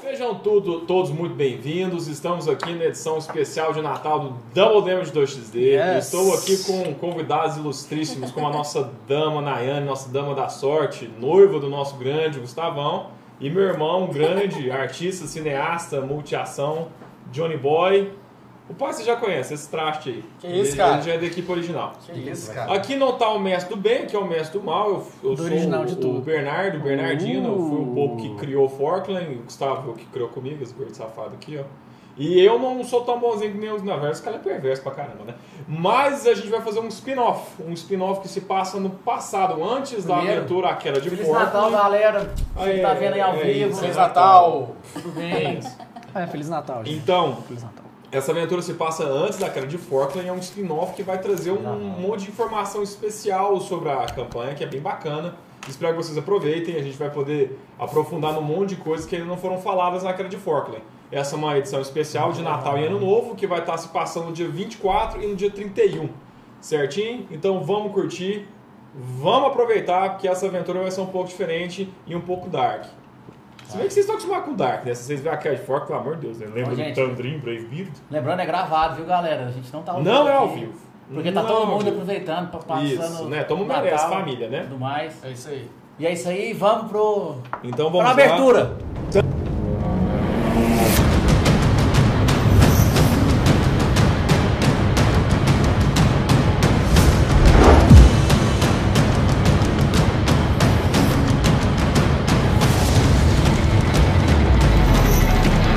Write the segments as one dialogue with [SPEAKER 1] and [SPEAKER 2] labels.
[SPEAKER 1] Sejam tudo, todos muito bem-vindos. Estamos aqui na edição especial de Natal do Double Damage 2XD.
[SPEAKER 2] Yes.
[SPEAKER 1] Estou aqui com convidados ilustríssimos, como a nossa dama Nayane, nossa dama da sorte, noiva do nosso grande Gustavão, e meu irmão, um grande artista, cineasta, multiação, Johnny Boy. O pai você já conhece, esse traste aí.
[SPEAKER 2] Que isso,
[SPEAKER 1] ele,
[SPEAKER 2] cara?
[SPEAKER 1] ele já é da equipe original.
[SPEAKER 2] Que isso, cara.
[SPEAKER 1] Aqui não tá o mestre do bem, que é o mestre do mal. Eu, eu
[SPEAKER 2] Do
[SPEAKER 1] sou
[SPEAKER 2] original
[SPEAKER 1] o,
[SPEAKER 2] de tudo.
[SPEAKER 1] o Bernardo, o Bernardino. Eu fui o
[SPEAKER 2] Uh.
[SPEAKER 1] povo que criou o Forkland, o Gustavo que criou comigo, esse gordo safado aqui, ó. E eu não sou tão bonzinho que nem os navegantes, cara é perverso pra caramba, né? Mas a gente vai fazer um spin-off. Um spin-off que se passa no passado, antes da
[SPEAKER 3] Primeiro,
[SPEAKER 1] aventura A Queda de
[SPEAKER 3] Feliz
[SPEAKER 1] Forkland.
[SPEAKER 3] Natal, galera. Você
[SPEAKER 1] Aê,
[SPEAKER 3] que tá vendo aí ao
[SPEAKER 1] é
[SPEAKER 3] vivo.
[SPEAKER 1] isso,
[SPEAKER 2] Feliz
[SPEAKER 1] Feliz
[SPEAKER 2] Natal!
[SPEAKER 3] Tudo bem?
[SPEAKER 2] É, Feliz Natal, gente.
[SPEAKER 1] Então,
[SPEAKER 2] Feliz Natal.
[SPEAKER 1] Essa aventura se passa antes da queda de Forkland e é um spin-off que vai trazer um monte de informação especial sobre a campanha, que é bem bacana. Espero que vocês aproveitem, a gente vai poder aprofundar num monte de coisas que ainda não foram faladas na queda de Forkland. Essa é uma edição especial de Natal e Ano Novo, que vai estar se passando no dia 24 e um. no dia 31, certinho? Então vamos curtir, vamos aproveitar, porque essa aventura vai ser um pouco diferente e um pouco dark. Se bem que vocês estão acostumados com Dark, né? Se vocês verem a queda de Forkland, pelo amor de Deus, né? Lembra
[SPEAKER 3] Ô,
[SPEAKER 1] do
[SPEAKER 3] gente.
[SPEAKER 1] Tandrim, Brave
[SPEAKER 3] Lembrando, é gravado, viu, galera? A gente não tá ao
[SPEAKER 1] não
[SPEAKER 3] vivo
[SPEAKER 1] é ao
[SPEAKER 3] aqui,
[SPEAKER 1] vivo.
[SPEAKER 3] Porque tá
[SPEAKER 1] Não é
[SPEAKER 3] todo
[SPEAKER 1] ao
[SPEAKER 3] mundo
[SPEAKER 1] vivo.
[SPEAKER 3] aproveitando, pa- passando.
[SPEAKER 1] Isso, né? Todo mundo merece, família, né?
[SPEAKER 3] Tudo mais.
[SPEAKER 2] É isso aí.
[SPEAKER 3] E é isso aí, vamos pro.
[SPEAKER 1] Então vamos
[SPEAKER 3] pra
[SPEAKER 1] lá.
[SPEAKER 3] abertura.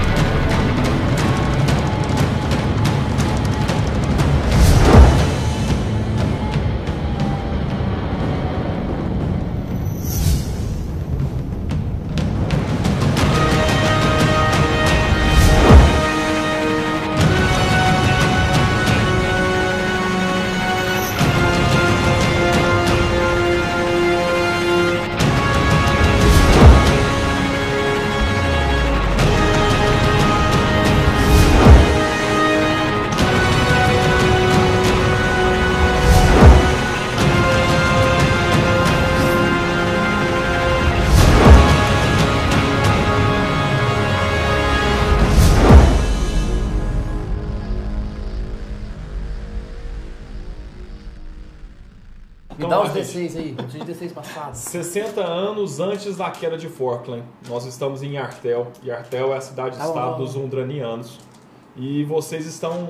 [SPEAKER 3] Me
[SPEAKER 1] Então,
[SPEAKER 3] dá os
[SPEAKER 1] a gente-
[SPEAKER 3] D6 aí. Eu preciso de D6 passados.
[SPEAKER 1] 60 anos antes da queda de Forkland, nós estamos em Artel. E Artel é a cidade-estado
[SPEAKER 3] Ah,
[SPEAKER 1] dos Undranianos. E vocês estão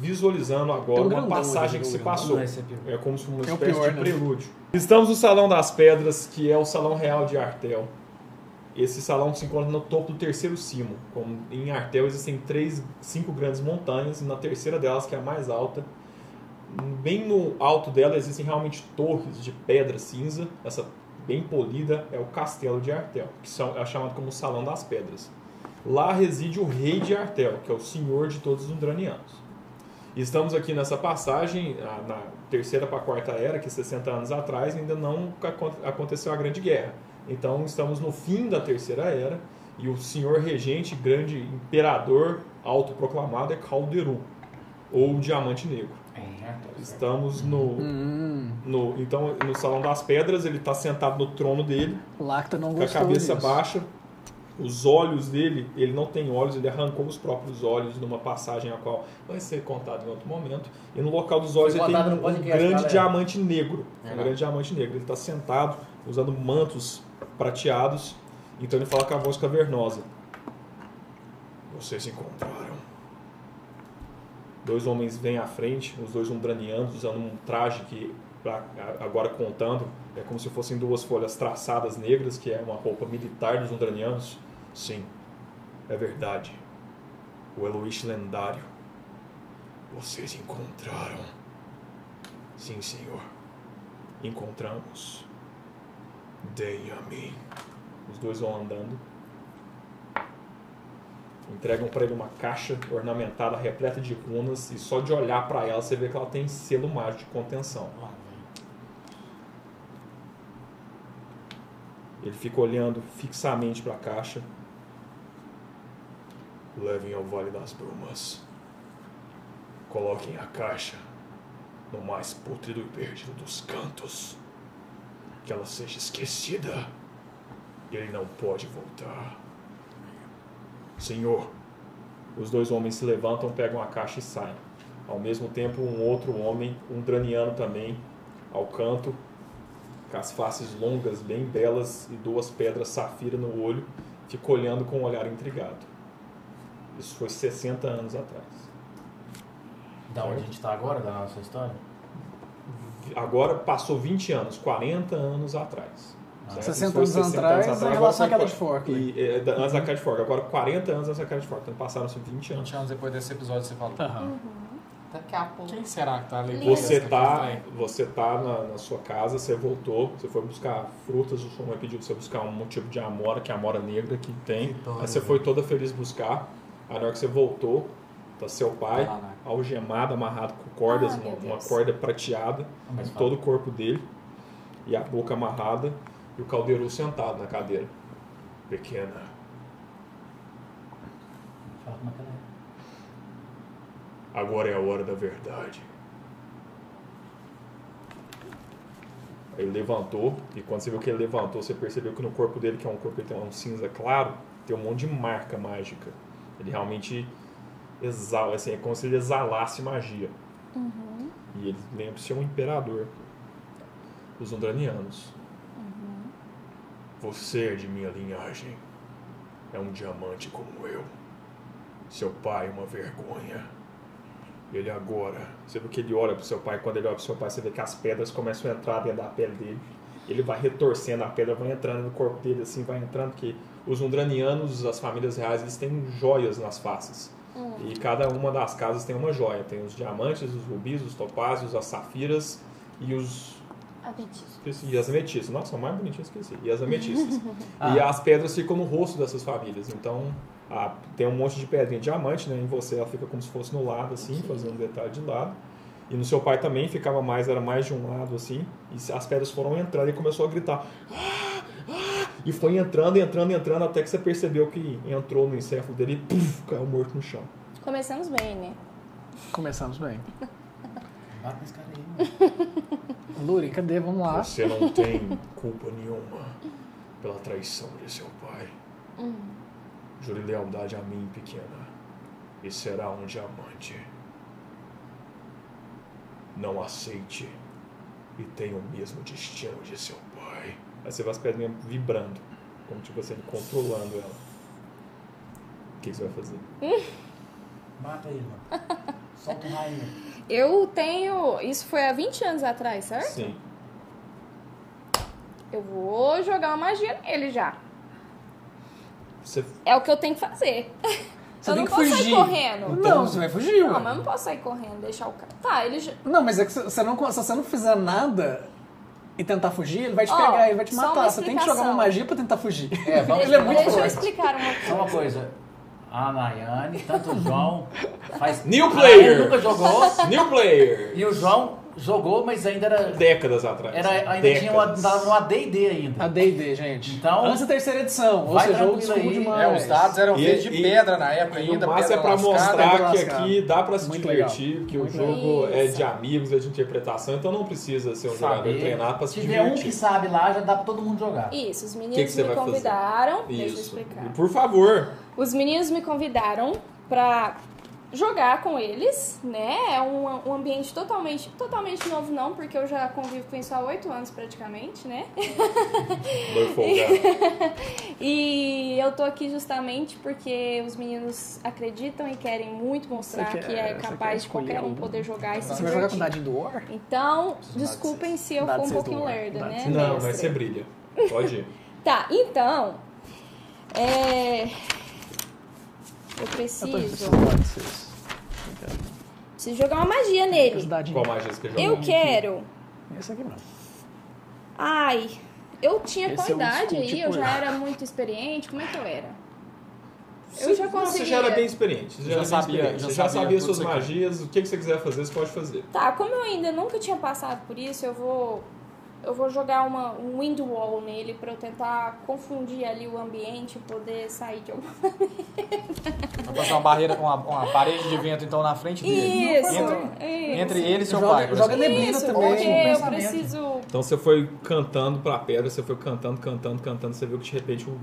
[SPEAKER 1] visualizando agora
[SPEAKER 2] Tem um
[SPEAKER 1] uma
[SPEAKER 2] grandão
[SPEAKER 1] passagem
[SPEAKER 2] ali,
[SPEAKER 1] que
[SPEAKER 2] tem um
[SPEAKER 1] se
[SPEAKER 2] grandão.
[SPEAKER 1] passou.
[SPEAKER 3] Não, esse é pior.
[SPEAKER 1] É como se uma
[SPEAKER 2] É o
[SPEAKER 1] espécie
[SPEAKER 2] pior,
[SPEAKER 1] de
[SPEAKER 2] né?
[SPEAKER 1] prelúdio. Estamos no Salão das Pedras, que é o Salão Real de Artel. Esse salão se encontra no topo do terceiro cimo. Como em Artel existem três, cinco grandes montanhas, e na terceira delas, que é a mais alta, bem no alto dela existem realmente torres de pedra cinza. Essa bem polida é o Castelo de Artel, que são- é chamado como Salão das Pedras. Lá reside o rei de Artel, que é o senhor de todos os Undranianos. E Estamos aqui nessa passagem, a- na terceira para a quarta era, que 60 anos atrás ainda não acon- aconteceu a Grande Guerra. Então estamos no fim da terceira era e o senhor regente, grande imperador autoproclamado é Calderu, ou o Diamante Negro.
[SPEAKER 3] É,
[SPEAKER 1] Estamos no,
[SPEAKER 2] Hum,
[SPEAKER 1] no então no salão das pedras. Ele está sentado no trono dele,
[SPEAKER 2] Lacta não
[SPEAKER 1] com a
[SPEAKER 2] gostou
[SPEAKER 1] cabeça
[SPEAKER 2] disso.
[SPEAKER 1] baixa. Os olhos dele, ele não tem olhos, ele arrancou os próprios olhos numa passagem a qual vai ser contado em outro momento. E no local dos olhos
[SPEAKER 3] Foi
[SPEAKER 1] ele tem
[SPEAKER 3] contado no
[SPEAKER 1] um
[SPEAKER 3] podcast,
[SPEAKER 1] grande
[SPEAKER 3] galera. É, né?
[SPEAKER 1] diamante negro. Um
[SPEAKER 3] Verdade.
[SPEAKER 1] grande diamante negro. Ele está sentado usando mantos prateados. Então ele fala com a voz cavernosa. Vocês se encontraram. Dois homens vêm à frente, os dois umbranianos, usando um traje que, pra- a- agora contando, é como se fossem duas folhas traçadas negras, que é uma roupa militar dos umbranianos. Sim, é verdade. O Eloís lendário. Vocês encontraram. Sim, senhor. Encontramos. Dei a mim. Os dois vão andando. Entregam pra ele uma caixa ornamentada, repleta de runas, e só de olhar pra ela você vê que ela tem selo mágico de contenção. Ele fica olhando fixamente pra caixa. Levem ao Vale das Brumas. Coloquem a caixa no mais pútrido e perdido dos cantos. Que ela seja esquecida. E ele não pode voltar. Senhor. Os dois homens se levantam, pegam a caixa e saem. Ao mesmo tempo, um outro homem, um draniano também, ao canto, com as faces longas, bem belas e duas pedras safira no olho, fica olhando com um olhar intrigado. Isso foi 60 anos atrás.
[SPEAKER 3] Da onde a gente tá agora, da nossa história?
[SPEAKER 1] Agora passou 20 anos, 40 anos atrás. certo? Isso
[SPEAKER 2] 60
[SPEAKER 1] foi
[SPEAKER 2] anos atrás, em
[SPEAKER 1] agora
[SPEAKER 2] relação àquela de
[SPEAKER 1] são
[SPEAKER 2] Fork.
[SPEAKER 1] e, é, da- antes da Cara de Forca. Agora 40 anos antes da Cara de Forca. Então passaram-se 20 anos.
[SPEAKER 4] 20 anos depois desse episódio você falou.
[SPEAKER 5] Daqui a pouco.
[SPEAKER 4] Quem será que tá ali?
[SPEAKER 1] Você
[SPEAKER 4] Essa
[SPEAKER 1] tá,
[SPEAKER 4] questão
[SPEAKER 1] você tá na, na sua casa, você voltou, você foi buscar frutas, sua mãe pediu pra você buscar um tipo de amora, que é a amora negra que tem.
[SPEAKER 5] dó,
[SPEAKER 1] Aí você
[SPEAKER 5] né?
[SPEAKER 1] foi toda feliz buscar. Aí na hora que você voltou, tá seu pai
[SPEAKER 4] Tá lá, né?
[SPEAKER 1] algemado, amarrado com cordas,
[SPEAKER 5] Ah,
[SPEAKER 1] uma,
[SPEAKER 5] meu
[SPEAKER 1] uma
[SPEAKER 5] Deus.
[SPEAKER 1] corda prateada
[SPEAKER 4] Ah,
[SPEAKER 1] em todo o corpo dele, e a boca amarrada, e o caldeiro sentado na cadeira. Pequena,
[SPEAKER 3] Fala como é que ela é.
[SPEAKER 1] Agora é a hora da verdade. Ele levantou, e quando você viu que ele levantou, você percebeu que no corpo dele, que é um corpo que tem um cinza claro, tem um monte de marca mágica. Ele realmente exala, assim, é como se ele exalasse magia. E ele lembra ser um imperador dos Undranianos. Você é de minha linhagem. É um diamante como eu. Seu pai é uma vergonha. Ele agora. Você vê que ele olha pro seu pai, quando ele olha pro seu pai, você vê que as pedras começam a entrar dentro da pele dele. Ele vai retorcendo, a pedra vai entrando no corpo dele, assim, vai entrando, porque os undranianos, as famílias reais, eles têm joias nas faces. E cada uma das casas tem uma joia. Tem os diamantes, os rubis, os topázios, as safiras e os
[SPEAKER 5] Aventis.
[SPEAKER 1] Esqueci. E as ametistas. Nossa, o mais bonitinho eu esqueci. E as ametistas. E as pedras ficam no rosto dessas famílias. Então, a- tem um monte de pedrinha de diamante, né? Em você ela fica como se fosse no lado, assim, fazendo um detalhe de lado. E no seu pai também ficava mais, era mais de um lado, assim. E se- as pedras foram entrando e começou a gritar. "Ah! Ah!" E foi entrando, entrando, entrando, até que você percebeu que entrou no encéfalo dele e puf, caiu morto no chão.
[SPEAKER 5] Começamos bem, né?
[SPEAKER 2] Começamos bem.
[SPEAKER 3] Bate nesse cara aí, mano.
[SPEAKER 2] Luri, cadê? Vamos lá.
[SPEAKER 1] Você não tem culpa nenhuma pela traição de seu pai. Jure lealdade a mim, pequena, e será um diamante. Não aceite e tenha o mesmo destino de seu pai. Aí você vai as pedrinhas vibrando, como tipo assim, controlando ela. O que você vai fazer?
[SPEAKER 3] Mata ele, mano. Solta o raio.
[SPEAKER 5] Eu tenho. Isso foi há 20 anos atrás, certo?
[SPEAKER 1] Sim.
[SPEAKER 5] Eu vou jogar uma magia nele já.
[SPEAKER 1] Você
[SPEAKER 5] É o que eu tenho que fazer.
[SPEAKER 2] Você
[SPEAKER 5] eu
[SPEAKER 2] tem
[SPEAKER 5] não
[SPEAKER 2] que
[SPEAKER 5] posso
[SPEAKER 2] fugir.
[SPEAKER 5] sair correndo.
[SPEAKER 2] Não, você vai fugir.
[SPEAKER 5] Não,
[SPEAKER 2] ué.
[SPEAKER 5] mas eu não posso sair correndo, deixar o cara. Tá, ele. já-
[SPEAKER 2] Não, mas é que se você não, se você não fizer nada e tentar fugir, ele vai te
[SPEAKER 5] Ó,
[SPEAKER 2] pegar, ele vai te
[SPEAKER 5] só uma
[SPEAKER 2] matar. Você tem que jogar uma
[SPEAKER 5] explicação.
[SPEAKER 2] magia pra tentar fugir.
[SPEAKER 3] É, vamos
[SPEAKER 2] ele é muito
[SPEAKER 5] Deixa eu
[SPEAKER 2] forte.
[SPEAKER 5] explicar uma
[SPEAKER 3] Só uma coisa. A Nayane, tanto o João, faz.
[SPEAKER 1] New
[SPEAKER 3] A
[SPEAKER 1] player.
[SPEAKER 3] Nayane nunca jogou.
[SPEAKER 1] New player!
[SPEAKER 3] E o João jogou, mas ainda era.
[SPEAKER 1] Décadas atrás.
[SPEAKER 3] era ainda tinha uma,
[SPEAKER 1] Décadas.
[SPEAKER 3] tava no ADD ainda.
[SPEAKER 2] A D&D, gente.
[SPEAKER 3] Então-
[SPEAKER 2] Antes da terceira edição. Ou
[SPEAKER 3] Vai
[SPEAKER 2] seja, jogo
[SPEAKER 3] tranquilo
[SPEAKER 2] escuro
[SPEAKER 3] aí.
[SPEAKER 2] demais.
[SPEAKER 4] É, os dados eram
[SPEAKER 1] E-
[SPEAKER 4] feitos de
[SPEAKER 1] e-
[SPEAKER 4] pedra na época
[SPEAKER 1] E o
[SPEAKER 4] ainda.
[SPEAKER 1] massa é
[SPEAKER 4] pedra
[SPEAKER 1] pra
[SPEAKER 4] lascada.
[SPEAKER 1] mostrar
[SPEAKER 2] pedra
[SPEAKER 1] que
[SPEAKER 2] lascada.
[SPEAKER 1] aqui dá pra se
[SPEAKER 2] Muito
[SPEAKER 1] divertir, que o
[SPEAKER 2] Muito
[SPEAKER 1] jogo é
[SPEAKER 5] Isso.
[SPEAKER 1] de amigos, é de interpretação, então não precisa ser um
[SPEAKER 4] Saber.
[SPEAKER 1] jogador treinado pra
[SPEAKER 3] Se
[SPEAKER 1] se
[SPEAKER 3] tiver um que
[SPEAKER 1] divertir.
[SPEAKER 3] sabe lá, já dá pra todo mundo jogar.
[SPEAKER 5] Isso, os
[SPEAKER 1] Que
[SPEAKER 5] meninos
[SPEAKER 1] que você
[SPEAKER 5] me
[SPEAKER 1] vai fazer?
[SPEAKER 5] convidaram. Deixa eu
[SPEAKER 1] Isso.
[SPEAKER 5] explicar.
[SPEAKER 1] Por favor.
[SPEAKER 5] Os meninos me convidaram pra jogar com eles, né? É um, um ambiente totalmente, totalmente novo, não, porque eu já convivo com isso há oito anos praticamente, né?
[SPEAKER 1] Dor
[SPEAKER 5] É
[SPEAKER 1] folgada.
[SPEAKER 5] E eu tô aqui justamente porque os meninos acreditam e querem muito mostrar
[SPEAKER 2] Você quer-
[SPEAKER 5] que é
[SPEAKER 2] você
[SPEAKER 5] capaz
[SPEAKER 2] quer
[SPEAKER 5] de qualquer um
[SPEAKER 2] escolher
[SPEAKER 5] poder jogar e se
[SPEAKER 2] Você vai jogar com
[SPEAKER 5] divertir.
[SPEAKER 2] dadinho do War?
[SPEAKER 5] Então, desculpem se eu
[SPEAKER 2] Dá
[SPEAKER 5] for um
[SPEAKER 2] seis
[SPEAKER 5] pouquinho
[SPEAKER 2] do ar.
[SPEAKER 5] lerda,
[SPEAKER 2] Dá
[SPEAKER 5] né?
[SPEAKER 2] seis
[SPEAKER 1] Não,
[SPEAKER 5] mestre?
[SPEAKER 1] mas você brilha. Pode ir.
[SPEAKER 5] Tá, então. É... Eu
[SPEAKER 2] Eu tô
[SPEAKER 5] preciso,
[SPEAKER 2] precisando de vocês.
[SPEAKER 5] preciso jogar uma magia
[SPEAKER 2] Os
[SPEAKER 5] nele.
[SPEAKER 2] dadinhos.
[SPEAKER 1] Qual magia você quer jogar?
[SPEAKER 5] Eu quero.
[SPEAKER 2] Esse aqui não.
[SPEAKER 5] Ai, eu tinha
[SPEAKER 2] Esse
[SPEAKER 5] qual
[SPEAKER 2] é o
[SPEAKER 5] idade
[SPEAKER 2] desculpe,
[SPEAKER 5] aí? Eu
[SPEAKER 2] tipo,
[SPEAKER 5] já
[SPEAKER 2] eu.
[SPEAKER 5] era muito experiente? Como é que eu era? Eu
[SPEAKER 1] Você-
[SPEAKER 5] já
[SPEAKER 1] não, Você
[SPEAKER 5] consegui.
[SPEAKER 1] já era bem experiente. Você já,
[SPEAKER 4] Já
[SPEAKER 1] era bem
[SPEAKER 4] sabia,
[SPEAKER 1] experiente.
[SPEAKER 4] já
[SPEAKER 1] Você já
[SPEAKER 4] sabia
[SPEAKER 1] sabia
[SPEAKER 4] tudo
[SPEAKER 1] suas
[SPEAKER 4] isso aqui.
[SPEAKER 1] magias, o que que você quiser fazer, você pode fazer.
[SPEAKER 5] Tá, como eu ainda nunca tinha passado por isso, eu vou eu vou jogar uma, um wind wall nele pra eu tentar confundir ali o ambiente e poder sair de alguma
[SPEAKER 4] Vai passar uma barreira, uma, uma parede de vento então na frente dele.
[SPEAKER 5] Isso,
[SPEAKER 4] Entra-
[SPEAKER 5] isso.
[SPEAKER 4] Entre ele e seu
[SPEAKER 2] Joga-
[SPEAKER 4] pai. por
[SPEAKER 2] joga
[SPEAKER 4] exemplo.
[SPEAKER 2] neblina
[SPEAKER 5] Isso,
[SPEAKER 2] também,
[SPEAKER 5] porque
[SPEAKER 2] um
[SPEAKER 5] eu
[SPEAKER 2] pensamento.
[SPEAKER 5] preciso
[SPEAKER 1] Então você foi cantando pra pedra, você foi cantando, cantando, cantando, você viu que de repente o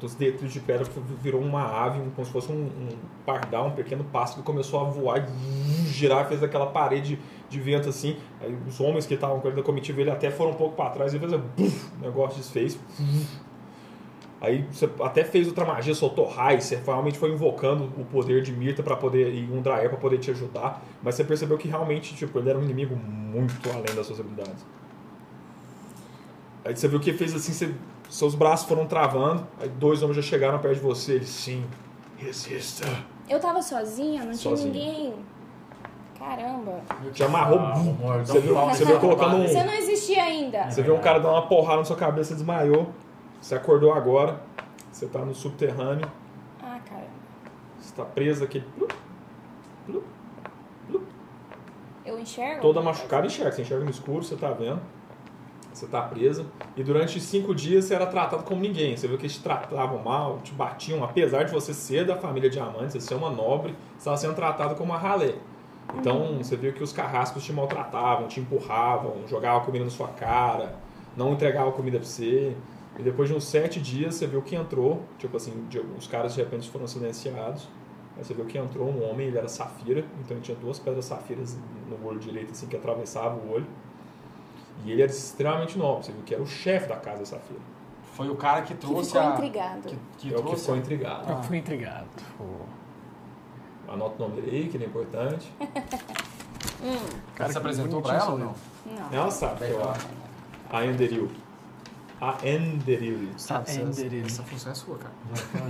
[SPEAKER 1] Dos detritos de pedra virou uma ave, um- como se fosse um, um pardal, um pequeno pássaro que começou a voar, e girar, fez aquela parede de vento assim. Aí os homens que estavam com ele da comitiva, ele até foram um pouco para trás e fez um buf, o negócio desfez. Aí você até fez outra magia, soltou raio, você realmente foi invocando o poder de Mirta para poder e um Draer para poder te ajudar, mas você percebeu que realmente, tipo, ele era um inimigo muito além das suas habilidades. Aí você viu que ele fez assim, você- seus braços foram travando, aí dois homens já chegaram perto de você, ele sim, resista.
[SPEAKER 5] Eu tava sozinha, não
[SPEAKER 1] Sozinha.
[SPEAKER 5] tinha ninguém. Caramba.
[SPEAKER 1] Já
[SPEAKER 3] Ah,
[SPEAKER 1] amarrou, bum. Você viu- você viu colocando um-
[SPEAKER 5] Você não existia ainda.
[SPEAKER 1] Você viu um cara dar uma porrada na sua cabeça, você desmaiou. Você acordou agora, você tá no subterrâneo,
[SPEAKER 5] Ah, cara.
[SPEAKER 1] você tá preso aqui,
[SPEAKER 5] Eu enxergo?
[SPEAKER 1] toda machucada, enxerga. Você enxerga no escuro, você tá vendo. Você tá presa. E durante cinco dias você era tratado como ninguém. Você viu que eles te tratavam mal, te batiam. Apesar de você ser da família Diamante, você ser uma nobre, você estava sendo tratado como uma ralé. Então você viu que os carrascos te maltratavam, te empurravam, jogavam comida na sua cara, não entregavam comida pra você. E depois de uns sete dias você viu que entrou, tipo assim, de- os caras de repente foram silenciados. Aí você viu que entrou um homem, ele era safira, então ele tinha duas pedras safiras no olho direito, assim, que atravessava o olho. E ele era extremamente nobre, você viu que era o chefe da casa safira.
[SPEAKER 4] Foi o cara que
[SPEAKER 5] Que
[SPEAKER 4] trouxe
[SPEAKER 5] ficou
[SPEAKER 4] a.
[SPEAKER 5] intrigado.
[SPEAKER 4] Que,
[SPEAKER 1] é
[SPEAKER 4] que
[SPEAKER 1] o que
[SPEAKER 4] trouxe
[SPEAKER 1] ficou
[SPEAKER 4] a-
[SPEAKER 1] intrigado.
[SPEAKER 2] Eu fui intrigado.
[SPEAKER 1] Anota o nome dele aí, que ele é importante.
[SPEAKER 2] Cara,
[SPEAKER 4] Você
[SPEAKER 2] que
[SPEAKER 4] apresentou pra
[SPEAKER 2] bonitinho
[SPEAKER 4] ela ou
[SPEAKER 2] isso
[SPEAKER 4] não?
[SPEAKER 5] Não.
[SPEAKER 1] Ela sabe, que é
[SPEAKER 4] Legal.
[SPEAKER 1] o- a Enderil. A Enderil.
[SPEAKER 4] Sabe,
[SPEAKER 2] Ah, Enderil.
[SPEAKER 4] essa função é sua, cara.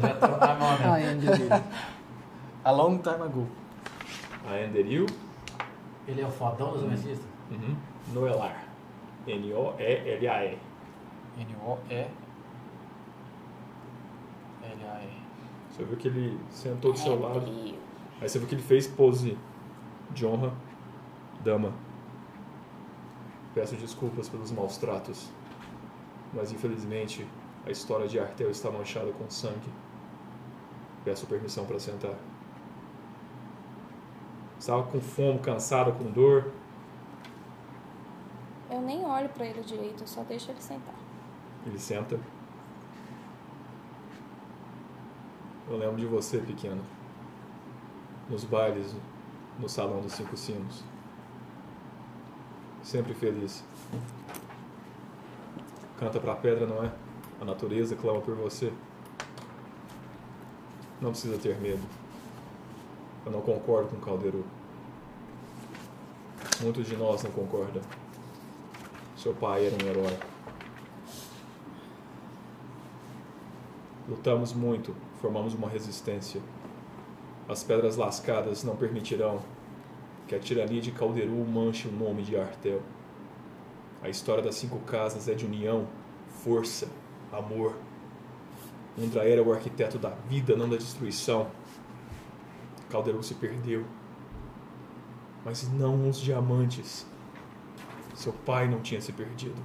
[SPEAKER 3] Já tô na mão, né?
[SPEAKER 2] Ah, Enderil.
[SPEAKER 4] A long time ago.
[SPEAKER 1] A Enderil um-
[SPEAKER 3] Ele é o fodão dos homensistas?
[SPEAKER 1] uhum. Noelar. N-O-E-L-A-R.
[SPEAKER 4] N-O-E. L-A-E.
[SPEAKER 1] Você viu que ele sentou do seu lado.
[SPEAKER 5] Ele-
[SPEAKER 1] Aí você viu que ele fez pose de honra, dama. Peço desculpas pelos maus tratos, mas infelizmente a história de Artel está manchada com sangue. Peço permissão para sentar. Estava com fome, cansado, com dor.
[SPEAKER 5] Eu nem olho pra ele direito, eu só deixo ele sentar.
[SPEAKER 1] Ele senta. Eu lembro de você, pequeno. Nos bailes, no salão dos cinco sinos. Sempre feliz. Canta pra pedra, não é? A natureza clama por você. Não precisa ter medo. Eu não concordo com Calderu. Muitos de nós não concordam. Seu pai era um herói. Lutamos muito, formamos uma resistência. As pedras lascadas não permitirão que a tirania de Calderu manche o nome de Artel. A história das cinco casas é de união, força, amor. Undraer é o arquiteto da vida, não da destruição. Calderu se perdeu. Mas não os diamantes. Seu pai não tinha se perdido.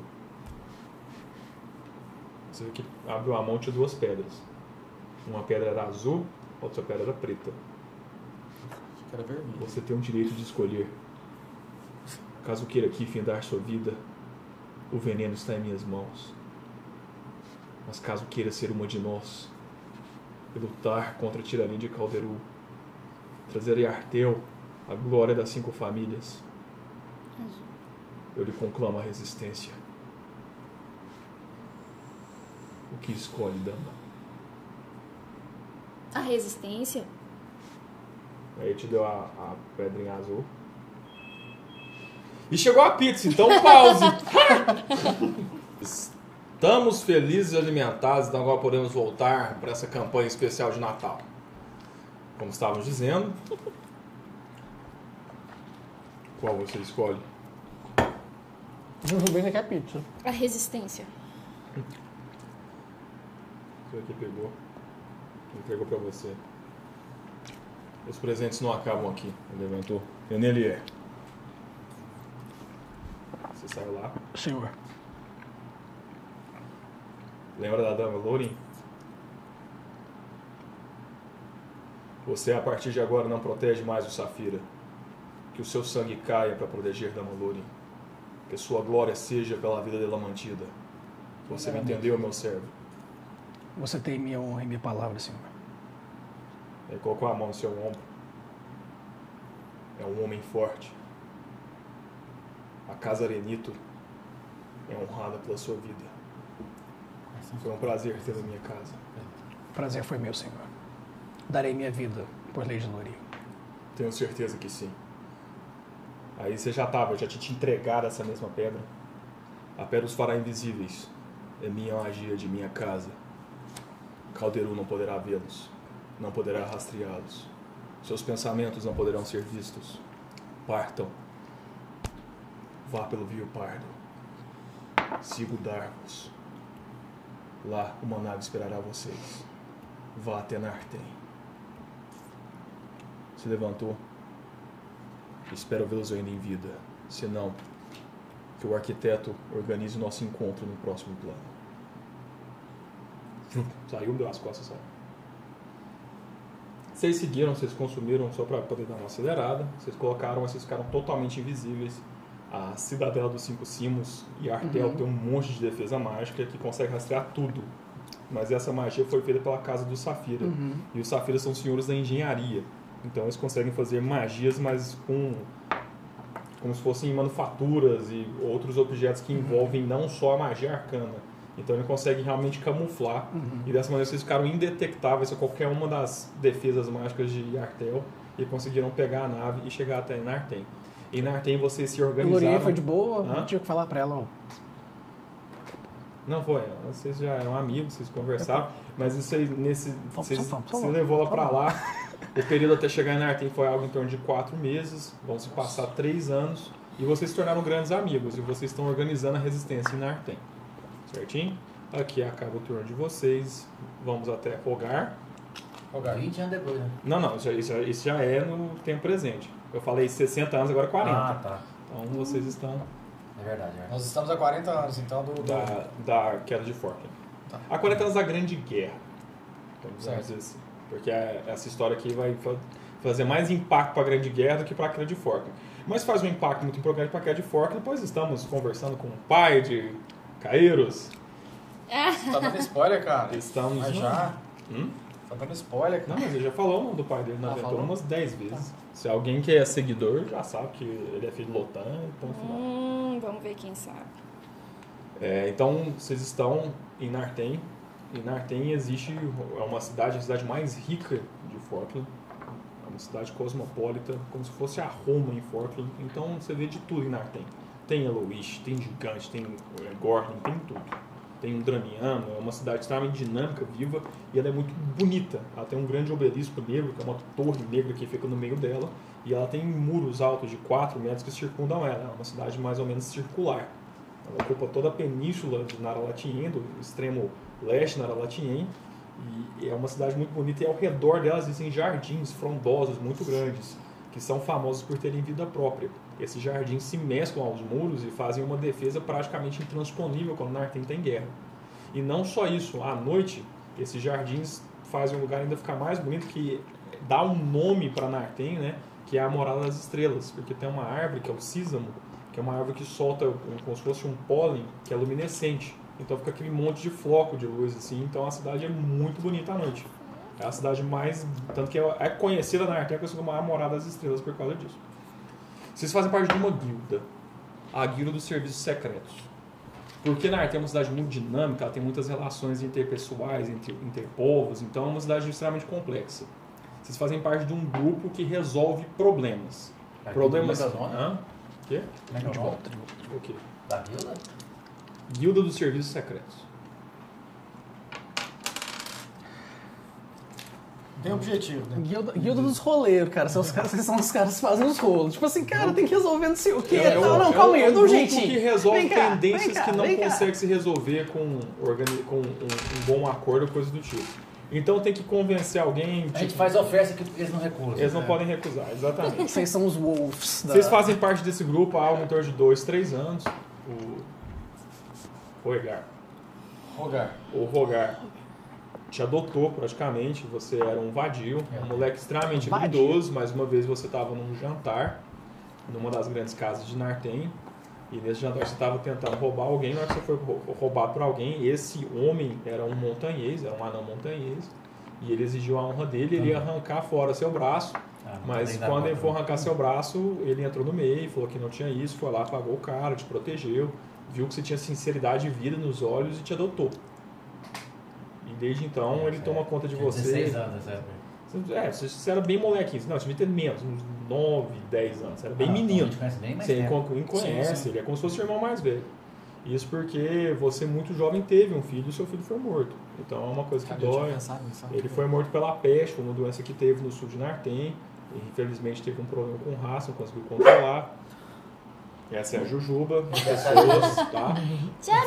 [SPEAKER 1] Você vê que abriu a mão de duas pedras. Uma pedra era azul, a outra pedra era preta.
[SPEAKER 4] Acho que era vermelho.
[SPEAKER 1] Você tem o direito de escolher. Caso queira aqui findar sua vida, o veneno está em minhas mãos. Mas caso queira ser uma de nós e lutar contra a tirania de Calderu, trazer a Arteu a glória das cinco famílias, eu lhe conclamo a resistência. O que escolhe, dama?
[SPEAKER 5] A resistência?
[SPEAKER 1] Aí te deu a, a pedrinha azul. E chegou a pizza, então pause. Estamos felizes e alimentados, então agora podemos voltar para essa campanha especial de Natal. Como estávamos dizendo. Qual você escolhe?
[SPEAKER 2] Jujubina quer é pizza.
[SPEAKER 5] A resistência.
[SPEAKER 1] Você aqui pegou. Entregou pra você. Os presentes não acabam aqui. Ele levantou. E nele é. Você saiu lá.
[SPEAKER 2] Senhor.
[SPEAKER 1] Lembra da dama Lourin? Você a partir de agora não protege mais o Safira. Que o seu sangue caia para proteger Dama Lourin. Que sua glória seja pela vida dela mantida. Você me entendeu, meu servo?
[SPEAKER 2] Você tem minha honra e minha palavra, senhor.
[SPEAKER 1] Ele colocou a mão no seu ombro. É um homem forte. A casa Arenito é honrada pela sua vida. Foi um prazer tê-lo em minha casa.
[SPEAKER 2] Prazer foi meu, senhor. Darei minha vida por lei de Lúria.
[SPEAKER 1] Tenho certeza que sim. Aí você já estava, eu já tinha te entregado essa mesma pedra. A pedra os fará invisíveis. É minha magia de minha casa. Calderu não poderá vê-los. Não poderá rastreá-los. Seus pensamentos não poderão ser vistos. Partam. Vá pelo Rio Pardo. Siga o Darvos. Lá uma nave esperará vocês. Vá até Nartem. Se levantou. Espero vê-los ainda em vida. Se não, que o arquiteto organize o nosso encontro no próximo plano. Saiu, um deu as costas, saiu. Vocês seguiram, vocês consumiram só para poder dar uma acelerada. Vocês colocaram, vocês ficaram totalmente invisíveis. A Cidadela dos Cinco Cimos e a Artel tem um monte de defesa mágica que consegue rastrear tudo. Mas essa magia foi feita pela casa do Safira.
[SPEAKER 2] Uhum.
[SPEAKER 1] E os Safiras são senhores da engenharia. Então eles conseguem fazer magias, mas com como se fossem manufaturas e outros objetos
[SPEAKER 2] Uhum.
[SPEAKER 1] que envolvem não só a magia arcana. Então ele consegue realmente camuflar.
[SPEAKER 2] Uhum.
[SPEAKER 1] E dessa maneira vocês ficaram indetectáveis a qualquer uma das defesas mágicas de Artel e conseguiram pegar a nave e chegar até Nartem. Em Nartem vocês se
[SPEAKER 2] Lúria
[SPEAKER 1] organizaram.
[SPEAKER 2] foi de boa,
[SPEAKER 1] Hã?
[SPEAKER 2] não tinha o que falar pra ela. ó.
[SPEAKER 1] Não foi, vocês já eram amigos, vocês conversavam, mas isso aí, nesse, vocês,
[SPEAKER 2] É. vamos, vamos,
[SPEAKER 1] você
[SPEAKER 2] vamos,
[SPEAKER 1] levou ela pra lá. O período até chegar em Nartem foi algo em torno de quatro meses, vão se passar três anos, e vocês se tornaram grandes amigos, e vocês estão organizando a resistência em Nartem. Certinho? Aqui acaba o turno de vocês, vamos até rogar.
[SPEAKER 4] Rogar.
[SPEAKER 3] 20 anos depois, né?
[SPEAKER 1] Não, não, isso, isso- isso já é no tempo presente. Eu falei 60 anos, agora 40.
[SPEAKER 3] Ah, tá.
[SPEAKER 1] Então vocês estão
[SPEAKER 3] É verdade, é verdade.
[SPEAKER 4] Nós estamos há 40 anos, então, do... do-
[SPEAKER 1] da, da queda de Forkner.
[SPEAKER 4] Tá.
[SPEAKER 1] A 40 anos da Grande Guerra. Então, vamos
[SPEAKER 4] Certo.
[SPEAKER 1] dizer assim. Porque é- essa história aqui vai fa- fazer mais impacto para a Grande Guerra do que para a queda de Forkner. Mas faz um impacto muito importante para a queda de Forkner, pois estamos conversando com o pai de Caíros.
[SPEAKER 4] Tá dando spoiler,
[SPEAKER 1] Ah,
[SPEAKER 4] cara.
[SPEAKER 1] Estamos.
[SPEAKER 4] Mas já...
[SPEAKER 1] Hum?
[SPEAKER 4] Tá dando spoiler,
[SPEAKER 1] Não,
[SPEAKER 4] cara.
[SPEAKER 1] mas ele já falou o nome do pai dele na
[SPEAKER 4] Ah,
[SPEAKER 1] aventura
[SPEAKER 4] falou?
[SPEAKER 1] umas 10 vezes. Se alguém que é seguidor já sabe que ele é filho de Lotan, então final.
[SPEAKER 5] Hum, vamos ver quem sabe.
[SPEAKER 1] É, então, vocês estão em Nartem. Em Nartem existe é uma cidade, a cidade mais rica de Falkland. É uma cidade cosmopolita, como se fosse a Roma em Falkland. Então, você vê de tudo em Nartem. Tem Eloish, tem gigante, tem é, Gorlin, tem tudo. Tem um Draniano, é uma cidade extremamente dinâmica, viva, e ela é muito bonita. Ela tem um grande obelisco negro, que é uma torre negra que fica no meio dela, e ela tem muros altos de 4 metros que circundam ela. É uma cidade mais ou menos circular. Ela ocupa toda a península de Naralatien, do extremo leste de Naralatien, e é uma cidade muito bonita. E ao redor dela existem jardins frondosos muito grandes, que são famosos por terem vida própria. Esses jardins se mesclam aos muros e fazem uma defesa praticamente intransponível quando Nartem tem guerra. E não só isso, à noite, esses jardins fazem o lugar ainda ficar mais bonito, que dá um nome para Nartem, né? Que é a Morada das Estrelas, porque tem uma árvore que é o sísamo, que é uma árvore que solta um- como se fosse um pólen, que é luminescente. Então fica aquele monte de floco de luz, assim. Então a cidade é muito bonita à noite. É a cidade mais. Tanto que é é conhecida na Arteca como a Morada das Estrelas por causa disso. Vocês fazem parte de uma guilda. A guilda dos serviços secretos. Porque na arte é uma cidade muito dinâmica, ela tem muitas relações interpessoais, entre, interpovos, então é uma cidade extremamente complexa. Vocês fazem parte de um grupo que resolve problemas.
[SPEAKER 3] Aqui,
[SPEAKER 1] problemas.
[SPEAKER 3] como é que é o nome?
[SPEAKER 1] Hã? Quê?
[SPEAKER 3] Como é que é o nome?
[SPEAKER 1] O quê?
[SPEAKER 3] Da vila?
[SPEAKER 1] Guilda dos Serviços Secretos.
[SPEAKER 4] Tem objetivo, né?
[SPEAKER 2] Guilda, guilda dos roleiros, cara. São os caras que são os caras que fazem os rolos. Tipo assim, cara, tem que resolver não sei o quê.
[SPEAKER 1] É, é
[SPEAKER 2] não,
[SPEAKER 1] o-
[SPEAKER 2] não,
[SPEAKER 1] é
[SPEAKER 2] calma aí,
[SPEAKER 1] o- é
[SPEAKER 2] eu
[SPEAKER 1] um
[SPEAKER 2] dou um
[SPEAKER 1] grupo
[SPEAKER 2] jeitinho.
[SPEAKER 1] que resolve
[SPEAKER 2] Vem cá, vem
[SPEAKER 1] tendências
[SPEAKER 2] cá,
[SPEAKER 1] que não
[SPEAKER 2] vem cá.
[SPEAKER 1] consegue se resolver com, organi- com um, um bom acordo ou coisa do tipo. Então tem que convencer alguém.
[SPEAKER 3] A
[SPEAKER 1] tipo,
[SPEAKER 3] gente faz né? oferta que eles não recusam.
[SPEAKER 1] eles não podem recusar, exatamente.
[SPEAKER 2] Vocês são os wolves da...
[SPEAKER 1] Vocês fazem parte desse grupo há algo em torno de dois, três anos. O Rogar.
[SPEAKER 4] Rogar.
[SPEAKER 1] O Rogar te adotou praticamente. Você era um vadio, um moleque extremamente
[SPEAKER 2] Vadio.
[SPEAKER 1] habilidoso. Mais uma vez você estava num jantar numa das grandes casas de Nartem. E nesse jantar você estava tentando roubar alguém, na hora que você foi rou- roubado por alguém, esse homem era um montanhês, era um anão montanhês, e ele exigiu a honra dele, ele ia arrancar fora seu braço,
[SPEAKER 3] Ah, não
[SPEAKER 1] mas
[SPEAKER 3] tem nada
[SPEAKER 1] quando ele
[SPEAKER 3] pra-
[SPEAKER 1] for arrancar seu braço, ele entrou no meio, falou que não tinha isso, foi lá, pagou o cara, te protegeu, viu que você tinha sinceridade e vida nos olhos e te adotou. E desde então ele
[SPEAKER 3] É,
[SPEAKER 1] toma conta de
[SPEAKER 3] Tinha
[SPEAKER 1] você.
[SPEAKER 3] 16 anos né? Ah, nessa época.
[SPEAKER 1] É, você você era bem molequinho, não, você devia ter menos, uns 9, 10 anos, você era bem
[SPEAKER 3] Ah, então a
[SPEAKER 1] menino.
[SPEAKER 3] gente conhece bem mais
[SPEAKER 1] Você
[SPEAKER 3] tempo.
[SPEAKER 1] inco- conhece,
[SPEAKER 4] Sim, sim.
[SPEAKER 1] ele é como se fosse seu irmão mais velho. Isso porque você, muito jovem, teve um filho e seu filho foi morto. Então é uma coisa que
[SPEAKER 4] Cara, eu
[SPEAKER 1] dói.
[SPEAKER 4] tinha pensado nisso.
[SPEAKER 1] Ele foi morto pela peste, foi uma doença que teve no sul de Nartem. E, infelizmente teve um problema com raça, não conseguiu controlar. Essa é a Jujuba, as pessoas, tá?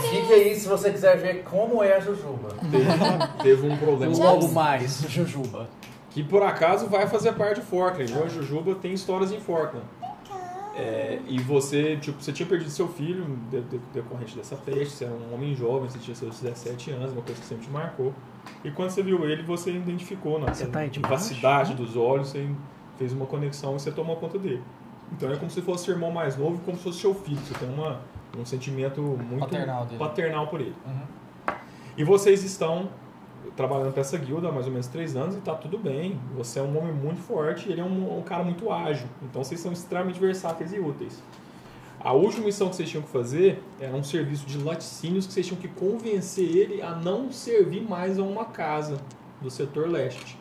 [SPEAKER 3] Fique aí se você quiser ver como é a Jujuba.
[SPEAKER 1] Teve, teve um problema com
[SPEAKER 2] Logo mais, Jujuba.
[SPEAKER 1] que por acaso vai fazer parte de Forkland. viu? A Jujuba tem histórias em Forkland. É, e você, tipo, você tinha perdido seu filho de- de- decorrente dessa peste, você era um homem jovem, você tinha seus 17 anos, uma coisa que sempre te marcou. E quando você viu ele, você identificou na
[SPEAKER 2] Você tá aí de
[SPEAKER 1] capacidade dos olhos, você fez uma conexão e você tomou conta dele. Então é como se fosse seu irmão mais novo, como se fosse seu filho. Você tem uma, um sentimento muito
[SPEAKER 4] Paternal dele.
[SPEAKER 1] paternal por ele.
[SPEAKER 4] Uhum.
[SPEAKER 1] E vocês estão trabalhando para essa guilda há mais ou menos três anos e tá tudo bem. Você é um homem muito forte e ele é um, um cara muito ágil. Então vocês são extremamente versáteis e úteis. A última missão que vocês tinham que fazer era um serviço de laticínios que vocês tinham que convencer ele a não servir mais a uma casa do setor leste.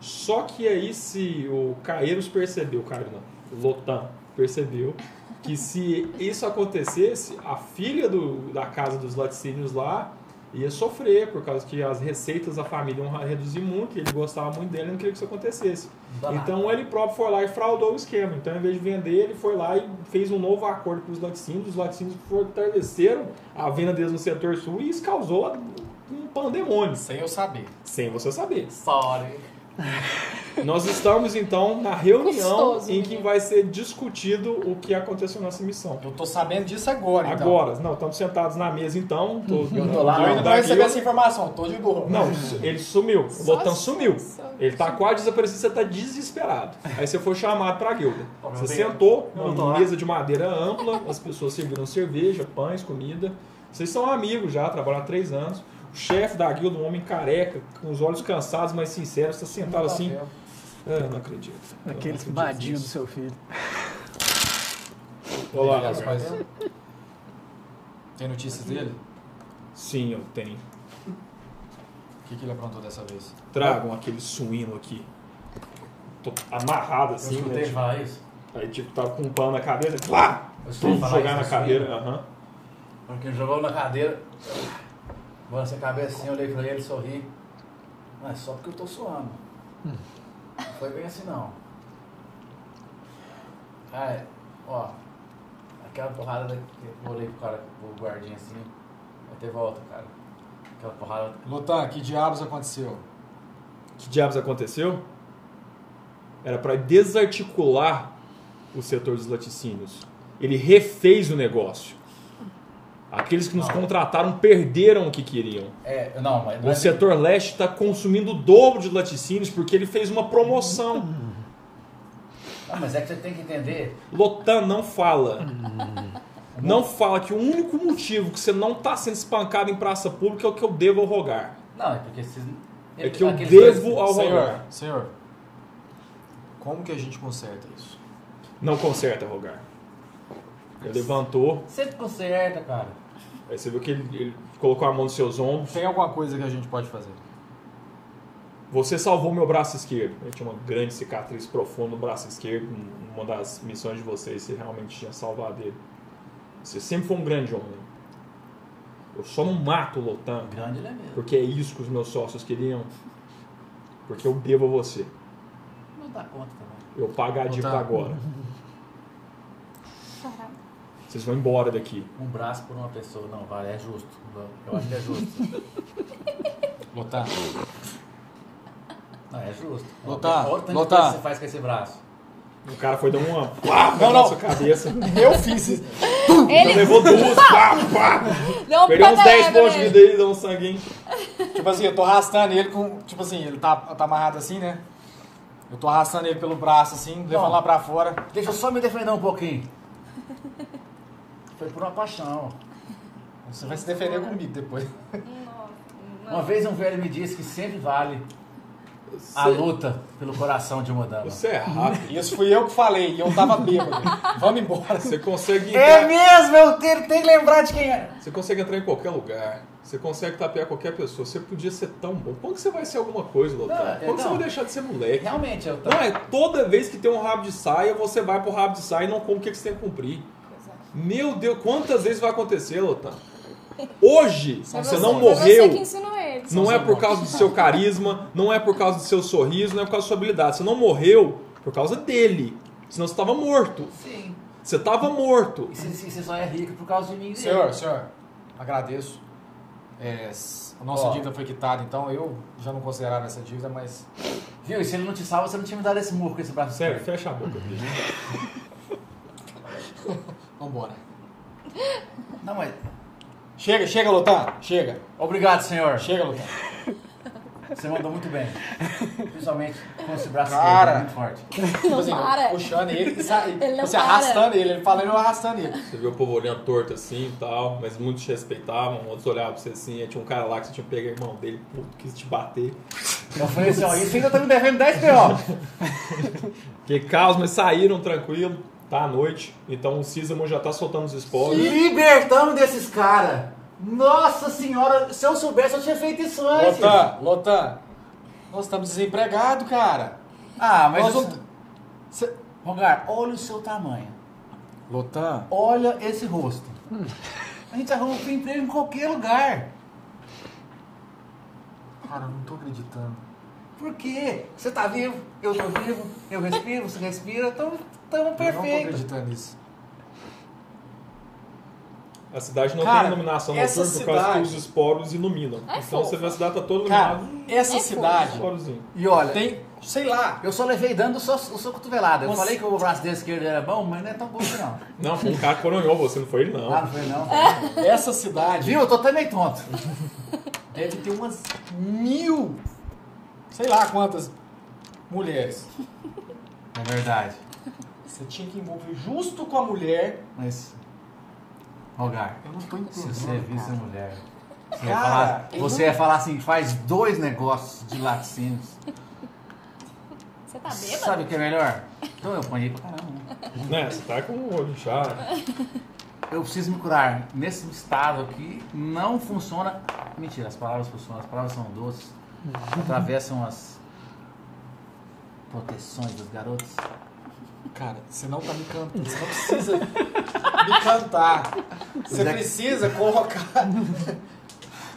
[SPEAKER 1] Só que aí se o Caeiros percebeu, Cairo não, Lotan percebeu que se isso acontecesse, a filha do- da casa dos laticínios lá ia sofrer, por causa que as receitas da família iam reduzir muito, e ele gostava muito dele e não queria que isso acontecesse. Então ele próprio foi lá e fraudou o esquema. Então, em vez de vender, ele foi lá e fez um novo acordo com os laticínios. Os laticínios fortaleceram a venda deles no setor sul e isso causou um pandemônio,
[SPEAKER 4] Sem eu saber.
[SPEAKER 1] sem você saber.
[SPEAKER 4] Sorry.
[SPEAKER 1] Nós estamos então na reunião
[SPEAKER 5] Custoso,
[SPEAKER 1] em que
[SPEAKER 5] menino.
[SPEAKER 1] vai ser discutido o que aconteceu nessa missão.
[SPEAKER 4] Eu tô sabendo disso agora, então.
[SPEAKER 1] Agora, não, estamos sentados na mesa então. Tô,
[SPEAKER 3] Eu tô lá,
[SPEAKER 1] doido
[SPEAKER 4] Eu ainda
[SPEAKER 1] da
[SPEAKER 4] não recebi
[SPEAKER 1] guilda.
[SPEAKER 4] essa informação, tô de boa.
[SPEAKER 1] Não, su- ele sumiu. O
[SPEAKER 5] Só
[SPEAKER 1] Lotan
[SPEAKER 5] se-
[SPEAKER 1] sumiu.
[SPEAKER 5] só-
[SPEAKER 1] Ele tá quase desaparecido, você tá desesperado. Aí você foi chamado pra guilda.
[SPEAKER 3] Ó, meu
[SPEAKER 1] Você
[SPEAKER 3] bem,
[SPEAKER 1] sentou
[SPEAKER 3] eu tô
[SPEAKER 1] numa
[SPEAKER 3] lá.
[SPEAKER 1] mesa de madeira ampla, as pessoas serviram cerveja, pães, comida. Vocês são amigos já, trabalham há três anos. O chefe da guilda, um homem careca, com os olhos cansados, mas sincero, está sentado assim. Ah, eu não acredito. Eu não
[SPEAKER 2] Aqueles
[SPEAKER 1] acredito
[SPEAKER 2] vadios do
[SPEAKER 1] nisso.
[SPEAKER 2] seu filho.
[SPEAKER 1] Olá,
[SPEAKER 4] Tem as
[SPEAKER 1] Roberto.
[SPEAKER 4] coisas. Tem notícias dele?
[SPEAKER 1] Sim, eu tenho.
[SPEAKER 4] O que, que ele aprontou dessa vez?
[SPEAKER 1] Tragam aquele suíno aqui. Tô amarrado
[SPEAKER 3] Eu
[SPEAKER 1] assim, né?
[SPEAKER 3] escutei
[SPEAKER 1] Tipo,
[SPEAKER 3] falar isso.
[SPEAKER 1] aí, tipo, tava com um pano na cabeça. Plá!
[SPEAKER 3] Eu escutei
[SPEAKER 1] Tudo
[SPEAKER 3] falar
[SPEAKER 1] jogar
[SPEAKER 3] isso assim.
[SPEAKER 1] na
[SPEAKER 3] do
[SPEAKER 1] cadeira.
[SPEAKER 3] suíno.
[SPEAKER 1] Aham.
[SPEAKER 3] Porque jogou na cadeira. Bora sem cabeça assim, eu olhei pra ele, sorri. Mas só porque eu tô suando.
[SPEAKER 1] Hum.
[SPEAKER 3] Não foi bem assim não. Cara, ó. Aquela porrada da- que eu olhei pro cara, pro guardinha assim, vai ter volta, cara. Aquela porrada.
[SPEAKER 4] Lotan, que diabos aconteceu?
[SPEAKER 1] Que diabos aconteceu? Era pra desarticular o setor dos laticínios. Ele refez o negócio. Aqueles que nos
[SPEAKER 3] Não.
[SPEAKER 1] contrataram perderam o que queriam.
[SPEAKER 3] É, não, mas não
[SPEAKER 1] O
[SPEAKER 3] é-
[SPEAKER 1] setor leste está consumindo o dobro de laticínios porque ele fez uma promoção.
[SPEAKER 3] Ah, mas é que você tem que entender.
[SPEAKER 1] Lotan não fala.
[SPEAKER 3] Uhum.
[SPEAKER 1] Não fala que o único motivo que você não está sendo espancado em praça pública é o que eu devo ao rogar.
[SPEAKER 3] Não, é porque se.
[SPEAKER 1] É que eu
[SPEAKER 3] aqueles
[SPEAKER 1] devo
[SPEAKER 3] dois-
[SPEAKER 1] ao rogar.
[SPEAKER 4] Senhor, senhor, como que a gente conserta isso?
[SPEAKER 1] Não conserta rogar. Ele levantou,
[SPEAKER 3] Você conserta, cara.
[SPEAKER 1] aí você viu que ele, ele colocou a mão nos seus ombros.
[SPEAKER 4] Tem alguma coisa que a gente pode fazer?
[SPEAKER 1] Você salvou meu braço esquerdo. Ele tinha uma grande cicatriz profunda no braço esquerdo. um, Uma das missões de vocês, você realmente tinha salvado ele. Você sempre foi um grande homem. Eu só não mato o Lotan
[SPEAKER 3] Grande ele é mesmo.
[SPEAKER 1] Porque é isso que os meus sócios queriam. Porque eu devo a você.
[SPEAKER 3] Não dá conta também.
[SPEAKER 1] Eu pago a
[SPEAKER 4] Não
[SPEAKER 1] dívida
[SPEAKER 4] tá.
[SPEAKER 1] agora.
[SPEAKER 5] Caramba.
[SPEAKER 1] Vocês vão embora daqui.
[SPEAKER 3] Um braço por uma pessoa, não, vale, é justo. Eu acho que é justo.
[SPEAKER 4] Lotan,
[SPEAKER 3] Não, é justo.
[SPEAKER 4] Lotar,
[SPEAKER 3] Olha o tanto de
[SPEAKER 4] Lotar.
[SPEAKER 3] coisa que você faz com esse braço.
[SPEAKER 1] O cara foi dar uma pá
[SPEAKER 4] Não,
[SPEAKER 1] na
[SPEAKER 4] não.
[SPEAKER 1] nossa cabeça.
[SPEAKER 4] eu fiz isso.
[SPEAKER 1] Ele levou duas. Pá, pá.
[SPEAKER 5] Não,
[SPEAKER 1] Perdeu uns
[SPEAKER 5] pega
[SPEAKER 1] 10
[SPEAKER 5] égua
[SPEAKER 1] pontos de
[SPEAKER 5] nele.
[SPEAKER 1] vida e deu um sanguinho.
[SPEAKER 4] Tipo assim, eu tô arrastando ele com... Tipo assim, ele tá, tá amarrado assim, né? Eu tô arrastando ele pelo braço assim, levando lá pra fora.
[SPEAKER 3] Deixa eu só me defender um pouquinho. Foi por uma paixão.
[SPEAKER 4] Você vai se defender comigo depois.
[SPEAKER 5] Não,
[SPEAKER 3] Uma
[SPEAKER 4] Ah.
[SPEAKER 5] não.
[SPEAKER 3] vez um velho me disse que sempre vale a
[SPEAKER 1] Você-
[SPEAKER 3] luta pelo coração de uma dama.
[SPEAKER 1] Você é rápido.
[SPEAKER 4] Isso fui eu que falei, e eu tava bêbado. Vamos embora.
[SPEAKER 1] Você consegue
[SPEAKER 4] É
[SPEAKER 1] entrar,
[SPEAKER 4] mesmo, eu tenho, tenho que lembrar de quem é.
[SPEAKER 1] você consegue entrar em qualquer lugar. Você consegue tapear qualquer pessoa. Você podia ser tão bom. Como que você vai ser alguma coisa, Lothar?
[SPEAKER 3] Não, é,
[SPEAKER 1] Como que você
[SPEAKER 3] não.
[SPEAKER 1] vai deixar de ser moleque?
[SPEAKER 3] Realmente, eu
[SPEAKER 1] Não,
[SPEAKER 3] tava...
[SPEAKER 1] é toda vez que tem um rabo de saia, você vai pro rabo de saia e não cumpre o que que você tem que cumprir. Meu Deus, quantas vezes vai acontecer, Lothar? Hoje,
[SPEAKER 5] É
[SPEAKER 1] você não
[SPEAKER 5] foi Você
[SPEAKER 1] morreu.
[SPEAKER 5] que ensinou eles.
[SPEAKER 1] Não é por causa do seu carisma, não é por causa do seu sorriso, não é por causa da sua habilidade. Você não morreu por causa dele. Senão você estava morto.
[SPEAKER 3] Sim.
[SPEAKER 1] Você estava morto.
[SPEAKER 3] E se- se- você só é rico por causa de mim. né?
[SPEAKER 4] Senhor, senhor, agradeço. É, s- a nossa
[SPEAKER 3] Ó.
[SPEAKER 4] dívida foi quitada, então eu já não considerava essa dívida, mas.
[SPEAKER 3] Viu? E se ele não te salva, você não tinha me dado esse murro com esse braço.
[SPEAKER 1] Sério, fecha a boca. bicho.
[SPEAKER 4] Vambora.
[SPEAKER 3] Não, mas...
[SPEAKER 4] Chega, chega, Lotan. Chega.
[SPEAKER 3] Obrigado, senhor.
[SPEAKER 4] Chega, Lotan. Tipo
[SPEAKER 3] Você mandou muito bem. Principalmente com esse braço
[SPEAKER 4] Cara.
[SPEAKER 3] esquerdo, muito forte.
[SPEAKER 4] Tipo assim, eu
[SPEAKER 5] para.
[SPEAKER 4] puxando ele e sa-
[SPEAKER 5] Ele não
[SPEAKER 4] você
[SPEAKER 5] para.
[SPEAKER 4] arrastando ele, ele falando eu arrastando ele.
[SPEAKER 1] Você viu o povo olhando torto assim e tal, mas muitos te respeitavam, outros olhavam pra você assim. aí Tinha um cara lá que você tinha pego a irmão dele, puto, quis te bater.
[SPEAKER 3] Eu falei assim, ó, isso ainda tá me devendo 10 P.O.
[SPEAKER 1] Que caos, mas saíram tranquilo. Tá à noite, então o Sisamo já tá soltando os spoilers.
[SPEAKER 3] Libertamos desses caras. Nossa senhora, se eu soubesse, eu tinha feito isso antes.
[SPEAKER 4] Lotan, Lotan, nós estamos desempregados, cara.
[SPEAKER 3] Ah, mas...
[SPEAKER 4] Nós
[SPEAKER 3] isso-
[SPEAKER 4] não- Cê-
[SPEAKER 3] Rogar, olha o seu tamanho.
[SPEAKER 4] Lotan,
[SPEAKER 3] Olha esse rosto. A gente arruma um emprego em qualquer lugar.
[SPEAKER 4] cara, eu não tô acreditando.
[SPEAKER 3] Por quê? Você tá vivo, eu tô vivo, eu respiro, você respira, tamo, tamo
[SPEAKER 4] Eu não tô
[SPEAKER 3] perfeito.
[SPEAKER 4] acreditando nisso.
[SPEAKER 1] A cidade não
[SPEAKER 4] Cara,
[SPEAKER 1] tem iluminação
[SPEAKER 4] essa
[SPEAKER 1] noturna por causa que
[SPEAKER 4] cidade- É
[SPEAKER 1] os esporos iluminam.
[SPEAKER 5] Ai,
[SPEAKER 1] então
[SPEAKER 5] fofo.
[SPEAKER 1] você vê a cidade tá toda
[SPEAKER 4] Cara,
[SPEAKER 1] iluminada.
[SPEAKER 4] essa
[SPEAKER 5] É
[SPEAKER 4] cidade
[SPEAKER 1] esporozinho.
[SPEAKER 3] E olha,
[SPEAKER 4] tem, sei lá,
[SPEAKER 3] eu só levei dando o seu, o seu cotovelado. Eu
[SPEAKER 4] Você-
[SPEAKER 3] falei que o braço dele esquerdo era bom, mas não é tão bom assim não.
[SPEAKER 1] Não, foi um cara que coronhou você, não foi ele não.
[SPEAKER 3] Ah, não foi não.
[SPEAKER 4] É. essa cidade
[SPEAKER 3] Viu? Eu tô até meio tonto.
[SPEAKER 4] deve ter umas mil, sei lá quantas mulheres.
[SPEAKER 3] É verdade.
[SPEAKER 4] Você tinha que envolver justo com a mulher.
[SPEAKER 3] Mas, Rogar,
[SPEAKER 4] Eu não tô
[SPEAKER 3] se você
[SPEAKER 4] entendendo.
[SPEAKER 3] visse a
[SPEAKER 4] cara.
[SPEAKER 3] mulher, você, ia
[SPEAKER 4] Cara,
[SPEAKER 3] falar,
[SPEAKER 4] eu
[SPEAKER 3] você ia falar assim, faz dois negócios de laticínios.
[SPEAKER 5] Você tá bêbado?
[SPEAKER 3] Sabe o que é melhor? Então eu apanhei pra caramba.
[SPEAKER 1] Né, você tá com o olho inchado.
[SPEAKER 3] Eu preciso me curar. Nesse estado aqui, não funciona. Mentira, as palavras funcionam. As palavras são doces. Uhum. Atravessam as proteções dos garotos.
[SPEAKER 4] Cara, você não tá me cantando. Você não precisa me cantar. Você
[SPEAKER 3] Zé-
[SPEAKER 4] precisa colocar.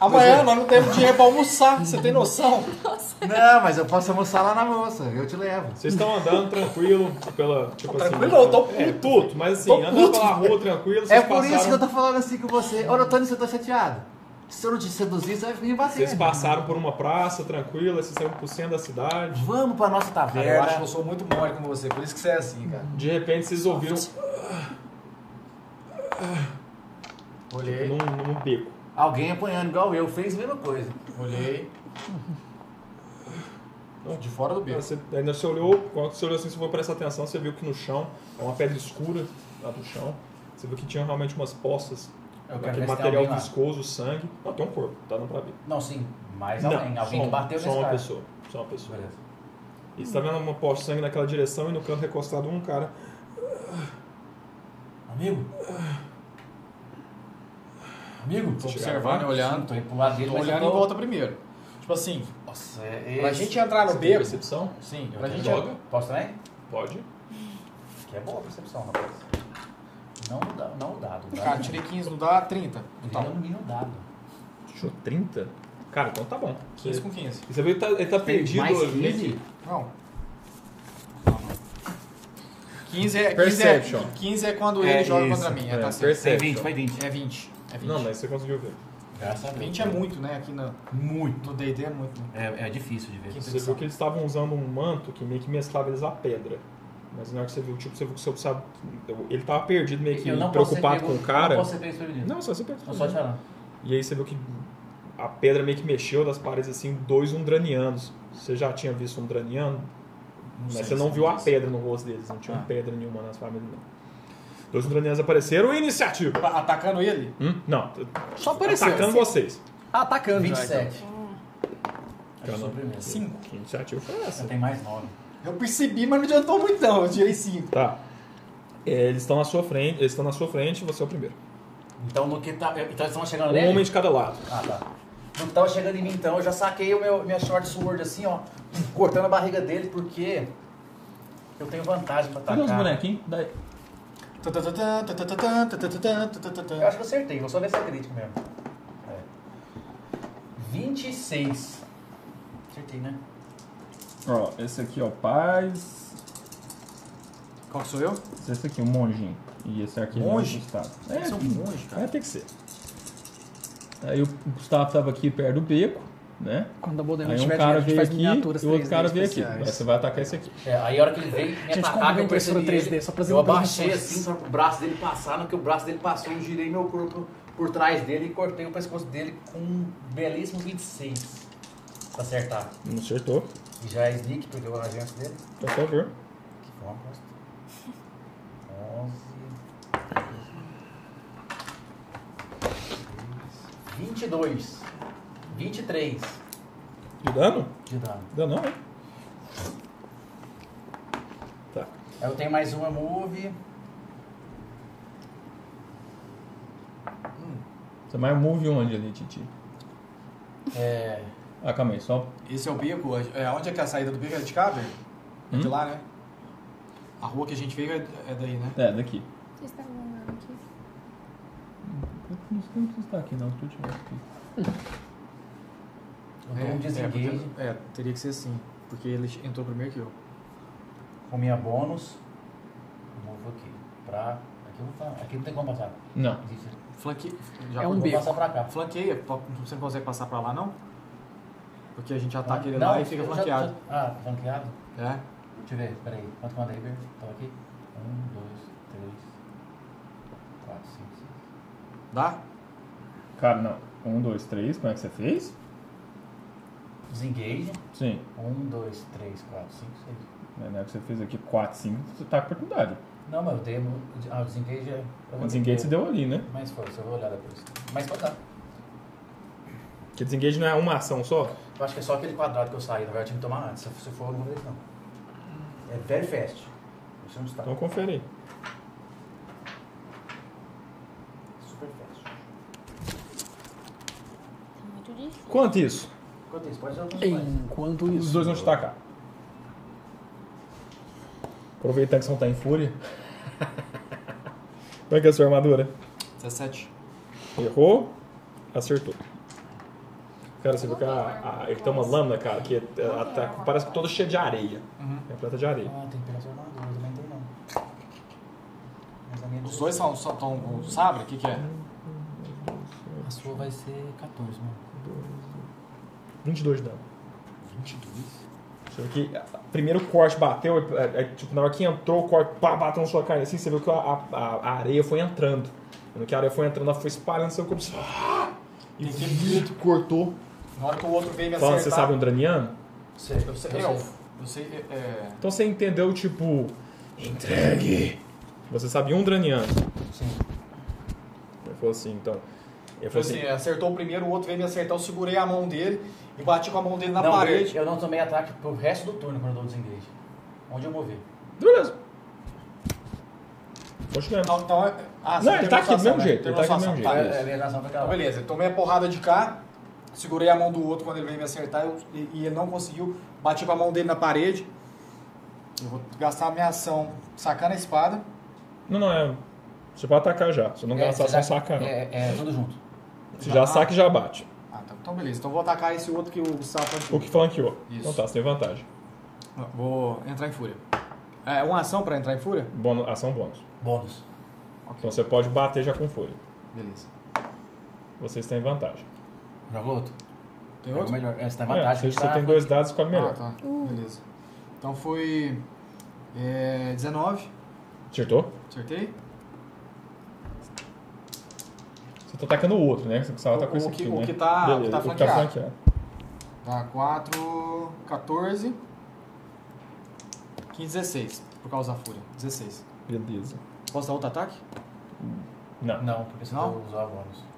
[SPEAKER 4] Amanhã nós não temos dinheiro pra almoçar. Você tem noção?
[SPEAKER 3] Não, mas eu posso almoçar lá na moça. Eu te levo.
[SPEAKER 1] Vocês estão andando tranquilo pela. Tipo
[SPEAKER 4] Tá Tranquilo
[SPEAKER 1] assim,
[SPEAKER 4] não, tô
[SPEAKER 1] É, puto, mas assim,
[SPEAKER 4] Tô
[SPEAKER 1] andando
[SPEAKER 4] puto.
[SPEAKER 1] pela rua tranquilo, vocês
[SPEAKER 3] É por
[SPEAKER 1] passaram.
[SPEAKER 3] isso que eu tô falando assim com você. Ô, Antônio, você tá chateado. Se eu não te seduzir, você vai me bater.
[SPEAKER 1] Vocês passaram por uma praça tranquila, vocês saíram pro centro da cidade.
[SPEAKER 3] Vamos pra nossa
[SPEAKER 4] Cara, eu
[SPEAKER 3] taverna.
[SPEAKER 4] acho que eu sou muito mole com você. Por isso que você é assim, cara.
[SPEAKER 1] De repente vocês ouviram
[SPEAKER 4] Olhei,
[SPEAKER 1] num, num beco.
[SPEAKER 3] Alguém apanhando igual eu fez a mesma coisa.
[SPEAKER 4] olhei. De fora do beco.
[SPEAKER 1] Você, aí você olhou, quando você olhou assim, se for prestar atenção, você viu que no chão é uma pedra escura lá do chão. Você viu que tinha realmente umas poças.
[SPEAKER 3] Eu quero
[SPEAKER 1] Aquele
[SPEAKER 3] ver se tem
[SPEAKER 1] material
[SPEAKER 3] alguém lá.
[SPEAKER 1] viscoso, sangue. Não, tem um corpo, tá dando pra ver.
[SPEAKER 3] Não, sim. Mas alguém. Alguém
[SPEAKER 1] só, um,
[SPEAKER 3] bateu
[SPEAKER 1] só
[SPEAKER 3] nesse
[SPEAKER 1] uma
[SPEAKER 3] cara.
[SPEAKER 1] pessoa. Só uma pessoa.
[SPEAKER 3] Beleza.
[SPEAKER 1] E você tá vendo uma poça de sangue naquela direção e no canto recostado um cara.
[SPEAKER 3] Amigo? Amigo?
[SPEAKER 4] Tô
[SPEAKER 1] Chegar
[SPEAKER 4] observando e
[SPEAKER 1] lá?
[SPEAKER 3] Não
[SPEAKER 4] olhando.
[SPEAKER 3] tô indo pro lado dele,
[SPEAKER 4] Tô
[SPEAKER 3] mas eu
[SPEAKER 4] olhando
[SPEAKER 3] tô...
[SPEAKER 4] e volta primeiro. Tipo assim,
[SPEAKER 3] Nossa, é...
[SPEAKER 4] pra
[SPEAKER 3] é-
[SPEAKER 4] gente entrar no
[SPEAKER 1] Você tem
[SPEAKER 4] beco.
[SPEAKER 1] percepção?
[SPEAKER 4] Sim,
[SPEAKER 3] Eu
[SPEAKER 4] pra
[SPEAKER 3] tenho
[SPEAKER 4] gente.
[SPEAKER 1] logo.
[SPEAKER 3] Posso também?
[SPEAKER 1] Pode.
[SPEAKER 3] Que é boa a percepção, rapaz. Não o dado. Não o dado. o dado-
[SPEAKER 4] Cara, tirei 15, não dá 30.
[SPEAKER 3] Eu
[SPEAKER 4] Então,
[SPEAKER 3] não me o dado.
[SPEAKER 1] Deixou 30? Cara, então tá bom.
[SPEAKER 4] 15 com 15.
[SPEAKER 1] E você vê que tá, ele tá perdido
[SPEAKER 3] Mais
[SPEAKER 4] né?
[SPEAKER 1] ali.
[SPEAKER 3] 15?
[SPEAKER 4] Não. Não, não. 15 é, 15 é,
[SPEAKER 1] Perception.
[SPEAKER 4] 15 é quando
[SPEAKER 3] É
[SPEAKER 4] ele joga
[SPEAKER 3] isso.
[SPEAKER 4] contra mim. É,
[SPEAKER 1] É,
[SPEAKER 4] tá certo.
[SPEAKER 1] perception.
[SPEAKER 3] Tem 20, vai 20.
[SPEAKER 4] É 20. É 20.
[SPEAKER 1] Não, mas você conseguiu ver.
[SPEAKER 3] Graças a Deus.
[SPEAKER 4] 20 é muito, né? Aqui no,
[SPEAKER 3] Muito.
[SPEAKER 4] no DD é muito. Né?
[SPEAKER 3] É, é difícil de ver.
[SPEAKER 4] Que-
[SPEAKER 1] Você viu que eles estavam usando um manto que meio que mesclava eles à pedra. Mas na hora que você viu, tipo, você viu que você sabe. Ele tava perdido, meio que preocupado com o
[SPEAKER 3] Eu
[SPEAKER 1] cara.
[SPEAKER 3] não posso ser pego desprevenido.
[SPEAKER 1] Não, só você
[SPEAKER 3] Eu só te
[SPEAKER 1] percebeu.
[SPEAKER 3] falando.
[SPEAKER 1] E aí você viu que a pedra meio que mexeu das paredes assim, dois undranianos. Você já tinha visto um undraniano? Mas
[SPEAKER 4] sei
[SPEAKER 1] você
[SPEAKER 4] se
[SPEAKER 1] não
[SPEAKER 4] eu
[SPEAKER 1] viu a
[SPEAKER 4] vi
[SPEAKER 1] pedra no rosto deles, não tinha
[SPEAKER 3] Ah.
[SPEAKER 1] pedra nenhuma nas famílias, não. Dois ucranianos apareceram. Iniciativa!
[SPEAKER 4] Atacando ele?
[SPEAKER 1] Hum? Não,
[SPEAKER 2] Só apareceu.
[SPEAKER 1] atacando vocês.
[SPEAKER 2] Ah, atacando já, então.
[SPEAKER 3] 27. Eu sou o primeiro.
[SPEAKER 4] Cinco.
[SPEAKER 1] Que iniciativa foi essa?
[SPEAKER 3] Você tem mais 9.
[SPEAKER 4] Eu percebi, mas não adiantou muito não. Eu tirei cinco.
[SPEAKER 1] Tá. É, Eles estão na sua frente, eles estão na sua frente, você é o primeiro.
[SPEAKER 3] Então no que tá. Então eles estão chegando
[SPEAKER 1] Um
[SPEAKER 3] nele?
[SPEAKER 1] homem de cada lado.
[SPEAKER 3] Ah, tá. No que tava chegando em mim então, eu já saquei o meu, minha short sword assim, ó, cortando a barriga dele, porque eu tenho vantagem pra
[SPEAKER 1] Tá,
[SPEAKER 2] Cadê
[SPEAKER 3] atacar.
[SPEAKER 2] os bonequinhos? Daí.
[SPEAKER 4] Tatatã, tatatã, tatatã, tatatã.
[SPEAKER 3] Eu acho que eu acertei, vou só ver se é crítico mesmo. É. 26. Acertei, né?
[SPEAKER 1] Ó, esse aqui é o Paz.
[SPEAKER 4] Qual que sou eu?
[SPEAKER 1] Esse aqui é o Monjinho. E esse aqui
[SPEAKER 4] é o Monge?
[SPEAKER 1] Gustavo.
[SPEAKER 4] Você é um monge, cara.
[SPEAKER 1] Vai ter que ser. Aí o Gustavo tava aqui perto do beco, né?
[SPEAKER 2] Quando a Bolden
[SPEAKER 1] Aí um
[SPEAKER 2] tiver
[SPEAKER 1] cara
[SPEAKER 2] dinheiro, a gente
[SPEAKER 1] veio
[SPEAKER 2] faz
[SPEAKER 1] aqui
[SPEAKER 2] miniaturas
[SPEAKER 1] e o outro
[SPEAKER 2] 3D
[SPEAKER 1] cara veio aqui.
[SPEAKER 2] especiais.
[SPEAKER 1] Aí Você vai atacar esse aqui.
[SPEAKER 3] É, aí a hora que ele veio me
[SPEAKER 2] Gente,
[SPEAKER 3] atacar,
[SPEAKER 2] compra
[SPEAKER 3] que eu
[SPEAKER 2] uma impressora
[SPEAKER 3] percebi
[SPEAKER 2] 3D
[SPEAKER 3] ele,
[SPEAKER 2] só pra
[SPEAKER 3] eu
[SPEAKER 2] desenvolver
[SPEAKER 3] abaixei
[SPEAKER 2] as
[SPEAKER 3] assim pra o braço dele passar, no que o braço dele passou, eu girei meu corpo por trás dele e cortei o pescoço dele com um belíssimo 26 pra acertar.
[SPEAKER 1] Não acertou.
[SPEAKER 3] E já é sneak, porque eu agência dele.
[SPEAKER 1] Por favor.
[SPEAKER 3] Que foi uma aposta. 11. 22. 23
[SPEAKER 1] De dano?
[SPEAKER 3] de dano.
[SPEAKER 1] Dano não, né? Tá.
[SPEAKER 3] Aí eu tenho mais uma move.
[SPEAKER 1] Você é mais move onde ali, Titi?
[SPEAKER 3] É.
[SPEAKER 1] Ah, calma aí, só.
[SPEAKER 4] Esse é o beco. É, onde é que é a saída do beco? É de cá, velho? É de
[SPEAKER 1] Hum?
[SPEAKER 4] lá, né? A rua que a gente veio é, é daí, né?
[SPEAKER 1] É, daqui.
[SPEAKER 5] Vocês estavam andando aqui.
[SPEAKER 1] Não sei se está aqui, não. Se eu tiver aqui.
[SPEAKER 3] Eu
[SPEAKER 4] É,
[SPEAKER 3] dou um
[SPEAKER 4] porque-
[SPEAKER 3] desengage
[SPEAKER 4] é, teria que ser assim. Porque ele entrou primeiro que eu.
[SPEAKER 3] com minha bônus. Movo aqui. Pra. Aqui, eu vou tá, aqui não tem como passar.
[SPEAKER 1] Não.
[SPEAKER 3] Existe.
[SPEAKER 4] Flanque... Já
[SPEAKER 2] É
[SPEAKER 3] Eu
[SPEAKER 2] um
[SPEAKER 3] vou
[SPEAKER 2] beco.
[SPEAKER 3] passar pra cá.
[SPEAKER 4] Flanqueia. pa- Você não consegue passar pra lá, não? Porque a gente ataca ele
[SPEAKER 3] Não,
[SPEAKER 4] tá lá e fica
[SPEAKER 3] eu já-
[SPEAKER 4] flanqueado.
[SPEAKER 3] já- Ah, flanqueado?
[SPEAKER 4] É.
[SPEAKER 3] Deixa eu ver, peraí. Quanto que eu mandei, Ber? Tava aqui? Um, dois, três, quatro, cinco, seis.
[SPEAKER 4] Dá?
[SPEAKER 1] Cara, não. Um, dois, três. Como é que você fez?
[SPEAKER 3] Desengage.
[SPEAKER 1] Sim.
[SPEAKER 3] Um, dois, três, quatro, cinco, seis.
[SPEAKER 1] Não é que você fez aqui 4, 5, você tá com oportunidade.
[SPEAKER 3] Não, mas eu dei. mo- Ah, o desengage é. eu
[SPEAKER 1] O
[SPEAKER 3] vou-
[SPEAKER 1] desengage você deu ali, né?
[SPEAKER 3] Mais força, eu vou olhar depois. Mas pode dar.
[SPEAKER 1] Porque desengage não é uma ação só?
[SPEAKER 3] Eu acho que é só aquele quadrado que eu saí, na verdade eu tinha que tomar antes. Se for, eu não vou ver não. É very fast. Você não está.
[SPEAKER 1] Então confere aí.
[SPEAKER 3] Super fast.
[SPEAKER 5] Tá muito difícil.
[SPEAKER 1] Quanto isso?
[SPEAKER 3] Enquanto isso, pode usar alguns mais.
[SPEAKER 2] Enquanto isso.
[SPEAKER 1] Os dois vão te tacar. Aproveitar que você não tá em fúria. Como é que é a sua armadura?
[SPEAKER 4] 17.
[SPEAKER 1] Errou, acertou. Cara, você viu que a, a- ele tem uma lâmina, cara, que é- ela tá- parece que toda cheia de areia. Repleta de areia.
[SPEAKER 3] Ah, tem que pegar sua armadura, eu também tenho não. Mas a minha
[SPEAKER 4] Os dois são, são, tão com sabre? O que, que é?
[SPEAKER 3] A sua vai ser 14, mano.
[SPEAKER 1] 22 de dano. 22? Só que a- primeiro o corte bateu, é, é, tipo, na hora que entrou o corte, pá, bateu na sua carne assim, você viu que a, a- a- a areia foi entrando. E no que a areia foi entrando, ela foi espalhando seu corpo. assim, ah! E
[SPEAKER 4] Tem que-
[SPEAKER 1] que cortou.
[SPEAKER 4] Na hora que o outro veio me
[SPEAKER 1] Falando,
[SPEAKER 4] acertar...
[SPEAKER 1] você sabe um draniano?
[SPEAKER 3] Sei,
[SPEAKER 4] Eu sei, elfo. Eu sei, é...
[SPEAKER 1] Então você entendeu, tipo, entregue. Você sabe um draniano.
[SPEAKER 3] Sim.
[SPEAKER 1] Ele falou assim, então. Ele
[SPEAKER 4] Foi
[SPEAKER 1] falou
[SPEAKER 4] assim,
[SPEAKER 1] assim,
[SPEAKER 4] acertou o primeiro, o outro veio me acertar, eu segurei a mão dele e bati com a mão dele na
[SPEAKER 3] não,
[SPEAKER 4] parede.
[SPEAKER 3] Eu não tomei ataque pro resto do turno quando eu dou desengage. Onde eu mover?
[SPEAKER 1] beleza. Continua.
[SPEAKER 4] Então, então, é- ah, você
[SPEAKER 1] Não, ele tá aqui
[SPEAKER 4] terminou
[SPEAKER 1] do
[SPEAKER 4] sua
[SPEAKER 1] mesmo
[SPEAKER 4] ação,
[SPEAKER 1] jeito,
[SPEAKER 4] né?
[SPEAKER 1] ele tá aqui do
[SPEAKER 4] Terminou
[SPEAKER 1] mesmo jeito.
[SPEAKER 4] sua ação. Tá,
[SPEAKER 1] Isso.
[SPEAKER 3] É, minha reação foi
[SPEAKER 4] Então,
[SPEAKER 3] aquela.
[SPEAKER 4] beleza, eu tomei a porrada de cá, segurei a mão do outro quando ele veio me acertar eu- e, e ele não conseguiu. Bati com a mão dele na parede. Eu vou gastar a minha ação sacando a espada.
[SPEAKER 1] Não, não, é. Você pode atacar já. Se não gastar,
[SPEAKER 3] É, você
[SPEAKER 1] só
[SPEAKER 3] já-
[SPEAKER 1] saca. não.
[SPEAKER 3] É, tá. é, tudo junto.
[SPEAKER 1] Você já saca e já bate.
[SPEAKER 4] Ah, tá, então beleza. Então eu vou atacar esse outro que o Gustavo tá
[SPEAKER 1] O que flanqueou.
[SPEAKER 4] Isso.
[SPEAKER 1] Então tá, você tem vantagem.
[SPEAKER 4] Vou entrar em fúria. É uma ação pra entrar em fúria?
[SPEAKER 1] Bônus, ação bônus.
[SPEAKER 3] Bônus.
[SPEAKER 1] Então você pode bater já com fúria.
[SPEAKER 4] Beleza.
[SPEAKER 1] Vocês têm vantagem.
[SPEAKER 3] Jogou outro?
[SPEAKER 4] Tem outro?
[SPEAKER 3] Melhor. Essa tá
[SPEAKER 1] É,
[SPEAKER 3] vantagem.
[SPEAKER 1] você
[SPEAKER 3] que
[SPEAKER 1] você
[SPEAKER 3] tá-
[SPEAKER 1] tem dois dados com a melhor.
[SPEAKER 4] Ah, tá. Beleza. Então foi é, 19,
[SPEAKER 1] Acertou?
[SPEAKER 4] acertei.
[SPEAKER 1] Você tá atacando o outro, né? Você precisava
[SPEAKER 4] O-
[SPEAKER 1] atacar
[SPEAKER 4] o
[SPEAKER 1] esse
[SPEAKER 4] que-
[SPEAKER 1] aqui,
[SPEAKER 4] o
[SPEAKER 1] né?
[SPEAKER 4] que tá-
[SPEAKER 1] Beleza,
[SPEAKER 4] que tá
[SPEAKER 1] o que
[SPEAKER 4] flanqueado. Tá,
[SPEAKER 1] flanqueado.
[SPEAKER 4] Dá 4, 14, 15, 16, por causa da fúria. 16.
[SPEAKER 1] Beleza.
[SPEAKER 4] Posso dar outro ataque?
[SPEAKER 1] Não.
[SPEAKER 3] Não, porque você
[SPEAKER 4] Não?
[SPEAKER 3] não usar bônus.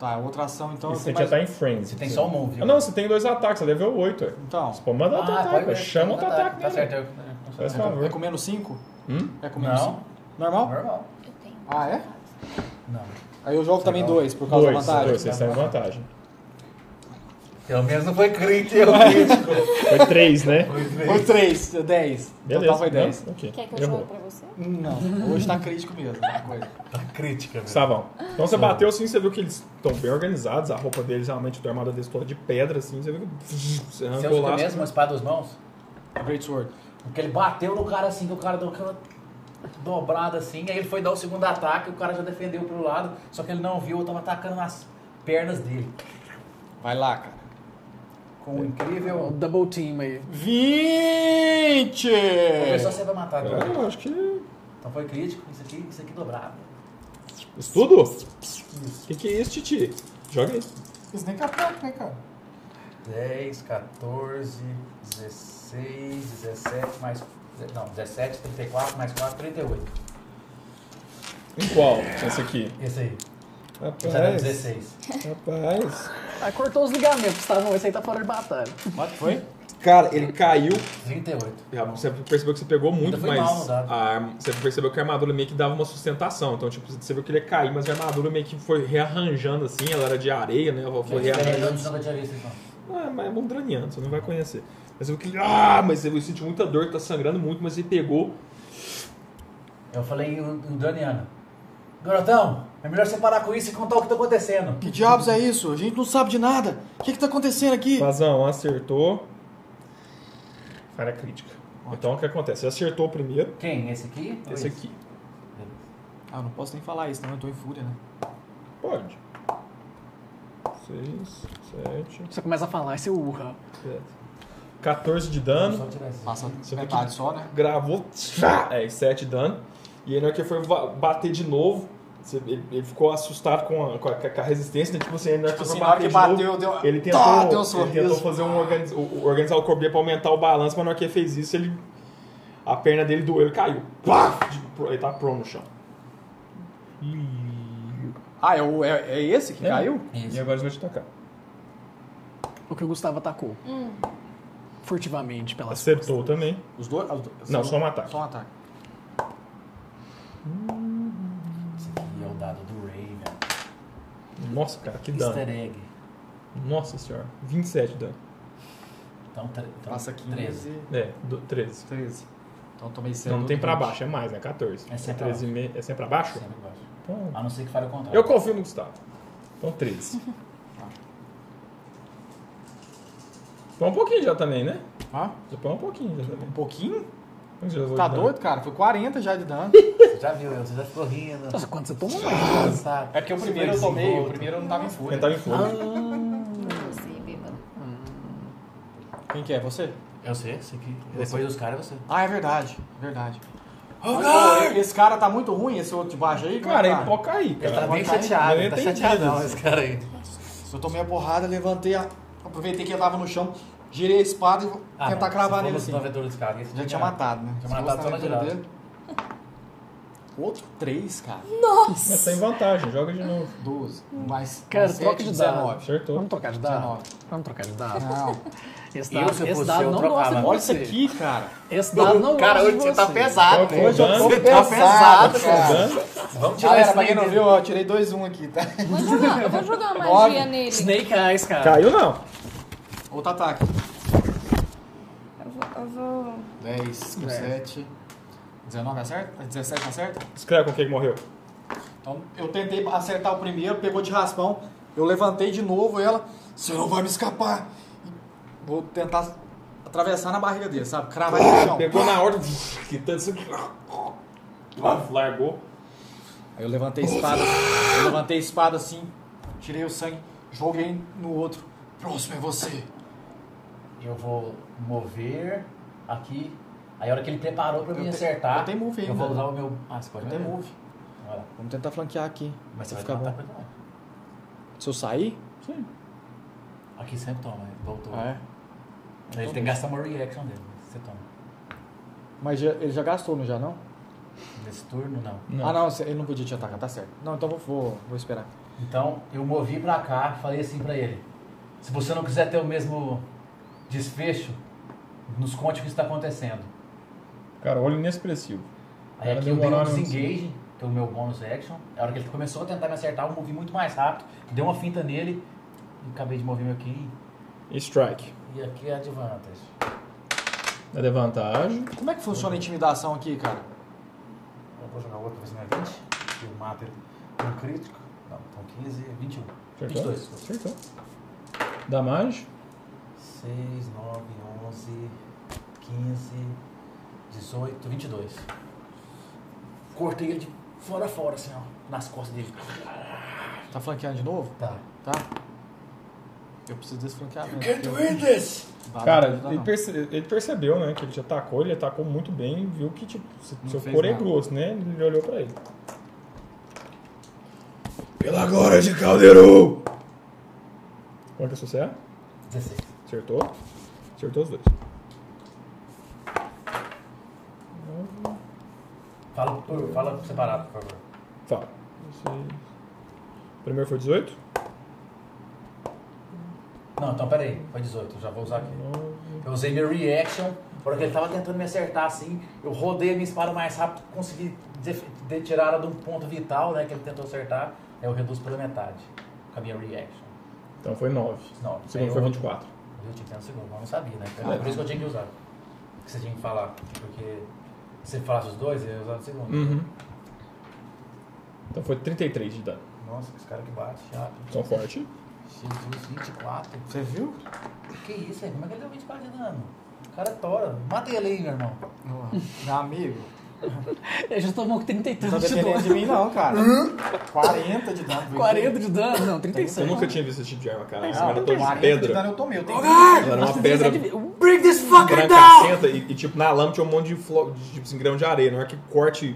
[SPEAKER 4] Tá, outra ação então.
[SPEAKER 1] Isso
[SPEAKER 4] tem
[SPEAKER 1] você já
[SPEAKER 4] mais-
[SPEAKER 1] tá em frenzy.
[SPEAKER 3] Você tem só um move.
[SPEAKER 1] Ah, não, você tem dois ataques, é level 8, é.
[SPEAKER 4] Então,
[SPEAKER 1] Você pode mandar outro ataque,
[SPEAKER 3] Ah, pode-
[SPEAKER 1] chama outro ataque.
[SPEAKER 3] Tá
[SPEAKER 1] nele.
[SPEAKER 3] certo, eu-
[SPEAKER 1] Faz
[SPEAKER 3] eu...
[SPEAKER 1] favor.
[SPEAKER 4] é com menos 5?
[SPEAKER 1] Hum?
[SPEAKER 4] É com menos 5?
[SPEAKER 3] Não,
[SPEAKER 4] Normal?
[SPEAKER 3] normal.
[SPEAKER 5] Eu tenho.
[SPEAKER 4] Ah, é?
[SPEAKER 3] Não.
[SPEAKER 4] Aí eu jogo também
[SPEAKER 3] Legal.
[SPEAKER 4] dois por causa
[SPEAKER 1] Dois,
[SPEAKER 4] da vantagem. né?
[SPEAKER 1] dois, vocês estão em vantagem.
[SPEAKER 3] Pelo menos não foi crítico, eu crítico.
[SPEAKER 1] Foi três, né?
[SPEAKER 3] Foi
[SPEAKER 4] Foi
[SPEAKER 3] três.
[SPEAKER 4] 3, 10.
[SPEAKER 1] Beleza. né?
[SPEAKER 4] Total Então tá, foi 10.
[SPEAKER 1] Não, ok,
[SPEAKER 5] Quer que eu
[SPEAKER 1] errou.
[SPEAKER 5] jogue pra você?
[SPEAKER 4] Não, hoje tá crítico mesmo. tá coisa.
[SPEAKER 3] Tá Crítica, velho.
[SPEAKER 1] Savão. Então você bateu assim, você viu que eles estão bem organizados, a roupa deles realmente, a armada deles toda de pedra, assim, você viu que. Você
[SPEAKER 3] Você
[SPEAKER 1] arrancou
[SPEAKER 3] usa
[SPEAKER 1] lá.
[SPEAKER 3] mesmo uma espada das mãos?
[SPEAKER 4] Great Sword.
[SPEAKER 3] Porque ele bateu no cara assim, que o cara deu aquela dobrada assim, aí ele foi dar o segundo ataque, o cara já defendeu pro lado, só que ele não viu, eu tava atacando nas pernas dele.
[SPEAKER 4] Vai lá, cara.
[SPEAKER 3] Com um
[SPEAKER 2] O
[SPEAKER 3] incrível.
[SPEAKER 2] double team aí.
[SPEAKER 4] 20!
[SPEAKER 3] Professor, você vai matar
[SPEAKER 1] É,
[SPEAKER 3] agora.
[SPEAKER 1] eu acho que.
[SPEAKER 3] Então foi crítico, isso aqui, isso aqui dobrado.
[SPEAKER 1] Isso tudo? O que, que é isso, Titi? Joga aí.
[SPEAKER 4] Isso nem capeta, né, cara?
[SPEAKER 3] 10, 14, 16, 17, mais. Não, 17, 34, mais 4, 38.
[SPEAKER 1] Em qual? Esse aqui.
[SPEAKER 3] Esse aí. Esse
[SPEAKER 4] É.
[SPEAKER 3] era
[SPEAKER 1] Rapaz.
[SPEAKER 3] 16.
[SPEAKER 1] Rapaz.
[SPEAKER 2] Ah, cortou os ligamentos, tá bom? Esse aí tá fora de batalha.
[SPEAKER 4] Quanto foi?
[SPEAKER 1] Cara, ele caiu. Ah,
[SPEAKER 3] 38.
[SPEAKER 1] Você percebeu que você pegou muito,
[SPEAKER 3] Ainda foi
[SPEAKER 1] mas.
[SPEAKER 3] mal no dado.
[SPEAKER 1] a arma- você percebeu que a armadura meio que dava uma sustentação. Então, tipo, você viu que ele ia cair, mas a armadura meio que foi rearranjando assim, ela era de areia, né? Ela foi
[SPEAKER 3] Eu
[SPEAKER 1] rearranjando.
[SPEAKER 3] nunca tinha visto isso, não.
[SPEAKER 1] Ah, mas é mondraniano, você não vai conhecer. Mas eu vi que ele. Ah, mas ele sentiu muita dor, tá sangrando muito, mas ele pegou.
[SPEAKER 3] Eu falei em em Daniana. Garotão, é melhor você parar com isso e contar o que tá acontecendo.
[SPEAKER 4] Que diabos é isso? A gente não sabe de nada. O que que tá acontecendo aqui?
[SPEAKER 1] Vazão, acertou. Falha crítica. Então o que acontece? Você acertou o primeiro,
[SPEAKER 3] Quem? Esse aqui? Ou
[SPEAKER 1] esse aqui.
[SPEAKER 4] Ah, não posso nem falar isso, não. Eu tô em fúria, né?
[SPEAKER 1] Pode. 6, 7,
[SPEAKER 2] Você começa a falar, esse urra.
[SPEAKER 1] 7. 14 de
[SPEAKER 3] Vou
[SPEAKER 1] dano.
[SPEAKER 3] Só tirar esse.
[SPEAKER 4] Passa
[SPEAKER 1] Você tem
[SPEAKER 4] metade só, né?
[SPEAKER 1] Gravou. tchá, É, 7 de dano. E aí na hora que ele foi va- bater de novo, você- ele, ele ficou assustado com a, com a- com a resistência, né? Tipo assim, na hora que
[SPEAKER 4] Tipo
[SPEAKER 1] ele
[SPEAKER 4] assim,
[SPEAKER 1] foi
[SPEAKER 4] na hora
[SPEAKER 1] bater
[SPEAKER 4] que
[SPEAKER 1] de novo,
[SPEAKER 4] bateu, deu.
[SPEAKER 1] Ele tentou,
[SPEAKER 4] Tá, deu um
[SPEAKER 1] ele tentou
[SPEAKER 4] sorriso.
[SPEAKER 1] fazer um organiz- o- organizar o corpo dele pra aumentar o balanço, mas na hora que ele fez isso, ele. A perna dele doeu, ele caiu. Pá! De- Ele tá pro no chão.
[SPEAKER 4] Ah, é, o- é- é esse que
[SPEAKER 1] É.
[SPEAKER 4] caiu?
[SPEAKER 1] E
[SPEAKER 3] Isso.
[SPEAKER 1] agora eles vão te atacar.
[SPEAKER 2] O que o Gustavo atacou. Furtivamente pelas
[SPEAKER 1] Acertou também.
[SPEAKER 4] Os dois? os dois-
[SPEAKER 1] Não, só um ataque.
[SPEAKER 4] Só um ataque.
[SPEAKER 3] Esse aqui é o dado do Ray, velho.
[SPEAKER 1] Nossa, cara, que dano.
[SPEAKER 3] Easter egg.
[SPEAKER 1] Nossa senhora. 27 de dano.
[SPEAKER 3] Então, tre-
[SPEAKER 1] Tá.
[SPEAKER 3] então
[SPEAKER 4] Passa 15.
[SPEAKER 3] 13.
[SPEAKER 1] É, do- 13.
[SPEAKER 4] 13. Então tomei 0.
[SPEAKER 1] Não, não tem pra baixo, é mais, né? 14.
[SPEAKER 3] É sempre pra
[SPEAKER 1] 13 e meio- É sempre pra baixo?
[SPEAKER 3] Sempre baixo.
[SPEAKER 1] Então,
[SPEAKER 3] A não ser que fale o contrário.
[SPEAKER 1] eu confio no Gustavo. Então, 13. Põe um pouquinho já também, né?
[SPEAKER 4] Hã?
[SPEAKER 1] Já põe um pouquinho já também.
[SPEAKER 4] Um pouquinho?
[SPEAKER 1] Eu já vou
[SPEAKER 4] Tá
[SPEAKER 1] dar-
[SPEAKER 4] doido, cara? Foi 40 já de dano.
[SPEAKER 3] Você já viu, você já ficou rindo.
[SPEAKER 2] Nossa, quando você toma um
[SPEAKER 3] cansado.
[SPEAKER 4] É porque o primeiro eu tomei, o primeiro eu não tava em fúria.
[SPEAKER 1] Ele tava tá em fogo.
[SPEAKER 5] Não sei, bêbado.
[SPEAKER 4] Quem que é? Você?
[SPEAKER 3] Eu sei, esse aqui. Depois dos caras, você.
[SPEAKER 4] Ah, é verdade. Verdade. Ô, Esse cara tá muito ruim, esse outro de baixo aí? Como é
[SPEAKER 1] Cara,
[SPEAKER 4] que
[SPEAKER 1] ele pode cair,
[SPEAKER 3] Ele tá
[SPEAKER 1] cara.
[SPEAKER 3] bem
[SPEAKER 4] tá aí.
[SPEAKER 3] chateado,
[SPEAKER 1] Eu
[SPEAKER 3] tá
[SPEAKER 1] nem entendi né?
[SPEAKER 3] chateadão
[SPEAKER 1] isso.
[SPEAKER 3] esse cara aí.
[SPEAKER 4] Eu tomei a porrada, levantei, a- aproveitei que ele tava no chão, girei a espada e vou
[SPEAKER 3] Ah,
[SPEAKER 4] tentar
[SPEAKER 3] não,
[SPEAKER 4] cravar
[SPEAKER 3] se
[SPEAKER 4] nele
[SPEAKER 3] fosse
[SPEAKER 4] assim.
[SPEAKER 3] na aventura dos caras. esse
[SPEAKER 4] Já
[SPEAKER 3] aqui é-
[SPEAKER 4] tinha
[SPEAKER 3] era-
[SPEAKER 4] matado, né?
[SPEAKER 3] Tinha matado só na
[SPEAKER 4] aventura
[SPEAKER 3] girada.
[SPEAKER 4] Outro 3, cara.
[SPEAKER 1] Mas tá em vantagem, joga de novo.
[SPEAKER 4] 12. Mais
[SPEAKER 2] Cara,
[SPEAKER 4] mais
[SPEAKER 2] troca
[SPEAKER 4] sete,
[SPEAKER 2] de dado.
[SPEAKER 4] 19.
[SPEAKER 1] Acertou.
[SPEAKER 2] Vamos trocar de dado?
[SPEAKER 4] 19.
[SPEAKER 2] Vamos trocar de dado?
[SPEAKER 4] Não.
[SPEAKER 2] Esse
[SPEAKER 3] Eu,
[SPEAKER 2] dado,
[SPEAKER 3] se eu
[SPEAKER 2] esse
[SPEAKER 3] fosse
[SPEAKER 2] dado
[SPEAKER 3] eu,
[SPEAKER 2] não
[SPEAKER 3] trocava.
[SPEAKER 2] gosta de
[SPEAKER 3] Olha
[SPEAKER 4] Olha isso
[SPEAKER 2] você.
[SPEAKER 4] aqui, cara.
[SPEAKER 2] Esse dado não
[SPEAKER 3] Cara,
[SPEAKER 2] gosta
[SPEAKER 3] hoje
[SPEAKER 2] de
[SPEAKER 3] você tá pesado,
[SPEAKER 1] Qual que é o
[SPEAKER 3] velho.
[SPEAKER 1] dano?
[SPEAKER 3] Você tá pesado, cara.
[SPEAKER 1] Dano?
[SPEAKER 3] Vamos tirar
[SPEAKER 4] Galera,
[SPEAKER 3] esse
[SPEAKER 4] Ah, pra quem
[SPEAKER 3] dele.
[SPEAKER 4] não viu, ó, eu tirei 2-1 aqui, tá?
[SPEAKER 5] Vou jogar, eu vou jogar uma magia
[SPEAKER 4] Nove.
[SPEAKER 5] nele.
[SPEAKER 2] Snake Eyes, cara.
[SPEAKER 1] Caiu não.
[SPEAKER 4] Outro ataque.
[SPEAKER 5] Eu vou, eu vou...
[SPEAKER 4] 10 com 7. 19 acerta? 17 acerta?
[SPEAKER 1] Escreve com quem que morreu.
[SPEAKER 4] Então eu tentei acertar o primeiro, pegou de raspão. Eu levantei de novo ela. Você não vai me escapar. E Vou tentar atravessar na barriga dele, sabe? Cravar ele no chão.
[SPEAKER 1] Pegou na horda. Que tanto isso aqui. Largou.
[SPEAKER 4] Aí eu levantei a espada. Eu levantei a espada assim. Tirei o sangue. Joguei no outro. Próximo é você.
[SPEAKER 3] Eu vou mover aqui. Aí a hora que ele preparou pra
[SPEAKER 4] Eu
[SPEAKER 3] me
[SPEAKER 4] te-
[SPEAKER 3] acertar,
[SPEAKER 4] eu tenho move
[SPEAKER 3] eu vou
[SPEAKER 4] ainda.
[SPEAKER 3] usar o meu. Ah, você pode
[SPEAKER 4] Não tem
[SPEAKER 3] mover.
[SPEAKER 4] move.
[SPEAKER 3] Vai lá.
[SPEAKER 4] Vamos tentar flanquear aqui.
[SPEAKER 3] Mas você vai
[SPEAKER 4] ficar
[SPEAKER 3] tomar
[SPEAKER 4] bom.
[SPEAKER 3] ataque também.
[SPEAKER 4] Se eu sair?
[SPEAKER 3] Aqui sempre toma, ele voltou.
[SPEAKER 4] Ah, é.
[SPEAKER 3] Ele tem que gastar uma reaction dele. Você toma.
[SPEAKER 4] Mas já- ele já gastou, não já não?
[SPEAKER 3] Nesse turno, não.
[SPEAKER 4] Ah, não, ele não podia te atacar, tá certo. Não, então vou, vou, vou esperar.
[SPEAKER 3] Então, eu movi pra cá, falei assim pra ele. Se você não quiser ter o mesmo desfecho, nos conte o que está acontecendo.
[SPEAKER 1] Cara, olho inexpressivo.
[SPEAKER 3] Aí
[SPEAKER 1] Cara,
[SPEAKER 3] aqui eu dei um
[SPEAKER 1] demoraram
[SPEAKER 3] desengage, que é o meu bônus action. A hora que ele começou a tentar me acertar, eu movi muito mais rápido. Dei uma finta nele. E acabei de mover meu aqui.
[SPEAKER 1] Strike.
[SPEAKER 3] E aqui é advantage.
[SPEAKER 1] É de vantagem.
[SPEAKER 4] Como é que funciona a intimidação aqui, cara?
[SPEAKER 3] Eu vou jogar outro pra ver se não é 20. Eu mato ele com um crítico. Não, então 15, 21.
[SPEAKER 1] Acertou?
[SPEAKER 3] 22.
[SPEAKER 1] Acertou. Damage.
[SPEAKER 3] 6, 9, 11, 15, 18, 22. Cortei ele de fora a fora, assim, ó. Nas costas dele.
[SPEAKER 4] Tá flanqueando de novo?
[SPEAKER 3] Tá.
[SPEAKER 4] Tá? Eu preciso desse flanqueamento.
[SPEAKER 3] Can't
[SPEAKER 4] porque
[SPEAKER 3] win this!
[SPEAKER 4] vai
[SPEAKER 1] Cara,
[SPEAKER 4] dar
[SPEAKER 1] ele,
[SPEAKER 4] pra ajudar, Ah, não.
[SPEAKER 1] perce- ele percebeu, né? Que ele te atacou, ele atacou muito bem, viu que tipo, se-
[SPEAKER 4] Não
[SPEAKER 1] seu
[SPEAKER 4] fez
[SPEAKER 1] couro é
[SPEAKER 4] nada.
[SPEAKER 1] grosso, né? Ele olhou pra ele.
[SPEAKER 6] Pela glória de Caldeirão!
[SPEAKER 1] Quanto que você é?
[SPEAKER 3] 16.
[SPEAKER 1] Acertou? Acertou os dois.
[SPEAKER 3] Fala, por- fala separado, por favor.
[SPEAKER 1] Fala. Vocês- Primeiro foi 18?
[SPEAKER 3] Não, então peraí. Foi 18, eu já vou usar aqui. Eu usei meu reaction. Na hora que ele tava tentando me acertar assim, eu rodei a minha espada mais rápido, consegui def- de- tirar ela de um ponto vital, né? Que ele tentou acertar. Aí eu reduzo pela metade com a minha reaction.
[SPEAKER 1] Então foi 9.
[SPEAKER 3] Não,
[SPEAKER 1] O
[SPEAKER 3] aí
[SPEAKER 1] segundo
[SPEAKER 3] eu-
[SPEAKER 1] foi 24.
[SPEAKER 3] Eu tinha que ter um segundo, mas eu não sabia, né? É por isso que eu tinha que usar. Que você tinha que falar. Porque se você falasse os dois, eu ia usar o segundo.
[SPEAKER 1] Uhum. Então foi 33 de dano.
[SPEAKER 3] Nossa, esse cara que bate, rápido.
[SPEAKER 1] São forte.
[SPEAKER 3] Jesus, 24.
[SPEAKER 4] Você viu?
[SPEAKER 3] Que isso, aí? Como é que ele deu 24 de dano? O cara é tora. Mata ele aí, meu irmão.
[SPEAKER 4] Meu amigo,
[SPEAKER 2] Ele já tomou
[SPEAKER 4] não tá
[SPEAKER 2] 33 de
[SPEAKER 4] dependendo
[SPEAKER 2] dano.
[SPEAKER 4] de mim não, cara. 40 de dano.
[SPEAKER 2] 40 de dano? Não,
[SPEAKER 1] Eu
[SPEAKER 2] 36.
[SPEAKER 1] nunca tinha visto esse tipo de arma, cara. Essa
[SPEAKER 4] Não,
[SPEAKER 1] era toda de
[SPEAKER 4] 40 de
[SPEAKER 1] pedra.
[SPEAKER 4] dano eu tomei. Eu tenho
[SPEAKER 1] Ela era uma
[SPEAKER 2] 37
[SPEAKER 1] pedra
[SPEAKER 2] é de vida.
[SPEAKER 6] Break this fucker
[SPEAKER 1] brancacenta e, e, tipo, na lama tinha um monte de, flo... de tipo, assim, grão de areia. Na hora que corte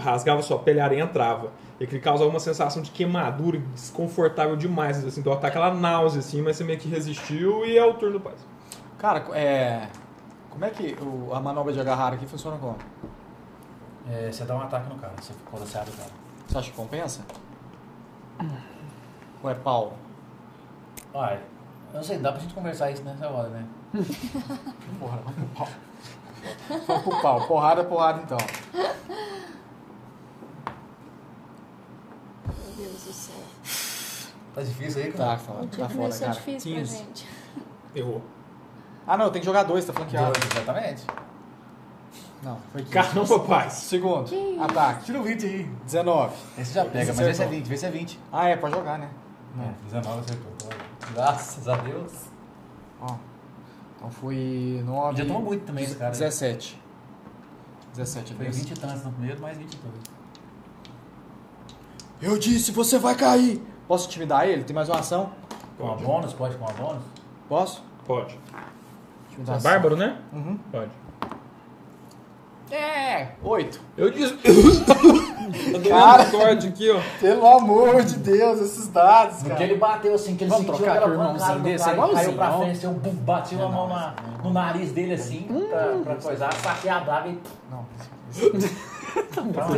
[SPEAKER 1] rasgava sua pele, a areia entrava. E aquilo causava uma sensação de queimadura desconfortável demais, assim, do ataque, aquela náusea, assim, mas você meio que resistiu e é o turno do Paz.
[SPEAKER 4] Cara, é... Como é que o- a manobra de agarrar aqui funciona como?
[SPEAKER 3] É, você dá um ataque no cara, você, quando você abre o cara.
[SPEAKER 4] Você acha que compensa? Ou é pau?
[SPEAKER 3] Olha, eu não sei, dá pra gente conversar isso nessa hora, né?
[SPEAKER 4] Porra, vamos pro pau. Vamos pro pau. Porrada, porrada então.
[SPEAKER 5] Meu Deus do céu.
[SPEAKER 3] Tá difícil aí, cara?
[SPEAKER 4] Tá, foda, tá foda,
[SPEAKER 5] Começou
[SPEAKER 4] cara.
[SPEAKER 5] é difícil pra gente.
[SPEAKER 1] Errou.
[SPEAKER 4] Ah, não, tem que jogar dois, tá flanqueado.
[SPEAKER 3] Dois, exatamente.
[SPEAKER 4] Não, foi 15.
[SPEAKER 1] Caramba, Paz!
[SPEAKER 4] Segundo,
[SPEAKER 5] Que
[SPEAKER 4] ataque.
[SPEAKER 3] Tira o 20 aí.
[SPEAKER 4] 19.
[SPEAKER 3] Esse já pega, mas
[SPEAKER 4] acertou.
[SPEAKER 3] esse é 20, vê se é 20.
[SPEAKER 4] Ah, é, pode jogar, né?
[SPEAKER 3] É, 19 acertou.
[SPEAKER 4] Tá
[SPEAKER 3] Graças a Deus.
[SPEAKER 4] Ó. Então foi 9.
[SPEAKER 3] Já tomou muito também esse cara.
[SPEAKER 4] 17. 17,
[SPEAKER 3] Foi
[SPEAKER 4] beleza?
[SPEAKER 3] 20 e tantos no primeiro, mais 22.
[SPEAKER 6] Eu disse, você vai cair!
[SPEAKER 4] Posso intimidar ele? Tem mais uma ação?
[SPEAKER 3] Com
[SPEAKER 4] Tá
[SPEAKER 3] a bônus? Pode com a bônus?
[SPEAKER 4] Posso?
[SPEAKER 1] Pode. Você
[SPEAKER 4] Intimidar
[SPEAKER 1] é bárbaro, né?
[SPEAKER 4] Uhum.
[SPEAKER 1] Pode.
[SPEAKER 4] É, 8.
[SPEAKER 1] Eu disse. tá doendo o corde aqui, ó.
[SPEAKER 4] Pelo amor de Deus, esses dados,
[SPEAKER 3] Porque ele bateu assim, que ele
[SPEAKER 2] Vamos
[SPEAKER 3] sentiu
[SPEAKER 2] trocar
[SPEAKER 3] aquela
[SPEAKER 2] pro irmãozinho
[SPEAKER 3] pancada do
[SPEAKER 2] desse,
[SPEAKER 3] cara,
[SPEAKER 2] igualzinho,
[SPEAKER 3] caiu pra
[SPEAKER 2] ó.
[SPEAKER 3] frente, eu bum, bati uma mão na- no nariz dele assim, pra, pra coisar, saquei a daga e...
[SPEAKER 4] Não,
[SPEAKER 3] Não,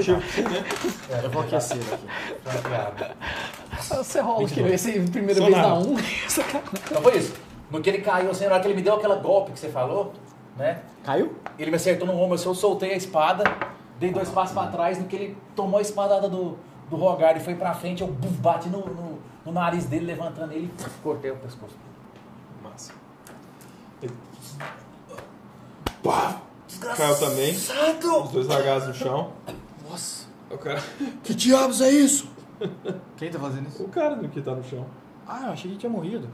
[SPEAKER 3] é,
[SPEAKER 4] eu vou aquecer ele aqui.
[SPEAKER 2] Você rola aqui. Esse primeira
[SPEAKER 1] Só
[SPEAKER 2] vez
[SPEAKER 1] nada.
[SPEAKER 2] dá 1. Essa cara.
[SPEAKER 3] Então foi isso. No que ele caiu, assim, na hora que ele me deu aquela golpe que você falou, né?
[SPEAKER 4] Caiu?
[SPEAKER 3] Ele me acertou no ombro, assim, eu soltei a espada, dei dois passos pra trás, no que ele tomou a espadada do, do Rogar e foi pra frente, eu bum, bati no, no, no nariz dele, levantando ele e cortei o pescoço.
[SPEAKER 1] Massa.
[SPEAKER 6] Pá!
[SPEAKER 1] Caiu também,
[SPEAKER 6] Santo!
[SPEAKER 1] os dois largados no chão.
[SPEAKER 4] Nossa.
[SPEAKER 1] O cara,
[SPEAKER 6] Que diabos é isso?
[SPEAKER 4] Quem tá fazendo isso?
[SPEAKER 1] o cara do que tá no chão.
[SPEAKER 4] Ah, eu achei que tinha morrido.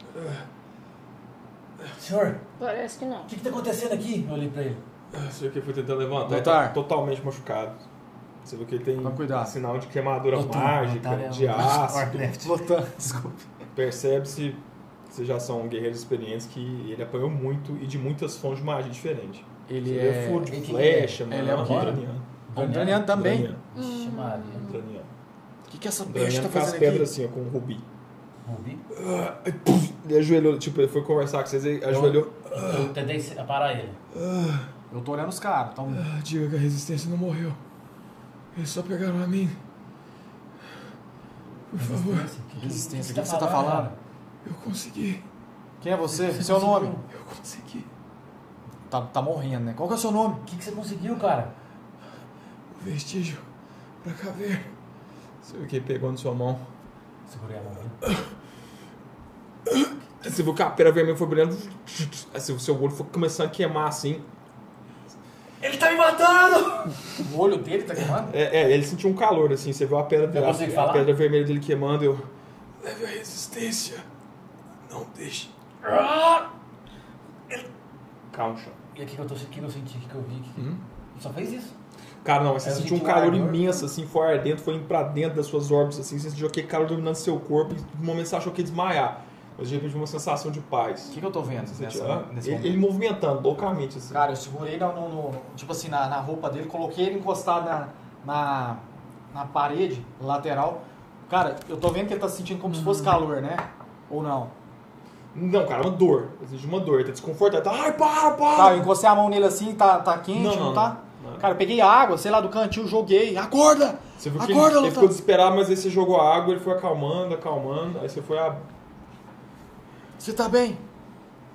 [SPEAKER 3] Senhor,
[SPEAKER 5] Parece que não.
[SPEAKER 3] o que que tá acontecendo aqui? Eu olhei pra ele.
[SPEAKER 1] Você que foi tentando levantar, ele
[SPEAKER 4] Doutor.
[SPEAKER 1] tá totalmente machucado. Você viu que ele tem um
[SPEAKER 4] Toma cuidado.
[SPEAKER 1] sinal de queimadura
[SPEAKER 3] Doutor,
[SPEAKER 1] mágica,
[SPEAKER 3] doutor é
[SPEAKER 1] de
[SPEAKER 3] um-
[SPEAKER 1] ácido.
[SPEAKER 3] Warcraft.
[SPEAKER 4] Lotando, desculpa.
[SPEAKER 1] Percebe-se que vocês já são guerreiros experientes que ele apanhou muito e de muitas fontes de magia diferente.
[SPEAKER 4] Ele
[SPEAKER 1] Você
[SPEAKER 4] é...
[SPEAKER 1] vê furo de
[SPEAKER 3] ele que-
[SPEAKER 1] flecha, mano.
[SPEAKER 4] ele é o quê?
[SPEAKER 1] Draniano.
[SPEAKER 4] O Daniel também.
[SPEAKER 1] Draniano.
[SPEAKER 3] Vixe, Maria.
[SPEAKER 1] Draniano.
[SPEAKER 4] O que, que essa bicha
[SPEAKER 1] Draniano
[SPEAKER 4] tá
[SPEAKER 1] com as
[SPEAKER 4] fazendo aqui?
[SPEAKER 1] pedras assim, ó, com um rubi.
[SPEAKER 3] Rubi?
[SPEAKER 1] Ele ajoelhou, tipo, ele foi conversar com vocês,
[SPEAKER 6] Então,
[SPEAKER 1] ele ajoelhou.
[SPEAKER 3] Eu tentei se- parar ele.
[SPEAKER 4] Eu tô olhando os caras. Então,
[SPEAKER 1] Ah, diga que a resistência não morreu.
[SPEAKER 6] Eles só pegaram a mim. Por favor,
[SPEAKER 4] Que resistência, o que, que você tá falando?
[SPEAKER 6] eu consegui.
[SPEAKER 4] Quem é você? seu nome?
[SPEAKER 6] Eu consegui.
[SPEAKER 4] Tá, tá morrendo, né? Qual que é o seu nome?
[SPEAKER 3] O que, que você conseguiu, cara?
[SPEAKER 6] O vestígio pra caverna.
[SPEAKER 1] Você viu que ele pegou na sua mão.
[SPEAKER 3] Segurei a mão dele.
[SPEAKER 1] Você viu que a pera vermelha foi brilhando. Assim, o seu olho foi começando a queimar assim.
[SPEAKER 3] Ele tá me matando!
[SPEAKER 4] O olho dele tá queimando?
[SPEAKER 1] É, é, ele sentiu um calor assim. Você viu a pedra, dele,
[SPEAKER 3] consigo
[SPEAKER 1] a,
[SPEAKER 3] falar?
[SPEAKER 1] a pedra vermelha dele queimando. Eu,
[SPEAKER 6] Leve a resistência. Não deixe.
[SPEAKER 3] Ah!
[SPEAKER 1] calma, chão.
[SPEAKER 3] E aqui que eu, tô, que eu senti, que eu vi. Que... Ele Só fez isso.
[SPEAKER 1] Cara, não, mas você
[SPEAKER 3] Eu
[SPEAKER 1] sentiu um
[SPEAKER 3] senti um
[SPEAKER 1] calor
[SPEAKER 3] ardor.
[SPEAKER 1] imenso, assim, foi ardente, foi indo pra dentro das suas órbitas, assim, você sentiu aquele calor dominando seu corpo e no momento você achou que ia desmaiar. Mas de repente uma sensação de
[SPEAKER 4] O
[SPEAKER 1] paz.
[SPEAKER 4] que, que eu tô vendo
[SPEAKER 1] Você
[SPEAKER 4] nessa-
[SPEAKER 1] sentiu, ah,
[SPEAKER 4] nesse
[SPEAKER 1] ele,
[SPEAKER 4] momento?
[SPEAKER 1] ele movimentando loucamente, assim.
[SPEAKER 4] Cara, eu segurei no, no- no- tipo assim, na, na roupa dele, coloquei ele encostado na, na, na parede lateral. Cara, eu tô vendo que ele tá sentindo como se fosse
[SPEAKER 1] Hum.
[SPEAKER 4] calor, né? Ou não?
[SPEAKER 1] Não, cara, é uma dor. Existe uma dor, ele tá desconfortável. Tá, ai, para, para!
[SPEAKER 4] Tá, eu encostei a mão nele assim, tá, tá quente, não,
[SPEAKER 1] Não, não,
[SPEAKER 4] tá?
[SPEAKER 1] não, não.
[SPEAKER 4] Cara, eu peguei água, sei lá, do cantinho, joguei.
[SPEAKER 6] Acorda!
[SPEAKER 1] Você viu que ele-
[SPEAKER 6] Acorda,
[SPEAKER 1] ele, ficou
[SPEAKER 6] Luta!
[SPEAKER 1] desesperado, mas aí você jogou a água, ele foi acalmando, acalmando. Aí você foi a.
[SPEAKER 6] Você tá bem?
[SPEAKER 3] O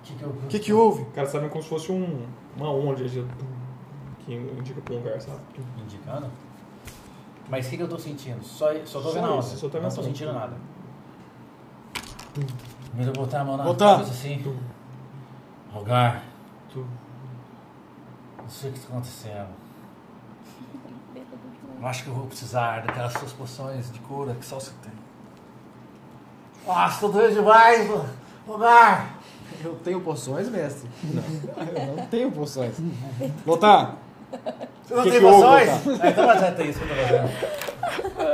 [SPEAKER 3] que, que eu.
[SPEAKER 6] O que, que houve?
[SPEAKER 1] Cara, sabe como se fosse um, uma onda de- que indica pra um lugar, sabe?
[SPEAKER 3] Indicando? Mas o que, que eu tô sentindo? Só, só tô
[SPEAKER 1] Só
[SPEAKER 3] vendo
[SPEAKER 1] isso,
[SPEAKER 3] a onda.
[SPEAKER 1] só tô vendo
[SPEAKER 3] Não
[SPEAKER 1] essa
[SPEAKER 3] tô
[SPEAKER 1] onda.
[SPEAKER 3] sentindo nada. Mas eu botar a mão na
[SPEAKER 4] Botar.
[SPEAKER 3] coisa assim. Rogar. Não sei o que está acontecendo. Eu acho que eu vou precisar daquelas suas poções de cura que só você tem. Nossa, tô doente demais, mano. Rogar.
[SPEAKER 4] Eu tenho poções, mestre? Não. Eu não tenho poções. Lotar,
[SPEAKER 3] Você não
[SPEAKER 4] Que
[SPEAKER 3] tem
[SPEAKER 4] que houve,
[SPEAKER 3] poções? Ah, Então não adianta isso que eu tô fazendo.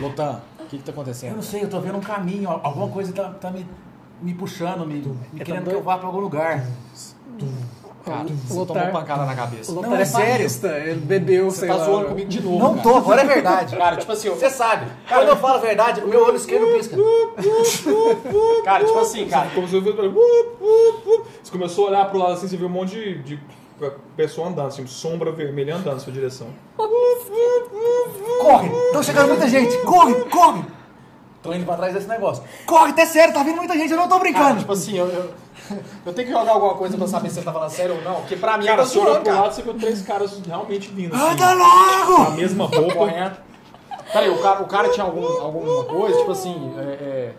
[SPEAKER 4] Lotar, o que que tá acontecendo?
[SPEAKER 3] Eu não sei, eu tô vendo um caminho, al- alguma coisa tá, tá me, me puxando, me, me querendo que eu vá pra algum lugar.
[SPEAKER 4] Cara, é você
[SPEAKER 2] Lotar-
[SPEAKER 4] tomou pancada na cabeça.
[SPEAKER 2] Lotar
[SPEAKER 3] Não, é sério.
[SPEAKER 2] paulista, Ele bebeu,
[SPEAKER 4] Você
[SPEAKER 2] sei
[SPEAKER 4] tá
[SPEAKER 2] lá.
[SPEAKER 4] zoando comigo de novo,
[SPEAKER 3] Não
[SPEAKER 4] cara.
[SPEAKER 3] tô, agora é verdade.
[SPEAKER 4] Cara, tipo assim, eu-
[SPEAKER 3] Você sabe, quando eu falo a verdade, meu olho esquerdo pisca.
[SPEAKER 4] cara, tipo assim, cara,
[SPEAKER 1] Cara, como se eu fosse- uh, uh, uh. Você começou a olhar pro lado assim, você viu um monte de, de pessoa andando, assim, sombra vermelha andando na sua direção.
[SPEAKER 3] Corre, estão chegando muita gente, corre, corre. Tô indo pra trás desse negócio. Corre, tá sério, tá vindo muita gente, eu não tô
[SPEAKER 4] Cara,
[SPEAKER 3] brincando.
[SPEAKER 4] tipo assim, eu, eu, eu tenho que jogar alguma coisa pra saber se você tá falando sério ou não. Porque pra mim,
[SPEAKER 1] Cara,
[SPEAKER 4] eu tô
[SPEAKER 1] você olhou
[SPEAKER 4] tá zoando,
[SPEAKER 1] pro
[SPEAKER 4] cara. Ah,
[SPEAKER 1] lado, você viu três caras realmente vindo,
[SPEAKER 3] Ah, tá
[SPEAKER 6] Anda
[SPEAKER 1] assim, com a
[SPEAKER 6] logo!
[SPEAKER 1] mesma roupa.
[SPEAKER 4] Correndo. Peraí, o cara, o cara tinha algum, alguma coisa, tipo assim, é, é,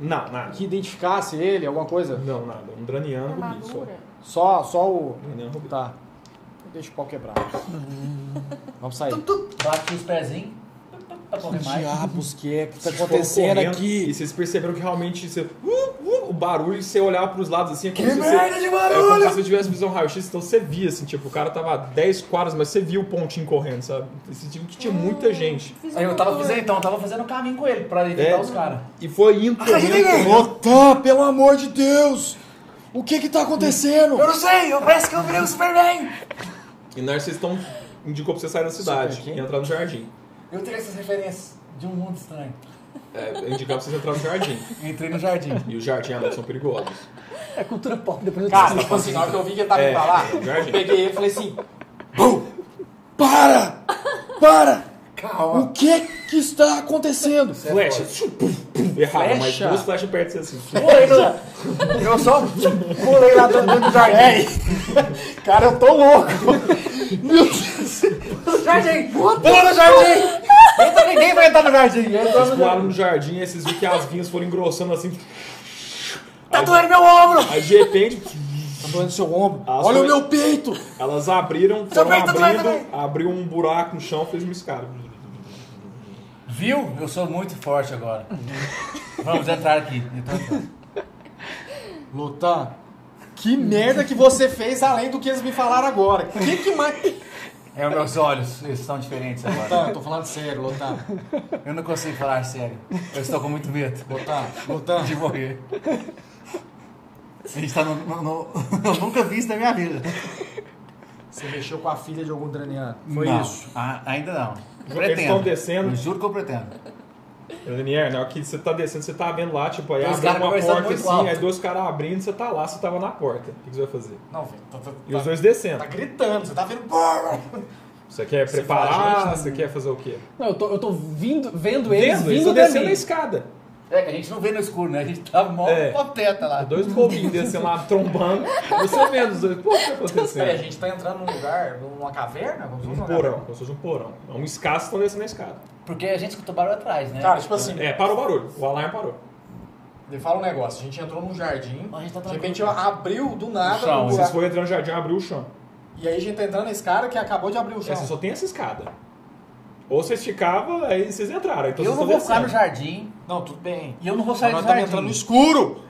[SPEAKER 1] Não, nada.
[SPEAKER 4] que identificasse ele, alguma coisa?
[SPEAKER 1] Não, nada. Um draniano rubi só.
[SPEAKER 5] Armadura.
[SPEAKER 4] Só, só o...
[SPEAKER 1] Draniano rubi.
[SPEAKER 4] Tá. Deixa o pau quebrar. Vamos sair.
[SPEAKER 3] Bate os pezinhos, pra correr mais.
[SPEAKER 4] Diabos que é que tá
[SPEAKER 1] Vocês foram
[SPEAKER 4] acontecendo
[SPEAKER 1] Tipo, correndo
[SPEAKER 4] aqui?
[SPEAKER 1] E vocês perceberam que realmente você- uh, uh, o barulho, e você olhava pros lados assim, é como
[SPEAKER 6] Que
[SPEAKER 1] se
[SPEAKER 6] merda de
[SPEAKER 1] É como se
[SPEAKER 6] barulho!
[SPEAKER 1] você tivesse visão raio-x, então você via, assim, tipo, o cara tava a 10 quadras, mas você via o pontinho correndo, sabe? Esse tipo que tinha muita gente.
[SPEAKER 5] Fiz um
[SPEAKER 3] Aí eu tava
[SPEAKER 5] doutor.
[SPEAKER 3] fazendo, então, eu tava fazendo o caminho com ele, pra evitar
[SPEAKER 1] É.
[SPEAKER 3] os caras.
[SPEAKER 1] E foi indo, correndo, correndo.
[SPEAKER 6] Lotar, pelo amor de Deus! O que que tá acontecendo?
[SPEAKER 3] Eu não sei, eu parece que eu virei o Superman.
[SPEAKER 1] E na hora vocês estão. Indicou pra você sair da cidade
[SPEAKER 4] Super,
[SPEAKER 1] e
[SPEAKER 4] quem?
[SPEAKER 1] entrar no jardim.
[SPEAKER 3] Eu tenho essas referências de um mundo estranho.
[SPEAKER 1] É, indicar pra vocês entrar no jardim.
[SPEAKER 3] Entrei no jardim.
[SPEAKER 1] E o jardim e a noite são perigosos.
[SPEAKER 2] É cultura pop, depois eu
[SPEAKER 4] Cara,
[SPEAKER 2] descubro.
[SPEAKER 4] tipo assim, na hora que eu vi que ele tava
[SPEAKER 1] É,
[SPEAKER 4] indo pra lá,
[SPEAKER 1] é, Jorge.
[SPEAKER 4] eu peguei ele e falei assim,
[SPEAKER 6] Bum! Para! Para!
[SPEAKER 3] Calma.
[SPEAKER 6] O que que está acontecendo?
[SPEAKER 3] é-
[SPEAKER 1] Flecha! Errado, mas
[SPEAKER 4] Flecha?
[SPEAKER 1] duas flechas perto de você assim.
[SPEAKER 3] Pulei no... Eu só pulei lá dentro do jardim.
[SPEAKER 4] É cara, eu tô louco.
[SPEAKER 3] Jardim! Pula no jardim! Entra, ninguém vai entrar no jardim. Entra
[SPEAKER 1] Vocês
[SPEAKER 3] no
[SPEAKER 1] voaram
[SPEAKER 3] jardim.
[SPEAKER 1] no jardim, aí vocês viram que as vinhas foram engrossando assim.
[SPEAKER 3] Tá doendo meu ombro!
[SPEAKER 1] Aí de repente,
[SPEAKER 4] Tá doendo seu ombro.
[SPEAKER 1] elas,
[SPEAKER 6] Olha o
[SPEAKER 1] foram-
[SPEAKER 6] meu peito!
[SPEAKER 1] elas abriram, foram
[SPEAKER 3] peito tá doendo
[SPEAKER 1] abrindo,
[SPEAKER 3] também.
[SPEAKER 1] abriu um buraco no chão, fez uma escada.
[SPEAKER 3] Viu? Eu sou muito forte agora. Vamos entrar aqui. Então,
[SPEAKER 4] Lotar, que merda que você fez além do que eles me falaram agora. Que que mais...
[SPEAKER 3] é, meus olhos eles são diferentes agora.
[SPEAKER 4] Lotar, eu tô falando sério, Lotar.
[SPEAKER 3] Eu não consigo falar sério. Eu estou com muito medo
[SPEAKER 4] Lotar, Lotar.
[SPEAKER 3] de morrer. A gente tá no... no- no- eu nunca vi isso na minha vida.
[SPEAKER 4] Você mexeu com a filha de algum draniano.
[SPEAKER 3] não, a- ainda não.
[SPEAKER 1] Eles
[SPEAKER 3] Pretendo.
[SPEAKER 1] estão descendo.
[SPEAKER 3] Eu juro que eu pretendo.
[SPEAKER 1] Daniel, na hora que você tá descendo, você tá vendo lá, tipo, aí
[SPEAKER 3] Tem uns
[SPEAKER 1] abre
[SPEAKER 3] caras
[SPEAKER 1] uma
[SPEAKER 3] conversando
[SPEAKER 1] porta
[SPEAKER 3] muito
[SPEAKER 1] assim,
[SPEAKER 3] alto.
[SPEAKER 1] aí dois caras abrindo, você tá lá, você tava na porta. O que que você vai fazer?
[SPEAKER 4] Não, velho. Tá, tá-
[SPEAKER 1] E os
[SPEAKER 4] tá-
[SPEAKER 1] dois descendo.
[SPEAKER 4] tá gritando, você tá vendo. Você
[SPEAKER 1] Você quer
[SPEAKER 4] Você
[SPEAKER 1] preparar?
[SPEAKER 3] "Ah,
[SPEAKER 4] fala, gente,
[SPEAKER 1] você quer fazer o quê?
[SPEAKER 2] Não, eu tô, eu tô vindo, vendo eles
[SPEAKER 1] Vendo,
[SPEAKER 2] vindo
[SPEAKER 1] estão
[SPEAKER 2] da
[SPEAKER 1] descendo a
[SPEAKER 2] mim.
[SPEAKER 1] escada.
[SPEAKER 3] É que a gente não vê no escuro, né? A gente tá mó
[SPEAKER 1] É.
[SPEAKER 3] pateta lá.
[SPEAKER 1] Dois bobinhos descendo lá, trombando. Você vendo os dois. Pô, o que tá
[SPEAKER 4] Peraí, a
[SPEAKER 1] acontecendo?
[SPEAKER 4] gente tá entrando num lugar, numa caverna? Vamos
[SPEAKER 1] Um porão, como se fosse um porão. É um escasso estão descendo a escada.
[SPEAKER 3] Porque a gente escuta barulho atrás, né?
[SPEAKER 4] Cara, tipo assim,
[SPEAKER 1] É, parou o barulho. O alarme parou.
[SPEAKER 4] me fala um negócio. A gente entrou num jardim,
[SPEAKER 3] A gente tá
[SPEAKER 4] de repente abriu do nada.
[SPEAKER 3] O chão,
[SPEAKER 4] um
[SPEAKER 1] Vocês
[SPEAKER 4] buraco,
[SPEAKER 1] foram entrando no jardim, abriu o chão.
[SPEAKER 4] E aí a gente tá entrando nesse cara que acabou de abrir o
[SPEAKER 1] É,
[SPEAKER 4] chão.
[SPEAKER 1] você só tem essa escada. Ou vocês ficavam, aí vocês entraram. Então
[SPEAKER 3] eu
[SPEAKER 1] vocês estão
[SPEAKER 3] não vou ficar no
[SPEAKER 1] descendo.
[SPEAKER 3] jardim.
[SPEAKER 4] Não, tudo bem.
[SPEAKER 3] E eu não vou
[SPEAKER 2] Tá
[SPEAKER 3] sair
[SPEAKER 4] Mas nós
[SPEAKER 3] do
[SPEAKER 4] estamos
[SPEAKER 3] jardim.
[SPEAKER 4] entrando no escuro.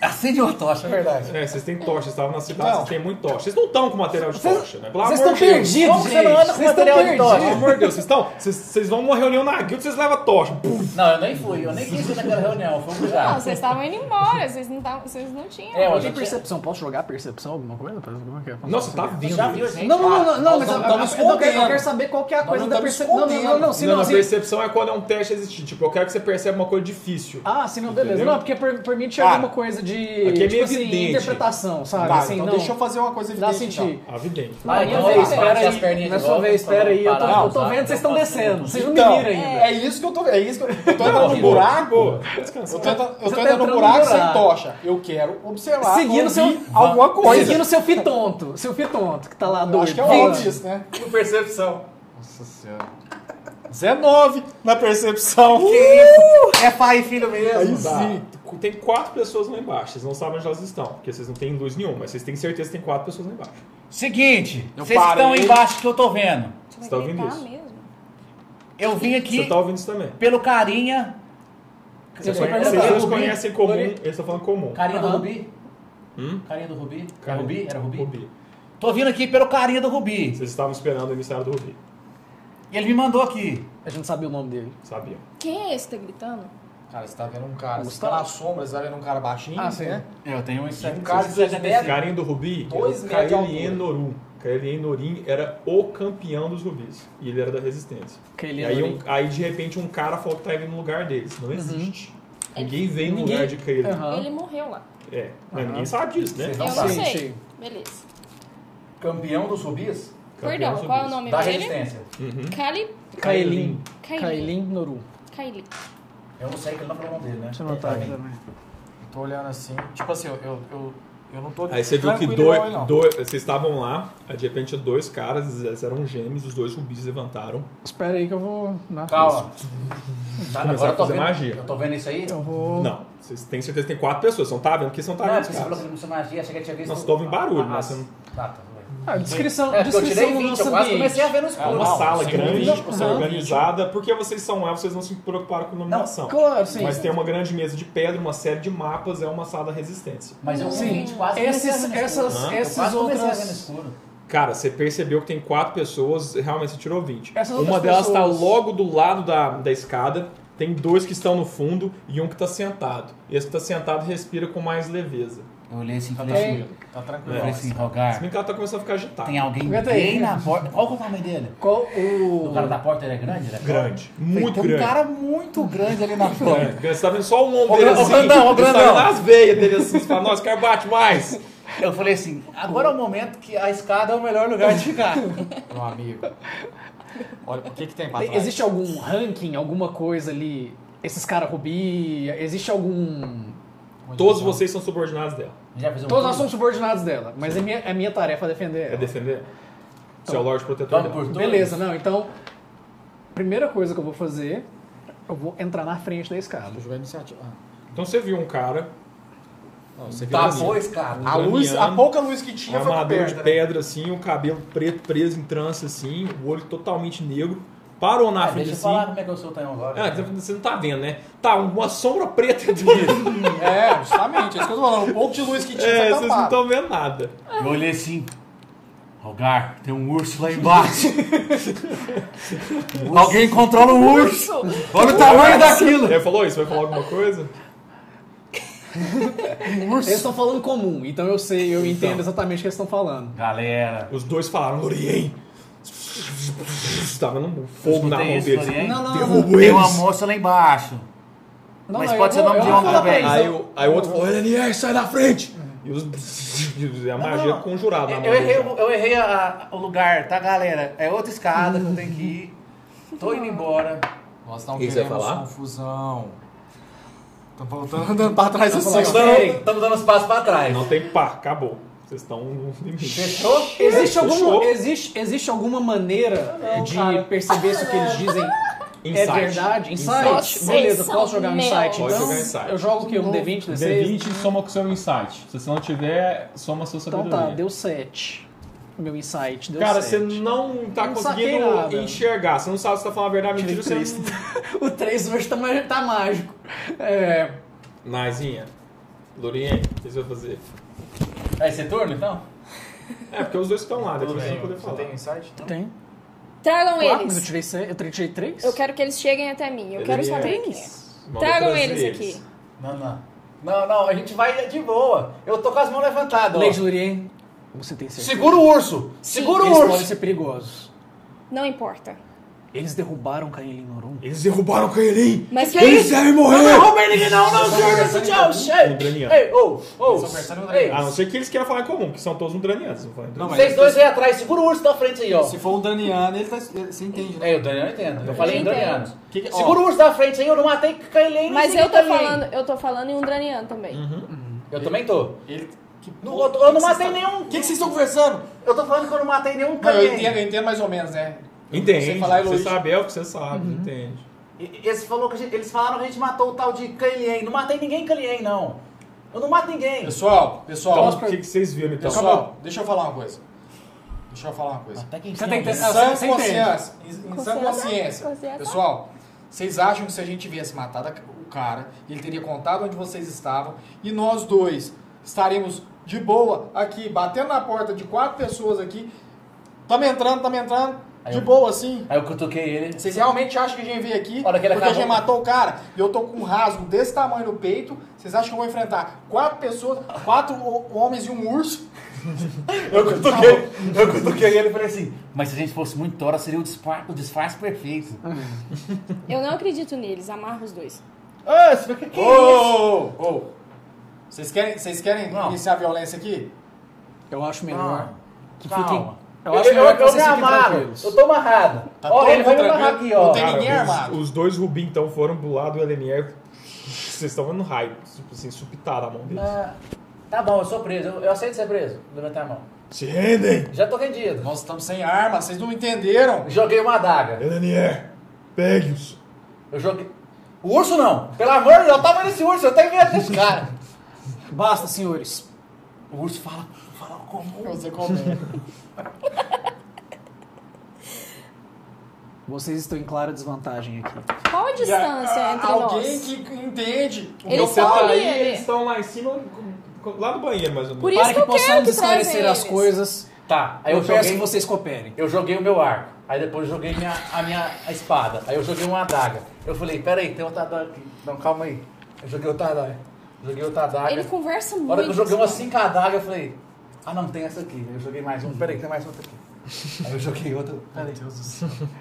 [SPEAKER 3] Acende uma tocha, é verdade.
[SPEAKER 1] É, vocês têm tocha, vocês estavam na cidade,
[SPEAKER 4] Não.
[SPEAKER 1] vocês têm muito tocha. Vocês não estão com material de tocha, né? Pelo
[SPEAKER 2] Vocês
[SPEAKER 1] amor
[SPEAKER 2] estão
[SPEAKER 1] de Deus.
[SPEAKER 2] perdidos,
[SPEAKER 3] Como que você não
[SPEAKER 2] gente?
[SPEAKER 3] anda com
[SPEAKER 2] Vocês estão
[SPEAKER 3] material de
[SPEAKER 2] perdidos.
[SPEAKER 1] Pelo amor de Deus, vocês estão. Vocês, vocês vão numa reunião na guilda, vocês levam tocha. Pum.
[SPEAKER 3] Não, eu nem fui. Eu nem quis ir naquela reunião. Foi
[SPEAKER 5] Não,
[SPEAKER 3] obrigado.
[SPEAKER 5] vocês estavam indo embora, vocês não, tavam, vocês não
[SPEAKER 3] É,
[SPEAKER 5] tinham.
[SPEAKER 2] Eu
[SPEAKER 3] eu
[SPEAKER 2] tenho
[SPEAKER 3] já tinha...
[SPEAKER 2] percepção. Posso jogar percepção alguma coisa? Como é que é?
[SPEAKER 1] Não, você tá vindo.
[SPEAKER 3] Você já um viu, gente?
[SPEAKER 2] Não, não, não, não, não,
[SPEAKER 4] Nós
[SPEAKER 2] mas
[SPEAKER 4] não
[SPEAKER 2] eu,
[SPEAKER 4] estamos
[SPEAKER 2] eu- eu quero, eu
[SPEAKER 4] escondendo.
[SPEAKER 2] quero saber qual que é a
[SPEAKER 4] Nós
[SPEAKER 2] coisa
[SPEAKER 4] não
[SPEAKER 2] da
[SPEAKER 4] estamos
[SPEAKER 2] percepção. Não, não, não, não, se
[SPEAKER 1] não,
[SPEAKER 2] não,
[SPEAKER 1] não,
[SPEAKER 2] se-
[SPEAKER 1] percepção é quando é um teste existir. Tipo, eu quero que você perceba uma coisa difícil.
[SPEAKER 2] Ah, sim, não, beleza.
[SPEAKER 1] Entendeu?
[SPEAKER 2] Não, porque per- permite
[SPEAKER 4] Cara,
[SPEAKER 2] alguma coisa de
[SPEAKER 1] aqui é meio
[SPEAKER 2] tipo assim,
[SPEAKER 1] evidente.
[SPEAKER 2] interpretação, sabe?
[SPEAKER 4] Tá,
[SPEAKER 2] assim,
[SPEAKER 4] então
[SPEAKER 2] não,
[SPEAKER 4] deixa eu fazer então. uma coisa
[SPEAKER 2] dá a
[SPEAKER 4] evidente.
[SPEAKER 2] sentir.
[SPEAKER 1] Ah, Evidente.
[SPEAKER 3] Ah,
[SPEAKER 2] minha
[SPEAKER 3] então
[SPEAKER 2] vez,
[SPEAKER 3] vez,
[SPEAKER 2] espera
[SPEAKER 3] espera as
[SPEAKER 2] aí.
[SPEAKER 3] perninhas
[SPEAKER 2] Na
[SPEAKER 3] de
[SPEAKER 2] sua
[SPEAKER 3] volta,
[SPEAKER 2] vez, espera aí. Eu tô,
[SPEAKER 3] parar,
[SPEAKER 2] eu tô
[SPEAKER 3] tá?
[SPEAKER 2] vendo, vocês estão
[SPEAKER 3] Eu faço
[SPEAKER 2] descendo.
[SPEAKER 3] tudo.
[SPEAKER 2] Vocês não
[SPEAKER 4] Então,
[SPEAKER 2] me viram ainda.
[SPEAKER 4] é isso que eu tô. É isso que eu, eu tô entrando no
[SPEAKER 1] Tá Boa,
[SPEAKER 4] buraco.
[SPEAKER 1] boa.
[SPEAKER 4] Eu
[SPEAKER 1] Descansando.
[SPEAKER 4] tô, entrando- eu
[SPEAKER 2] Você
[SPEAKER 4] tô
[SPEAKER 2] tá
[SPEAKER 4] entrando
[SPEAKER 2] entrando
[SPEAKER 4] no
[SPEAKER 2] no
[SPEAKER 4] buraco sem
[SPEAKER 2] buraco.
[SPEAKER 4] tocha. Eu quero observar
[SPEAKER 2] Seguindo seu,
[SPEAKER 4] ouvir alguma coisa.
[SPEAKER 2] Seguindo seu fitonto. Seu fitonto, que tá lá
[SPEAKER 4] Eu
[SPEAKER 2] doido.
[SPEAKER 4] acho
[SPEAKER 3] um
[SPEAKER 4] que é
[SPEAKER 2] falando.
[SPEAKER 4] óbvio isso, né?
[SPEAKER 3] Com percepção.
[SPEAKER 4] Nossa senhora. 19 na percepção.
[SPEAKER 3] É pai e filho
[SPEAKER 4] Aí
[SPEAKER 3] mesmo.
[SPEAKER 4] sim.
[SPEAKER 1] Tem quatro pessoas lá embaixo, vocês não sabem onde elas estão, porque vocês não têm luz nenhuma, mas vocês têm certeza que tem quatro pessoas lá embaixo.
[SPEAKER 3] Seguinte,
[SPEAKER 4] Eu
[SPEAKER 3] vocês que
[SPEAKER 4] parei.
[SPEAKER 3] estão embaixo que eu tô vendo.
[SPEAKER 5] Você vai
[SPEAKER 1] Você tá ouvindo
[SPEAKER 5] gritar
[SPEAKER 1] isso?
[SPEAKER 5] mesmo?
[SPEAKER 3] Eu vim
[SPEAKER 1] Você
[SPEAKER 3] aqui
[SPEAKER 1] tá ouvindo isso também.
[SPEAKER 3] pelo carinha.
[SPEAKER 1] Você
[SPEAKER 2] Eu
[SPEAKER 1] conhece,
[SPEAKER 2] tô perguntando.
[SPEAKER 1] vocês dois
[SPEAKER 3] Rubi?
[SPEAKER 1] conhecem comum,
[SPEAKER 2] Rubi?
[SPEAKER 1] eles estão falando comum.
[SPEAKER 3] Carinha do
[SPEAKER 2] Aham.
[SPEAKER 3] Rubi?
[SPEAKER 1] Hum?
[SPEAKER 3] Carinha do Rubi? Era
[SPEAKER 1] Cara,
[SPEAKER 3] Rubi? Era Rubi? Tô vindo aqui pelo carinha do Rubi.
[SPEAKER 1] Vocês estavam esperando o emissário do Rubi,
[SPEAKER 3] E ele me mandou aqui.
[SPEAKER 2] A gente sabia o nome dele.
[SPEAKER 1] sabiam.
[SPEAKER 5] Quem é esse que tá gritando?
[SPEAKER 4] Cara, você tá vendo um cara. Você tá
[SPEAKER 2] Gustavo.
[SPEAKER 4] na sombra, você tá vendo um cara baixinho,
[SPEAKER 2] Ah, sim.
[SPEAKER 4] né?
[SPEAKER 3] Eu tenho um
[SPEAKER 4] Um cara de 2
[SPEAKER 1] Esse
[SPEAKER 4] metros.
[SPEAKER 1] carinha do Rubi é era
[SPEAKER 4] Dois
[SPEAKER 1] o
[SPEAKER 4] metros de
[SPEAKER 1] Kaelien
[SPEAKER 4] altura.
[SPEAKER 1] Noru. Kaelien Norin era o campeão dos Rubis, e ele era da Resistência.
[SPEAKER 2] Kaelien
[SPEAKER 1] e aí, um-
[SPEAKER 2] Norin.
[SPEAKER 1] aí, de repente, um cara falou que tá indo no lugar deles. Não existe. Ninguém vem no
[SPEAKER 2] Ninguém-
[SPEAKER 1] lugar de Kaelien.
[SPEAKER 2] Aham.
[SPEAKER 5] Ele morreu lá.
[SPEAKER 1] É, mas ninguém sabe disso, né?
[SPEAKER 3] Vocês
[SPEAKER 5] Eu
[SPEAKER 3] Não
[SPEAKER 5] não
[SPEAKER 3] sabe.
[SPEAKER 5] sei.
[SPEAKER 2] Sim,
[SPEAKER 5] Beleza.
[SPEAKER 3] Então, assim, Campeão dos Rubis?
[SPEAKER 1] Campeão
[SPEAKER 5] Perdão, qual é o
[SPEAKER 1] Rubis.
[SPEAKER 5] nome
[SPEAKER 3] Da
[SPEAKER 5] dele?
[SPEAKER 3] resistência.
[SPEAKER 5] Cali.
[SPEAKER 2] Kaelin.
[SPEAKER 5] Kaelin.
[SPEAKER 2] Kaelin Noru.
[SPEAKER 5] Kaili.
[SPEAKER 3] Eu não sei que ele não falou o nome dele, né?
[SPEAKER 2] Deixa eu anotar
[SPEAKER 3] Pra
[SPEAKER 2] aqui
[SPEAKER 3] mim.
[SPEAKER 2] também.
[SPEAKER 4] Tô olhando assim. Tipo assim, eu, eu, eu, eu não tô.
[SPEAKER 1] Aí você viu que
[SPEAKER 4] tranquilo
[SPEAKER 1] dois,
[SPEAKER 4] igual ele, não.
[SPEAKER 1] dois- vocês estavam lá, aí de repente dois caras, eles eram gêmeos, os dois rubis levantaram.
[SPEAKER 2] Espera aí que eu vou. né? na-
[SPEAKER 3] Calma.
[SPEAKER 1] Começar
[SPEAKER 3] Tá, agora
[SPEAKER 1] a
[SPEAKER 3] eu tô
[SPEAKER 1] fazer
[SPEAKER 3] vendo.
[SPEAKER 1] magia.
[SPEAKER 3] Eu tô vendo isso aí?
[SPEAKER 2] Eu vou.
[SPEAKER 1] Não, vocês têm certeza que tem quatro pessoas, não tá vendo que são tá
[SPEAKER 3] Não,
[SPEAKER 1] vendo
[SPEAKER 3] é
[SPEAKER 1] os
[SPEAKER 3] porque você falou que
[SPEAKER 1] caras.
[SPEAKER 3] não precisa magia, achei que tinha visto.
[SPEAKER 1] Nossa, tô ouvindo barulho,
[SPEAKER 3] Ah,
[SPEAKER 1] mas você não-
[SPEAKER 3] Tá, tá, tudo bem.
[SPEAKER 2] Ah, descrição,
[SPEAKER 3] É, porque eu
[SPEAKER 2] descrição
[SPEAKER 3] tirei
[SPEAKER 2] do
[SPEAKER 3] 20,
[SPEAKER 2] nosso
[SPEAKER 3] eu quase comecei a
[SPEAKER 2] ambiente.
[SPEAKER 3] ver no escuro.
[SPEAKER 1] É uma
[SPEAKER 4] Não,
[SPEAKER 1] sala
[SPEAKER 4] sem
[SPEAKER 1] grande,
[SPEAKER 4] dúvida,
[SPEAKER 1] você é
[SPEAKER 4] aham.
[SPEAKER 1] organizada, porque vocês são elfos, vocês não se preocuparam com iluminação.
[SPEAKER 2] Claro, sim.
[SPEAKER 1] Mas tem uma grande mesa de pedra, uma série de mapas, é uma sala da resistência.
[SPEAKER 3] Mas eu
[SPEAKER 2] Sim,
[SPEAKER 3] realmente quase comecei a ver
[SPEAKER 2] esses,
[SPEAKER 3] no escuro.
[SPEAKER 2] essas,
[SPEAKER 1] Hã?
[SPEAKER 3] Eu
[SPEAKER 2] esses
[SPEAKER 3] quase comecei a ver no
[SPEAKER 2] outras.
[SPEAKER 3] escuro.
[SPEAKER 1] Cara, você percebeu que tem quatro pessoas, realmente você tirou 20.
[SPEAKER 2] Essas
[SPEAKER 1] uma
[SPEAKER 2] outras
[SPEAKER 1] delas está
[SPEAKER 2] pessoas-
[SPEAKER 1] logo do lado da, da escada, tem dois que estão no fundo e um que está sentado. Esse que está sentado respira com mais leveza.
[SPEAKER 3] Eu olhei assim e falei
[SPEAKER 2] Tem-
[SPEAKER 3] assim.
[SPEAKER 4] Tá tranquilo.
[SPEAKER 3] Eu falei assim, Rogar,
[SPEAKER 1] Se bem que ela tá começando a ficar agitada.
[SPEAKER 3] tem alguém
[SPEAKER 2] Aguenta aí.
[SPEAKER 3] bem na porta. Qual que é o tamanho dele?
[SPEAKER 2] Qual
[SPEAKER 3] O cara
[SPEAKER 2] o.
[SPEAKER 3] da porta ele é grande? Ele é
[SPEAKER 1] Grande. Muito
[SPEAKER 3] tem
[SPEAKER 1] grande.
[SPEAKER 3] um cara muito grande ali na
[SPEAKER 1] É,
[SPEAKER 3] porta.
[SPEAKER 1] grande. Você tá vendo só o ombro
[SPEAKER 3] Ô,
[SPEAKER 1] dele
[SPEAKER 3] gran- ô,
[SPEAKER 1] assim.
[SPEAKER 3] grandão, ô,
[SPEAKER 1] ele tá
[SPEAKER 3] grandão.
[SPEAKER 1] vendo as veias dele assim. Você fala, nossa, o cara bate mais.
[SPEAKER 3] Eu falei assim, agora é o momento que a escada é o melhor lugar de ficar.
[SPEAKER 4] Meu amigo. Olha, o que que tem pra
[SPEAKER 2] Tem-
[SPEAKER 4] trás?
[SPEAKER 2] Existe algum ranking, alguma coisa ali? Esses caras rubi? Existe algum.
[SPEAKER 1] Todos vocês são subordinados dela.
[SPEAKER 3] Já fez um
[SPEAKER 2] Todos nós
[SPEAKER 3] tour?
[SPEAKER 2] somos subordinados dela, mas é minha, é minha tarefa defender
[SPEAKER 1] É
[SPEAKER 2] ela.
[SPEAKER 1] defender? Você é o Lorde Protetor
[SPEAKER 3] Tome
[SPEAKER 1] dela.
[SPEAKER 3] por-
[SPEAKER 2] Beleza, não, então. Primeira coisa que eu vou fazer, eu vou entrar na frente da escada.
[SPEAKER 4] Vou jogar iniciativa. Ah,
[SPEAKER 1] Então você viu um cara,
[SPEAKER 4] não, você viu
[SPEAKER 3] Tapou a
[SPEAKER 4] assim.
[SPEAKER 3] Tá escada.
[SPEAKER 4] A luz, a
[SPEAKER 1] Damiano.
[SPEAKER 4] pouca luz que
[SPEAKER 1] um
[SPEAKER 4] tinha foi pra
[SPEAKER 1] armadura de
[SPEAKER 4] perto, né?
[SPEAKER 1] pedra assim, um cabelo preto preso em trança assim, o olho totalmente negro, parou na
[SPEAKER 3] Ah,
[SPEAKER 1] frente
[SPEAKER 3] deixa eu
[SPEAKER 1] assim.
[SPEAKER 3] falar como é que eu sou o Tanhão agora.
[SPEAKER 1] Ah, você não tá vendo, né? Tá, uma sombra preta dele.
[SPEAKER 4] É, justamente. É isso que eu tô falando. O pouco de luz que tinha
[SPEAKER 1] é,
[SPEAKER 4] foi
[SPEAKER 1] vocês não
[SPEAKER 4] tampado.
[SPEAKER 1] estão vendo nada.
[SPEAKER 3] Eu olhei assim. Rogar, tem um urso lá embaixo. Alguém controla o urso. Olha o tamanho daquilo.
[SPEAKER 1] Ele falou isso, vai falar alguma coisa?
[SPEAKER 3] um
[SPEAKER 2] Eles estão falando comum, então eu sei, eu entendo exatamente o que eles estão falando.
[SPEAKER 3] Galera,
[SPEAKER 1] Os dois falaram, Lorien! Tava num fogo na mão
[SPEAKER 3] escutei
[SPEAKER 1] um
[SPEAKER 3] isso,
[SPEAKER 1] deles.
[SPEAKER 3] Lorien.
[SPEAKER 2] Não, não,
[SPEAKER 1] Derrubo
[SPEAKER 3] Tem uma
[SPEAKER 1] eles!
[SPEAKER 3] moça lá embaixo.
[SPEAKER 2] Não,
[SPEAKER 3] Mas
[SPEAKER 2] não,
[SPEAKER 3] pode
[SPEAKER 2] eu vou-
[SPEAKER 3] ser nome
[SPEAKER 2] eu
[SPEAKER 3] de
[SPEAKER 2] vou
[SPEAKER 3] homem
[SPEAKER 2] falar pra
[SPEAKER 3] também.
[SPEAKER 2] eles,
[SPEAKER 1] Aí
[SPEAKER 2] eu-
[SPEAKER 1] o, aí o outro falou, Elenier, sai da frente! E E os, a
[SPEAKER 3] Não,
[SPEAKER 1] magia
[SPEAKER 3] não, não.
[SPEAKER 1] conjurada na
[SPEAKER 3] Eu,
[SPEAKER 1] mão
[SPEAKER 3] eu
[SPEAKER 1] dele
[SPEAKER 3] errei,
[SPEAKER 1] já.
[SPEAKER 3] o- eu errei a- a- o lugar, tá, galera? É outra escada que eu tenho que ir.
[SPEAKER 5] Uhum.
[SPEAKER 3] Tô indo embora.
[SPEAKER 4] Nós não
[SPEAKER 7] O que
[SPEAKER 4] queremos
[SPEAKER 7] você vai falar?
[SPEAKER 4] confusão. Tô voltando andando pra trás assim.
[SPEAKER 3] Estamos dando, estamos dando os passos pra trás.
[SPEAKER 1] Não tem par, acabou. Vocês estão no limite.
[SPEAKER 3] Fechou?
[SPEAKER 2] Existe
[SPEAKER 1] Fechou.
[SPEAKER 2] alguma, existe, existe alguma maneira de perceber se o que eles dizem
[SPEAKER 1] Insight.
[SPEAKER 2] é verdade? Insight?
[SPEAKER 5] Vocês
[SPEAKER 2] Beleza,
[SPEAKER 5] são
[SPEAKER 2] posso jogar um insight
[SPEAKER 1] Pode
[SPEAKER 2] então?
[SPEAKER 1] jogar insight.
[SPEAKER 2] Eu jogo o quê? Um D20, D6?
[SPEAKER 1] D20 soma com o seu insight. Se você não tiver, soma a sua
[SPEAKER 2] Então
[SPEAKER 1] sabedoria.
[SPEAKER 2] tá, deu 7. Meu insight deu
[SPEAKER 1] Cara, você
[SPEAKER 2] 7.
[SPEAKER 1] não tá
[SPEAKER 2] Não saquei
[SPEAKER 1] conseguindo
[SPEAKER 2] nada.
[SPEAKER 1] enxergar. Você não sabe se tá falando a verdade, mentira, você
[SPEAKER 2] três. O 3 hoje tá, ma- tá mágico. É,
[SPEAKER 1] não... Nazinha, Lorien, o que você vai fazer?
[SPEAKER 3] É esse turno, então?
[SPEAKER 1] É, porque os dois estão lá, depois você vai poder
[SPEAKER 4] Você
[SPEAKER 1] falar.
[SPEAKER 4] tem insight? Não.
[SPEAKER 2] tem.
[SPEAKER 5] Tragam
[SPEAKER 2] Claro, mas eu
[SPEAKER 5] eles.
[SPEAKER 2] tirei 6. Eu tirei 3?
[SPEAKER 5] Eu quero que eles cheguem até mim. Eu quero
[SPEAKER 1] Ele é-
[SPEAKER 5] saber quem é.
[SPEAKER 1] Mandou
[SPEAKER 5] Tragam
[SPEAKER 1] trazer
[SPEAKER 5] eles aqui.
[SPEAKER 3] Não, não. Não, não, a gente vai de boa. Eu tô com as mãos levantadas. ó.
[SPEAKER 2] Lady Lurien, você tem certeza?
[SPEAKER 3] Segura o urso! Segura o
[SPEAKER 2] Eles podem
[SPEAKER 3] urso!
[SPEAKER 2] ser perigosos.
[SPEAKER 5] Não importa.
[SPEAKER 2] Eles derrubaram Caim Norum.
[SPEAKER 6] Eles derrubaram o Caelim.
[SPEAKER 5] Mas que
[SPEAKER 6] Eles devem morrer.
[SPEAKER 3] roubem ninguém, não, não, senhor, esse é tchau,
[SPEAKER 1] Lembrando,
[SPEAKER 3] Ei, ô, ô.
[SPEAKER 4] Eles são versão
[SPEAKER 3] ei,
[SPEAKER 1] A não ser que eles queiram falar em comum, que são todos udranianos. Não, falam em
[SPEAKER 4] Não, mas
[SPEAKER 3] Vocês dois aí atrás, segura o urso da frente aí, ó.
[SPEAKER 4] se for um Daniano, ele tá. ele- Você entende, né?
[SPEAKER 3] É, o Daniel entendo. Eu falei em
[SPEAKER 5] Entendo.
[SPEAKER 3] Daniano.
[SPEAKER 4] Que que- ó.
[SPEAKER 3] Segura o urso da frente aí, eu não matei Kailene.
[SPEAKER 5] Mas eu tô falando, eu tô falando em um Dranian também.
[SPEAKER 3] Eu também tô.
[SPEAKER 4] Ele. Que
[SPEAKER 3] Não,
[SPEAKER 4] porra
[SPEAKER 3] eu, tô- eu não
[SPEAKER 4] que
[SPEAKER 3] matei
[SPEAKER 4] vocês tá-
[SPEAKER 3] nenhum.
[SPEAKER 4] O que que vocês estão conversando?
[SPEAKER 3] Eu tô falando que eu não matei nenhum
[SPEAKER 4] Não, eu
[SPEAKER 3] Kailene.
[SPEAKER 4] entendo, eu entendo mais ou menos, né?
[SPEAKER 1] Entende.
[SPEAKER 4] Você falar
[SPEAKER 1] você
[SPEAKER 4] Eloísio.
[SPEAKER 1] sabe, é o que você sabe,
[SPEAKER 5] Uhum.
[SPEAKER 1] entende.
[SPEAKER 3] E- Eles, falou que a gente- eles falaram que a gente matou o tal de Kailene. Não matei ninguém Kailene, não. Eu não mato ninguém.
[SPEAKER 4] Pessoal, pessoal,
[SPEAKER 1] Então, o que, que vocês viram então?
[SPEAKER 4] pessoal, deixa eu falar uma coisa. Deixa eu falar uma coisa.
[SPEAKER 3] Até que
[SPEAKER 2] Você tem que
[SPEAKER 4] Em
[SPEAKER 2] pensar-
[SPEAKER 4] sã
[SPEAKER 2] você entende.
[SPEAKER 4] consciência. Em, em sã
[SPEAKER 5] Consciência?
[SPEAKER 4] consciência.
[SPEAKER 5] Consciência?
[SPEAKER 4] Pessoal, vocês acham que se a gente tivesse matado a- o cara, ele teria contado onde vocês estavam e nós dois estaremos de boa aqui, batendo na porta de quatro pessoas aqui. Tamo entrando, tamo entrando,
[SPEAKER 3] Aí
[SPEAKER 4] de
[SPEAKER 3] eu-
[SPEAKER 4] boa assim.
[SPEAKER 3] Aí eu cutuquei ele.
[SPEAKER 4] Vocês realmente acham que a gente veio aqui
[SPEAKER 3] Olha que
[SPEAKER 4] porque
[SPEAKER 3] ele
[SPEAKER 4] a gente
[SPEAKER 3] acabou.
[SPEAKER 4] matou o cara e eu tô com um rasgo desse tamanho no peito? Vocês acham que eu vou enfrentar quatro pessoas, quatro ho- homens e um urso?
[SPEAKER 3] Eu cutuquei, eu cutuquei ele e falei assim, mas se a gente fosse muito tora, seria o disfarce, o disfarce perfeito.
[SPEAKER 5] Eu não acredito neles, amarro os dois.
[SPEAKER 3] Ah, você que que
[SPEAKER 4] Ô,
[SPEAKER 3] é
[SPEAKER 4] ô, ô, ô. Vocês querem, vocês querem
[SPEAKER 3] Não.
[SPEAKER 4] iniciar a violência aqui?
[SPEAKER 2] Eu acho melhor
[SPEAKER 3] Não,
[SPEAKER 2] que
[SPEAKER 3] calma.
[SPEAKER 2] fiquem...
[SPEAKER 3] Eu,
[SPEAKER 2] Eu acho
[SPEAKER 3] eu,
[SPEAKER 2] melhor que
[SPEAKER 3] eu me
[SPEAKER 2] vocês fiquem
[SPEAKER 3] amarro,
[SPEAKER 2] tranquilos.
[SPEAKER 3] eu tô amarrado.
[SPEAKER 4] Tá
[SPEAKER 3] ó,
[SPEAKER 4] todo
[SPEAKER 3] ele vai me
[SPEAKER 4] mundo
[SPEAKER 3] amarrar aqui,
[SPEAKER 4] tranquilo?
[SPEAKER 3] ó.
[SPEAKER 4] Não tem ninguém
[SPEAKER 1] os,
[SPEAKER 4] armado.
[SPEAKER 1] Os dois Rubim então foram pro lado do LNR. Vocês estão vendo raio, tipo assim, supitaram a mão deles.
[SPEAKER 3] Ah, tá bom, eu sou preso. Eu, eu aceito ser preso. Levantar a mão.
[SPEAKER 1] Se rendem!
[SPEAKER 3] Já tô rendido.
[SPEAKER 4] Nós estamos sem arma, vocês não entenderam.
[SPEAKER 3] Joguei uma adaga.
[SPEAKER 1] LNR, pegue-os!
[SPEAKER 3] Eu joguei... O urso não. Pelo amor de Deus, eu tava nesse urso. Eu tenho medo desse cara.
[SPEAKER 2] Basta, senhores.
[SPEAKER 3] O urso fala, fala como...
[SPEAKER 4] Você comenta.
[SPEAKER 2] Vocês estão em clara desvantagem aqui.
[SPEAKER 5] Qual a
[SPEAKER 4] E a-
[SPEAKER 5] distância
[SPEAKER 4] a-
[SPEAKER 5] é entre
[SPEAKER 4] alguém
[SPEAKER 5] nós?
[SPEAKER 4] que entende o
[SPEAKER 5] Eles
[SPEAKER 4] meu
[SPEAKER 5] são
[SPEAKER 4] pai.
[SPEAKER 1] Então,
[SPEAKER 5] ali,
[SPEAKER 1] tá Aí
[SPEAKER 5] ele.
[SPEAKER 1] eles estão lá em cima, lá no banheiro mais ou menos.
[SPEAKER 5] Por isso
[SPEAKER 2] Para
[SPEAKER 5] um que
[SPEAKER 2] que
[SPEAKER 5] eu quero
[SPEAKER 2] possamos
[SPEAKER 5] que
[SPEAKER 2] esclarecer
[SPEAKER 5] tragam
[SPEAKER 2] as
[SPEAKER 5] eles.
[SPEAKER 2] coisas,
[SPEAKER 3] Tá, aí
[SPEAKER 2] eu,
[SPEAKER 3] eu,
[SPEAKER 2] peço
[SPEAKER 3] joguei...
[SPEAKER 2] que vocês cooperem.
[SPEAKER 3] Eu joguei o meu arco. Aí depois eu joguei minha, a minha espada. Aí eu joguei uma adaga. Eu falei, peraí, tem outra adaga aqui. Não, calma aí. Eu joguei outra adaga. Joguei outra adaga.
[SPEAKER 5] Ele conversa muito.
[SPEAKER 3] A hora que eu assim. joguei umas cinco adagas, eu falei, ah não, tem essa aqui. Aí eu joguei mais uma, peraí, tem mais outra aqui. Aí eu joguei outra. Peraí.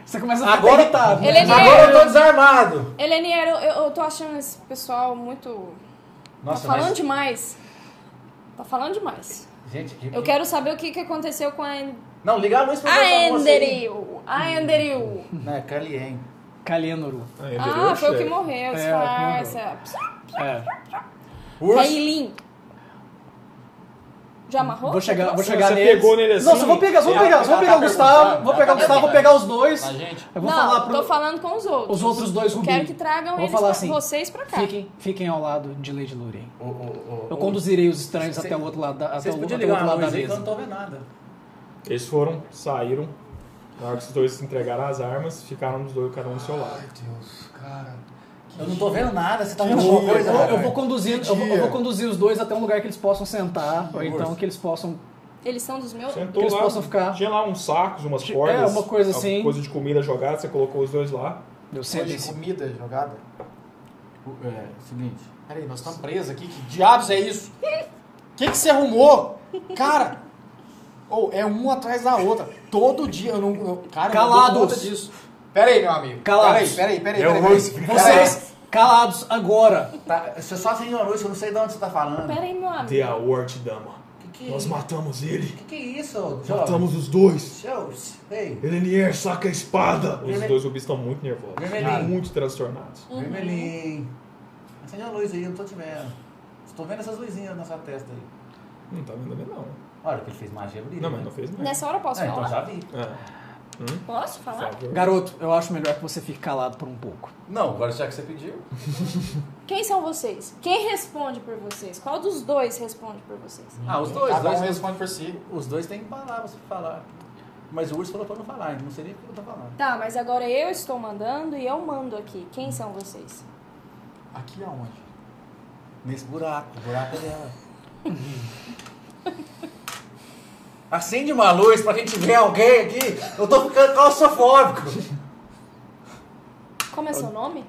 [SPEAKER 2] Você começa a
[SPEAKER 3] Agora,
[SPEAKER 2] tá.
[SPEAKER 5] Ele é
[SPEAKER 3] agora eu tô desarmado.
[SPEAKER 5] Elenier, eu, eu tô achando esse pessoal muito.
[SPEAKER 3] Nossa,
[SPEAKER 5] tá falando
[SPEAKER 3] mas...
[SPEAKER 5] demais. Tá falando demais.
[SPEAKER 3] Gente, que...
[SPEAKER 5] Eu quero Ah, saber o que, que aconteceu com a, En-
[SPEAKER 3] Não, liga a luz pra
[SPEAKER 5] a assim.
[SPEAKER 3] ver moça aí.
[SPEAKER 5] Enderil. A Enderil.
[SPEAKER 3] Não, é Kalien.
[SPEAKER 5] Tá
[SPEAKER 2] Calienoru.
[SPEAKER 1] Ah, ele
[SPEAKER 5] Ah,
[SPEAKER 1] virou,
[SPEAKER 5] foi o que
[SPEAKER 1] chefe.
[SPEAKER 5] morreu.
[SPEAKER 2] É,
[SPEAKER 5] Disfarça.
[SPEAKER 2] É.
[SPEAKER 5] Kailin. Já amarrou?
[SPEAKER 2] Vou chegar, vou
[SPEAKER 5] Você
[SPEAKER 2] chegar
[SPEAKER 1] Você
[SPEAKER 2] neles.
[SPEAKER 1] pegou nele assim?
[SPEAKER 2] Nossa, eu vou pegar, eu vou
[SPEAKER 4] Ele-
[SPEAKER 2] pegar, eu vou
[SPEAKER 4] ele
[SPEAKER 2] pegar o
[SPEAKER 4] tá
[SPEAKER 2] Gustavo,
[SPEAKER 4] perguntando,
[SPEAKER 2] vou
[SPEAKER 4] ele
[SPEAKER 2] pegar o
[SPEAKER 4] tá
[SPEAKER 2] Gustavo, vou pegar os dois.
[SPEAKER 4] A gente.
[SPEAKER 2] Eu vou falar
[SPEAKER 5] Não,
[SPEAKER 2] pro
[SPEAKER 5] tô falando com os outros.
[SPEAKER 2] os outros dois Rubim.
[SPEAKER 5] Quero que tragam
[SPEAKER 2] Vou
[SPEAKER 5] eles
[SPEAKER 2] falar
[SPEAKER 5] pra-
[SPEAKER 2] assim,
[SPEAKER 5] vocês pra cá.
[SPEAKER 2] Fiquem, fiquem ao lado de Lady Lurien.
[SPEAKER 3] Ô, ô, ô,
[SPEAKER 2] Eu
[SPEAKER 3] ô.
[SPEAKER 2] conduzirei os estranhos
[SPEAKER 3] Vocês-
[SPEAKER 2] até o outro lado da, até
[SPEAKER 3] Vocês
[SPEAKER 2] o,
[SPEAKER 3] podiam
[SPEAKER 2] até o
[SPEAKER 3] ligar
[SPEAKER 2] outro
[SPEAKER 3] a
[SPEAKER 2] lado da
[SPEAKER 3] luz aí então? que eu não
[SPEAKER 2] mesa.
[SPEAKER 3] tô vendo nada.
[SPEAKER 1] Eles foram, saíram. Na hora que os dois entregaram as armas, ficaram os dois, cada um do seu lado.
[SPEAKER 4] Meu Deus, cara.
[SPEAKER 3] Eu não tô vendo nada, você tá
[SPEAKER 4] Que
[SPEAKER 3] vendo
[SPEAKER 4] dia,
[SPEAKER 3] alguma
[SPEAKER 2] Eu,
[SPEAKER 3] coisa?
[SPEAKER 2] vou- eu
[SPEAKER 3] cara?
[SPEAKER 2] vou conduzir, eu vou, eu vou conduzir os dois até um lugar que eles possam sentar, ou então que eles possam.
[SPEAKER 5] Eles são dos meus.
[SPEAKER 1] Sentou
[SPEAKER 2] Que eles
[SPEAKER 1] lá,
[SPEAKER 2] possam ficar-
[SPEAKER 1] tinha lá uns sacos, umas
[SPEAKER 2] Ti- é,
[SPEAKER 1] cordas,
[SPEAKER 2] uma coisa
[SPEAKER 1] alguma
[SPEAKER 2] assim.
[SPEAKER 1] coisa de comida jogada, você colocou os dois lá.
[SPEAKER 2] Eu
[SPEAKER 4] Coisa
[SPEAKER 2] sentem
[SPEAKER 4] de comida jogada. É, seguinte. Peraí, nós estamos presos aqui. Que diabos é isso? O que, que você arrumou? Cara! Ou é um atrás da outra. Todo dia. Eu não, eu- cara, eu não dou
[SPEAKER 2] Calados.
[SPEAKER 4] conta disso. Peraí, meu amigo.
[SPEAKER 2] Calados.
[SPEAKER 4] Peraí, peraí, peraí.
[SPEAKER 1] Eu
[SPEAKER 4] peraí,
[SPEAKER 1] vou
[SPEAKER 4] peraí.
[SPEAKER 1] explicar.
[SPEAKER 4] Vocês,
[SPEAKER 2] Calados, agora!
[SPEAKER 3] Tá, você só se ignorou isso, eu não sei de onde você tá falando.
[SPEAKER 5] Pera aí, meu
[SPEAKER 1] The
[SPEAKER 5] amigo.
[SPEAKER 1] Award Dama.
[SPEAKER 3] Que que é
[SPEAKER 1] Nós
[SPEAKER 3] isso?
[SPEAKER 1] matamos ele.
[SPEAKER 3] Que que é isso,
[SPEAKER 1] Matamos os dois.
[SPEAKER 3] Shows. Ei,
[SPEAKER 1] Elenier saca a espada. Os
[SPEAKER 3] Ele-
[SPEAKER 1] dois zumbis estão muito nervosos. Ah,
[SPEAKER 3] Vermelhinho.
[SPEAKER 1] Muito transtornados.
[SPEAKER 5] Uhum.
[SPEAKER 3] vermelhinho. Acende a luz aí, eu não tô te vendo. Estou vendo essas luzinhas na sua testa aí.
[SPEAKER 1] Não tá vendo bem, não.
[SPEAKER 3] Olha que ele fez magia bonita.
[SPEAKER 1] Não, mas não fez nada.
[SPEAKER 5] Nessa hora eu posso
[SPEAKER 2] É,
[SPEAKER 3] Ah, então
[SPEAKER 5] falar?
[SPEAKER 3] já vi.
[SPEAKER 1] Ah,
[SPEAKER 5] Posso falar?
[SPEAKER 1] por favor.
[SPEAKER 2] Garoto, eu acho melhor que você fique calado por um pouco.
[SPEAKER 3] Não, agora já que você pediu.
[SPEAKER 5] Quem são vocês? Quem responde por vocês? Qual dos dois responde por vocês?
[SPEAKER 3] Ah, os dois.
[SPEAKER 4] Cada
[SPEAKER 3] Os dois,
[SPEAKER 4] um responde por si.
[SPEAKER 3] os dois têm palavras pra falar. Mas o urso falou pra não falar, então não sei nem o que eu tô falando.
[SPEAKER 5] Tá, mas agora eu estou mandando e eu mando aqui. Quem são vocês?
[SPEAKER 4] Aqui aonde?
[SPEAKER 3] Nesse buraco, o buraco é dela. Acende uma luz pra gente ver alguém aqui. Eu tô ficando claustrofóbico.
[SPEAKER 5] Como é seu nome?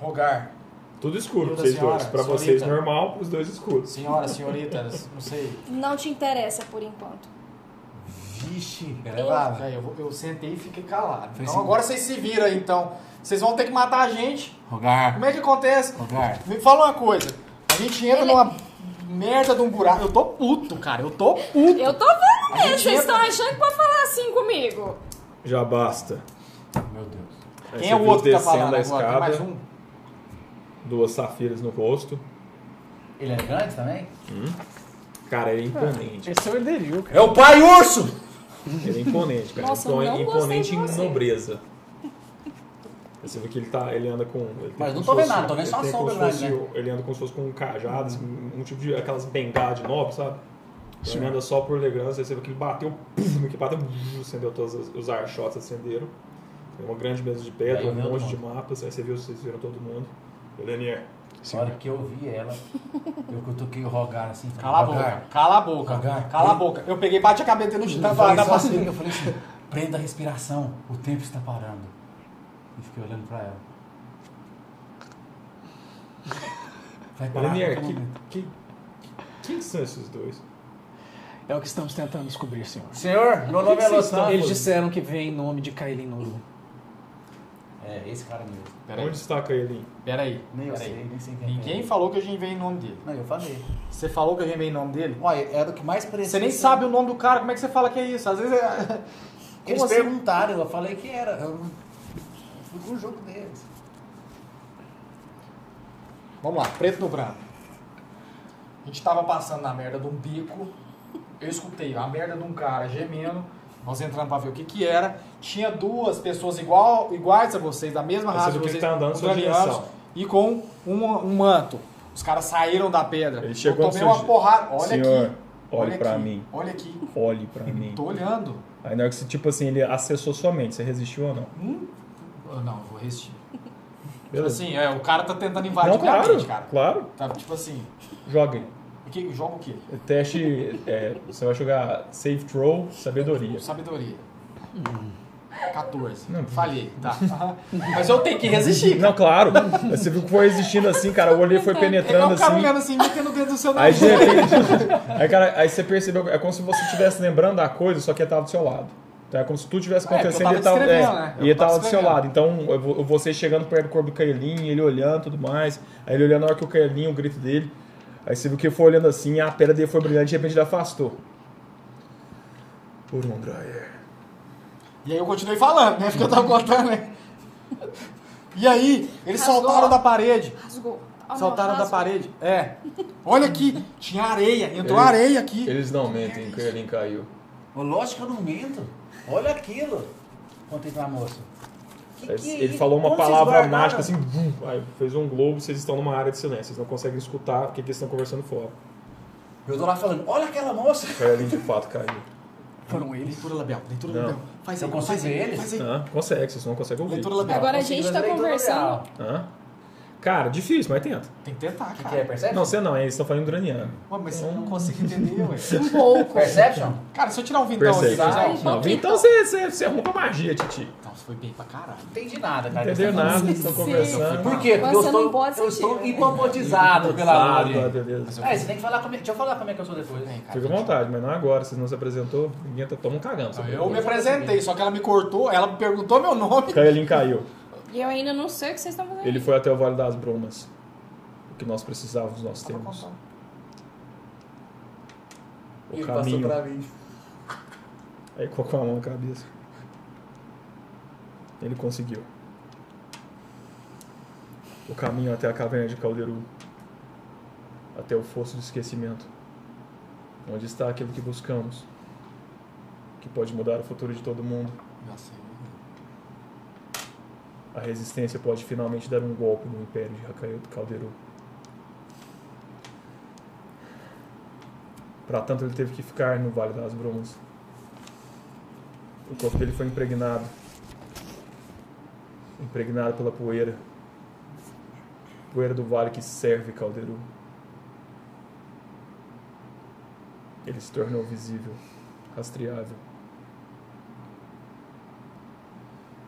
[SPEAKER 4] Rogar.
[SPEAKER 1] Tudo escuro pra
[SPEAKER 4] Toda
[SPEAKER 1] vocês
[SPEAKER 4] senhora,
[SPEAKER 1] dois. Pra
[SPEAKER 4] senhorita.
[SPEAKER 1] vocês normal, pros dois escuros.
[SPEAKER 4] Senhoras, senhoritas, não sei.
[SPEAKER 5] Não te interessa por enquanto.
[SPEAKER 3] Vixe,
[SPEAKER 4] Ah,
[SPEAKER 3] gravava.
[SPEAKER 4] velho, eu, vou- eu sentei e fiquei calado. Então
[SPEAKER 3] sentido.
[SPEAKER 4] agora vocês se viram aí, então. Vocês vão ter que matar a gente.
[SPEAKER 3] Rogar,
[SPEAKER 4] Como é que acontece?
[SPEAKER 3] rogar.
[SPEAKER 4] Me fala uma coisa. A gente entra
[SPEAKER 5] Ele-
[SPEAKER 4] numa
[SPEAKER 1] é
[SPEAKER 4] merda de um buraco. Eu tô puto, cara. Eu tô puto.
[SPEAKER 5] Eu tô vendo
[SPEAKER 4] A
[SPEAKER 5] mesmo,
[SPEAKER 4] gente
[SPEAKER 5] vocês
[SPEAKER 4] entra-
[SPEAKER 5] estão achando que pode falar assim comigo.
[SPEAKER 1] Já basta.
[SPEAKER 3] Meu Deus.
[SPEAKER 1] Aí
[SPEAKER 4] Quem
[SPEAKER 1] você
[SPEAKER 4] é o
[SPEAKER 1] viu
[SPEAKER 4] outro que tá
[SPEAKER 1] descendo
[SPEAKER 4] falando
[SPEAKER 1] a
[SPEAKER 4] agora? Tem mais
[SPEAKER 1] escada,
[SPEAKER 4] um.
[SPEAKER 1] duas safiras no rosto.
[SPEAKER 3] Ele é grande também?
[SPEAKER 1] Cara, ele é imponente.
[SPEAKER 2] Esse é o Elderil, cara.
[SPEAKER 3] É o pai urso!
[SPEAKER 1] Ele é imponente, cara.
[SPEAKER 5] Ah. Nossa,
[SPEAKER 1] Então,
[SPEAKER 5] eu não
[SPEAKER 1] é
[SPEAKER 5] gostei de
[SPEAKER 1] imponente em
[SPEAKER 5] você.
[SPEAKER 1] nobreza. Você vê que ele tá. Ele anda com. Ele tem
[SPEAKER 3] Mas não
[SPEAKER 1] como
[SPEAKER 3] tô
[SPEAKER 1] se
[SPEAKER 3] vendo
[SPEAKER 1] fosse-
[SPEAKER 3] nada, tô vendo
[SPEAKER 1] ele
[SPEAKER 3] só a
[SPEAKER 1] tem como
[SPEAKER 3] sombra
[SPEAKER 1] se
[SPEAKER 3] lá, né?
[SPEAKER 1] fosse- Ele anda como se fosse com cajados,
[SPEAKER 5] Uhum.
[SPEAKER 1] um um tipo de. aquelas bengadas de nobre, sabe? Então Ele anda só por elegância, você vê que ele bateu, puf, no que bateu, puf, acendeu todos os, os archotes, acenderam. Tem uma grande mesa de
[SPEAKER 3] Aí
[SPEAKER 1] pedra,
[SPEAKER 3] eu vi
[SPEAKER 1] um
[SPEAKER 3] todo
[SPEAKER 1] monte de
[SPEAKER 3] mundo.
[SPEAKER 1] mapas, aí você viu, vocês viram todo mundo. Elenier.
[SPEAKER 3] Na hora que eu vi ela, eu cutuquei o Rogar assim. falei,
[SPEAKER 4] Cala a boca.
[SPEAKER 3] Rogar.
[SPEAKER 4] Cala a boca.
[SPEAKER 3] Rogar.
[SPEAKER 4] Cala a boca. Eu peguei, bate a cabeça dele no chão.
[SPEAKER 3] Eu
[SPEAKER 4] Tá,
[SPEAKER 3] falei,
[SPEAKER 4] tá,
[SPEAKER 3] só
[SPEAKER 4] tá,
[SPEAKER 3] assim, eu falei assim, prenda a respiração, o tempo está parando. E fiquei olhando pra ela. Vai parar a
[SPEAKER 1] Elenier,
[SPEAKER 3] qualquer
[SPEAKER 1] que,
[SPEAKER 3] momento.
[SPEAKER 1] que, quem são esses dois?
[SPEAKER 2] É o que estamos tentando descobrir, senhor.
[SPEAKER 3] Senhor, meu nome é Lossano.
[SPEAKER 2] Eles disseram que vem em nome de Kailin Noru.
[SPEAKER 3] É, esse cara mesmo.
[SPEAKER 1] Onde destaca ele?
[SPEAKER 4] Peraí.
[SPEAKER 3] Nem eu
[SPEAKER 4] Peraí.
[SPEAKER 3] sei, nem sei quem é.
[SPEAKER 4] Ninguém falou que a gente veio em nome dele.
[SPEAKER 3] Não, eu falei.
[SPEAKER 4] Você falou que a gente veio em nome dele?
[SPEAKER 3] Olha, era o que mais parecia...
[SPEAKER 4] Você nem sabe o nome do cara, como é que você fala que é isso? Às vezes é.
[SPEAKER 3] Eles
[SPEAKER 4] Como assim?
[SPEAKER 3] perguntaram, eu falei que era. Eu não- eu fui com o jogo deles.
[SPEAKER 4] Vamos lá, preto no branco. A gente tava passando na merda de um bico. Eu escutei a merda de um cara gemendo. Nós entramos pra ver o que que era. Tinha duas pessoas igual, iguais a vocês, da mesma
[SPEAKER 1] Esse
[SPEAKER 4] raça
[SPEAKER 1] do
[SPEAKER 4] que
[SPEAKER 1] que
[SPEAKER 4] vocês,
[SPEAKER 1] tá andando na sua
[SPEAKER 4] australianos,
[SPEAKER 1] direção.
[SPEAKER 4] e com um, um manto. Os caras saíram da pedra.
[SPEAKER 1] Ele chegou
[SPEAKER 4] eu
[SPEAKER 1] no
[SPEAKER 4] tomei
[SPEAKER 1] seu
[SPEAKER 4] uma
[SPEAKER 1] je-
[SPEAKER 4] porrada. Olha
[SPEAKER 1] Senhor,
[SPEAKER 4] aqui.
[SPEAKER 1] olhe
[SPEAKER 4] olha
[SPEAKER 1] pra
[SPEAKER 4] aqui,
[SPEAKER 1] mim.
[SPEAKER 4] Olha aqui.
[SPEAKER 1] Olhe pra mim.
[SPEAKER 4] Tô olhando.
[SPEAKER 1] Aí na hora que você, tipo assim, ele acessou sua mente, você resistiu ou não?
[SPEAKER 4] Ah, Não, eu vou resistir. Tipo
[SPEAKER 1] Beleza.
[SPEAKER 4] assim, é, o cara tá tentando invadir
[SPEAKER 1] não,
[SPEAKER 4] minha
[SPEAKER 1] claro,
[SPEAKER 4] mente, cara.
[SPEAKER 1] claro.
[SPEAKER 4] Tá, tipo assim,
[SPEAKER 1] Joga aí.
[SPEAKER 4] o que, joga o quê?
[SPEAKER 1] Teste, é, você vai jogar Save Throw, Sabedoria.
[SPEAKER 4] Sabedoria. 14.
[SPEAKER 1] Não.
[SPEAKER 4] Falhei, tá. Mas eu tenho que resistir.
[SPEAKER 1] Não, claro. Você viu que foi existindo assim, cara. O olho foi
[SPEAKER 4] Não
[SPEAKER 1] penetrando
[SPEAKER 4] ficar
[SPEAKER 1] assim.
[SPEAKER 4] olhando assim, metendo É o dedo no seu
[SPEAKER 1] Aí,
[SPEAKER 4] nariz.
[SPEAKER 1] de repente, aí, cara, aí você percebeu, é como se você estivesse lembrando da coisa, só que ele tava do seu lado. Então é como se tudo tivesse
[SPEAKER 4] É, porque eu
[SPEAKER 1] acontecendo e ele
[SPEAKER 4] tava
[SPEAKER 1] tava, é,
[SPEAKER 4] descrevendo, né? Eu
[SPEAKER 1] e ele
[SPEAKER 4] tava
[SPEAKER 1] tava do seu
[SPEAKER 4] descrevendo.
[SPEAKER 1] lado. Então eu vou- você chegando perto do corpo do Caelinho, ele olhando e tudo mais. Aí ele olhando na hora que o Caelinho, o grito dele. Aí você viu que ele foi olhando assim, a pedra dele foi brilhante de repente ele afastou. Por um dryer.
[SPEAKER 4] E aí eu continuei falando, né? Porque eu tava contando, né? E aí, eles soltaram da parede.
[SPEAKER 5] Rasgou. Ah, não,
[SPEAKER 4] Soltaram da
[SPEAKER 5] rasgou.
[SPEAKER 4] parede. É. Olha aqui, tinha areia. Entrou areia aqui.
[SPEAKER 1] Eles não mentem, o Caelinho caiu.
[SPEAKER 3] Ô, Lógico que eu não minto. Olha aquilo. Contei pra moça. Que
[SPEAKER 1] Ele,
[SPEAKER 3] que é
[SPEAKER 1] ele
[SPEAKER 3] isso?
[SPEAKER 1] falou uma
[SPEAKER 3] Como vocês
[SPEAKER 1] palavra
[SPEAKER 3] guardaram?
[SPEAKER 1] mágica assim, vum, aí fez um globo, vocês estão numa área de silêncio, vocês não conseguem escutar o que que eles estão conversando fora.
[SPEAKER 3] Eu tô lá falando, olha aquela moça.
[SPEAKER 1] O Caelinho de fato caiu.
[SPEAKER 2] Foram eles.
[SPEAKER 4] Leitura labial, leitura
[SPEAKER 1] Não.
[SPEAKER 4] labial. Faz aí,
[SPEAKER 3] Eu consigo
[SPEAKER 4] faz aí,
[SPEAKER 3] ver eles?
[SPEAKER 4] Faz aí.
[SPEAKER 1] Hã? consegue, vocês não conseguem ouvir.
[SPEAKER 4] Leitura labial.
[SPEAKER 5] Agora a
[SPEAKER 4] Consegui.
[SPEAKER 5] gente tá
[SPEAKER 3] Leitura
[SPEAKER 5] conversando.
[SPEAKER 3] labial.
[SPEAKER 1] Hã? Cara, difícil, mas tenta.
[SPEAKER 4] Tem que tentar,
[SPEAKER 3] Que que é,
[SPEAKER 4] cara.
[SPEAKER 3] perception?
[SPEAKER 1] Não, você não, eles estão falando duraniano.
[SPEAKER 4] Ué, mas eu não consigo entender, ué.
[SPEAKER 3] Perception?
[SPEAKER 4] Cara, se eu tirar um vintão aqui,
[SPEAKER 1] Percebe?
[SPEAKER 4] vocês
[SPEAKER 5] Sai.
[SPEAKER 4] vão-
[SPEAKER 1] Não, então você, você, você arruma magia, Titi.
[SPEAKER 4] Nossa, Então, foi bem pra caralho.
[SPEAKER 3] Não entendi nada, cara. tá
[SPEAKER 1] Não entendeu nada, eles
[SPEAKER 5] Sim.
[SPEAKER 1] estão conversando.
[SPEAKER 3] Por quê? Porque eu
[SPEAKER 5] Você não
[SPEAKER 3] estou,
[SPEAKER 5] pode
[SPEAKER 3] eu
[SPEAKER 5] sentir,
[SPEAKER 3] estou
[SPEAKER 5] né?
[SPEAKER 3] hipnotizado pela
[SPEAKER 1] Ah,
[SPEAKER 3] lua.
[SPEAKER 1] beleza.
[SPEAKER 3] É, você tem que falar como é. Deixa eu falar como é que eu sou depois.
[SPEAKER 4] Vem, cara.
[SPEAKER 1] Fica à vontade, mas não agora, vocês não se apresentou, ninguém tá tomando um cagão.
[SPEAKER 4] Eu me apresentei, só que ela me cortou, ela me perguntou meu nome.
[SPEAKER 1] Caelinho caiu.
[SPEAKER 5] E eu ainda não sei o que vocês estão fazendo.
[SPEAKER 1] Ele foi até o Vale das Brumas. O que nós precisávamos, nós temos. O
[SPEAKER 3] Ele passou
[SPEAKER 1] caminho.
[SPEAKER 3] pra mim.
[SPEAKER 1] Aí colocou a mão na cabeça. Ele conseguiu. O caminho até a caverna de Calderu. Até o fosso do esquecimento. Onde está aquilo que buscamos. Que pode mudar o futuro de todo mundo. A resistência pode finalmente dar um golpe no Império de Hakaio Calderu. Para tanto, ele teve que ficar no Vale das Brumas. O corpo dele foi impregnado impregnado pela poeira. Poeira do vale que serve Calderu. Ele se tornou visível, rastreável.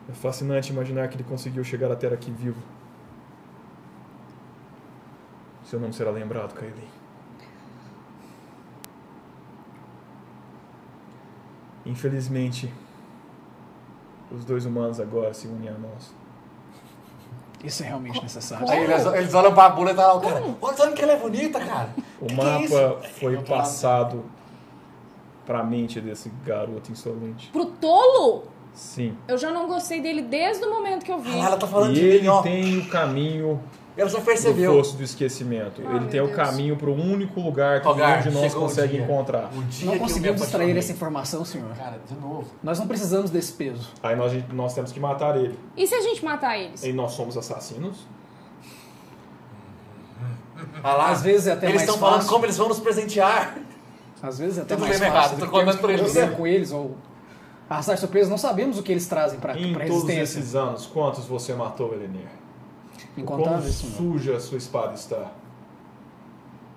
[SPEAKER 1] É fascinante imaginar que ele conseguiu chegar até aqui vivo. Seu nome será lembrado, Kaelin. Infelizmente, os dois humanos agora se unem a nós.
[SPEAKER 2] Isso é realmente necessário.
[SPEAKER 3] Aí eles, eles olham pra bula e tá lá o cara. Olha só que ela é bonita, cara.
[SPEAKER 1] O
[SPEAKER 3] Que que é
[SPEAKER 1] mapa foi
[SPEAKER 3] Eu tô lá.
[SPEAKER 1] passado pra mente desse garoto insolente.
[SPEAKER 5] Pro tolo,
[SPEAKER 1] Sim.
[SPEAKER 5] eu já não gostei dele desde o momento que eu vi.
[SPEAKER 3] Ah, ela tá falando
[SPEAKER 1] e
[SPEAKER 3] de
[SPEAKER 1] ele
[SPEAKER 3] mim, ó.
[SPEAKER 1] tem o caminho
[SPEAKER 3] Ela só
[SPEAKER 1] do
[SPEAKER 3] percebeu.
[SPEAKER 1] fosso do esquecimento.
[SPEAKER 5] Ah,
[SPEAKER 1] ele
[SPEAKER 5] meu
[SPEAKER 1] tem o
[SPEAKER 5] Deus.
[SPEAKER 1] caminho pro único lugar que
[SPEAKER 3] Togar,
[SPEAKER 1] nenhum de nós
[SPEAKER 3] chegou o
[SPEAKER 1] consegue
[SPEAKER 3] dia.
[SPEAKER 1] encontrar.
[SPEAKER 3] O dia
[SPEAKER 2] Não
[SPEAKER 3] que eu me
[SPEAKER 2] conseguiu
[SPEAKER 3] apaixonei.
[SPEAKER 2] distrair essa informação, senhor.
[SPEAKER 3] Cara, de novo.
[SPEAKER 2] Nós não precisamos desse peso.
[SPEAKER 1] Aí nós, nós temos que matar ele.
[SPEAKER 5] E se a gente matar eles?
[SPEAKER 1] E nós somos assassinos?
[SPEAKER 3] Ah lá,
[SPEAKER 2] Às vezes é até
[SPEAKER 3] Eles
[SPEAKER 2] mais
[SPEAKER 3] estão falando
[SPEAKER 2] fácil.
[SPEAKER 3] como eles vão nos presentear.
[SPEAKER 2] Às vezes é até
[SPEAKER 3] Tudo
[SPEAKER 2] mais
[SPEAKER 3] bem,
[SPEAKER 2] fácil
[SPEAKER 3] errado,
[SPEAKER 2] do
[SPEAKER 3] tô
[SPEAKER 2] que termos
[SPEAKER 3] contando pra eles,
[SPEAKER 2] problema
[SPEAKER 3] né?
[SPEAKER 2] com eles ou arrastar surpresa. Não sabemos o Ah, que eles trazem pra,
[SPEAKER 1] em
[SPEAKER 2] pra
[SPEAKER 1] todos
[SPEAKER 2] resistência.
[SPEAKER 1] esses anos, quantos você matou, Elenir? Quão
[SPEAKER 2] Incontáveis, senhor.
[SPEAKER 1] suja a sua espada está?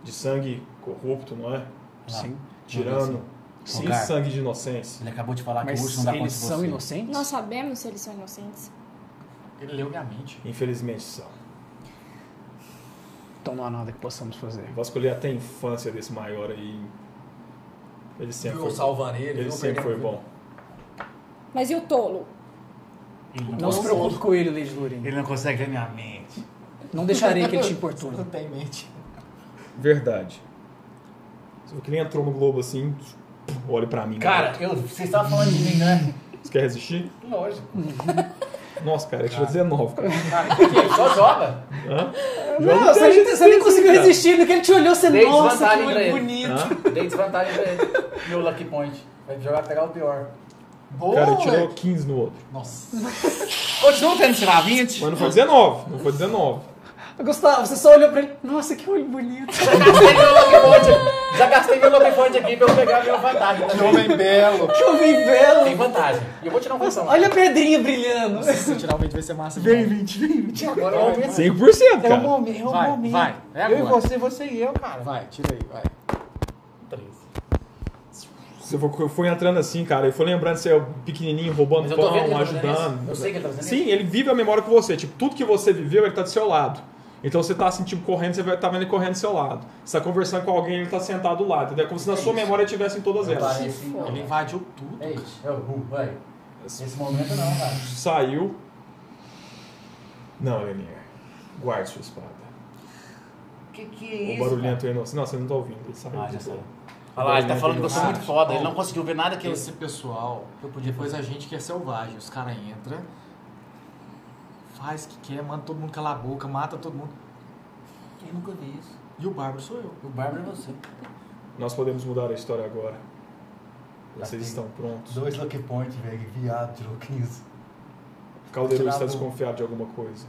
[SPEAKER 1] De sangue corrupto, não é?
[SPEAKER 3] Ah,
[SPEAKER 2] Sim.
[SPEAKER 1] Tirano. Sem
[SPEAKER 3] Togar.
[SPEAKER 1] sangue de inocência.
[SPEAKER 3] Ele acabou de falar que o urso
[SPEAKER 2] Mas
[SPEAKER 3] não dá conta
[SPEAKER 2] eles
[SPEAKER 3] de
[SPEAKER 2] são
[SPEAKER 3] você.
[SPEAKER 2] inocentes?
[SPEAKER 5] Nós sabemos se eles são inocentes.
[SPEAKER 3] Ele leu minha mente.
[SPEAKER 1] Infelizmente são.
[SPEAKER 2] Então não há nada que possamos fazer.
[SPEAKER 1] Vasculhei até a infância desse maior aí. Ele sempre
[SPEAKER 3] Viu eu
[SPEAKER 1] foi,
[SPEAKER 3] salvando ele.
[SPEAKER 1] ele
[SPEAKER 3] viu
[SPEAKER 1] sempre
[SPEAKER 3] perdendo-
[SPEAKER 1] foi bom.
[SPEAKER 5] Mas e o tolo?
[SPEAKER 3] Ele
[SPEAKER 2] Não se
[SPEAKER 3] consegue-
[SPEAKER 2] preocupe com ele, Lady Durin.
[SPEAKER 3] Ele não consegue ler minha mente.
[SPEAKER 2] Não deixarei que ele te importune.
[SPEAKER 4] Não tem mente.
[SPEAKER 1] Verdade. Só que nem entrou no globo assim, olha pra mim.
[SPEAKER 3] Cara, eu, vocês estavam falando de mim, né?
[SPEAKER 1] Você quer resistir?
[SPEAKER 3] Lógico.
[SPEAKER 1] Nossa, cara, ele tirou 19, cara.
[SPEAKER 3] Cara, que que é? Só joga.
[SPEAKER 1] Hã?
[SPEAKER 2] Não, você, nem- você nem conseguiu
[SPEAKER 1] cara.
[SPEAKER 2] resistir, porque ele te olhou você,
[SPEAKER 3] Dei
[SPEAKER 2] nossa,
[SPEAKER 3] desvantagem pra
[SPEAKER 2] que
[SPEAKER 3] ele.
[SPEAKER 2] bonito.
[SPEAKER 1] Hã?
[SPEAKER 3] Dei desvantagem pra ele. E o Lucky Point. Vai jogar pegar o pior.
[SPEAKER 4] Boa,
[SPEAKER 1] Cara, ele tirou
[SPEAKER 4] moleque.
[SPEAKER 1] 15 no outro.
[SPEAKER 3] Nossa.
[SPEAKER 4] Continua tendo que tirar 20?
[SPEAKER 1] Mas não foi 19, não foi 19.
[SPEAKER 2] Gustavo, você só olhou pra ele, nossa, que olho bonito.
[SPEAKER 3] Gastei meu Lucky Point. Já gastei meu Lucky Point aqui pra eu pegar minha vantagem.
[SPEAKER 4] Que
[SPEAKER 3] também.
[SPEAKER 4] Tá homem belo.
[SPEAKER 2] Que homem
[SPEAKER 3] Tem
[SPEAKER 2] belo.
[SPEAKER 3] vantagem. E eu vou tirar um função.
[SPEAKER 2] Olha a pedrinha brilhando.
[SPEAKER 4] Se eu tirar o 20 vai ser massa.
[SPEAKER 2] Vem,
[SPEAKER 4] demais.
[SPEAKER 2] 20, vem, 20.
[SPEAKER 3] Agora eu aumento.
[SPEAKER 1] 100%, cara.
[SPEAKER 4] momento, é
[SPEAKER 3] Vai, vai. É
[SPEAKER 4] eu e
[SPEAKER 3] agora.
[SPEAKER 4] você, você e
[SPEAKER 3] é
[SPEAKER 4] eu, cara. Vai, tira aí, vai.
[SPEAKER 3] Três.
[SPEAKER 1] Você foi, foi entrando assim, cara. Eu fui lembrando de ser pequenininho, roubando
[SPEAKER 3] Mas eu tô
[SPEAKER 1] pão,
[SPEAKER 3] vendo ele fazendo
[SPEAKER 1] ajudando.
[SPEAKER 3] isso. Eu sei que ele tá fazendo
[SPEAKER 1] Sim, ele vive a memória que você. Tipo, tudo que você viveu, ele tá do seu lado. Então você tá assim, tipo, correndo, você vai tá vendo ele correndo do seu lado. Você tá conversando com alguém, ele tá sentado do lado. entendeu? É como se na sua memória tivessem todas elas.
[SPEAKER 3] Parece-
[SPEAKER 4] Ele invadiu tudo.
[SPEAKER 3] É isso. É o Ru, vai. Nesse momento não, cara.
[SPEAKER 1] Saiu. Não, Lenir. Guarde sua espada.
[SPEAKER 3] Que que é
[SPEAKER 1] O
[SPEAKER 3] isso?
[SPEAKER 1] barulhento aí não. Não, você não tá ouvindo. Ele saiu.
[SPEAKER 3] Ah, já saiu. Olha lá, ele tá falando que eu sou muito foda. Ele não conseguiu ver nada que eu...
[SPEAKER 4] é Esse pessoal, eu podia depois a gente que é selvagem. Os caras entram, faz o que quer, manda todo mundo calar a boca, mata todo mundo.
[SPEAKER 3] Eu nunca vi isso.
[SPEAKER 4] E o Bárbaro sou eu.
[SPEAKER 3] O Bárbaro é você.
[SPEAKER 1] Nós podemos mudar a história agora.
[SPEAKER 3] Já tem.
[SPEAKER 1] Vocês estão prontos.
[SPEAKER 3] Dois Lucky Point, velho. Viado, tirou 15.
[SPEAKER 1] Calderu
[SPEAKER 3] Tirar
[SPEAKER 1] está
[SPEAKER 3] do-
[SPEAKER 1] desconfiado de alguma coisa.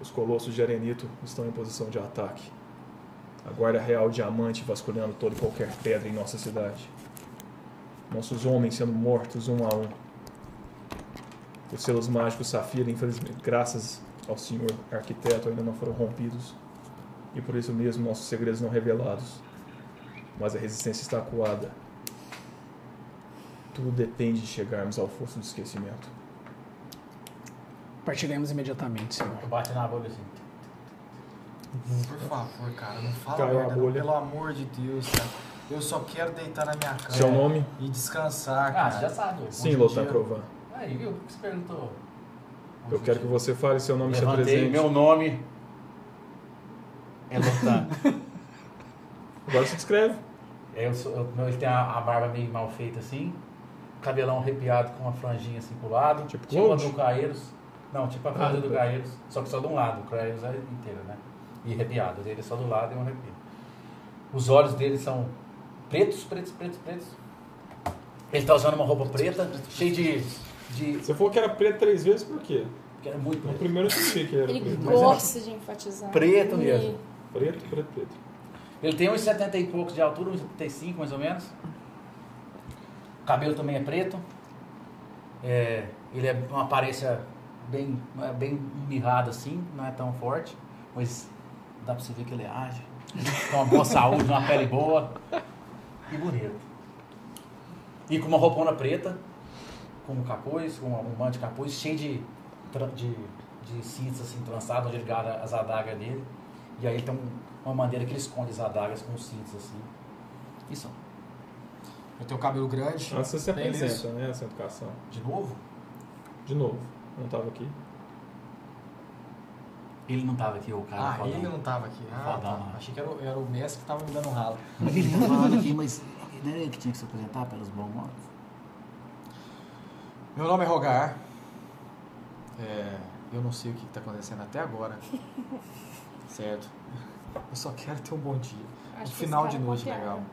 [SPEAKER 1] Os colossos de Arenito estão em posição de ataque. A Guarda Real Diamante vasculhando toda e qualquer pedra em nossa cidade. Nossos homens sendo mortos um a um. Os selos mágicos Safira, infelizmente, graças ao senhor arquiteto, ainda não foram rompidos. E por isso mesmo nossos segredos não revelados. Mas a resistência está acuada. Tudo depende de chegarmos ao fosso do esquecimento.
[SPEAKER 2] Partiremos imediatamente, senhor.
[SPEAKER 3] Eu bati na bolha assim.
[SPEAKER 4] Por favor, cara, não fala
[SPEAKER 1] Caiu a
[SPEAKER 4] merda, não,
[SPEAKER 1] bolha.
[SPEAKER 4] pelo amor de Deus, cara. Eu só quero deitar na minha cama
[SPEAKER 1] Seu nome?
[SPEAKER 4] e descansar,
[SPEAKER 3] Ah,
[SPEAKER 4] cara.
[SPEAKER 3] você já sabe.
[SPEAKER 1] Sim,
[SPEAKER 4] Hoje em
[SPEAKER 1] Lothar
[SPEAKER 4] dia-
[SPEAKER 1] Provan.
[SPEAKER 3] Ah, Aí, viu? Por que você perguntou?
[SPEAKER 1] Eu quero que você fale seu nome e se
[SPEAKER 3] Levantei,
[SPEAKER 1] apresente.
[SPEAKER 3] meu nome é Lotan.
[SPEAKER 1] Agora se descreve.
[SPEAKER 3] eu sou, eu, meu, ele tem a, a barba meio mal feita assim, cabelão arrepiado com uma franjinha assim pro lado.
[SPEAKER 1] Tipo
[SPEAKER 3] a
[SPEAKER 1] Conde?
[SPEAKER 3] do Caeiros. Não, tipo a franja
[SPEAKER 1] Ah,
[SPEAKER 3] do
[SPEAKER 1] tá.
[SPEAKER 3] Caeiros, só que só de um lado. O Caeiros é inteiro, né? E arrepiado. O Dele é só do lado e um arrepio. Os olhos dele são pretos, pretos, pretos, pretos. Ele tá usando uma roupa preta, cheia de. de
[SPEAKER 1] Você falou que era preto três vezes, por quê?
[SPEAKER 3] que é muito
[SPEAKER 1] No
[SPEAKER 3] preto.
[SPEAKER 1] primeiro eu entendi que era
[SPEAKER 5] Ele
[SPEAKER 1] preto. mas era
[SPEAKER 5] gosta de enfatizar.
[SPEAKER 3] Preto
[SPEAKER 5] E-
[SPEAKER 3] mesmo.
[SPEAKER 1] Preto, preto, preto.
[SPEAKER 3] Ele tem uns 70 e poucos de altura, uns 75 mais ou menos. O cabelo também é preto. É, ele é uma aparência bem, é bem mirrada assim, não é tão forte, mas dá pra você ver que ele é ágil. Com uma boa saúde, uma pele boa e bonito. E com uma roupona preta, com um capuz, com um manto de capuz, cheio de, tra- de, de cintos assim, trançados, onde ele guarda as adagas dele. E aí tem um- uma maneira que ele esconde as adagas com os cintos assim. Isso.
[SPEAKER 4] Eu tenho cabelo grande.
[SPEAKER 1] Ah, você se
[SPEAKER 4] Tem isso.
[SPEAKER 1] apresenta, né, essa educação.
[SPEAKER 3] De novo?
[SPEAKER 1] De novo, não tava aqui.
[SPEAKER 3] Ele não tava aqui, o cara.
[SPEAKER 4] Ah,
[SPEAKER 3] fodão.
[SPEAKER 4] ele não tava aqui. Ah,
[SPEAKER 3] Fodão,
[SPEAKER 4] tá.
[SPEAKER 3] né?
[SPEAKER 4] Achei que era, o- era o Messi que tava me dando um ralo.
[SPEAKER 3] Ele tá falando aqui, mas não era ele que tinha que se apresentar pelos bons modos?
[SPEAKER 4] Meu nome é Rogar. É, eu não sei o que está acontecendo até agora. certo? Eu só quero ter um bom dia.
[SPEAKER 5] Acho
[SPEAKER 4] um
[SPEAKER 5] que
[SPEAKER 4] final
[SPEAKER 5] esse
[SPEAKER 4] de
[SPEAKER 5] cara é
[SPEAKER 4] noite
[SPEAKER 5] uma
[SPEAKER 4] legal.
[SPEAKER 5] piada.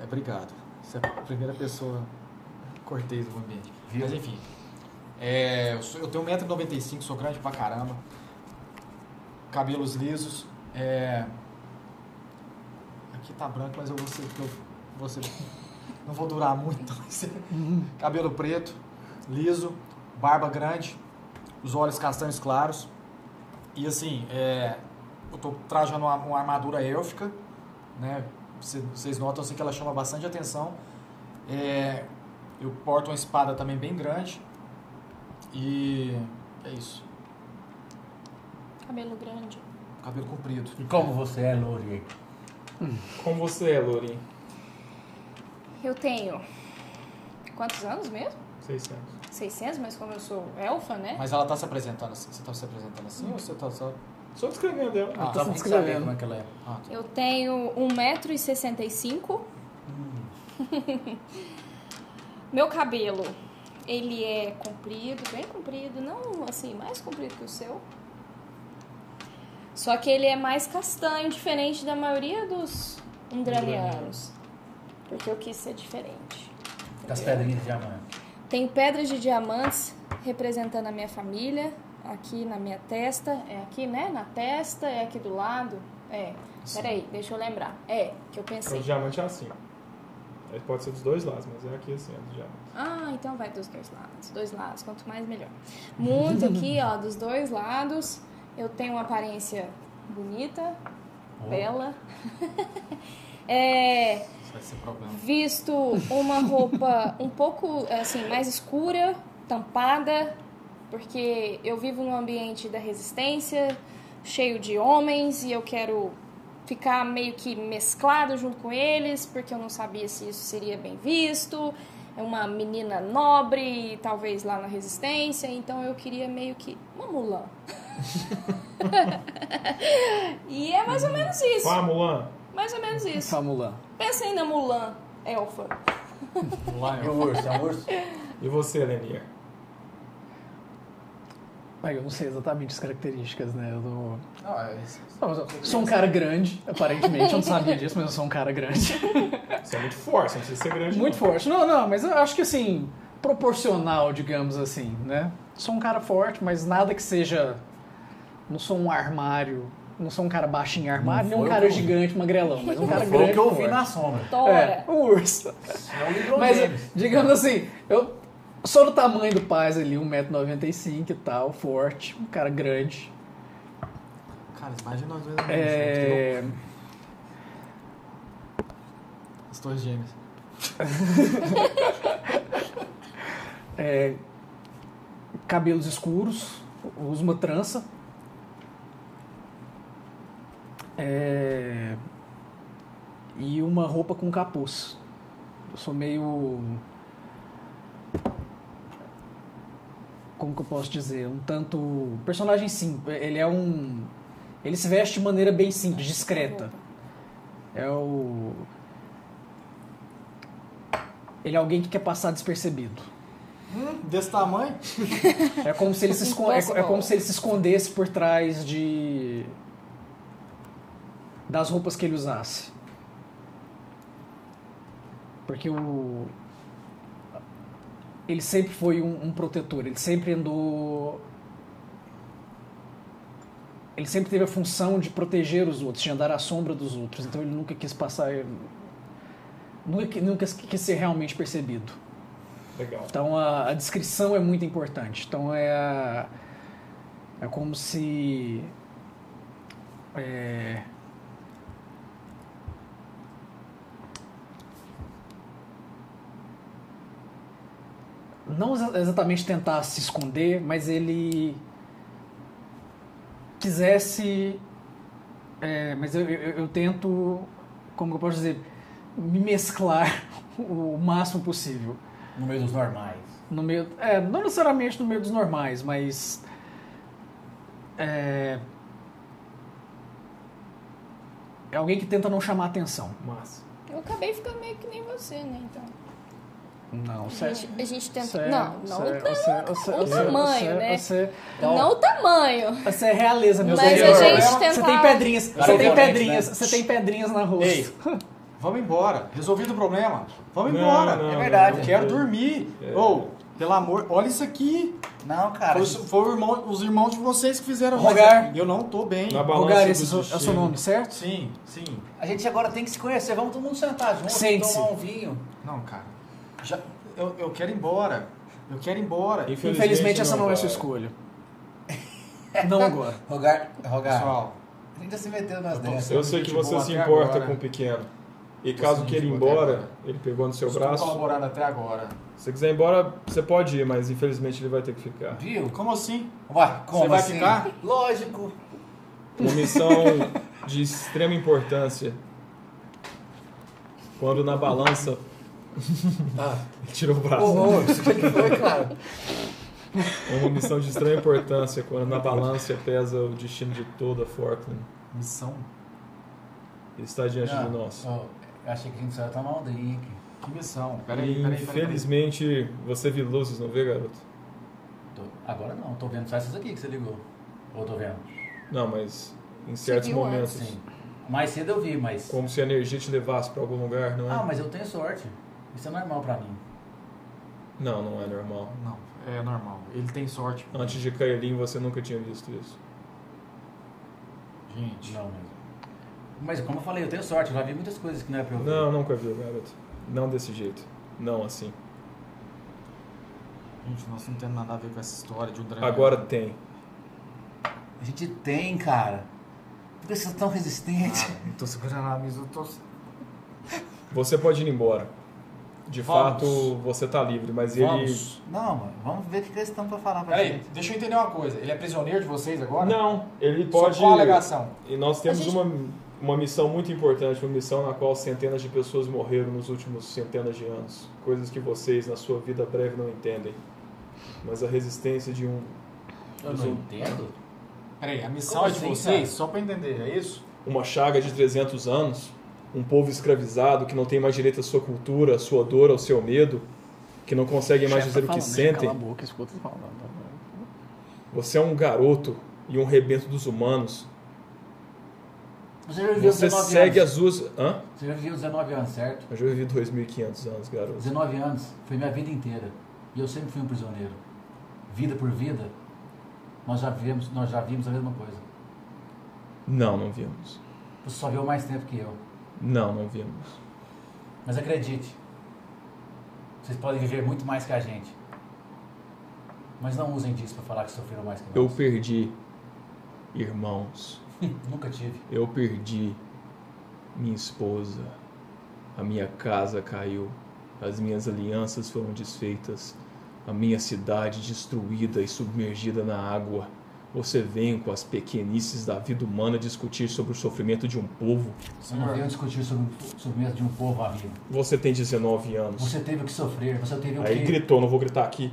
[SPEAKER 4] É, obrigado. Você é a primeira pessoa cortês do ambiente.
[SPEAKER 3] Viu?
[SPEAKER 4] Mas enfim. É, eu, sou, eu tenho 1,95m, sou grande pra caramba. Cabelos lisos. é, Aqui tá branco, mas eu vou ser. Eu vou ser- não vou durar muito. então vai ser- Cabelo preto, liso, barba grande, os olhos castanhos claros. E assim, é, eu tô trajando uma, uma armadura élfica, né? Cê- Vocês notam assim, que ela chama bastante atenção. É, eu porto uma espada também bem grande. E é isso.
[SPEAKER 5] Cabelo grande.
[SPEAKER 4] Cabelo comprido.
[SPEAKER 3] E como você é, Lori?
[SPEAKER 1] Como você é, Lorin?
[SPEAKER 5] Eu tenho. Quantos anos mesmo?
[SPEAKER 1] 600.
[SPEAKER 5] 600, mas como eu sou elfa, né?
[SPEAKER 4] Mas ela tá se apresentando assim. Você tá se apresentando assim ou você tá só.
[SPEAKER 1] Só descrevendo ela.
[SPEAKER 4] Ah,
[SPEAKER 3] Só pra gente saber como é que ela é.
[SPEAKER 4] Ah, tá.
[SPEAKER 5] Eu tenho 1,65m. Meu cabelo, ele é comprido, bem comprido, não assim, mais comprido que o seu. Só que ele é mais castanho, diferente da maioria dos umdralianos. Porque eu quis ser diferente.
[SPEAKER 3] Com as pedrinhas de diamante.
[SPEAKER 5] Tenho pedras de diamantes representando a minha família, aqui na minha testa. É aqui, né? Na testa, é aqui do lado. É. Peraí, deixa eu lembrar. É, que
[SPEAKER 1] Então,
[SPEAKER 5] eu
[SPEAKER 1] O
[SPEAKER 5] pensei.
[SPEAKER 1] diamante é assim. Ele pode ser dos dois lados, mas é aqui assim, é do diamante.
[SPEAKER 5] Ah, então vai dos dois lados. Dois lados, quanto mais melhor. Muito aqui, ó, dos dois lados. Eu tenho uma aparência bonita, bela. é,
[SPEAKER 4] Isso vai ser problema.
[SPEAKER 5] visto uma roupa um pouco assim mais escura, tampada, porque eu vivo num ambiente da resistência, cheio de homens e eu quero ficar meio que mesclado junto com eles, porque eu não sabia se isso seria bem visto. É uma menina nobre, talvez lá na resistência, então eu queria meio que uma mula. e é mais ou menos isso.
[SPEAKER 1] Fala, Mulan.
[SPEAKER 5] Mais ou menos isso.
[SPEAKER 2] Tá, Mulan.
[SPEAKER 5] Pensei na Mulan, elfa.
[SPEAKER 3] E o urso? É um urso?
[SPEAKER 1] E você, Lenier?
[SPEAKER 2] Mas eu não sei exatamente as características, né? Eu não-
[SPEAKER 4] Não, é isso.
[SPEAKER 2] Não, mas eu sou um cara grande, aparentemente. Eu não sabia disso, mas eu sou um cara grande.
[SPEAKER 1] Você é muito forte, não precisa ser grande.
[SPEAKER 2] Muito
[SPEAKER 1] não.
[SPEAKER 2] forte. Não, não, mas eu acho que assim, proporcional, digamos assim, né? Sou um cara forte, mas nada que seja. Não sou um armário. Não sou um cara baixinho em armário, nem
[SPEAKER 3] Não
[SPEAKER 2] um
[SPEAKER 3] foi
[SPEAKER 2] cara
[SPEAKER 3] o que eu-
[SPEAKER 2] gigante, magrelão, mas um cara
[SPEAKER 3] Foi o
[SPEAKER 2] grande.
[SPEAKER 3] que eu vi
[SPEAKER 2] forte.
[SPEAKER 3] na sombra.
[SPEAKER 5] Tora.
[SPEAKER 2] É, o urso.
[SPEAKER 3] É um livro
[SPEAKER 2] Mas,
[SPEAKER 3] deles.
[SPEAKER 2] digamos assim, eu sou do tamanho do Paz ali, 1,95m e tal, forte, um cara grande.
[SPEAKER 4] Cara, imagina nós dois andando juntos,
[SPEAKER 2] É...
[SPEAKER 4] não. As duas gêmeas.
[SPEAKER 2] é, cabelos escuros, uso uma trança. É, e uma roupa com capuz. Eu sou meio. como que eu posso dizer, um tanto personagem simples. Ele é um ele se veste de maneira bem simples, discreta. É o ele é alguém que quer passar despercebido.
[SPEAKER 4] Hum, desse tamanho?
[SPEAKER 2] É como se ele se, escon- é, co- é como se ele se escondesse por trás de das roupas que ele usasse. Porque o ele sempre foi um, um protetor, ele sempre andou ele sempre teve a função de proteger os outros, de andar à sombra dos outros. Então ele nunca quis passar nunca, nunca quis ser realmente percebido.
[SPEAKER 1] Legal.
[SPEAKER 2] Então a, a descrição é muito importante. Então é a- é como se é, não exa- exatamente tentar se esconder, mas ele quisesse é, mas eu, eu, eu tento como que eu posso dizer me mesclar o máximo possível
[SPEAKER 3] No meio dos normais.
[SPEAKER 2] no meio, é, não necessariamente no meio dos normais, mas é, é alguém que tenta não chamar atenção.
[SPEAKER 1] Massa.
[SPEAKER 5] Eu acabei ficando meio que nem você, né? Então.
[SPEAKER 2] Não,
[SPEAKER 5] A
[SPEAKER 2] É. sério.
[SPEAKER 5] gente, a gente tenta. não, não
[SPEAKER 2] é,
[SPEAKER 5] o tam-
[SPEAKER 2] o
[SPEAKER 5] tamanho,
[SPEAKER 2] é,
[SPEAKER 5] né?
[SPEAKER 2] Você,
[SPEAKER 5] não o tamanho.
[SPEAKER 2] você é realeza, meu
[SPEAKER 5] Mas
[SPEAKER 2] senhor.
[SPEAKER 4] a gente
[SPEAKER 2] Você
[SPEAKER 5] tentar-
[SPEAKER 2] tem pedrinhas, você
[SPEAKER 3] Cara,
[SPEAKER 2] tem
[SPEAKER 3] realmente,
[SPEAKER 2] pedrinhas,
[SPEAKER 3] né?
[SPEAKER 2] você tem pedrinhas na rosto.
[SPEAKER 4] Ei, vamos embora. Resolvido o problema. Vamos
[SPEAKER 1] Não,
[SPEAKER 4] embora.
[SPEAKER 1] não,
[SPEAKER 3] É verdade.
[SPEAKER 4] Eu quero dormir.
[SPEAKER 1] É.
[SPEAKER 4] Ou, pelo amor, olha isso aqui.
[SPEAKER 3] Não, cara.
[SPEAKER 4] Foi, foi o irmão- os irmãos de vocês que fizeram isso.
[SPEAKER 2] Rogar.
[SPEAKER 4] Eu não tô bem.
[SPEAKER 1] Na balança
[SPEAKER 2] Rogar,
[SPEAKER 1] do
[SPEAKER 2] esse é o- é o seu
[SPEAKER 1] destino.
[SPEAKER 2] nome, certo?
[SPEAKER 4] é- Sim, sim.
[SPEAKER 3] A gente agora tem que se conhecer. Vamos todo mundo sentar junto,
[SPEAKER 2] Sente-se.
[SPEAKER 3] tomar um vinho.
[SPEAKER 4] Não, cara. Já, eu, eu quero ir embora. Eu quero ir embora.
[SPEAKER 2] Infelizmente, essa não é a sua
[SPEAKER 1] vai.
[SPEAKER 2] escolha. Não agora.
[SPEAKER 3] Rogar, rogar.
[SPEAKER 4] Pessoal,
[SPEAKER 1] um
[SPEAKER 3] Ainda se meteu nas
[SPEAKER 4] Eu tô
[SPEAKER 3] dessas.
[SPEAKER 1] Eu sei que
[SPEAKER 4] Muito
[SPEAKER 1] você
[SPEAKER 4] boa
[SPEAKER 1] se
[SPEAKER 4] até
[SPEAKER 1] importa
[SPEAKER 4] agora.
[SPEAKER 1] com o pequeno. E
[SPEAKER 4] Tô
[SPEAKER 1] caso
[SPEAKER 4] sendo
[SPEAKER 1] queira ir
[SPEAKER 4] de boa até
[SPEAKER 1] embora,
[SPEAKER 4] agora.
[SPEAKER 1] ele pegou no seu
[SPEAKER 4] estou
[SPEAKER 1] braço.
[SPEAKER 4] colaborando até agora.
[SPEAKER 1] Se você quiser ir embora, você pode ir, mas infelizmente ele vai ter que ficar.
[SPEAKER 3] Viu?
[SPEAKER 4] Como assim?
[SPEAKER 3] Ué, como
[SPEAKER 4] Você vai
[SPEAKER 3] assim?
[SPEAKER 4] ficar?
[SPEAKER 3] Lógico.
[SPEAKER 1] Uma missão de extrema importância. Quando na balança
[SPEAKER 3] Ah, Oh,
[SPEAKER 1] ele tirou o braço.
[SPEAKER 3] horror. Isso que foi, cara.
[SPEAKER 1] Uma missão de extrema importância quando na balança pesa o destino de toda Forkland.
[SPEAKER 4] Missão?
[SPEAKER 1] Ele está diante
[SPEAKER 3] Ah,
[SPEAKER 1] do nosso.
[SPEAKER 3] ó, Eu achei que a gente precisava tomar um drink.
[SPEAKER 4] Que missão?
[SPEAKER 1] E
[SPEAKER 4] Peraí, peraí, peraí. peraí.
[SPEAKER 1] infelizmente você viu luzes, não vê, garoto?
[SPEAKER 3] Tô- Agora não, tô vendo só essas aqui que você ligou. Ou tô vendo?
[SPEAKER 1] Não, mas em certos
[SPEAKER 5] viu
[SPEAKER 1] momentos,
[SPEAKER 3] Sim. Mais cedo eu vi, mas.
[SPEAKER 1] como se a energia te levasse para algum lugar, não é?
[SPEAKER 3] Ah, mas eu tenho sorte. Isso é normal pra mim.
[SPEAKER 1] Não, não é normal.
[SPEAKER 4] Não, é normal. Ele tem sorte.
[SPEAKER 1] Antes de Kaelin você nunca tinha visto isso.
[SPEAKER 4] Gente.
[SPEAKER 3] Não mesmo. Mas como eu falei, eu tenho sorte, eu já vi muitas coisas que não é pra eu ver.
[SPEAKER 1] Não, nunca viu, garoto. Não desse jeito. Não assim.
[SPEAKER 4] Gente, nós não temos nada a ver com essa história de um dragão.
[SPEAKER 1] Agora tem.
[SPEAKER 3] A gente tem, cara. Por que você é tão resistente?
[SPEAKER 4] Cara, eu tô segurando a mesa, eu tô.
[SPEAKER 1] Você pode ir embora. De
[SPEAKER 4] Vamos.
[SPEAKER 1] fato, você tá livre, mas ele.
[SPEAKER 4] Vamos.
[SPEAKER 3] Não, mano, vamos ver o que eles estão pra falar pra
[SPEAKER 4] Peraí,
[SPEAKER 3] gente.
[SPEAKER 4] deixa eu entender uma coisa. Ele é prisioneiro de vocês agora?
[SPEAKER 1] Não, ele
[SPEAKER 4] é Só
[SPEAKER 1] pode.
[SPEAKER 4] qual a alegação?
[SPEAKER 1] E nós temos
[SPEAKER 5] A gente-
[SPEAKER 1] uma, uma missão muito importante, uma missão na qual centenas de pessoas morreram nos últimos centenas de anos. Coisas que vocês, na sua vida breve, não entendem. Mas a resistência de um,
[SPEAKER 3] Eu não entendo.
[SPEAKER 4] Peraí, a missão
[SPEAKER 3] Como
[SPEAKER 4] é de
[SPEAKER 3] assim,
[SPEAKER 4] vocês?
[SPEAKER 3] cara?
[SPEAKER 4] Só pra entender, é isso?
[SPEAKER 1] uma chaga de 300 anos, um povo escravizado que não tem mais direito à sua cultura, à sua dor, ao seu medo, que não consegue mais
[SPEAKER 2] tá
[SPEAKER 1] dizer o que
[SPEAKER 2] né?
[SPEAKER 1] sentem. Você é um garoto e um rebento dos humanos.
[SPEAKER 3] Você já viveu
[SPEAKER 1] Você
[SPEAKER 3] 19
[SPEAKER 1] segue
[SPEAKER 3] anos.
[SPEAKER 1] as ruas. Hã?
[SPEAKER 3] Você já viveu 19 anos, certo?
[SPEAKER 1] Eu já vivi 2.500 anos, garoto.
[SPEAKER 3] 19 anos foi minha vida inteira. E eu sempre fui um prisioneiro. Vida por vida, nós já vimos, nós já vimos a mesma coisa.
[SPEAKER 1] Não, não vimos.
[SPEAKER 3] Você só viu mais tempo que eu.
[SPEAKER 1] Não, não vimos.
[SPEAKER 3] Mas acredite, vocês podem viver muito mais que a gente. Mas não usem disso pra falar que sofreram mais que nós.
[SPEAKER 1] Eu perdi irmãos.
[SPEAKER 3] Nunca tive.
[SPEAKER 1] Eu perdi minha esposa. A minha casa caiu. As minhas alianças foram desfeitas. A minha cidade destruída e submergida na água. Você vem com as pequenices da vida humana discutir sobre o sofrimento de um povo?
[SPEAKER 3] Eu não venho discutir sobre o sofrimento de um povo amigo.
[SPEAKER 1] Você tem 19 anos.
[SPEAKER 3] Você teve o que sofrer, você teve o
[SPEAKER 1] Aí
[SPEAKER 3] que.
[SPEAKER 1] gritou, não vou gritar aqui.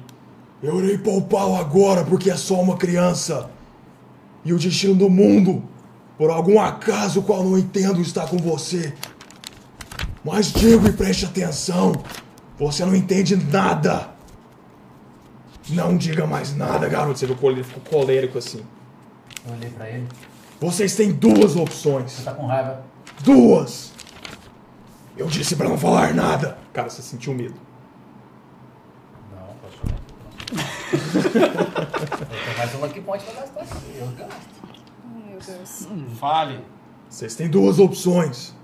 [SPEAKER 6] Eu irei poupá-lo agora porque é só uma criança. E o destino do mundo, por algum acaso qual não entendo, está com você. Mas digo e preste atenção: você não entende nada. Não diga mais nada, garoto.
[SPEAKER 1] Você viu o Cole- ele ficou colérico assim.
[SPEAKER 3] Eu olhei pra ele.
[SPEAKER 6] Vocês têm duas opções.
[SPEAKER 3] Você tá com raiva.
[SPEAKER 6] Duas! Eu disse pra não falar nada.
[SPEAKER 1] Cara, você sentiu medo.
[SPEAKER 3] Não, posso falar. Eu tenho mais uma que pode pra gastar. aqui. Eu gasto.
[SPEAKER 5] Oh, meu Deus.
[SPEAKER 4] Fale.
[SPEAKER 6] Vocês têm duas opções.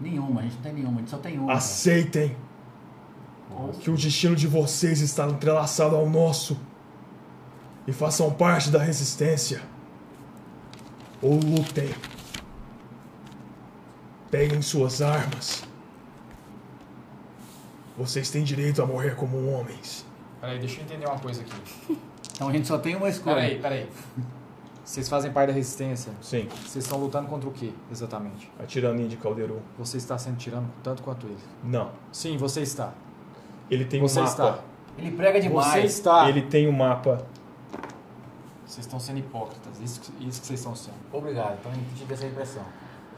[SPEAKER 3] Nenhuma, a gente não tem nenhuma, a gente só tem
[SPEAKER 1] Ah.
[SPEAKER 3] uma.
[SPEAKER 6] Aceitem que o destino de vocês está entrelaçado ao nosso e façam parte da resistência. Ou lutem. Peguem suas armas. Vocês têm direito a morrer como homens.
[SPEAKER 4] Peraí, deixa eu entender uma coisa aqui.
[SPEAKER 3] Então a gente só tem uma escolha.
[SPEAKER 4] Peraí, peraí. Vocês fazem parte da resistência.
[SPEAKER 1] Sim,
[SPEAKER 4] Vocês estão lutando contra o quê, exatamente?
[SPEAKER 1] a tirania de Calderon.
[SPEAKER 4] Você está sendo tirano tanto quanto ele.
[SPEAKER 1] Não.
[SPEAKER 4] Sim, você está.
[SPEAKER 1] Ele tem
[SPEAKER 4] Você
[SPEAKER 1] um
[SPEAKER 4] está. Ah.
[SPEAKER 1] mapa.
[SPEAKER 3] Ele prega
[SPEAKER 4] Você
[SPEAKER 3] demais.
[SPEAKER 4] está.
[SPEAKER 1] Ele tem um mapa.
[SPEAKER 4] Vocês estão sendo hipócritas. Isso, que- isso que vocês estão sendo.
[SPEAKER 3] Obrigado, então a gente tive essa impressão.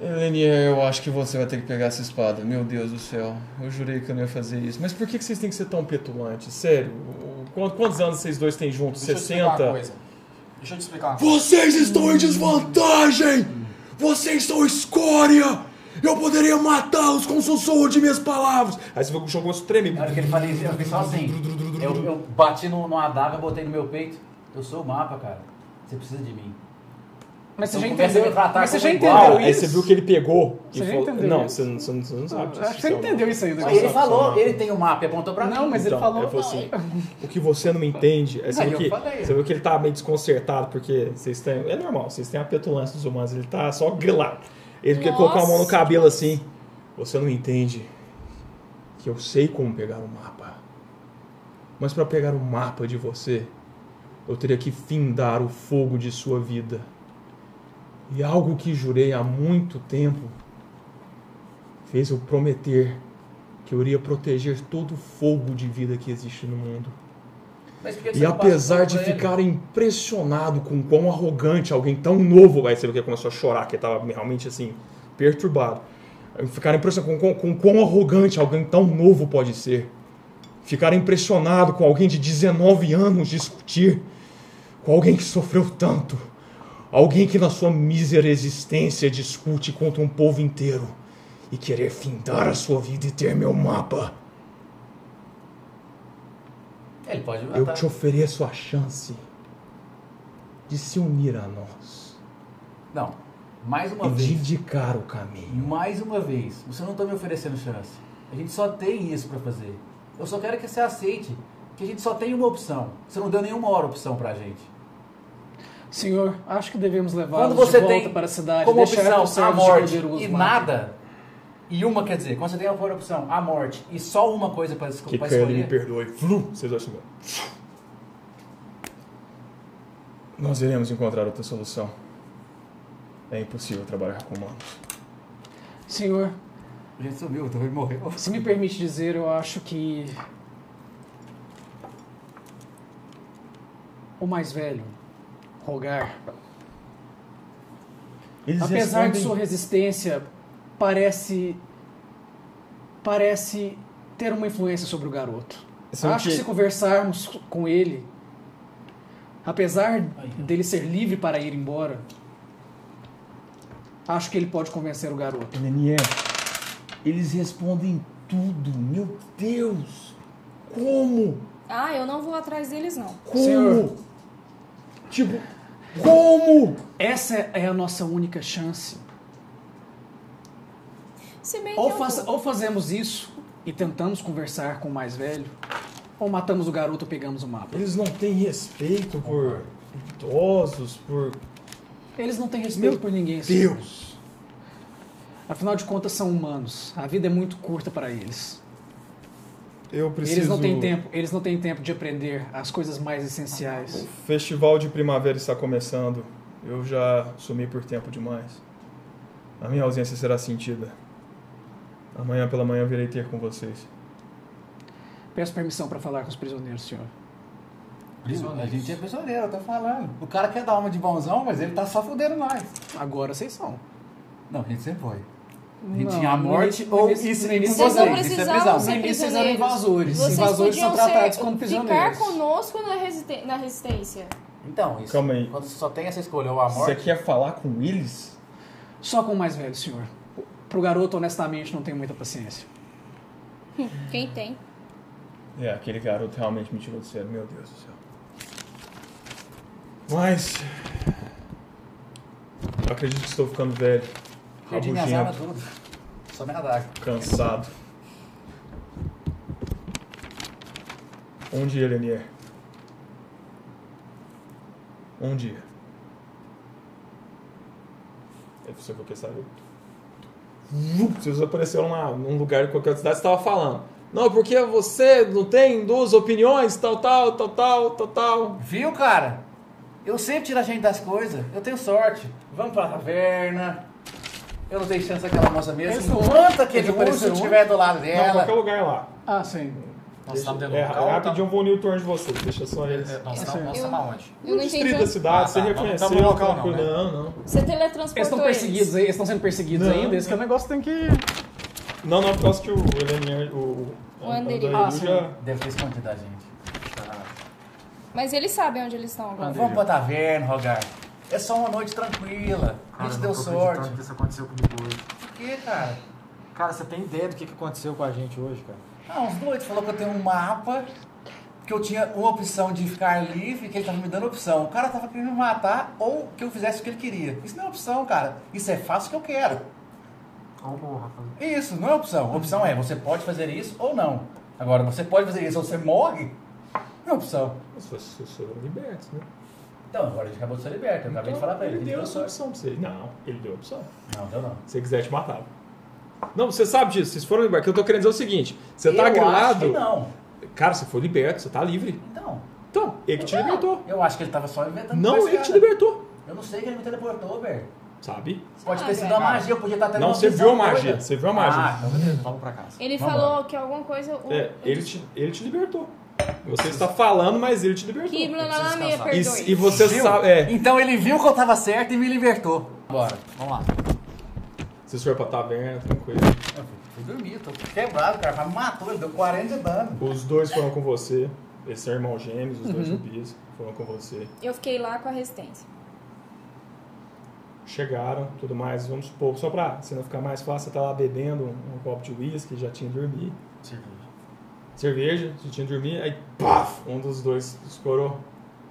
[SPEAKER 7] Elenier, eu acho que você vai ter que pegar essa espada. Meu Deus do céu. Eu jurei que eu não ia fazer isso.
[SPEAKER 1] Mas por que que vocês têm que ser tão petulantes? Sério? O- quant- Quantos anos vocês dois têm juntos?
[SPEAKER 4] Deixa eu te explicar uma
[SPEAKER 1] 60?
[SPEAKER 4] coisa. Deixa eu te explicar uma coisa.
[SPEAKER 6] Vocês estão em desvantagem! Vocês são escória! Eu poderia matá-los com o sussurro de minhas palavras!
[SPEAKER 1] Aí você viu que o jogo começou a tremer.
[SPEAKER 3] Na hora que ele falou isso, eu fiquei sozinho. Eu, eu bati no, numa adaga, botei no meu peito. Eu sou o mapa, cara. Você precisa de mim.
[SPEAKER 2] Mas você
[SPEAKER 3] Então
[SPEAKER 2] já
[SPEAKER 3] começa a
[SPEAKER 2] entendeu,
[SPEAKER 3] me tratar
[SPEAKER 2] mas você
[SPEAKER 3] como
[SPEAKER 2] já
[SPEAKER 3] igual.
[SPEAKER 2] entendeu
[SPEAKER 1] Cara, aí
[SPEAKER 2] isso?
[SPEAKER 1] você viu que ele pegou e
[SPEAKER 2] Você já
[SPEAKER 1] falou.
[SPEAKER 2] entendeu
[SPEAKER 1] Não,
[SPEAKER 2] isso?
[SPEAKER 1] você não, você não- você não sabe.
[SPEAKER 2] Acho que você entendeu isso aí do
[SPEAKER 3] Aí ele
[SPEAKER 2] negócio.
[SPEAKER 1] um
[SPEAKER 3] falou, ele tem o mapa, e apontou pra mim.
[SPEAKER 2] Não, mas ele
[SPEAKER 1] Então,
[SPEAKER 2] falou.
[SPEAKER 1] ele falou
[SPEAKER 2] não,
[SPEAKER 1] assim, O que você não entende é você
[SPEAKER 3] Aí
[SPEAKER 1] viu
[SPEAKER 3] eu
[SPEAKER 1] que,
[SPEAKER 3] falei.
[SPEAKER 1] você viu que ele tá meio desconcertado, porque vocês têm. É normal, vocês têm a petulância dos humanos, ele tá só grilado. Ele quer colocar a mão no
[SPEAKER 5] Nossa.
[SPEAKER 1] cabelo assim. Você não entende que eu sei como pegar o mapa. Mas pra pegar o mapa de você, eu teria que findar o fogo de sua vida. E algo que jurei há muito tempo fez eu prometer que eu iria proteger todo o fogo de vida que existe no mundo.
[SPEAKER 3] Mas por que
[SPEAKER 1] E
[SPEAKER 3] você não passa
[SPEAKER 1] apesar
[SPEAKER 3] tudo
[SPEAKER 1] de
[SPEAKER 3] pra ele?
[SPEAKER 1] ficar impressionado com quão arrogante alguém tão novo, aí você viu que ele começou a chorar, que ele tava realmente assim, perturbado. Ficar impressionado com, com, com quão arrogante alguém tão novo pode ser. Ficar impressionado com alguém de 19 anos discutir com alguém que sofreu tanto. Alguém que na sua mísera existência discute contra um povo inteiro e querer findar a sua vida e ter meu mapa.
[SPEAKER 3] Ele pode
[SPEAKER 2] Ah, tá.
[SPEAKER 1] Eu
[SPEAKER 3] matar.
[SPEAKER 1] te ofereço a chance de se unir a nós
[SPEAKER 3] Não, mais uma
[SPEAKER 1] e
[SPEAKER 3] vez.
[SPEAKER 1] de indicar o caminho.
[SPEAKER 3] Mais uma vez, você não está me oferecendo chance. A gente só tem isso para fazer. Eu só quero que você aceite que a gente só tem uma opção. Você não deu nenhuma hora opção pra gente.
[SPEAKER 2] Senhor, acho que devemos levá-los
[SPEAKER 3] Quando
[SPEAKER 2] de
[SPEAKER 3] você
[SPEAKER 2] volta
[SPEAKER 3] tem
[SPEAKER 2] para a cidade,
[SPEAKER 3] como
[SPEAKER 2] deixar
[SPEAKER 3] opção
[SPEAKER 2] os
[SPEAKER 3] a
[SPEAKER 2] servos de
[SPEAKER 3] morte
[SPEAKER 2] Caldeirus
[SPEAKER 3] e
[SPEAKER 2] matarem.
[SPEAKER 3] nada, e uma quer dizer, quando você tem a primeira opção, a morte e só uma coisa para
[SPEAKER 1] Que Curly me
[SPEAKER 3] escolher,
[SPEAKER 1] perdoe. Flu, vocês dois chegam.
[SPEAKER 7] Nós iremos encontrar outra solução. É impossível trabalhar com humanos.
[SPEAKER 2] Senhor,
[SPEAKER 3] a gente sumiu, também morreu.
[SPEAKER 2] se me permite dizer, eu acho que. O mais velho, rogar.
[SPEAKER 1] Eles
[SPEAKER 2] Apesar de
[SPEAKER 1] respondem-
[SPEAKER 2] sua resistência, parece. parece ter uma influência sobre o garoto.
[SPEAKER 1] Só
[SPEAKER 2] Acho que...
[SPEAKER 1] que-
[SPEAKER 2] se conversarmos com ele, apesar dele ser livre para ir embora, acho que ele pode convencer o garoto.
[SPEAKER 7] Elenier, eles respondem tudo. Meu Deus! Como?
[SPEAKER 5] Ah, eu não vou atrás deles, não.
[SPEAKER 7] Como?
[SPEAKER 2] Senhor.
[SPEAKER 7] Tipo, como?
[SPEAKER 2] Essa é a nossa única chance.
[SPEAKER 5] Se bem que
[SPEAKER 2] Ou,
[SPEAKER 5] eu
[SPEAKER 2] faz-
[SPEAKER 5] vou.
[SPEAKER 2] ou fazemos isso e tentamos conversar com o mais velho, ou matamos o garoto ou pegamos o mapa.
[SPEAKER 1] Eles não têm respeito por idosos, por.
[SPEAKER 2] Eles não têm respeito por ninguém. senhor.
[SPEAKER 1] Deus!
[SPEAKER 2] Afinal de contas, são humanos. A vida é muito curta para eles.
[SPEAKER 1] Eu preciso.
[SPEAKER 2] Eles não têm tempo. Eles não têm tempo de aprender as coisas mais essenciais.
[SPEAKER 1] O festival de primavera está começando. Eu já sumi por tempo demais. A minha ausência será sentida. Amanhã pela manhã eu virei ter com vocês.
[SPEAKER 2] Peço permissão para falar com os prisioneiros, senhor.
[SPEAKER 3] A gente é prisioneiro, eu tô falando. O cara quer dar uma de bonzão, mas ele tá só fudendo nós.
[SPEAKER 2] Agora vocês são.
[SPEAKER 3] Não, a gente sempre foi. A gente
[SPEAKER 2] Não,
[SPEAKER 3] tinha a
[SPEAKER 2] no
[SPEAKER 3] morte
[SPEAKER 2] início- no
[SPEAKER 3] ou
[SPEAKER 2] início-
[SPEAKER 3] isso
[SPEAKER 2] no
[SPEAKER 3] nem com
[SPEAKER 2] início
[SPEAKER 5] Vocês não
[SPEAKER 3] vocês. Isso é
[SPEAKER 5] precisavam
[SPEAKER 3] prisão.
[SPEAKER 5] ser
[SPEAKER 2] No início eles eram
[SPEAKER 5] prisioneiros.
[SPEAKER 2] invasores.
[SPEAKER 5] Vocês
[SPEAKER 2] Invasores são
[SPEAKER 5] podiam
[SPEAKER 2] tratados
[SPEAKER 5] ser,
[SPEAKER 2] como
[SPEAKER 5] ficar
[SPEAKER 2] prisioneiros.
[SPEAKER 5] conosco na, resiste- na resistência.
[SPEAKER 3] Então, isso.
[SPEAKER 7] Calma aí.
[SPEAKER 3] Quando você só tem essa escolha, ou a
[SPEAKER 7] Você
[SPEAKER 3] morte.
[SPEAKER 7] quer falar com eles?
[SPEAKER 2] Só com o mais velho, senhor. Pro garoto, honestamente, não tenho muita paciência.
[SPEAKER 5] Quem tem?
[SPEAKER 7] É, aquele garoto realmente me tirou do sério, meu Deus do céu.
[SPEAKER 6] Mas
[SPEAKER 7] Eu acredito que estou ficando velho,
[SPEAKER 3] Perdi minhas armas
[SPEAKER 7] rabugento,
[SPEAKER 3] é tudo. Só minha adaga.
[SPEAKER 7] cansado. Um dia,
[SPEAKER 1] é?
[SPEAKER 7] Lenier. Um dia.
[SPEAKER 1] É você que eu quero saber. Vup, Vocês apareceram lá num lugar de qualquer outra cidade, você estava falando. Não, porque você não tem duas opiniões, tal, tal, tal, tal, tal, tal.
[SPEAKER 3] Viu, cara? Eu sempre tiro a gente das coisas. Eu tenho sorte. Vamos pra taverna. Eu não tenho chance daquela moça mesmo.
[SPEAKER 2] Eles
[SPEAKER 1] um
[SPEAKER 3] Enquanto
[SPEAKER 2] não-
[SPEAKER 3] aquele
[SPEAKER 2] eles
[SPEAKER 3] urso
[SPEAKER 2] apareceram
[SPEAKER 3] estiver do lado
[SPEAKER 1] Não,
[SPEAKER 3] dela.
[SPEAKER 1] qualquer lugar lá.
[SPEAKER 2] Ah, sim.
[SPEAKER 4] Nós estamos dentro
[SPEAKER 1] É,
[SPEAKER 4] do local.
[SPEAKER 1] rapidinho eu vou unir o turno de vocês, deixa só eles.
[SPEAKER 4] um tá É, Nós
[SPEAKER 2] Eu-
[SPEAKER 4] estamos aonde?
[SPEAKER 5] Eu não entendi.
[SPEAKER 1] distrito da cidade,
[SPEAKER 4] Ah,
[SPEAKER 1] você
[SPEAKER 4] tá, não
[SPEAKER 1] reconheceu.
[SPEAKER 4] tamo no local, não,
[SPEAKER 1] tranquilo.
[SPEAKER 4] né?
[SPEAKER 1] não, não.
[SPEAKER 5] Você
[SPEAKER 2] Eles estão
[SPEAKER 5] teletransportou
[SPEAKER 2] perseguidos, aí, eles estão sendo perseguidos
[SPEAKER 1] Não.
[SPEAKER 2] ainda. Esse que é o negócio tem que.
[SPEAKER 1] Não, não, por causa que o Elenier, o, o
[SPEAKER 5] O Anderil.
[SPEAKER 1] Anderil
[SPEAKER 2] Ah, sim.
[SPEAKER 1] já...
[SPEAKER 3] Deve ter escondido a gente.
[SPEAKER 5] Mas eles sabem onde eles estão agora.
[SPEAKER 3] Vamos pra taverna, Rogar. É só uma noite tranquila. A gente deu sorte.
[SPEAKER 4] que isso aconteceu comigo hoje.
[SPEAKER 3] Por quê, cara?
[SPEAKER 4] Cara, você tem ideia do que que aconteceu com a gente hoje, cara?
[SPEAKER 3] Ah, uns doidos. Falou que eu tenho um mapa, que eu tinha uma opção de ficar livre, que ele tava me dando opção. O cara tava querendo me matar ou que eu fizesse o que ele queria. Isso não é opção, cara. Isso é faço o que eu quero.
[SPEAKER 4] Ô, morra, Rafael.
[SPEAKER 3] Isso, não é opção. A opção é você pode fazer isso ou não. Agora, você pode fazer isso ou você morre? Não é opção.
[SPEAKER 1] Mas vocês foram libertos, né?
[SPEAKER 3] Então, agora a gente acabou de ser liberto. Eu acabei de falar pra ele.
[SPEAKER 1] ele
[SPEAKER 3] que
[SPEAKER 1] deu
[SPEAKER 3] deu
[SPEAKER 1] essa
[SPEAKER 3] sorte.
[SPEAKER 1] opção pra vocês. Não, ele deu a opção.
[SPEAKER 3] Não, deu não.
[SPEAKER 1] Se você quiser, te matava. Não, você sabe disso, vocês foram libertos. O que eu tô querendo dizer é o seguinte, você tá
[SPEAKER 3] eu Acho que
[SPEAKER 1] grilado...
[SPEAKER 3] não.
[SPEAKER 1] Cara, você foi liberto, você tá livre.
[SPEAKER 3] Então,
[SPEAKER 1] Então, ele que te libertou.
[SPEAKER 3] eu acho que ele tava só inventando.
[SPEAKER 1] Não, ele
[SPEAKER 3] conversa,
[SPEAKER 1] que te
[SPEAKER 3] cara.
[SPEAKER 1] libertou.
[SPEAKER 3] Eu não sei que ele me teleportou, velho.
[SPEAKER 1] Sabe?
[SPEAKER 3] Pode
[SPEAKER 5] Ah,
[SPEAKER 3] ter sido
[SPEAKER 5] velho.
[SPEAKER 3] uma magia, eu podia estar tendo
[SPEAKER 1] Não,
[SPEAKER 3] uma
[SPEAKER 1] você
[SPEAKER 3] visão
[SPEAKER 1] viu a
[SPEAKER 3] doida.
[SPEAKER 1] magia, você viu a magia.
[SPEAKER 3] Ah, então beleza.
[SPEAKER 4] Vamos pra casa.
[SPEAKER 5] Ele
[SPEAKER 3] Vamos
[SPEAKER 5] falou que alguma coisa. O...
[SPEAKER 1] É, ele te, ele te libertou. Você está falando, mas ele te libertou.
[SPEAKER 5] Que blá blá blá, me
[SPEAKER 4] descansar.
[SPEAKER 5] perdoe.
[SPEAKER 1] E, e você
[SPEAKER 3] Viu?
[SPEAKER 1] sabe. É,
[SPEAKER 3] Então ele viu que eu tava certo e me libertou. Bora.
[SPEAKER 4] Vamos lá.
[SPEAKER 1] vocês foram pra taverna, tranquilo.
[SPEAKER 3] Eu fui- fui dormir, tô quebrado, cara. Mas me matou, ele deu 40 de dano.
[SPEAKER 1] Os dois foram com você. Eles são irmãos gêmeos, os
[SPEAKER 4] Uhum.
[SPEAKER 1] dois zumbis foram com você.
[SPEAKER 5] Eu fiquei lá com a resistência.
[SPEAKER 1] Chegaram, tudo mais. Vamos supor, só pra se não ficar mais fácil, você tá lá bebendo um, um copo de uísque, já tinha dormido. Cerveja, já tinha dormido. Aí, paf! Um dos dois escorou.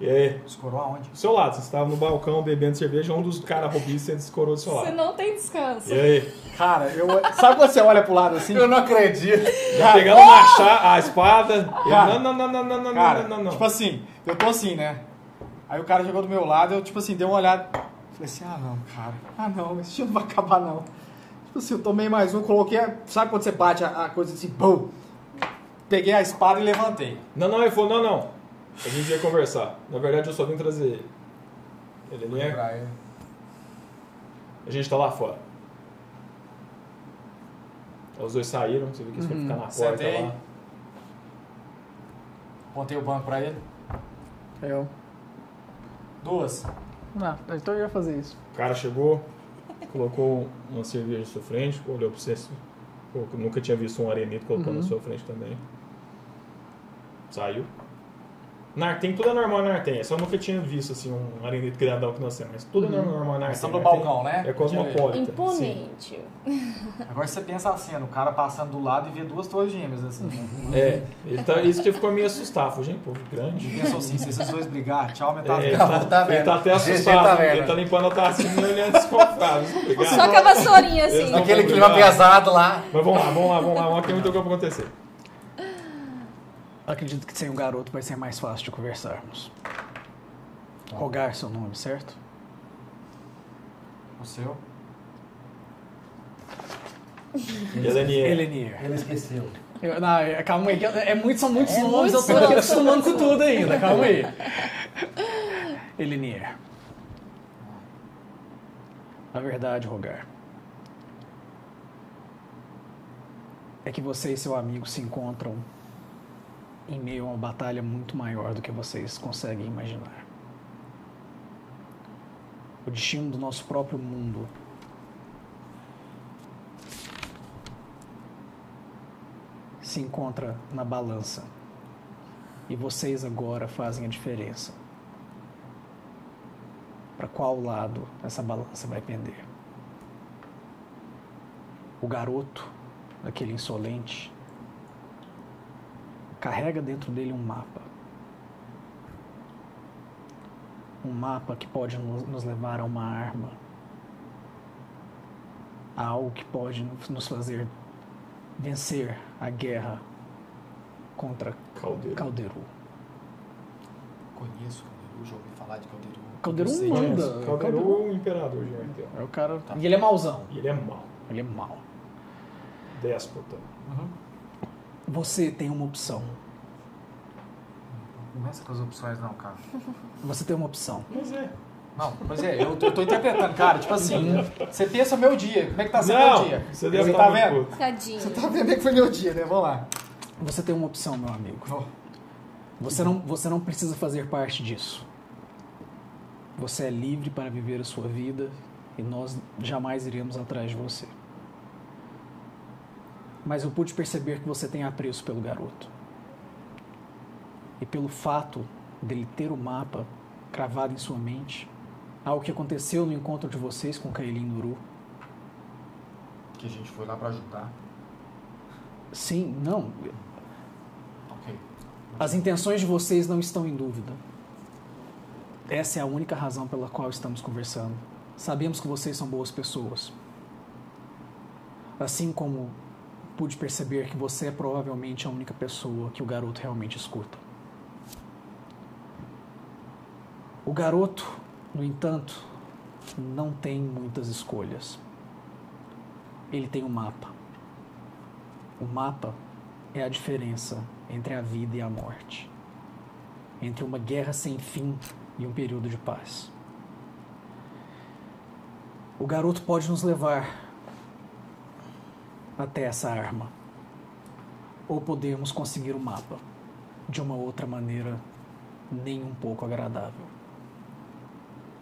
[SPEAKER 1] E aí?
[SPEAKER 4] Escorou aonde?
[SPEAKER 1] Do seu lado, você estava no balcão bebendo cerveja, um dos caras robistas escorou do seu
[SPEAKER 5] Você
[SPEAKER 1] lado.
[SPEAKER 5] não tem descanso.
[SPEAKER 1] E aí?
[SPEAKER 4] Cara, eu... Sabe quando você olha pro lado assim?
[SPEAKER 3] Eu não acredito.
[SPEAKER 1] Já pegaram o machado, a espada. e-
[SPEAKER 4] Ah! Cara,
[SPEAKER 1] não, não, não, não, não,
[SPEAKER 4] Cara,
[SPEAKER 1] não, não, não.
[SPEAKER 4] tipo assim, eu tô assim, né? Aí o cara chegou do meu lado, eu, tipo assim, dei uma olhada. Falei assim, ah não, cara. Ah não, esse jogo não vai acabar não. Tipo assim, eu tomei mais um, coloquei. a- Sabe quando você bate a, a coisa assim, bum? Peguei a espada e levantei.
[SPEAKER 1] Não, não, ele falou, não, não. A gente ia conversar. Na verdade, eu só vim trazer ele. Ele não é. A gente tá lá fora. Os dois saíram, você viu que eles foram ficar na porta
[SPEAKER 4] Sentei.
[SPEAKER 1] lá.
[SPEAKER 4] Pontei o banco pra ele.
[SPEAKER 2] Eu.
[SPEAKER 4] Duas.
[SPEAKER 2] Não, então eu ia fazer isso.
[SPEAKER 1] O cara chegou, colocou uma cerveja na sua frente, olhou pra você. assim, pô, eu Nunca tinha visto um arenito colocando na sua frente também. Saiu. Nartem, tudo é normal na Nartem. Eu só nunca tinha visto assim, um arenito grandão que nós temos, mas tudo é normal na Nartem.
[SPEAKER 4] Estamos no
[SPEAKER 1] Nartem
[SPEAKER 4] balcão, né?
[SPEAKER 1] É cosmopolita.
[SPEAKER 5] Imponente.
[SPEAKER 4] Agora você pensa a cena, o cara passando do lado e vê duas torres gêmeas assim.
[SPEAKER 1] É, então, isso que ficou meio assustado. Falei, gente, povo grande.
[SPEAKER 4] E pensou assim, se esses dois brigar, tchau, metade.
[SPEAKER 1] É, ele,
[SPEAKER 4] Tchau.
[SPEAKER 1] tá,
[SPEAKER 3] Tá
[SPEAKER 1] ele tá
[SPEAKER 3] vendo?
[SPEAKER 1] até
[SPEAKER 3] GG
[SPEAKER 1] assustado.
[SPEAKER 3] tá vendo?
[SPEAKER 1] ele é tá limpando a tacinha e olhando desconfiado. Obrigado.
[SPEAKER 5] Só com a vassourinha
[SPEAKER 1] Eles
[SPEAKER 5] assim.
[SPEAKER 1] não-
[SPEAKER 3] Aquele clima pesado lá.
[SPEAKER 1] Mas vamos lá, vamos lá, vamos lá. Vamos lá que tem muita coisa pra acontecer.
[SPEAKER 2] Acredito que sem o garoto vai ser mais fácil de conversarmos. Rogar seu nome, certo?
[SPEAKER 4] O seu?
[SPEAKER 1] Elenier.
[SPEAKER 2] Elenier.
[SPEAKER 3] Ele esqueceu.
[SPEAKER 2] Eu- não, é- calma aí, que eu- é muito, são muitos
[SPEAKER 5] É
[SPEAKER 2] nomes,
[SPEAKER 5] muitos
[SPEAKER 2] eu tô aqui
[SPEAKER 5] nomes, são
[SPEAKER 2] acostumando com tudo ainda, calma aí. Elinier. A verdade, Rogar, é que você e seu amigo se encontram em meio a uma batalha muito maior do que vocês conseguem imaginar. O destino do nosso próprio mundo se encontra na balança. E vocês agora fazem a diferença. Para qual lado essa balança vai pender? O garoto, aquele insolente, carrega dentro dele um mapa. Um mapa que pode nos nos levar a uma arma. A algo que pode nos- nos fazer vencer a guerra contra
[SPEAKER 1] Caldeiro.
[SPEAKER 2] Calderu.
[SPEAKER 4] Conheço Calderu, já ouvi falar de Calderu.
[SPEAKER 2] Calderu
[SPEAKER 4] Eu sei. Tá.
[SPEAKER 2] manda.
[SPEAKER 1] Caldeiro é o imperador de Artel.
[SPEAKER 2] É o cara. E ele é mauzão.
[SPEAKER 1] E ele é mau,
[SPEAKER 2] Ele é mau.
[SPEAKER 1] déspota.
[SPEAKER 2] Você tem uma opção.
[SPEAKER 4] é
[SPEAKER 3] Começa com as opções, não, cara.
[SPEAKER 2] Você tem uma opção.
[SPEAKER 1] Mas é.
[SPEAKER 4] Não, pois é, eu tô, eu tô interpretando, cara. Tipo assim, você pensa o meu dia. Como é que tá sendo
[SPEAKER 1] Não,
[SPEAKER 4] meu dia?
[SPEAKER 1] você deve
[SPEAKER 4] tá
[SPEAKER 1] estar
[SPEAKER 4] vendo?
[SPEAKER 1] muito puto.
[SPEAKER 5] Tadinho.
[SPEAKER 4] Você tá vendo como é que foi meu dia, né? Vamos lá.
[SPEAKER 2] Você tem uma opção, meu amigo. Você não, você não precisa fazer parte disso. Você é livre para viver a sua vida e nós jamais iremos atrás de você. Mas eu pude perceber que você tem apreço pelo garoto. E pelo fato dele ter o mapa cravado em sua mente, ao que aconteceu no encontro de vocês com Kaelin Nuru.
[SPEAKER 4] Que a gente foi lá pra ajudar.
[SPEAKER 2] Sim, não,
[SPEAKER 4] Ok.
[SPEAKER 2] As intenções de vocês não estão em dúvida. Essa é a única razão pela qual estamos conversando. Sabemos que vocês são boas pessoas. Assim como pude perceber que você é provavelmente a única pessoa que o garoto realmente escuta. O garoto, no entanto, não tem muitas escolhas. Ele tem um mapa. O mapa é a diferença entre a vida e a morte, entre uma guerra sem fim e um período de paz. O garoto pode nos levar até essa arma, ou podemos conseguir o mapa de uma outra maneira nem um pouco agradável.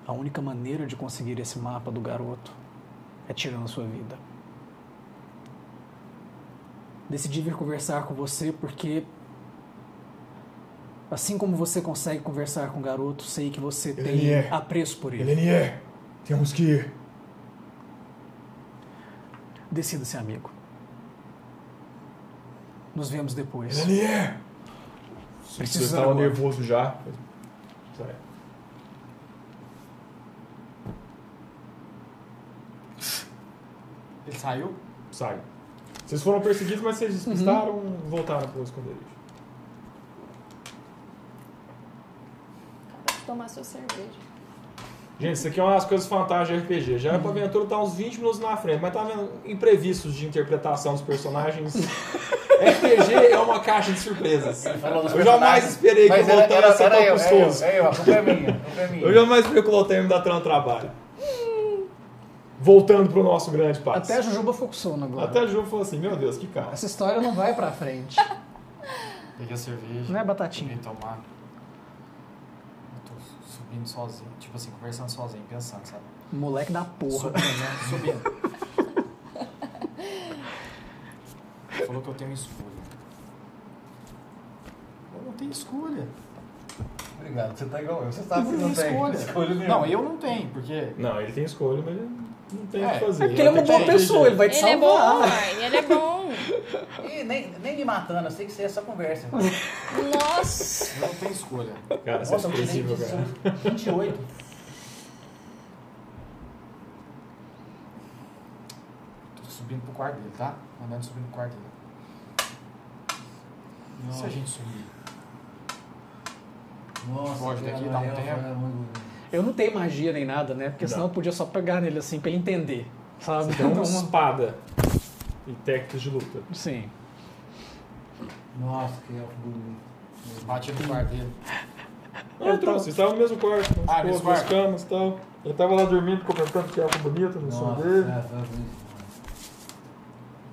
[SPEAKER 2] A única maneira de conseguir esse mapa do garoto é tirando a sua vida decidi vir conversar com você porque assim como você consegue conversar com o garoto, sei que você tem
[SPEAKER 6] é.
[SPEAKER 2] apreço por ele.
[SPEAKER 6] Elenier, temos que ir.
[SPEAKER 2] Decida-se, amigo. Nos vemos depois.
[SPEAKER 6] Elenier!
[SPEAKER 2] Precisa
[SPEAKER 1] Você estava
[SPEAKER 2] agora.
[SPEAKER 1] nervoso já. Sai.
[SPEAKER 4] Ele saiu?
[SPEAKER 1] Sai. Vocês foram perseguidos, mas vocês despistaram e voltaram pro esconderijo.
[SPEAKER 5] Pode tomar sua cerveja.
[SPEAKER 1] Gente, isso aqui é uma das coisas fantásticas de RPG. Já é pra aventura tá uns 20 minutos na frente, mas tá vendo imprevistos de interpretação dos personagens. RPG é uma caixa de surpresas.
[SPEAKER 3] Falou dos
[SPEAKER 1] Eu jamais
[SPEAKER 3] personagens.
[SPEAKER 1] esperei que o
[SPEAKER 3] Mas era-
[SPEAKER 1] Montanha
[SPEAKER 3] era-
[SPEAKER 1] fosse
[SPEAKER 3] era
[SPEAKER 1] tão
[SPEAKER 3] eu, era eu,
[SPEAKER 1] custoso.
[SPEAKER 3] era eu, a culpa é minha, a culpa é minha.
[SPEAKER 1] Eu jamais esperei que o Lotem me dá tanto trabalho. Voltando pro nosso grande passo.
[SPEAKER 2] Até a Jujuba ficou com sono agora.
[SPEAKER 1] Até a Ju falou assim, meu Deus, que carro.
[SPEAKER 2] Essa história não vai pra frente.
[SPEAKER 4] Peguei a cerveja.
[SPEAKER 2] Não é batatinha.
[SPEAKER 4] Peguei tomar. Eu tô subindo sozinho. Tipo assim, conversando sozinho, pensando, sabe?
[SPEAKER 2] Moleque da porra.
[SPEAKER 4] Subindo, né? Subindo. Falou que eu tenho escolha. Eu não tenho escolha.
[SPEAKER 3] Obrigado, você tá igual eu. Você sabe que
[SPEAKER 4] Eu
[SPEAKER 3] não
[SPEAKER 4] não
[SPEAKER 3] tem
[SPEAKER 4] tenho escolha.
[SPEAKER 3] escolha nenhuma.
[SPEAKER 4] Não, eu não tenho, porque.
[SPEAKER 1] Não, ele tem escolha, mas ele não tem o
[SPEAKER 4] É,
[SPEAKER 1] que fazer.
[SPEAKER 2] É porque ele é uma boa pessoa, ele vai te
[SPEAKER 5] Ele é bom,
[SPEAKER 2] salvar.
[SPEAKER 5] mãe. Ele é bom.
[SPEAKER 3] Ih, nem, nem me matando, eu sei que você é só conversa.
[SPEAKER 5] Nossa.
[SPEAKER 4] Eu não tenho escolha.
[SPEAKER 1] Cara, isso é
[SPEAKER 3] Nossa,
[SPEAKER 2] um
[SPEAKER 3] eu tirei
[SPEAKER 1] expressivo, cara.
[SPEAKER 3] 18, 28.
[SPEAKER 4] Tô subindo pro quarto dele, tá? Andando subindo pro quarto dele. E se a gente sumir?
[SPEAKER 3] Nossa, né?
[SPEAKER 4] Foge daqui,
[SPEAKER 3] cara, é
[SPEAKER 4] dá um
[SPEAKER 3] eu-
[SPEAKER 4] tempo.
[SPEAKER 3] eu-
[SPEAKER 2] Eu não tenho magia nem nada, né? Porque senão
[SPEAKER 1] Não.
[SPEAKER 2] eu podia só pegar nele assim, pra ele entender. Sabe?
[SPEAKER 1] Tem uma
[SPEAKER 2] Então,
[SPEAKER 1] espada e técnicas de luta.
[SPEAKER 2] Sim.
[SPEAKER 3] Nossa, que elfo bonito.
[SPEAKER 4] Bati no quarto dele.
[SPEAKER 1] Não, eu trouxe, estava no mesmo quarto, com
[SPEAKER 4] Ah,
[SPEAKER 1] as
[SPEAKER 4] mesmo
[SPEAKER 1] esposas, as
[SPEAKER 4] quarto?
[SPEAKER 1] camas e tal.
[SPEAKER 3] é,
[SPEAKER 2] é.
[SPEAKER 1] Ele tava lá dormindo, comentando que era bonito no som
[SPEAKER 3] Nossa,
[SPEAKER 1] dele.
[SPEAKER 3] elfo bonito.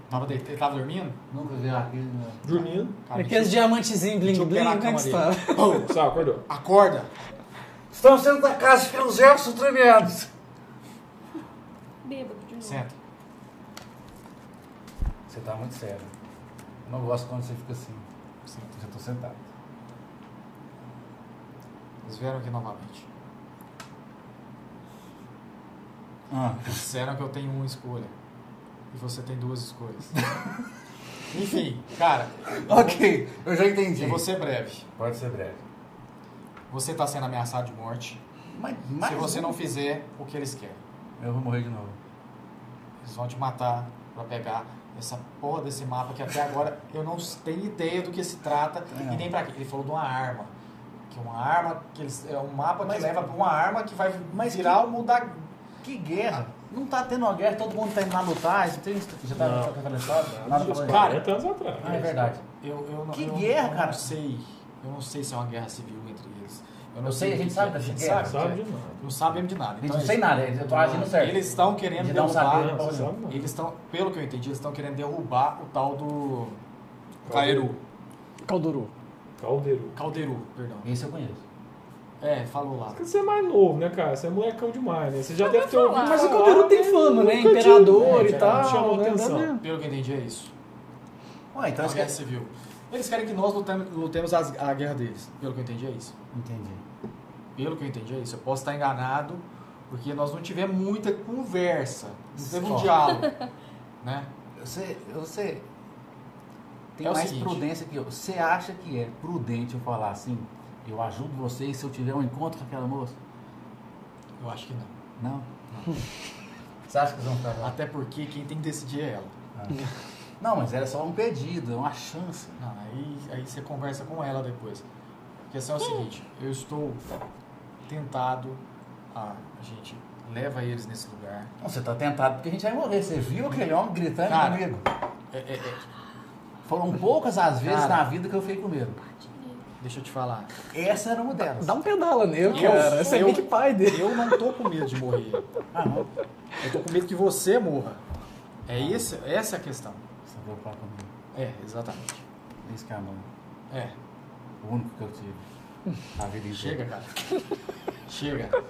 [SPEAKER 4] Tava deitado, ele tava dormindo?
[SPEAKER 3] Nunca vi aquilo, né?
[SPEAKER 1] Dormindo.
[SPEAKER 4] Cara,
[SPEAKER 2] Aqueles diamantezinhos bling bling,
[SPEAKER 4] operar a
[SPEAKER 2] como é que
[SPEAKER 4] cama
[SPEAKER 2] está?
[SPEAKER 4] Pô,
[SPEAKER 1] Sal, acordou.
[SPEAKER 4] acorda.
[SPEAKER 3] Estamos sendo atacados pelos elfos tremendos.
[SPEAKER 5] Bêbado de novo.
[SPEAKER 4] Senta.
[SPEAKER 3] Você tá muito sério. Eu não gosto quando você fica assim. Sim, eu tô sentado.
[SPEAKER 4] Eles vieram aqui novamente.
[SPEAKER 3] Ah,
[SPEAKER 4] Disseram que eu tenho uma escolha. E você tem duas escolhas. Enfim, cara,
[SPEAKER 3] ok, eu já entendi.
[SPEAKER 4] eu vou ser breve.
[SPEAKER 3] Pode ser breve.
[SPEAKER 4] Você tá sendo ameaçado de morte.
[SPEAKER 3] Mas, um?
[SPEAKER 4] se você não fizer o que eles querem.
[SPEAKER 3] Eu vou morrer de novo.
[SPEAKER 4] Eles vão te matar pra pegar essa porra desse mapa que até agora eu não tenho ideia do que se trata
[SPEAKER 3] É.
[SPEAKER 4] e nem pra quê. Ele falou de uma arma. Que é uma arma, que eles, é um mapa
[SPEAKER 3] Mas-
[SPEAKER 4] que leva pra uma arma que vai
[SPEAKER 3] mas
[SPEAKER 4] virar o mundo da.
[SPEAKER 3] Que guerra? Não tá tendo uma guerra, todo mundo tá indo lá lutar, isso tem- já tá
[SPEAKER 1] Não.
[SPEAKER 3] já tá conversado? Nada pra falar.
[SPEAKER 1] 40 anos atrás.
[SPEAKER 3] Ah, é verdade.
[SPEAKER 4] Eu, eu não,
[SPEAKER 3] Que
[SPEAKER 4] eu,
[SPEAKER 3] guerra,
[SPEAKER 4] eu
[SPEAKER 3] cara?
[SPEAKER 4] Não sei. Eu não sei se é uma guerra civil entre eles. Eu
[SPEAKER 3] Eu sei, a
[SPEAKER 4] o que
[SPEAKER 3] gente
[SPEAKER 4] que
[SPEAKER 3] sabe
[SPEAKER 4] é. a
[SPEAKER 3] dessa
[SPEAKER 4] gente
[SPEAKER 3] guerra.
[SPEAKER 4] sabe,
[SPEAKER 1] Sabe
[SPEAKER 4] o que
[SPEAKER 1] de nada.
[SPEAKER 4] é. Não sabe de nada.
[SPEAKER 3] A gente
[SPEAKER 4] Então,
[SPEAKER 3] não sei
[SPEAKER 4] eles-
[SPEAKER 3] nada, eu tô agindo certo.
[SPEAKER 4] Eles estão querendo
[SPEAKER 3] De dar um
[SPEAKER 4] derrubar.
[SPEAKER 3] saber.
[SPEAKER 1] Não, você sabe não.
[SPEAKER 4] Eles estão, pelo que eu entendi, eles estão querendo derrubar o tal do. Caeru.
[SPEAKER 2] Calduru.
[SPEAKER 1] Caldeiro.
[SPEAKER 4] Calderu, perdão.
[SPEAKER 3] Esse eu conheço.
[SPEAKER 4] É, falou lá.
[SPEAKER 1] Você é mais novo, né, cara? Você é molecão demais, né? Você já deve ter
[SPEAKER 5] falar.
[SPEAKER 1] ouvido.
[SPEAKER 2] Mas o
[SPEAKER 1] falar,
[SPEAKER 2] Calduru tem
[SPEAKER 1] mas
[SPEAKER 2] fama, né?
[SPEAKER 1] nunca
[SPEAKER 2] Imperador
[SPEAKER 1] tinha-
[SPEAKER 2] e
[SPEAKER 1] é,
[SPEAKER 2] tal.
[SPEAKER 1] não Chamou
[SPEAKER 2] né?
[SPEAKER 1] atenção.
[SPEAKER 4] Pelo que eu entendi, é isso.
[SPEAKER 3] Ué, então
[SPEAKER 4] Então, guerra
[SPEAKER 3] esquece.
[SPEAKER 4] civil. Eles querem que nós lutemos, lutemos as- a guerra deles. Pelo que eu entendi, é isso.
[SPEAKER 2] um-
[SPEAKER 3] Entendi.
[SPEAKER 4] Pelo que eu entendi, é isso. Eu posso estar enganado, porque nós não tivemos muita conversa. Não teve um
[SPEAKER 3] Só.
[SPEAKER 4] diálogo. né?
[SPEAKER 3] Você, você tem
[SPEAKER 4] É o
[SPEAKER 3] mais
[SPEAKER 4] seguinte.
[SPEAKER 3] prudência que eu. Você acha que é prudente eu falar assim? Eu ajudo vocês se eu tiver um encontro com aquela moça?
[SPEAKER 4] Eu acho que não.
[SPEAKER 3] Não. Você acha que eles vão ficar lá?
[SPEAKER 4] Até porque quem tem que decidir é ela.
[SPEAKER 3] Não, mas era só um pedido, é uma chance.
[SPEAKER 4] Não, aí, aí você conversa com ela depois. A questão é o seguinte, eu estou tentado a, a gente leva eles nesse lugar.
[SPEAKER 3] Não, você tá tentado porque a gente vai morrer. Você viu aquele homem gritando
[SPEAKER 4] Cara.
[SPEAKER 3] comigo?
[SPEAKER 4] É, é, é,
[SPEAKER 3] Foram poucas as vezes
[SPEAKER 4] Cara.
[SPEAKER 3] na vida que eu fiquei com medo.
[SPEAKER 4] deixa eu te falar.
[SPEAKER 3] Essa era uma delas.
[SPEAKER 2] Dá um pedala nele,
[SPEAKER 4] Eu-
[SPEAKER 2] cara. Esse é
[SPEAKER 4] eu-
[SPEAKER 2] Big Pai dele.
[SPEAKER 4] Eu não tô com medo de morrer.
[SPEAKER 3] Ah, não.
[SPEAKER 4] Eu tô com medo que você morra. É esse, essa é a questão.
[SPEAKER 3] Você vai falar comigo.
[SPEAKER 4] É, exatamente.
[SPEAKER 3] Esse que é a mão.
[SPEAKER 4] É,
[SPEAKER 3] O único que eu tive. A vida inteira.
[SPEAKER 4] chega, cara. Chega.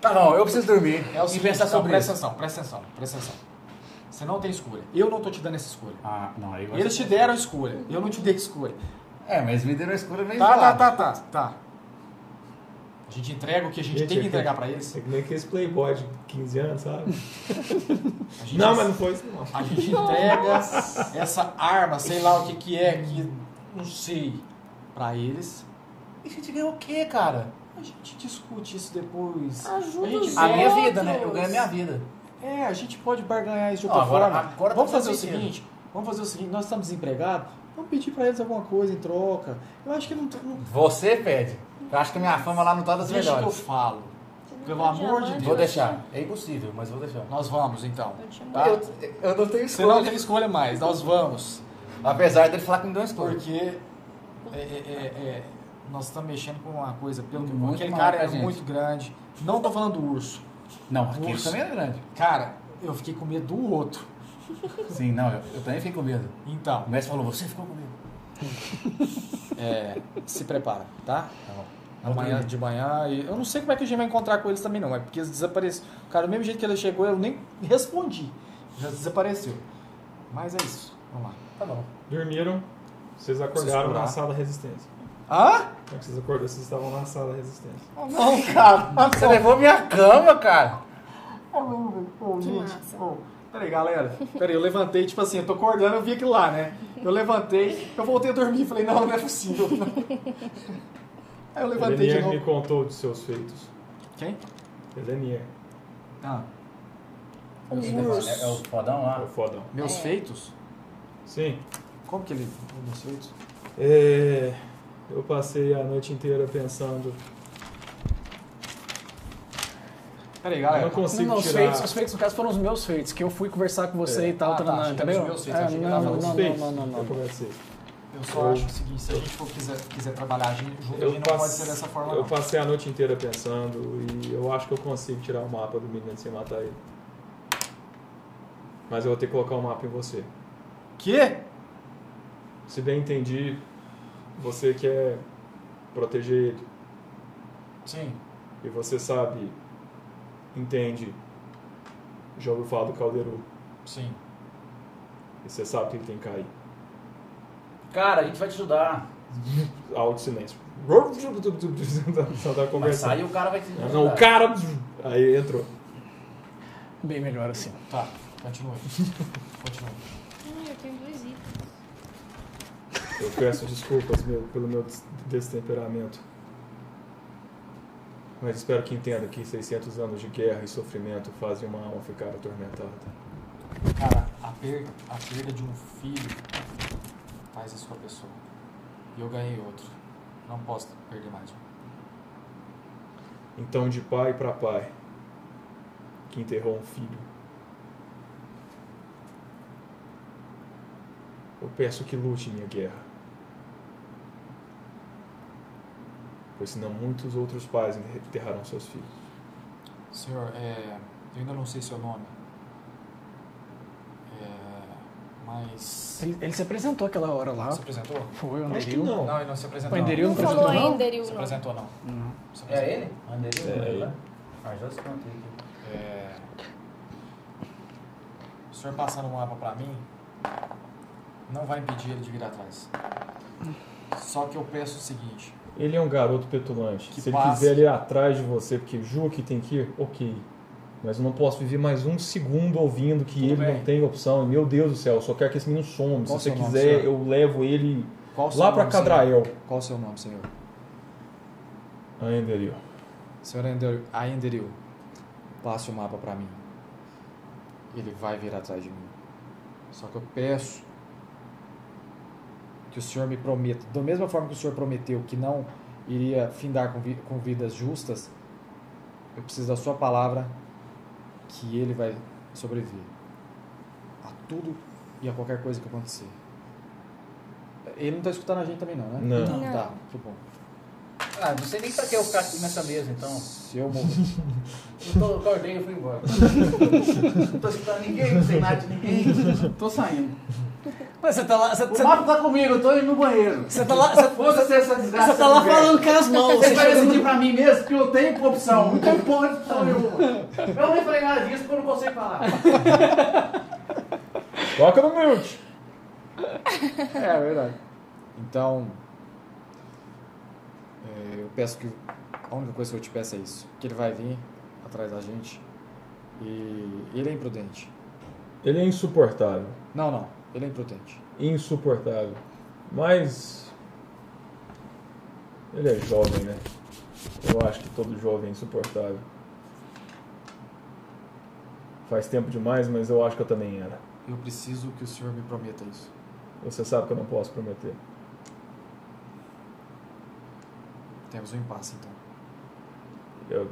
[SPEAKER 3] Tá bom, eu preciso dormir.
[SPEAKER 4] É o
[SPEAKER 3] e
[SPEAKER 4] seguinte,
[SPEAKER 3] pensar
[SPEAKER 4] então,
[SPEAKER 3] sobre
[SPEAKER 4] presta
[SPEAKER 3] isso.
[SPEAKER 4] atenção, presta atenção, presta atenção. Você não tem escolha. Eu não tô te dando essa escolha.
[SPEAKER 3] Ah, não, aí você-
[SPEAKER 4] Eles te deram a escolha. Eu não te dei escolha.
[SPEAKER 3] É, mas me deram a escolha meio
[SPEAKER 4] Tá, tá,
[SPEAKER 3] zoada.
[SPEAKER 4] tá, tá, tá. A gente entrega o que a gente, tem
[SPEAKER 1] é
[SPEAKER 4] que entregar pra eles.
[SPEAKER 1] É que nem aqueles playboy de 15 anos, sabe?
[SPEAKER 4] A gente,
[SPEAKER 1] Não, mas não foi isso, não.
[SPEAKER 4] A gente entrega essa arma, sei lá o que que é, que não sei, pra eles.
[SPEAKER 3] E a gente ganhou o quê, cara?
[SPEAKER 4] A gente discute isso depois.
[SPEAKER 5] Ajuda
[SPEAKER 4] a gente
[SPEAKER 5] os
[SPEAKER 3] A
[SPEAKER 4] vê-
[SPEAKER 5] outros.
[SPEAKER 3] minha vida, né? Eu ganho a minha vida.
[SPEAKER 4] É, a gente pode barganhar isso de
[SPEAKER 3] Não,
[SPEAKER 4] outra
[SPEAKER 3] agora-
[SPEAKER 4] forma.
[SPEAKER 3] agora
[SPEAKER 4] vamos
[SPEAKER 3] tá
[SPEAKER 4] fazer o
[SPEAKER 3] sentindo.
[SPEAKER 4] seguinte, vamos fazer o seguinte, nós estamos desempregados, vamos pedir pra eles alguma coisa em troca. Eu acho que não, não
[SPEAKER 3] Você pede. Eu acho que a minha fama lá não tá das
[SPEAKER 4] deixa que eu
[SPEAKER 3] melhores.
[SPEAKER 4] falo. Pelo amor de Deus.
[SPEAKER 3] Vou deixar. É impossível, mas vou deixar.
[SPEAKER 4] Nós vamos então.
[SPEAKER 5] Eu te amo.
[SPEAKER 4] Tá?
[SPEAKER 3] Eu, eu não tenho
[SPEAKER 4] Você não tem escolha mais, nós vamos.
[SPEAKER 3] Apesar dele falar que me deu uma escolha.
[SPEAKER 4] Porque é, é, é, é, nós estamos mexendo com uma coisa, pelo que eu
[SPEAKER 3] Muito
[SPEAKER 4] Aquele
[SPEAKER 3] maior
[SPEAKER 4] cara
[SPEAKER 3] que a
[SPEAKER 4] era
[SPEAKER 3] gente.
[SPEAKER 4] muito grande. Não tô falando do urso.
[SPEAKER 3] Não, aquele
[SPEAKER 4] Nossa.
[SPEAKER 3] também é grande.
[SPEAKER 4] Cara, eu fiquei com medo do outro.
[SPEAKER 3] Sim, não, eu, eu também fiquei com medo.
[SPEAKER 4] Então,
[SPEAKER 3] O mestre falou, você ficou com medo.
[SPEAKER 4] é, se prepara, tá?
[SPEAKER 3] Tá bom.
[SPEAKER 4] Amanhã de manhã. e Eu não sei como é que a gente vai encontrar com eles também, não. É porque eles desapareceram. Cara, do mesmo jeito que ele chegou, eu nem respondi. Já desapareceu. Mas é isso. Vamos lá.
[SPEAKER 3] Tá bom.
[SPEAKER 1] Dormiram, vocês acordaram
[SPEAKER 4] Vocês
[SPEAKER 1] na sala da resistência.
[SPEAKER 4] Ah?
[SPEAKER 1] Como é que vocês acordaram? Vocês estavam na sala da resistência.
[SPEAKER 3] Não, cara. Você levou minha cama, cara.
[SPEAKER 4] É
[SPEAKER 5] Que massa.
[SPEAKER 4] Ô, Peraí, galera. Peraí, eu levantei, tipo assim, eu tô acordando, eu vi aquilo lá, né? Eu levantei, eu voltei a dormir, falei, não, não é possível. Aí
[SPEAKER 3] é
[SPEAKER 4] eu levantei de
[SPEAKER 1] Elenier me
[SPEAKER 4] novo.
[SPEAKER 1] contou de seus feitos.
[SPEAKER 4] Quem?
[SPEAKER 1] Elenier,
[SPEAKER 4] Ah,
[SPEAKER 5] Um
[SPEAKER 3] É, é o fodão
[SPEAKER 1] é o
[SPEAKER 2] Ah,
[SPEAKER 3] lá.
[SPEAKER 1] fodão.
[SPEAKER 4] meus feitos?
[SPEAKER 1] Sim,
[SPEAKER 4] Como que ele. Meus feitos?
[SPEAKER 1] É, eu passei a noite inteira pensando.
[SPEAKER 4] Peraí,
[SPEAKER 1] Eu
[SPEAKER 4] galera.
[SPEAKER 1] não consigo
[SPEAKER 2] Não, os
[SPEAKER 1] tirar.
[SPEAKER 2] feitos, os feitos, no caso, foram os meus feitos, que eu fui conversar com você
[SPEAKER 1] É.
[SPEAKER 2] e tal,
[SPEAKER 4] Ah, tá,
[SPEAKER 2] taranã,
[SPEAKER 4] achei que era
[SPEAKER 2] entendeu?
[SPEAKER 4] os meus feitos,
[SPEAKER 2] É,
[SPEAKER 4] achei que
[SPEAKER 2] não,
[SPEAKER 4] tava
[SPEAKER 2] não,
[SPEAKER 4] os
[SPEAKER 2] não,
[SPEAKER 1] feitos.
[SPEAKER 2] não, não, não.
[SPEAKER 1] Eu conversei.
[SPEAKER 4] Eu só acho o seguinte, se a gente for quiser, quiser trabalhar a gente, junto, a
[SPEAKER 1] Eu
[SPEAKER 4] gente não
[SPEAKER 1] passe-
[SPEAKER 4] pode ser dessa forma
[SPEAKER 1] eu
[SPEAKER 4] não.
[SPEAKER 1] passei a noite inteira pensando e eu acho que eu consigo tirar o mapa do menino sem matar ele. Mas eu vou ter que colocar o mapa em você.
[SPEAKER 4] Quê?
[SPEAKER 1] Se bem entendi, você quer proteger ele.
[SPEAKER 4] Sim.
[SPEAKER 1] E você sabe, entende, já ouviu falar do Calderu.
[SPEAKER 4] Sim.
[SPEAKER 1] E você sabe que ele tem que cair.
[SPEAKER 3] Cara, a gente vai te ajudar.
[SPEAKER 1] Alto silêncio. Só tá
[SPEAKER 3] Vai
[SPEAKER 1] conversando.
[SPEAKER 3] sair o cara vai te ajudar.
[SPEAKER 1] Não, o cara... Aí entrou.
[SPEAKER 2] Bem melhor assim.
[SPEAKER 4] Tá, continua. continua.
[SPEAKER 5] Hum, eu tenho dois itens.
[SPEAKER 1] Eu peço desculpas meu, pelo meu des- destemperamento. Mas espero que entenda que 600 anos de guerra e sofrimento fazem uma alma ficar atormentada.
[SPEAKER 4] Cara, a perda, a perda de um filho faz isso com a pessoa. E eu ganhei outro. Não posso perder mais um.
[SPEAKER 1] Então, de pai para pai, que enterrou um filho. Eu peço que lute minha guerra. Pois senão muitos outros pais enterrarão seus filhos.
[SPEAKER 4] Senhor, é, eu ainda não sei seu nome. É, mas.
[SPEAKER 2] Ele, ele se apresentou aquela hora lá.
[SPEAKER 4] Se apresentou?
[SPEAKER 2] Foi o
[SPEAKER 1] Acho que
[SPEAKER 2] Anderil.
[SPEAKER 1] não.
[SPEAKER 4] Não, ele não se apresentou.
[SPEAKER 2] O Enderil
[SPEAKER 5] Não
[SPEAKER 2] não
[SPEAKER 5] falou
[SPEAKER 2] apresentou, não?
[SPEAKER 5] ainda, Eril,
[SPEAKER 4] Não se
[SPEAKER 5] não.
[SPEAKER 4] apresentou, não.
[SPEAKER 2] Não.
[SPEAKER 3] É
[SPEAKER 4] Se apresentou.
[SPEAKER 3] ele? Anderil?
[SPEAKER 1] É ele.
[SPEAKER 3] Ah, já se contei aqui.
[SPEAKER 4] É, O senhor passando um mapa pra mim não vai impedir ele de vir atrás. Só que eu peço o seguinte.
[SPEAKER 1] Ele é um garoto petulante.
[SPEAKER 4] Que
[SPEAKER 1] Se ele
[SPEAKER 4] passa.
[SPEAKER 1] quiser ele ir atrás de você, porque juro que tem que ir, ok. Mas eu não posso viver mais um segundo ouvindo que
[SPEAKER 4] Tudo
[SPEAKER 1] ele
[SPEAKER 4] bem.
[SPEAKER 1] não tem opção. Meu Deus do céu, eu só quero que esse menino some.
[SPEAKER 4] Qual
[SPEAKER 1] Se você
[SPEAKER 4] seu nome,
[SPEAKER 1] quiser,
[SPEAKER 4] senhor?
[SPEAKER 1] eu levo ele
[SPEAKER 4] Qual o seu
[SPEAKER 1] lá pra
[SPEAKER 4] nome, senhor?
[SPEAKER 1] Cadrael.
[SPEAKER 4] Qual o seu nome, senhor?
[SPEAKER 1] Ainda ali, ó.
[SPEAKER 4] Senhor Aender- Aenderil, passe o mapa pra mim. Ele vai vir atrás de mim. Só que eu peço que o senhor me prometa, da mesma forma que o senhor prometeu que não iria findar com, vi- com vidas justas, eu preciso da sua palavra que ele vai sobreviver a tudo e a qualquer coisa que acontecer. Ele não tá escutando a gente também não, né?
[SPEAKER 1] Não.
[SPEAKER 5] Não.
[SPEAKER 4] Tá, que bom.
[SPEAKER 3] Ah, não sei nem pra que eu ficar aqui nessa mesa, então.
[SPEAKER 4] Se eu morrer...
[SPEAKER 3] Eu tô- eu acordei e fui embora. não tô escutando ninguém, não sei nada de ninguém. Tô saindo.
[SPEAKER 2] Mas você tá lá. Você, você-
[SPEAKER 3] O mapa tá comigo, eu tô indo no banheiro.
[SPEAKER 2] você tá lá. Você,
[SPEAKER 3] Foda-se essa desgraça.
[SPEAKER 2] você tá lá
[SPEAKER 3] dessa mulher.
[SPEAKER 2] falando com as mãos.
[SPEAKER 3] Você
[SPEAKER 2] Você
[SPEAKER 3] vai um-
[SPEAKER 2] chega no-
[SPEAKER 3] decidir pra mim mesmo que eu tenho Então opção. Não tem porra de opção nenhuma. Eu nem falei nada disso porque eu não consigo falar.
[SPEAKER 1] Toca no mute!
[SPEAKER 4] É verdade. Então, é, eu peço que a única coisa que eu te peço é isso, que ele vai vir atrás da gente e ele é imprudente.
[SPEAKER 1] Ele é insuportável.
[SPEAKER 4] Não, não, ele é imprudente.
[SPEAKER 1] Insuportável. Mas. Ele é jovem, né? Eu acho que todo jovem é insuportável. Faz tempo demais, mas eu acho que eu também era.
[SPEAKER 4] Eu preciso que o senhor me prometa isso.
[SPEAKER 1] Você sabe que eu não posso prometer.
[SPEAKER 4] Temos um impasse então.
[SPEAKER 1] Eu,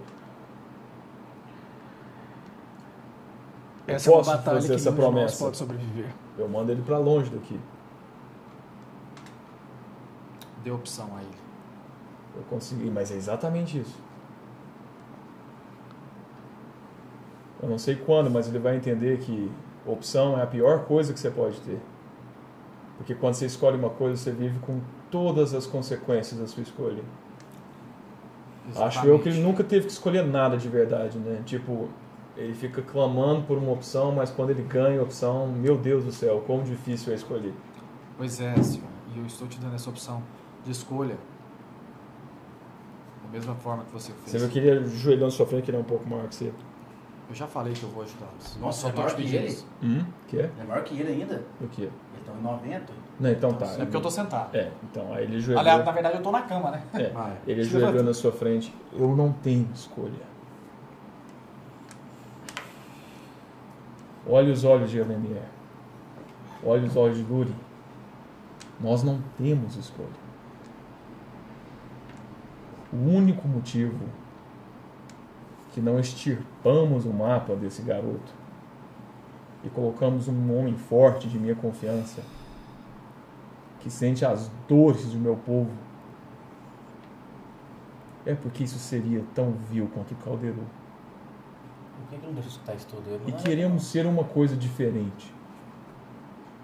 [SPEAKER 1] eu
[SPEAKER 2] Essa é uma
[SPEAKER 1] posso
[SPEAKER 2] batalha que
[SPEAKER 1] fazer essa
[SPEAKER 2] nenhum de nós
[SPEAKER 1] promessa.
[SPEAKER 2] pode sobreviver.
[SPEAKER 1] Eu mando ele pra longe daqui.
[SPEAKER 4] Dê opção a ele.
[SPEAKER 1] Eu consegui, mas é exatamente isso. Eu não sei quando, mas ele vai entender que opção é a pior coisa que você pode ter. Porque quando você escolhe uma coisa, você vive com todas as consequências da sua escolha. Acho eu que ele nunca teve que escolher nada de verdade, né? Tipo, ele fica clamando por uma opção, mas quando ele ganha a opção, meu Deus do céu, quão difícil é escolher.
[SPEAKER 4] Pois é, senhor, e eu estou te dando essa opção de escolha. Da mesma forma que você fez.
[SPEAKER 1] Você viu que ele é joelhando sua frente, que ele é um pouco maior que você.
[SPEAKER 4] Eu já falei que eu vou ajudá-los.
[SPEAKER 3] Nossa,
[SPEAKER 4] Só tô
[SPEAKER 3] é maior
[SPEAKER 4] te
[SPEAKER 3] que
[SPEAKER 4] pedindo
[SPEAKER 3] ele?
[SPEAKER 4] isso.
[SPEAKER 1] Hum? Que é?
[SPEAKER 3] É maior que ele ainda.
[SPEAKER 1] O que é?
[SPEAKER 3] Eles estão em 90.
[SPEAKER 1] Não, então tá.
[SPEAKER 4] É porque eu tô sentado.
[SPEAKER 1] É, então, aí ele joelhou.
[SPEAKER 4] Aliás, na verdade eu tô na cama, né?
[SPEAKER 1] É,
[SPEAKER 4] Ah, é.
[SPEAKER 1] ele ajoelhou na sua frente. Eu não tenho escolha. Olhe os olhos de Elenier. Olhe os olhos de Luri. Nós não temos escolha. O único motivo que não extirpamos o mapa desse garoto e colocamos um homem forte de minha confiança que sente as dores do meu povo é porque isso seria tão vil quanto o Caldeirão.
[SPEAKER 7] é?
[SPEAKER 3] Por que que não é- deixa eu escutar isso tudo? Eu
[SPEAKER 1] E
[SPEAKER 3] não-
[SPEAKER 1] queremos ser uma coisa diferente.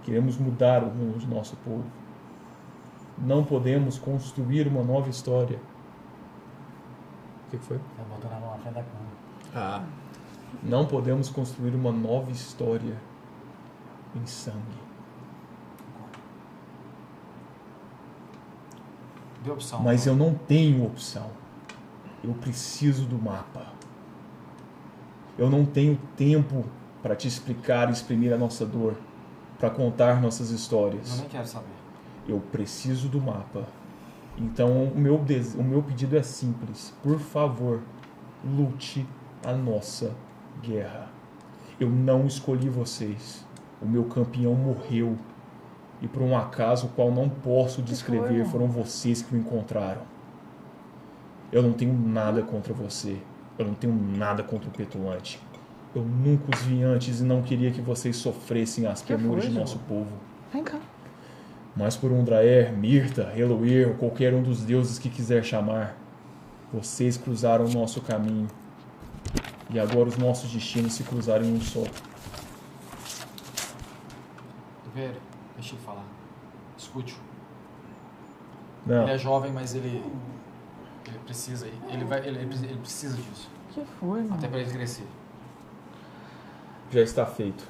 [SPEAKER 7] Queremos mudar o rumo de nosso povo. Não podemos construir uma nova história. O que que foi?
[SPEAKER 2] um-
[SPEAKER 3] Tá botando a mão na frente da cama.
[SPEAKER 7] Ah. Não podemos construir uma nova história em sangue.
[SPEAKER 4] Deu opção.
[SPEAKER 7] Mas eu não tenho opção. Eu preciso do mapa. Eu não tenho tempo para te explicar e exprimir a nossa dor, para contar nossas
[SPEAKER 4] Eu
[SPEAKER 7] histórias.
[SPEAKER 4] nem quero saber.
[SPEAKER 7] Eu preciso do mapa. Então o meu, des- o meu pedido é simples. Por favor, lute a nossa guerra. Eu não escolhi vocês. O meu campeão morreu. E por um acaso, o qual não posso descrever, foram vocês que o encontraram. Eu não tenho nada contra você. Eu não tenho nada contra o petulante. Eu nunca os vi antes e não queria que vocês sofressem as penúrias de nosso povo.
[SPEAKER 2] Vem cá.
[SPEAKER 7] Mas por Undraer, Mirta, Heloir ou qualquer um dos deuses que quiser chamar, vocês cruzaram o nosso caminho. E agora os nossos destinos se cruzaram em um só.
[SPEAKER 4] Velho, deixa ele falar. Escute-o.
[SPEAKER 7] Não,
[SPEAKER 4] Ele é jovem, mas ele. Ele precisa. Ele, vai, ele, ele precisa- ele precisa disso.
[SPEAKER 2] O que foi, mano?
[SPEAKER 4] Até pra ele crescer.
[SPEAKER 7] já está feito.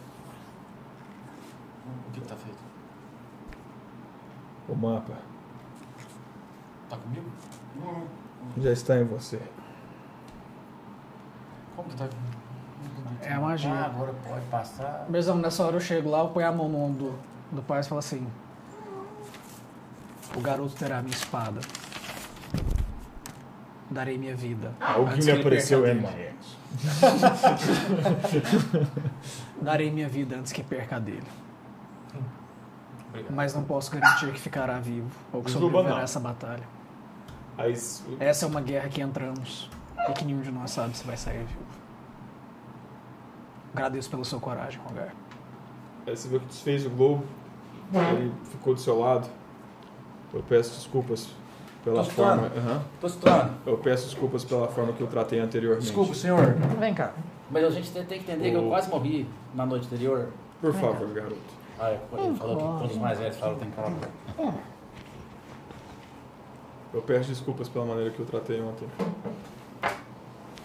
[SPEAKER 4] O que, que tá feito?
[SPEAKER 7] O mapa
[SPEAKER 4] Tá comigo?
[SPEAKER 7] já está em você.
[SPEAKER 4] Como que tá comigo?
[SPEAKER 2] É a magia.
[SPEAKER 3] Ah, agora pode passar.
[SPEAKER 2] Mesmo nessa hora eu chego lá, eu ponho a mão no ombro do, do pai e falo assim: O garoto terá minha espada. Darei minha vida.
[SPEAKER 1] Ah,
[SPEAKER 7] Alguém
[SPEAKER 4] Antes que ele
[SPEAKER 7] apareceu,
[SPEAKER 4] perca
[SPEAKER 7] é
[SPEAKER 4] a
[SPEAKER 7] Max.
[SPEAKER 2] Darei minha vida antes que perca a dele. Mas não posso garantir que ficará vivo ou que
[SPEAKER 1] Desluba,
[SPEAKER 2] sobreviverá
[SPEAKER 1] não.
[SPEAKER 2] a essa batalha.
[SPEAKER 1] Aí, s-
[SPEAKER 2] Essa é uma guerra que entramos e que nenhum de nós sabe se vai sair vivo. Agradeço pela sua coragem, Rogar.
[SPEAKER 1] aí você viu que desfez o globo, ele ficou do seu lado. Eu peço desculpas pela
[SPEAKER 3] Tá
[SPEAKER 1] forma. Aham.
[SPEAKER 3] Tô situando.
[SPEAKER 1] Eu peço desculpas pela forma que eu tratei anteriormente.
[SPEAKER 4] Desculpa, senhor.
[SPEAKER 2] Vem cá.
[SPEAKER 3] Mas a gente tem tem que entender que eu
[SPEAKER 1] O-
[SPEAKER 3] quase morri na noite anterior.
[SPEAKER 1] Por favor, garoto.
[SPEAKER 3] Ah, ele falou que todos os mais velhos falam tem que falar.
[SPEAKER 1] Eu peço desculpas pela maneira que eu tratei ontem.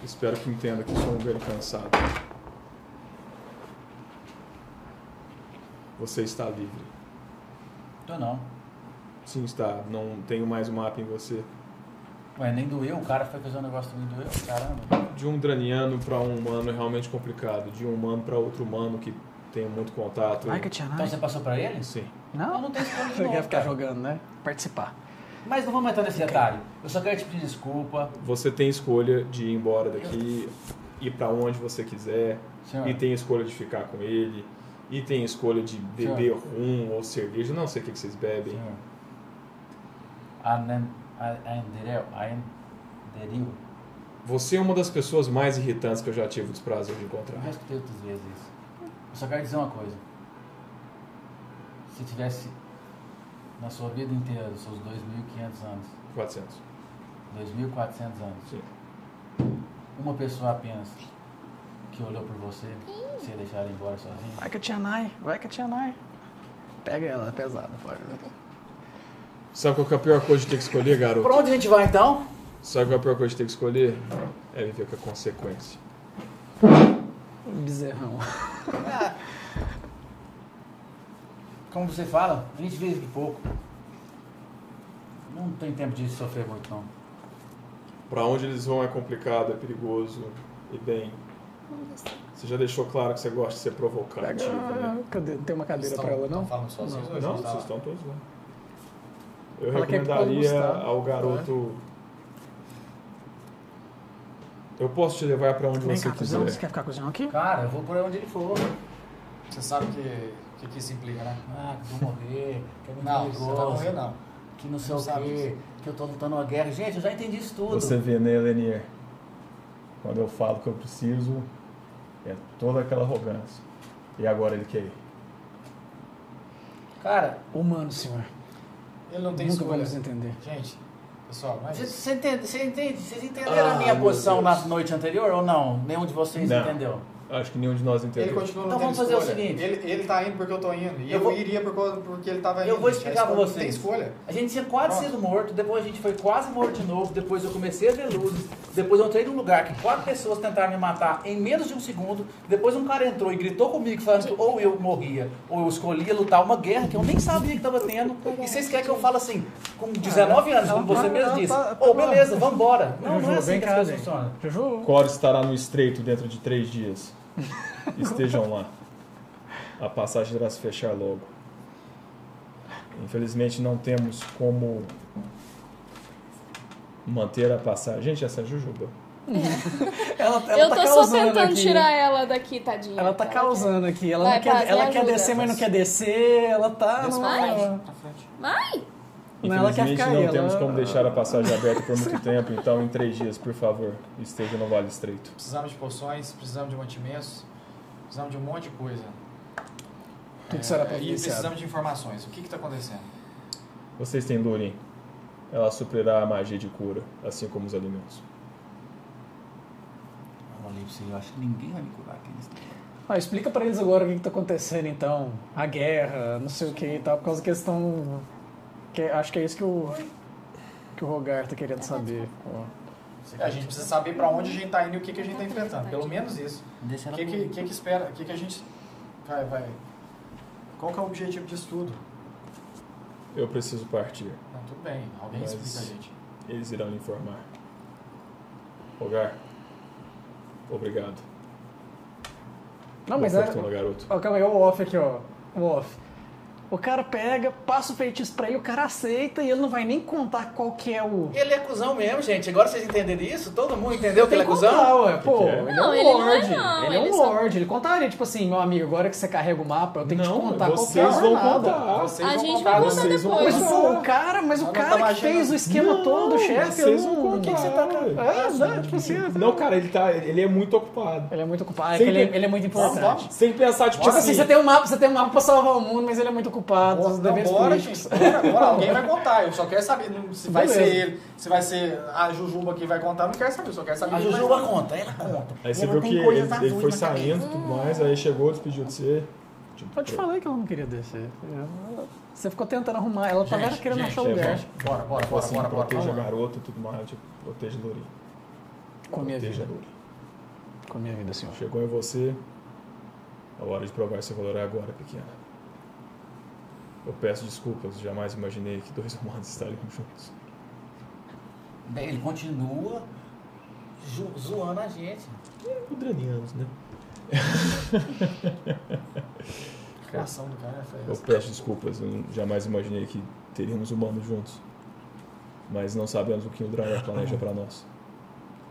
[SPEAKER 1] Espero que entenda que sou um velho cansado. Você está livre.
[SPEAKER 3] Tô não.
[SPEAKER 1] Sim, está. Não tenho mais o mapa em você.
[SPEAKER 3] Ué, nem doeu, o cara foi fazer um negócio que nem doeu, caramba.
[SPEAKER 1] De um draniano para um humano é realmente complicado. De um humano para outro humano que tem muito contato.
[SPEAKER 2] Ai, que tia
[SPEAKER 3] Então você passou pra eles?
[SPEAKER 1] Sim.
[SPEAKER 3] Eu
[SPEAKER 2] Não,
[SPEAKER 3] não tenho escolha de
[SPEAKER 2] você quer
[SPEAKER 3] novo,
[SPEAKER 2] ficar
[SPEAKER 3] cara.
[SPEAKER 2] jogando, né? Participar.
[SPEAKER 3] Mas não vamos entrar nesse detalhe. Eu só quero te pedir desculpa,
[SPEAKER 1] Você tem escolha de ir embora daqui, ir para onde você quiser.
[SPEAKER 3] senhor.
[SPEAKER 1] E tem escolha de ficar com ele. E tem escolha de beber rum ou cerveja. Não sei o que que vocês bebem.
[SPEAKER 3] Senhor. Anem- A- Anderel, Anderil.
[SPEAKER 1] Você é uma das pessoas mais irritantes que eu já tive o desprazer de
[SPEAKER 3] Eu já
[SPEAKER 1] encontrar.
[SPEAKER 3] escutei outras vezes isso. Eu só quero dizer uma coisa. Se tivesse na sua vida inteira, os seus 2.500 anos,
[SPEAKER 1] 400.
[SPEAKER 3] 2.400 anos,
[SPEAKER 1] Sim.
[SPEAKER 3] uma pessoa apenas que olhou por você, você deixar ela embora sozinho,
[SPEAKER 2] Vai que a tia Nai, vai que a tia Nai. Pega ela, é pesada, pode.
[SPEAKER 1] Sabe qual que é a pior coisa de ter que escolher, garoto?
[SPEAKER 3] Pra onde a gente vai então?
[SPEAKER 1] Sabe qual é a pior coisa de ter que escolher? É viver com a consequência.
[SPEAKER 2] Bezerrão.
[SPEAKER 3] Como você fala, a gente vive pouco. Não tem tempo de sofrer muito não.
[SPEAKER 1] Pra onde eles vão é complicado, é perigoso. E bem,
[SPEAKER 5] tá.
[SPEAKER 1] você já deixou claro que você gosta de ser provocativo, né?
[SPEAKER 2] Cadê? Não tem uma cadeira pra ela, não?
[SPEAKER 4] Falam sozinhos ou
[SPEAKER 1] Não,
[SPEAKER 4] eles
[SPEAKER 1] vocês
[SPEAKER 4] estão
[SPEAKER 1] estão todos lá. Eu
[SPEAKER 2] Fala que é que pode
[SPEAKER 1] recomendaria
[SPEAKER 2] mostrar.
[SPEAKER 1] ao garoto. Eu posso te levar pra onde
[SPEAKER 2] Vem
[SPEAKER 1] você
[SPEAKER 2] cá, cuzão. Você
[SPEAKER 1] quiser.
[SPEAKER 2] quer ficar cuzão aqui?
[SPEAKER 3] Cara, eu vou por onde ele for.
[SPEAKER 4] lá? Você sabe o que, que, que isso implica, né?
[SPEAKER 3] Ah, que vou morrer, que é muito
[SPEAKER 4] Não, você tá não vai
[SPEAKER 3] perigoso,
[SPEAKER 4] morrer, não.
[SPEAKER 3] que não sei
[SPEAKER 4] Não
[SPEAKER 3] o
[SPEAKER 4] sabe
[SPEAKER 3] quê, que eu tô lutando uma guerra. Gente, eu já entendi isso tudo.
[SPEAKER 7] Você vê, né, Lenier? Quando eu falo que eu preciso, é toda aquela arrogância. E agora ele quer ir.
[SPEAKER 3] Cara,
[SPEAKER 2] Humano, senhor.
[SPEAKER 4] Ele não tem
[SPEAKER 2] Nunca
[SPEAKER 4] escolha.
[SPEAKER 2] vamos entender.
[SPEAKER 4] Gente, pessoal, mas. Ah,
[SPEAKER 3] você- você entende, você entende, vocês entenderam a minha
[SPEAKER 1] meu
[SPEAKER 3] posição na
[SPEAKER 1] Deus.
[SPEAKER 3] noite anterior ou não? Nenhum de vocês
[SPEAKER 7] Não.
[SPEAKER 3] entendeu.
[SPEAKER 1] Acho que nenhum de nós
[SPEAKER 4] Ele
[SPEAKER 1] entendeu.
[SPEAKER 4] continua não
[SPEAKER 3] Então
[SPEAKER 4] tendo
[SPEAKER 3] vamos fazer o
[SPEAKER 4] escolha.
[SPEAKER 3] seguinte.
[SPEAKER 4] Ele, ele tá indo porque eu tô indo. E
[SPEAKER 3] Eu
[SPEAKER 4] eu,
[SPEAKER 3] vou-
[SPEAKER 4] iria por causa- porque ele tava indo.
[SPEAKER 3] Eu vou
[SPEAKER 4] gente.
[SPEAKER 3] explicar
[SPEAKER 4] A
[SPEAKER 3] pra
[SPEAKER 4] escolha-
[SPEAKER 3] vocês.
[SPEAKER 4] Tem escolha.
[SPEAKER 3] A gente tinha quase
[SPEAKER 4] Pronto.
[SPEAKER 3] sido morto, depois a gente foi quase morto de novo, depois eu comecei a ver luzes, depois eu entrei num lugar que quatro pessoas tentaram me matar em menos de um segundo, depois um cara entrou e gritou comigo falando que ou eu morria, ou eu escolhia lutar uma guerra que eu nem sabia que tava tendo, e vocês querem que eu fale assim, com 19 anos, como você mesmo disse, ou beleza, vambora. Não, não é
[SPEAKER 8] Juju,
[SPEAKER 3] assim
[SPEAKER 8] tá, vem
[SPEAKER 3] que
[SPEAKER 8] cá,
[SPEAKER 3] as coisas
[SPEAKER 8] gente.
[SPEAKER 3] funcionam.
[SPEAKER 8] Juju.
[SPEAKER 1] Cora estará no estreito dentro de três dias. Estejam lá. A passagem irá se fechar logo. Infelizmente não temos como manter a passagem. Gente, essa Jujuba.
[SPEAKER 2] Ela, ela
[SPEAKER 5] eu
[SPEAKER 2] tá
[SPEAKER 5] tô só
[SPEAKER 2] causando
[SPEAKER 5] tentando
[SPEAKER 2] aqui.
[SPEAKER 5] tirar ela daqui, tadinha.
[SPEAKER 2] Ela tá
[SPEAKER 5] quer-
[SPEAKER 2] causando aqui. Ela,
[SPEAKER 5] Vai,
[SPEAKER 2] não quer,
[SPEAKER 5] Paz, me
[SPEAKER 2] ela quer
[SPEAKER 5] ajuda.
[SPEAKER 2] descer, mas não quer descer. Ela tá. Não,
[SPEAKER 4] Desce pra
[SPEAKER 3] é.
[SPEAKER 5] Vai.
[SPEAKER 4] Na frente.
[SPEAKER 5] Vai!
[SPEAKER 2] Não, ela quer
[SPEAKER 1] Infelizmente
[SPEAKER 2] ficar
[SPEAKER 1] não
[SPEAKER 2] aí,
[SPEAKER 1] temos
[SPEAKER 2] ela- é
[SPEAKER 1] como deixar a passagem aberta por muito tempo, então em três dias, por favor, esteja no Vale Estreito.
[SPEAKER 4] Precisamos de poções, precisamos de mantimentos, precisamos de um monte de coisa. É,
[SPEAKER 2] tudo será
[SPEAKER 4] e
[SPEAKER 2] providenciado.
[SPEAKER 4] precisamos de informações. O que está acontecendo?
[SPEAKER 1] Vocês têm Durin. Ela suprirá a magia de cura, assim como os alimentos.
[SPEAKER 3] eu acho que ninguém vai me curar aqui nesse
[SPEAKER 2] Ah, explica pra eles agora o que, que tá acontecendo, então. A guerra, não sei o que e tal, por causa que eles estão. que- acho que é isso que o. que o Rogar tá querendo saber. Ó.
[SPEAKER 4] A gente precisa saber para onde a gente está indo e o que, que a gente está enfrentando. Pelo menos isso.
[SPEAKER 3] Deixa
[SPEAKER 4] O que, que, que que espera? O que, que a gente. Vai, vai. Qual que é o objetivo disso tudo?
[SPEAKER 1] Eu preciso partir.
[SPEAKER 4] Não, tudo bem. Alguém
[SPEAKER 1] Mas-
[SPEAKER 4] explica a gente.
[SPEAKER 1] Eles irão lhe informar. Rogar. Obrigado.
[SPEAKER 2] Não, mas
[SPEAKER 1] Boa
[SPEAKER 2] é.
[SPEAKER 1] fortuna, garoto.
[SPEAKER 2] Ó, calma aí, ó, o off aqui, ó. O off. O cara pega, passa o feitiço pra ele, o cara aceita e ele não vai nem contar qual que é o.
[SPEAKER 3] Ele é cuzão mesmo, gente. Agora vocês entenderam isso? Todo mundo entendeu que ele é
[SPEAKER 2] Tem que
[SPEAKER 3] cuzão?
[SPEAKER 2] contar, ué. Pô,
[SPEAKER 1] Que que é?
[SPEAKER 2] ele
[SPEAKER 5] Não,
[SPEAKER 2] é
[SPEAKER 5] ele
[SPEAKER 2] um
[SPEAKER 5] não é,
[SPEAKER 2] lorde.
[SPEAKER 5] não.
[SPEAKER 2] Ele é um
[SPEAKER 5] Ele só-
[SPEAKER 2] lorde. Ele contaria, tipo assim, meu amigo, agora que você carrega o mapa, eu tenho que te
[SPEAKER 1] Não,
[SPEAKER 2] contar qual que é
[SPEAKER 1] vocês
[SPEAKER 2] a
[SPEAKER 1] vão
[SPEAKER 2] parada.
[SPEAKER 1] contar.
[SPEAKER 4] Vocês
[SPEAKER 5] a
[SPEAKER 4] vão
[SPEAKER 5] gente
[SPEAKER 4] contar,
[SPEAKER 5] vai contar
[SPEAKER 1] vocês vão
[SPEAKER 5] depois.
[SPEAKER 2] Mas, pô, o cara, mas
[SPEAKER 4] Mas
[SPEAKER 2] o
[SPEAKER 4] não
[SPEAKER 2] cara
[SPEAKER 4] tá
[SPEAKER 2] que
[SPEAKER 4] imaginando.
[SPEAKER 2] fez o esquema todo, o chefe, eu
[SPEAKER 1] vocês vão
[SPEAKER 2] não...
[SPEAKER 1] contar.
[SPEAKER 2] que que você tá... É, não, tipo assim...
[SPEAKER 9] Não, cara, ele, tá, ele é muito ocupado.
[SPEAKER 2] Ele é muito ocupado, é que
[SPEAKER 9] Sim,
[SPEAKER 2] ele, é-
[SPEAKER 9] tem-
[SPEAKER 2] ele é muito importante.
[SPEAKER 4] vamos.
[SPEAKER 9] Sem pensar, tipo
[SPEAKER 2] Tipo assim,
[SPEAKER 9] assim,
[SPEAKER 2] você tem um mapa, você tem um mapa pra salvar o mundo, mas ele é muito ocupado.
[SPEAKER 4] Bora,
[SPEAKER 2] os
[SPEAKER 4] não,
[SPEAKER 2] deveres
[SPEAKER 4] bora,
[SPEAKER 2] políticos.
[SPEAKER 4] gente. Bora, bora. Alguém vai contar. Eu só quero saber não, se vai
[SPEAKER 2] Beleza.
[SPEAKER 4] ser ele, se vai ser a Jujuba que vai contar. Eu não quero saber. Eu só quero saber.
[SPEAKER 3] A
[SPEAKER 4] quem vai
[SPEAKER 3] Jujuba conta, ela conta.
[SPEAKER 1] Aí você
[SPEAKER 3] Ela
[SPEAKER 1] viu
[SPEAKER 3] tem
[SPEAKER 1] que ele,
[SPEAKER 3] coisas
[SPEAKER 1] ele
[SPEAKER 3] azuis
[SPEAKER 1] foi
[SPEAKER 3] na
[SPEAKER 1] saindo e tudo mais, aí chegou, despediu de você. Tipo,
[SPEAKER 2] Eu te falei que ela não queria descer. Ela- Você ficou tentando arrumar, ela tava
[SPEAKER 4] Gente,
[SPEAKER 2] querendo
[SPEAKER 4] gente,
[SPEAKER 2] achar
[SPEAKER 1] é,
[SPEAKER 2] lugar.
[SPEAKER 1] bom.
[SPEAKER 4] Bora, bora,
[SPEAKER 1] Tipo
[SPEAKER 4] bora,
[SPEAKER 1] assim,
[SPEAKER 4] bora, bora.
[SPEAKER 1] proteja
[SPEAKER 4] vamos.
[SPEAKER 1] garoto e tudo mais, tipo, proteja Durin.
[SPEAKER 2] Com a minha
[SPEAKER 1] Proteja
[SPEAKER 2] vida,
[SPEAKER 1] Durin.
[SPEAKER 2] com a minha vida, senhor.
[SPEAKER 1] Chegou em você. A hora de provar seu valor é agora, pequena. Eu peço desculpas, jamais imaginei que dois humanos estariam juntos.
[SPEAKER 3] Bem, Ele continua ju- zoando a gente.
[SPEAKER 1] Udranianos, né?
[SPEAKER 4] A reação do cara é feia.
[SPEAKER 1] Eu peço desculpas, eu não- jamais imaginei que teríamos humanos juntos. Mas não sabemos o que o dragão planeja pra nós.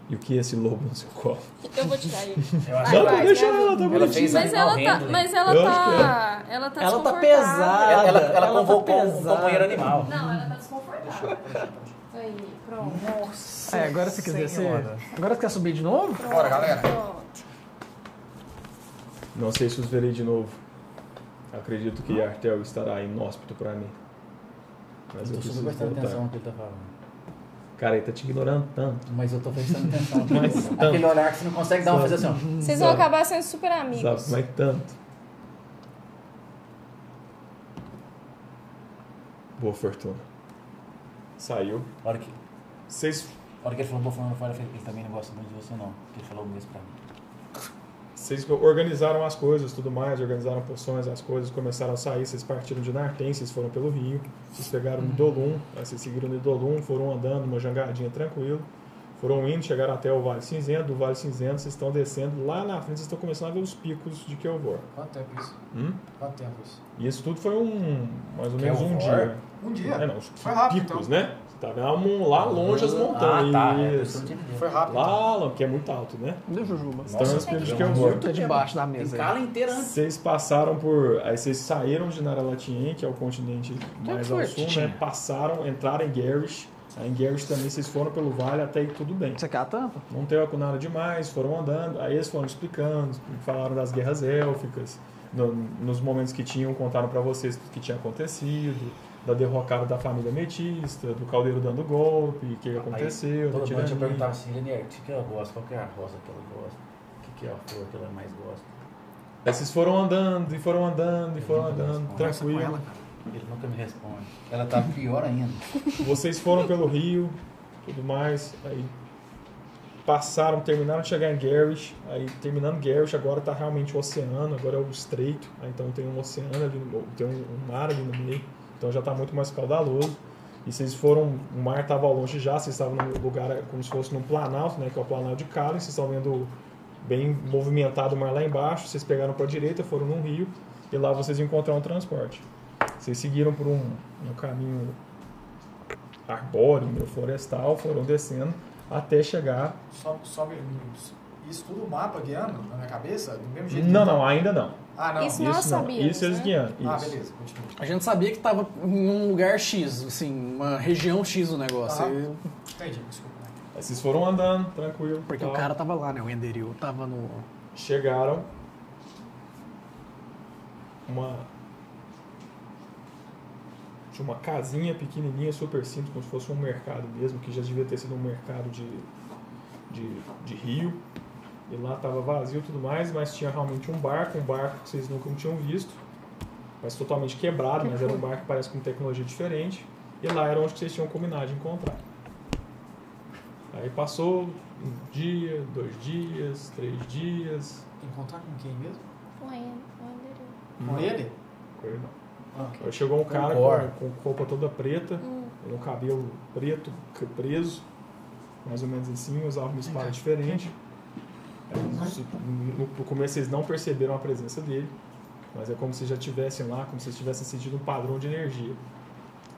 [SPEAKER 1] E o que esse lobo no seu colo.
[SPEAKER 5] Eu vou tirar ele.
[SPEAKER 3] Eu acho
[SPEAKER 5] Vai,
[SPEAKER 1] Não,
[SPEAKER 5] vai,
[SPEAKER 1] deixa
[SPEAKER 5] me
[SPEAKER 1] ela,
[SPEAKER 5] ajuda.
[SPEAKER 1] tá
[SPEAKER 3] Ela fez
[SPEAKER 5] Mas
[SPEAKER 3] animal
[SPEAKER 5] ela tá.
[SPEAKER 3] handling.
[SPEAKER 5] Mas ela
[SPEAKER 1] Eu
[SPEAKER 5] tá. Ela tá
[SPEAKER 2] Ela tá
[SPEAKER 5] desconfortável.
[SPEAKER 2] pesada.
[SPEAKER 3] Ela,
[SPEAKER 2] Ela
[SPEAKER 3] ela, ela
[SPEAKER 2] tá
[SPEAKER 3] convocou um
[SPEAKER 2] pesada.
[SPEAKER 3] companheiro animal.
[SPEAKER 5] Não, ela tá desconfortável. Aí, pronto.
[SPEAKER 4] Nossa.
[SPEAKER 2] É, agora você quer descer?
[SPEAKER 4] Senhora.
[SPEAKER 2] Agora você quer subir de novo?
[SPEAKER 4] Bora, galera.
[SPEAKER 5] Pronto.
[SPEAKER 1] Não sei se os verei de novo. Acredito que Artel estará inóspito pra mim. Mas eu
[SPEAKER 3] tô
[SPEAKER 1] preciso
[SPEAKER 3] super prestando atenção
[SPEAKER 1] voltar.
[SPEAKER 3] no que ele tá falando.
[SPEAKER 1] Cara, ele tá te ignorando tanto.
[SPEAKER 3] Mas eu tô prestando atenção.
[SPEAKER 1] Mas então- tanto.
[SPEAKER 3] tá Aquele olhar que você não consegue dar uma fazer assim. ó.
[SPEAKER 5] Vocês vão
[SPEAKER 1] Sabe.
[SPEAKER 5] acabar sendo super amigos.
[SPEAKER 1] Sabe, mas tanto. Boa fortuna. Saiu.
[SPEAKER 3] A hora que,
[SPEAKER 1] Vocês
[SPEAKER 3] a hora que ele falou Bolsonaro fora, ele também não gosta muito de você, não. Porque ele falou o mesmo pra mim.
[SPEAKER 1] Vocês organizaram as coisas, tudo mais, organizaram poções, as coisas começaram a sair. Vocês partiram de Nartem, vocês foram pelo rio, vocês pegaram no Idolum, aí vocês seguiram no Idolum, foram andando uma jangadinha tranquilo, foram indo, chegaram até o Vale Cinzento. Do Vale Cinzento, vocês estão descendo lá na frente, vocês estão começando a ver os picos de Kelvor.
[SPEAKER 4] Quanto tempo isso?
[SPEAKER 1] Hum?
[SPEAKER 4] Quanto tempo isso?
[SPEAKER 1] E isso tudo foi um. mais ou menos um
[SPEAKER 3] Kelvor?
[SPEAKER 1] dia.
[SPEAKER 4] Um dia.
[SPEAKER 1] É, não, os
[SPEAKER 4] Foi rápido,
[SPEAKER 1] picos, né? Você tá vendo lá um- lá longe as montanhas.
[SPEAKER 3] Ah, tá. É, eu tô
[SPEAKER 1] Então Isso.
[SPEAKER 3] entendendo.
[SPEAKER 4] Foi rápido.
[SPEAKER 1] Lá, lá, que é muito alto, né? é
[SPEAKER 2] Deu Jujuba.
[SPEAKER 1] Estão nos picos de Kelvor.
[SPEAKER 2] Tá debaixo da mesa.
[SPEAKER 3] Tem
[SPEAKER 2] aí.
[SPEAKER 3] cala inteira antes.
[SPEAKER 1] Vocês passaram por. Aí vocês saíram de Naralatien, que é o continente mais ao
[SPEAKER 2] foi,
[SPEAKER 1] sul,
[SPEAKER 2] Titinha?
[SPEAKER 1] né? Passaram, entraram em Garish. Aí em Garish também vocês foram pelo vale até aí tudo bem.
[SPEAKER 2] Você quer a tampa?
[SPEAKER 1] Não teve com nada demais, foram andando. Aí eles foram explicando, falaram das guerras élficas, no- nos momentos que tinham, contaram pra vocês o que tinha acontecido, da derrocada da família metista, do caldeiro dando golpe, o que aconteceu. da
[SPEAKER 3] Toda noite eu
[SPEAKER 1] tirania.
[SPEAKER 3] perguntava assim, Lenier, o é que que ela gosta? Qual que é a rosa que ela gosta? O que que é a flor que ela mais gosta?
[SPEAKER 1] Aí vocês foram andando e foram andando e foram andando,
[SPEAKER 2] Conversa com
[SPEAKER 1] tranquilo.
[SPEAKER 2] ela, cara.
[SPEAKER 3] Ele nunca me responde. Ela tá pior ainda.
[SPEAKER 1] Vocês foram pelo rio, tudo mais, aí passaram, terminaram de chegar em Garish, aí terminando Garish, agora tá realmente o oceano, agora é o estreito, aí, então tem um oceano ali, no- tem um, um mar ali no meio, então já tá muito mais caudaloso. E vocês foram, o mar estava ao longe já, vocês estavam num lugar eh, como se fosse num planalto, né, que é o planalto de Cali, vocês estão vendo bem movimentado o mar lá embaixo, vocês pegaram para direita, foram num rio, e lá vocês encontraram um transporte. Vocês seguiram por um, um caminho arbóreo, meio florestal, foram descendo até chegar.
[SPEAKER 4] Só, só vermelhos. Isso tudo o mapa guiando na minha cabeça? Do mesmo jeito? que- tá.
[SPEAKER 1] Não, não, ainda não.
[SPEAKER 4] Ah, não.
[SPEAKER 5] Isso nós sabíamos,
[SPEAKER 1] Isso eles
[SPEAKER 5] né?
[SPEAKER 1] guiando.
[SPEAKER 4] Ah,
[SPEAKER 1] isso.
[SPEAKER 4] beleza, continua.
[SPEAKER 2] A gente sabia que tava em um lugar X, assim, uma região X do negócio.
[SPEAKER 4] Ah.
[SPEAKER 2] e-
[SPEAKER 4] Entendi, desculpa.
[SPEAKER 1] Aí vocês foram andando, tranquilo.
[SPEAKER 2] Porque
[SPEAKER 1] tal.
[SPEAKER 2] o cara tava lá, né? O Enderil tava no.
[SPEAKER 1] chegaram uma tinha uma casinha pequenininha, super simples, como se fosse um mercado mesmo, que já devia ter sido um mercado de, de, de rio. E lá estava vazio e tudo mais, mas tinha realmente um barco, um barco que vocês nunca tinham visto, mas totalmente quebrado, mas era um barco que parece com tecnologia diferente. E lá era onde vocês tinham combinado de encontrar. Aí passou um dia, dois dias, três dias,
[SPEAKER 4] Encontrar com quem mesmo?
[SPEAKER 5] Com ele, com ele.
[SPEAKER 4] Com ele?
[SPEAKER 1] Foi, não.
[SPEAKER 4] Ah.
[SPEAKER 1] Aí chegou um cara
[SPEAKER 3] gore.
[SPEAKER 1] com, com roupa toda preta,
[SPEAKER 5] Hum.
[SPEAKER 1] um cabelo preto c- preso, mais ou menos assim, usava uma espada
[SPEAKER 4] cá.
[SPEAKER 1] diferente. Aí, se- no, no começo vocês não perceberam a presença dele, mas é como se já estivessem lá, como se vocês tivessem sentido um padrão de energia.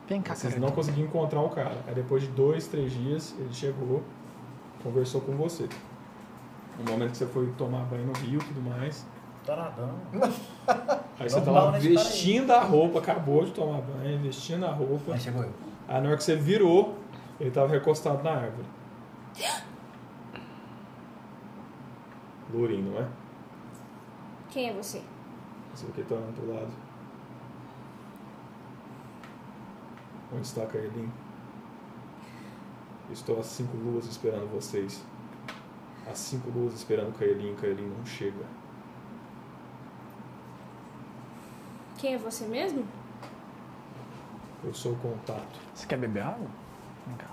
[SPEAKER 2] Vem cá,
[SPEAKER 1] Vocês
[SPEAKER 2] cara.
[SPEAKER 1] não conseguiam encontrar o cara. Aí depois de dois, três dias, ele chegou, conversou com você. No momento que você foi tomar banho no rio e tudo mais.
[SPEAKER 3] Taradão.
[SPEAKER 1] Aí você
[SPEAKER 3] Normal,
[SPEAKER 1] tava
[SPEAKER 3] né, esse cara aí?
[SPEAKER 1] vestindo a roupa, acabou de tomar banho, vestindo a roupa.
[SPEAKER 3] Aí chegou eu.
[SPEAKER 1] Aí na hora que você virou, ele tava recostado na árvore. Lourinho, não é?
[SPEAKER 5] Quem é você?
[SPEAKER 1] Não sei o que tá olhando pro lado. Onde está Carlinhos? Estou às cinco luas esperando vocês. Às cinco luas esperando Carlinhos, Carlinhos não chega.
[SPEAKER 5] Quem é você mesmo?
[SPEAKER 1] Eu sou o contato.
[SPEAKER 2] Você quer beber água? Vem cá.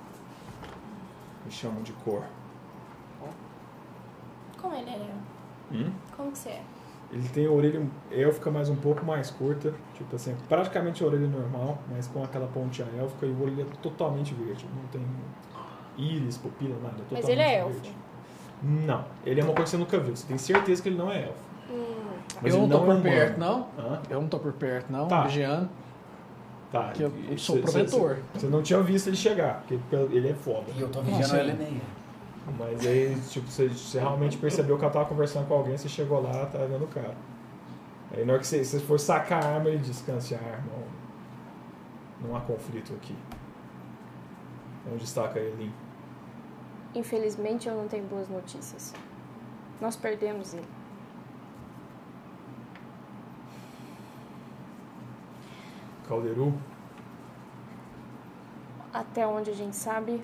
[SPEAKER 1] Me chamam de cor.
[SPEAKER 5] Como ele é?
[SPEAKER 1] Hum?
[SPEAKER 5] Como que você é?
[SPEAKER 1] Ele tem a orelha élfica, mas um pouco mais curta. Tipo assim, praticamente a orelha normal, mas com aquela ponte élfica e o olho é totalmente verde. Não tem íris, pupila, nada. é
[SPEAKER 5] Mas
[SPEAKER 1] totalmente
[SPEAKER 5] ele é elfo.
[SPEAKER 1] verde. Não, ele é uma coisa que você nunca viu. Você tem certeza que ele não é elfo.
[SPEAKER 5] Hum, tá.
[SPEAKER 1] Mas
[SPEAKER 2] eu
[SPEAKER 1] ele
[SPEAKER 2] não tô
[SPEAKER 1] é
[SPEAKER 2] por
[SPEAKER 1] humano.
[SPEAKER 2] perto, não.
[SPEAKER 1] Hã?
[SPEAKER 2] Eu não tô por perto, não.
[SPEAKER 1] Tá.
[SPEAKER 2] Vigiando.
[SPEAKER 1] Tá.
[SPEAKER 2] Que eu-
[SPEAKER 1] e-
[SPEAKER 2] eu
[SPEAKER 1] e
[SPEAKER 2] sou
[SPEAKER 1] cê- cê-
[SPEAKER 2] protetor.
[SPEAKER 1] cê- Você não tinha visto ele chegar, porque pelo- ele é foda.
[SPEAKER 3] E eu tô
[SPEAKER 2] Nossa,
[SPEAKER 3] vigiando ele
[SPEAKER 2] ele-
[SPEAKER 3] nem.
[SPEAKER 1] Mas aí, tipo, você, você realmente percebeu que ela tava conversando com alguém, você chegou lá, tá vendo o cara. Aí na hora que você, você for sacar a arma, ele descanse a arma. ó. Não há conflito aqui. Então, Onde está Kaelin?
[SPEAKER 5] Infelizmente eu não tenho boas notícias. Nós perdemos ele.
[SPEAKER 1] Calderu?
[SPEAKER 5] Até onde a gente sabe.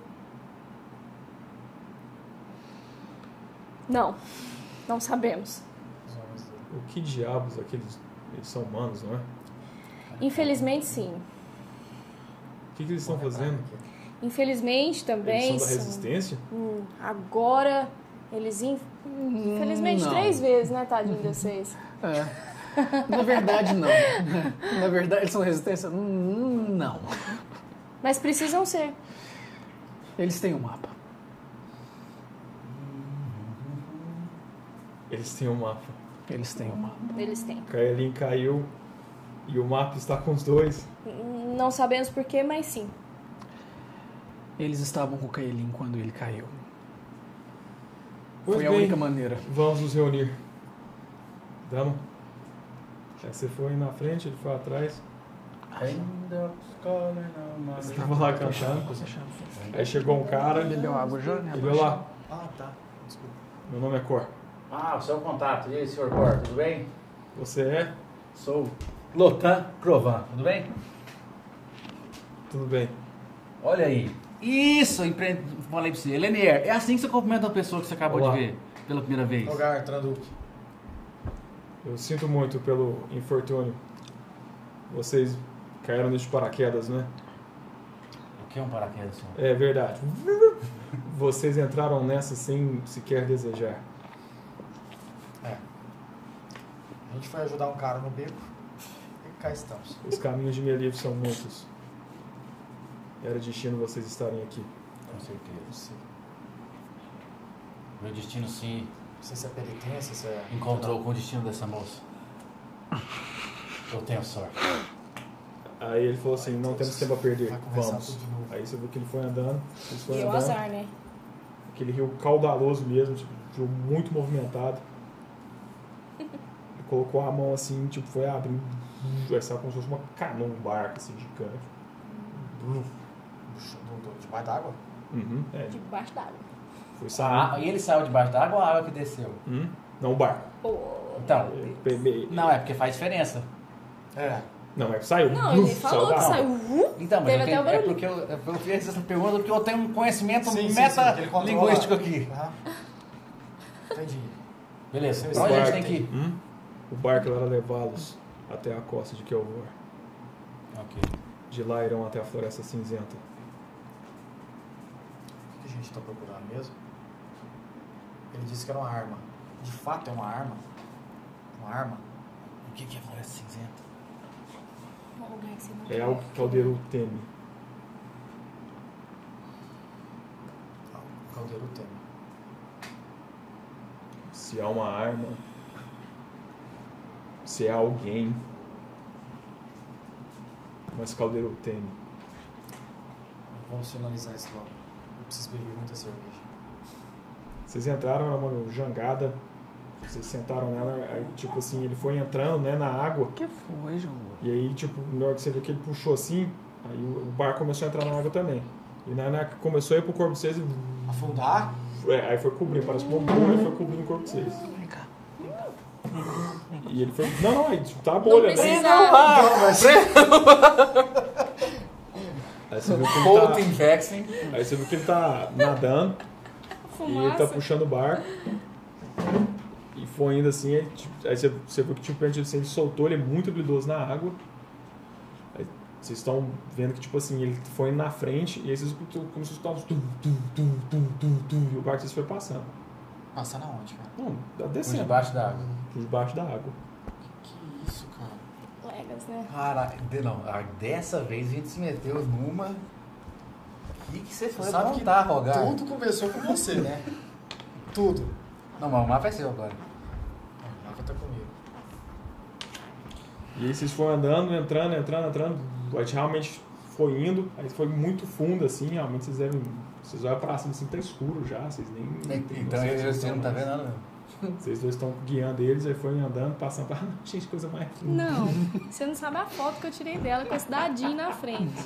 [SPEAKER 5] Não. Não sabemos.
[SPEAKER 1] O que diabos aqueles. Eles são humanos, não é?
[SPEAKER 5] Infelizmente, sim.
[SPEAKER 1] O que, que eles estão fazendo?
[SPEAKER 5] Infelizmente também.
[SPEAKER 1] Eles são da
[SPEAKER 5] são-
[SPEAKER 1] resistência?
[SPEAKER 5] Hum, agora eles. in- hum, Infelizmente,
[SPEAKER 2] não.
[SPEAKER 5] três vezes, né, tadinho de vocês?
[SPEAKER 2] É. Na verdade, não. Na verdade, eles são resistência? Hum, Não.
[SPEAKER 5] Mas precisam ser.
[SPEAKER 2] Eles têm um mapa.
[SPEAKER 1] Eles têm um mapa.
[SPEAKER 2] Eles têm um mapa.
[SPEAKER 5] Eles têm.
[SPEAKER 1] Kaelin caiu e o mapa está com os dois.
[SPEAKER 5] Hum, Não sabemos porquê, mas sim.
[SPEAKER 2] Eles estavam com o Kaelin quando ele caiu.
[SPEAKER 1] Pois
[SPEAKER 2] Foi a
[SPEAKER 1] bem.
[SPEAKER 2] única maneira.
[SPEAKER 1] Vamos nos reunir. Dama? Já que você foi na frente, ele foi atrás. Você tava lá cantando. Aí chegou um cara. Ele
[SPEAKER 2] Bebeu água já, né?
[SPEAKER 1] olhou lá.
[SPEAKER 4] Ah, tá. Desculpa.
[SPEAKER 1] Meu nome é Cor.
[SPEAKER 3] Ah, o seu contato. E aí, senhor Cor, tudo bem?
[SPEAKER 1] Você é?
[SPEAKER 3] Sou Lotan Crovan, tudo bem?
[SPEAKER 1] Tudo bem.
[SPEAKER 3] Olha aí. Isso, empre... falei pra você. Lenier, é assim que você cumprimenta uma pessoa que você acabou
[SPEAKER 1] Olá.
[SPEAKER 3] de ver.
[SPEAKER 10] pela primeira vez.
[SPEAKER 4] Jogar Tranduc.
[SPEAKER 1] Eu sinto muito pelo infortúnio. Vocês caíram nos paraquedas, né?
[SPEAKER 3] O que é um paraquedas, senhor?
[SPEAKER 1] É verdade. Vocês entraram nessa sem sequer desejar.
[SPEAKER 4] A gente foi ajudar um cara no beco e cá estamos.
[SPEAKER 1] Os caminhos de Melif são muitos. Era destino vocês estarem aqui.
[SPEAKER 3] Com certeza. Meu destino se
[SPEAKER 4] Não sei se é penitência, se é.
[SPEAKER 3] encontrou com o destino dessa moça. Eu tenho sorte.
[SPEAKER 1] Aí ele falou assim, não temos tempo a perder,
[SPEAKER 4] Vai conversar
[SPEAKER 1] vamos.
[SPEAKER 4] tudo de novo.
[SPEAKER 1] Aí você viu que ele foi andando, eles
[SPEAKER 5] E
[SPEAKER 1] foram
[SPEAKER 5] o
[SPEAKER 1] andando,
[SPEAKER 5] azar, né?
[SPEAKER 1] aquele rio caudaloso mesmo, tipo, rio muito movimentado. Ele colocou a mão assim, tipo, foi abrindo, aí saiu como se fosse uma canoa, um barco assim, gigante.
[SPEAKER 3] Hum.
[SPEAKER 4] Puxa, do- do- Debaixo d'água?
[SPEAKER 1] Uhum, é,
[SPEAKER 5] Debaixo d'água.
[SPEAKER 1] foi
[SPEAKER 3] Ah,
[SPEAKER 1] saindo.
[SPEAKER 3] e ele saiu debaixo da água ou a água que desceu?
[SPEAKER 1] Uhum, não, o barco.
[SPEAKER 5] Ô,
[SPEAKER 3] Então,
[SPEAKER 1] Ele pegou-
[SPEAKER 3] não, é porque faz diferença.
[SPEAKER 4] É.
[SPEAKER 1] Não, mas saiu.
[SPEAKER 5] Não, ele
[SPEAKER 1] Uf,
[SPEAKER 5] falou
[SPEAKER 1] da
[SPEAKER 5] que
[SPEAKER 1] água.
[SPEAKER 5] saiu. uh,
[SPEAKER 3] Então, mas
[SPEAKER 5] Teve
[SPEAKER 3] eu
[SPEAKER 5] até
[SPEAKER 3] tenho,
[SPEAKER 5] o
[SPEAKER 3] é
[SPEAKER 5] barulho.
[SPEAKER 3] porque eu, é porque eu fiz essa pergunta porque eu tenho um conhecimento
[SPEAKER 4] Sim, sim, sim, ele controla.
[SPEAKER 3] meta-linguístico aqui.
[SPEAKER 4] Aham. Entendi.
[SPEAKER 3] Beleza,
[SPEAKER 4] Esse
[SPEAKER 3] pra onde a gente
[SPEAKER 1] barco.
[SPEAKER 3] tem que ir?
[SPEAKER 1] Hum? O barco era levá-los até a costa de Kelvor.
[SPEAKER 3] Ok.
[SPEAKER 1] De lá irão até a Floresta Cinzenta.
[SPEAKER 4] O que a gente tá procurando mesmo? Ele disse que era uma arma. De fato é uma arma? Uma arma?
[SPEAKER 3] O que que é floresta cinzenta?
[SPEAKER 5] Um lugar que você não
[SPEAKER 1] É algo que Caldeiro teme.
[SPEAKER 4] Não, o caldeiro tem.
[SPEAKER 1] Se há uma arma, se há alguém. Mas Caldeiro teme.
[SPEAKER 4] Vamos finalizar isso logo. Eu preciso beber muita cerveja.
[SPEAKER 1] Vocês entraram na mano, jangada. Vocês sentaram nela, aí, tipo assim, ele foi entrando né, na água.
[SPEAKER 2] O que foi, João? Lucas?
[SPEAKER 1] E aí, tipo, na hora que você viu que ele puxou assim, aí o o barco começou a entrar na água também. E na hora que começou a ir pro corpo de vocês e
[SPEAKER 4] Afundar?
[SPEAKER 1] É, aí foi cobrindo, parece uma bolha, foi cobrindo o corpo de vocês. E ele foi. Não, não, aí tipo, tá a
[SPEAKER 5] Não
[SPEAKER 1] bolha, né?
[SPEAKER 5] precisa.
[SPEAKER 2] é
[SPEAKER 1] Aí você, viu que
[SPEAKER 3] Cold
[SPEAKER 1] ele
[SPEAKER 3] Jackson.
[SPEAKER 1] tá, aí você viu que ele tá nadando e ele tá
[SPEAKER 5] Fumaça.
[SPEAKER 1] puxando o barco. E foi indo assim, aí, tipo, aí você, você viu que tipo, assim, ele soltou, ele é muito habilidoso na água. Aí vocês estão vendo que tipo assim, ele foi indo na frente e aí vocês escutam como se escutavam tum, tum, tum, tum, tum, tum, e o barco vocês foi passando.
[SPEAKER 4] Passando aonde, cara?
[SPEAKER 1] Não, tá
[SPEAKER 3] Por
[SPEAKER 1] descendo,
[SPEAKER 3] debaixo da água.
[SPEAKER 1] debaixo da água.
[SPEAKER 4] Que isso, cara?
[SPEAKER 5] Legas, né?
[SPEAKER 3] Caraca, de- não. ah, Dessa vez a gente se meteu numa. O que, que você foi? tá
[SPEAKER 4] Sabe que
[SPEAKER 3] montar, rogar?
[SPEAKER 4] Tudo começou com você, né? Tudo.
[SPEAKER 3] Não, mas o mapa é seu agora.
[SPEAKER 4] Ah, Naka tá comigo.
[SPEAKER 1] E aí vocês foram andando, entrando, entrando, entrando. A gente realmente foi indo, aí foi muito fundo assim, realmente vocês devem. Vocês olham pra cima assim, tá escuro já, vocês nem.
[SPEAKER 3] Então
[SPEAKER 1] vocês
[SPEAKER 3] eu- eu- você
[SPEAKER 1] estão
[SPEAKER 3] não tá
[SPEAKER 1] mais-
[SPEAKER 3] vendo nada. não.
[SPEAKER 1] Vocês dois estão guiando eles, aí foi andando, passando pra. Ah, gente, coisa mais linda.
[SPEAKER 5] Não, você não sabe a foto que eu tirei dela com esse dadinho na frente.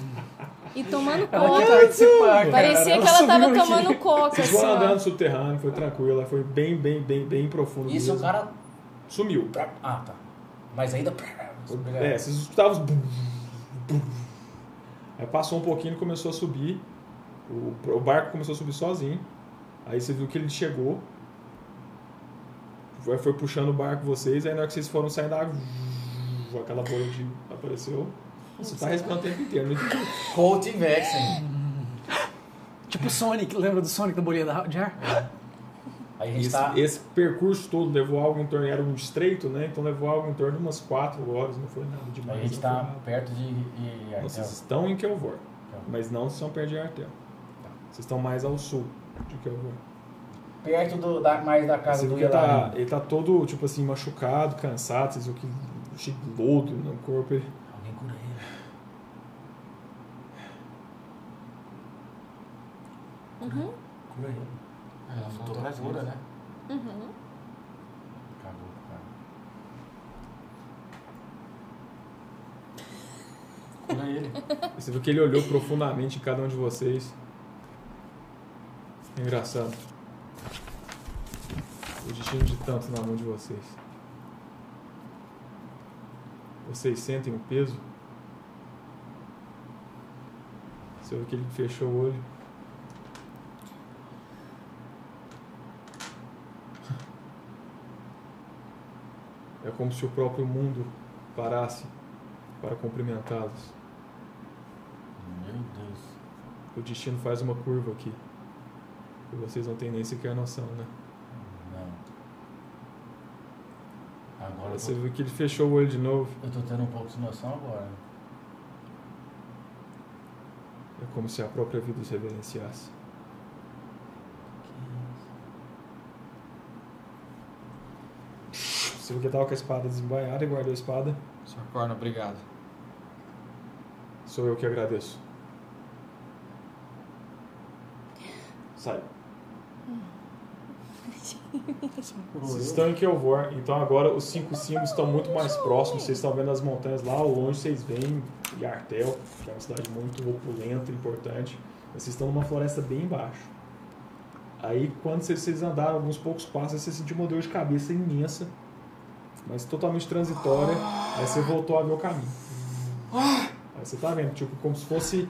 [SPEAKER 5] E
[SPEAKER 3] Ela
[SPEAKER 5] tomando
[SPEAKER 3] quer
[SPEAKER 5] coca.
[SPEAKER 3] participar, cara.
[SPEAKER 5] Parecia que ela tava
[SPEAKER 3] subiu aqui.
[SPEAKER 5] tomando coca,
[SPEAKER 1] Vocês
[SPEAKER 5] assim,
[SPEAKER 1] foram andando
[SPEAKER 5] ó.
[SPEAKER 1] subterrâneo, foi tranquilo, aí foi bem, bem, bem, bem profundo.
[SPEAKER 3] Isso o
[SPEAKER 1] mesmo.
[SPEAKER 3] cara.
[SPEAKER 1] Sumiu.
[SPEAKER 3] Ah, tá. Mas ainda.
[SPEAKER 1] É, vocês escutavam os bum, bum. Aí passou um pouquinho e começou a subir. O, o barco começou a subir sozinho. Aí você viu que ele chegou. Foi, foi puxando o barco vocês. Aí na hora que vocês foram saindo da água, vum, aquela bolha de apareceu. Você tá respirando o tempo inteiro. não entendi.
[SPEAKER 3] Cold Jackson.
[SPEAKER 2] Tipo Sonic, lembra do Sonic da bolinha da- de ar?
[SPEAKER 3] É. Aí a gente
[SPEAKER 1] Esse,
[SPEAKER 3] tá.
[SPEAKER 1] esse percurso todo levou algo em torno, era um estreito, né? Então levou algo em torno de umas 4 horas, não foi nada demais.
[SPEAKER 3] Aí a gente
[SPEAKER 1] não
[SPEAKER 3] tá
[SPEAKER 1] foi nada.
[SPEAKER 3] perto de. de
[SPEAKER 1] Não, Vocês
[SPEAKER 3] Artel.
[SPEAKER 1] estão em Kelvor,
[SPEAKER 3] Tá.
[SPEAKER 1] mas não são perto de Artel. Vocês estão mais ao sul de Kelvor.
[SPEAKER 3] Perto do, da, mais da casa
[SPEAKER 1] Você
[SPEAKER 3] do
[SPEAKER 1] viu que ele tá,
[SPEAKER 3] Yelani.
[SPEAKER 1] ele tá todo, tipo assim, machucado, cansado, vocês viu que cheio de lodo no corpo. ele-
[SPEAKER 3] Alguém cura ele.
[SPEAKER 5] Uhum,
[SPEAKER 3] Cura ele.
[SPEAKER 4] É, ela faltou pra cura, né?
[SPEAKER 5] uhum.
[SPEAKER 3] Cagou, cara.
[SPEAKER 4] Cura ele.
[SPEAKER 1] Você viu que ele olhou profundamente em cada um de vocês. É engraçado. O destino de tanto na mão de vocês. Vocês sentem o peso? Você viu que ele fechou o olho. É como se o próprio mundo parasse para cumprimentá-los.
[SPEAKER 3] Meu Deus.
[SPEAKER 1] O destino faz uma curva aqui. E vocês não têm nem sequer noção, né?
[SPEAKER 3] Não. Agora eu
[SPEAKER 1] Você
[SPEAKER 3] tô,
[SPEAKER 1] viu que ele fechou o olho de novo.
[SPEAKER 3] eu tô tendo um pouco de noção agora.
[SPEAKER 1] É como se a própria vida os reverenciasse. Você viu que ele tava com a espada desembaiada e guardou a espada.
[SPEAKER 4] Sr. Corno, obrigado.
[SPEAKER 1] Sou eu que agradeço. Sai. Vocês estão em Kelvor, então agora os cinco cimos estão muito mais próximos. Vocês estão vendo as montanhas lá, ao longe vocês veem Yartel, que é uma cidade muito opulenta, importante. Mas Vocês estão numa floresta bem embaixo. Aí, quando vocês- vocês andaram alguns poucos passos, você sentiu uma dor de cabeça imensa, mas totalmente transitória. Aí você voltou a ver o caminho. Aí você tá vendo, tipo, como se fosse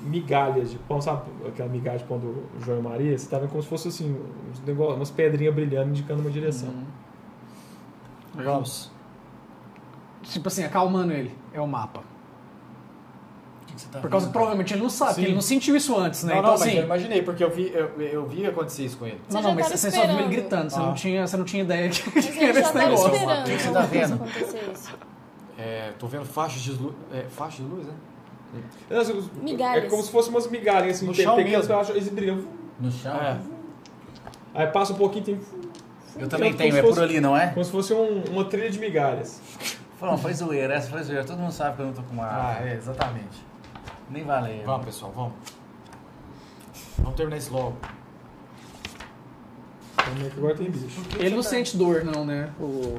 [SPEAKER 1] migalhas de pão, sabe? Aquela migalha de pão do João e Maria. Você tá vendo como se fosse assim, uns negócio, umas pedrinhas brilhando indicando uma direção.
[SPEAKER 4] Uhum. né?
[SPEAKER 2] Vamos. Tipo assim, acalmando ele. É o mapa.
[SPEAKER 3] O que, que você tá
[SPEAKER 2] Por causa que
[SPEAKER 3] vendo?
[SPEAKER 2] provavelmente ele não sabe, porque ele não sentiu isso antes, né?
[SPEAKER 4] Não,
[SPEAKER 2] então
[SPEAKER 4] não, mas
[SPEAKER 2] assim.
[SPEAKER 4] eu imaginei, porque eu vi, eu, eu vi acontecer isso com ele.
[SPEAKER 5] Você
[SPEAKER 2] não,
[SPEAKER 5] já
[SPEAKER 2] não, mas
[SPEAKER 5] tava
[SPEAKER 2] você só viu ele
[SPEAKER 5] esperando.
[SPEAKER 2] gritando, você, não
[SPEAKER 4] Ah.
[SPEAKER 2] tinha, você não tinha ideia que,
[SPEAKER 5] Mas
[SPEAKER 2] que
[SPEAKER 5] ele
[SPEAKER 2] era
[SPEAKER 5] já
[SPEAKER 2] esse
[SPEAKER 5] tava
[SPEAKER 2] negócio.
[SPEAKER 5] esperando
[SPEAKER 3] O que que você tá
[SPEAKER 5] alguma coisa
[SPEAKER 3] vendo?
[SPEAKER 5] acontecer isso.
[SPEAKER 4] É, tô vendo faixas de luz. É, faixas de luz, né?
[SPEAKER 5] Migalhas.
[SPEAKER 1] É como se fossem umas migalhas, assim,
[SPEAKER 4] No
[SPEAKER 1] pe-
[SPEAKER 4] chão
[SPEAKER 1] pequenas,
[SPEAKER 4] mesmo.
[SPEAKER 1] eu acho, eles brilham.
[SPEAKER 3] No chão?
[SPEAKER 1] Aí passa um pouquinho, tem
[SPEAKER 3] É, Eu também
[SPEAKER 1] Como
[SPEAKER 3] tenho,
[SPEAKER 1] se
[SPEAKER 3] é por
[SPEAKER 1] fosse-
[SPEAKER 3] ali, não é?
[SPEAKER 1] como se fosse um- uma trilha de migalhas.
[SPEAKER 3] Não, foi zoeira, essa foi zoeira. Todo mundo sabe que eu não tô com uma
[SPEAKER 4] Ah,
[SPEAKER 3] arma.
[SPEAKER 4] é, exatamente.
[SPEAKER 3] Nem valeu.
[SPEAKER 4] Vamos, pessoal, vamos. Vamos terminar isso logo.
[SPEAKER 1] Como é que agora tem bicho?
[SPEAKER 2] Ele não sente dor, não, né? O...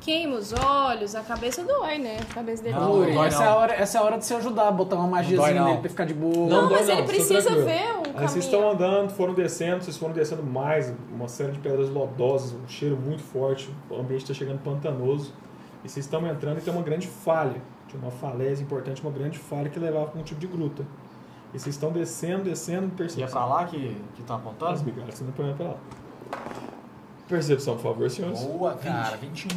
[SPEAKER 5] Queima os olhos, a cabeça dói, né? A cabeça dele
[SPEAKER 4] Não,
[SPEAKER 2] Oi,
[SPEAKER 5] dói.
[SPEAKER 4] dói
[SPEAKER 2] essa,
[SPEAKER 4] não.
[SPEAKER 2] É a hora, essa é a hora de se ajudar, botar uma
[SPEAKER 4] dói,
[SPEAKER 2] magiazinha
[SPEAKER 4] não.
[SPEAKER 2] nele pra ele ficar de boa.
[SPEAKER 5] Não,
[SPEAKER 1] Não, dói
[SPEAKER 5] mas
[SPEAKER 1] não,
[SPEAKER 5] ele
[SPEAKER 1] tô
[SPEAKER 5] precisa
[SPEAKER 1] tranquilo.
[SPEAKER 5] ver o
[SPEAKER 1] Aí vocês estão
[SPEAKER 5] caminho.
[SPEAKER 1] andando, foram descendo, vocês foram descendo mais, uma série de pedras lodosas, um cheiro muito forte, o ambiente está chegando pantanoso. E vocês estão entrando e tem uma grande falha, tinha uma falésia importante, uma grande falha que levava para um tipo de gruta. E vocês estão descendo, descendo,
[SPEAKER 4] E é
[SPEAKER 1] percepção.
[SPEAKER 4] pra lá que, que tá
[SPEAKER 1] As
[SPEAKER 4] apontando?
[SPEAKER 1] migalhas, você não põe pra lá. Percepção, por favor, senhores.
[SPEAKER 3] Boa, cara.
[SPEAKER 4] 21.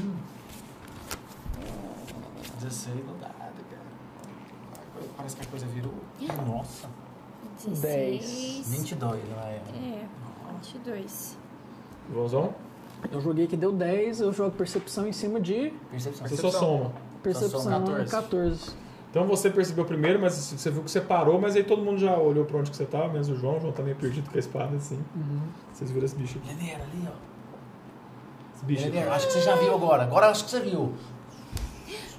[SPEAKER 4] 16 não dá, cara. Parece que a coisa virou.
[SPEAKER 3] Nossa.
[SPEAKER 5] 16.
[SPEAKER 3] 22, não é?
[SPEAKER 5] É, 22.
[SPEAKER 1] Vãozão?
[SPEAKER 2] Eu joguei que deu 10, eu jogo percepção em cima de
[SPEAKER 3] Percepção.
[SPEAKER 1] Você só
[SPEAKER 4] Percepção.
[SPEAKER 1] soma.
[SPEAKER 2] percepção
[SPEAKER 4] são 14.
[SPEAKER 2] 14.
[SPEAKER 1] Então você percebeu primeiro, mas assim, você viu que você parou, mas aí todo mundo já olhou pra onde que você tá, menos o João. O João tá meio perdido com a espada, assim.
[SPEAKER 2] Uhum.
[SPEAKER 1] Vocês viram esse bicho aqui.
[SPEAKER 3] Janeiro, ali, ó.
[SPEAKER 1] Esse bicho
[SPEAKER 2] É.
[SPEAKER 1] aqui.
[SPEAKER 3] Janeiro, acho que você já viu agora. Agora acho que você viu.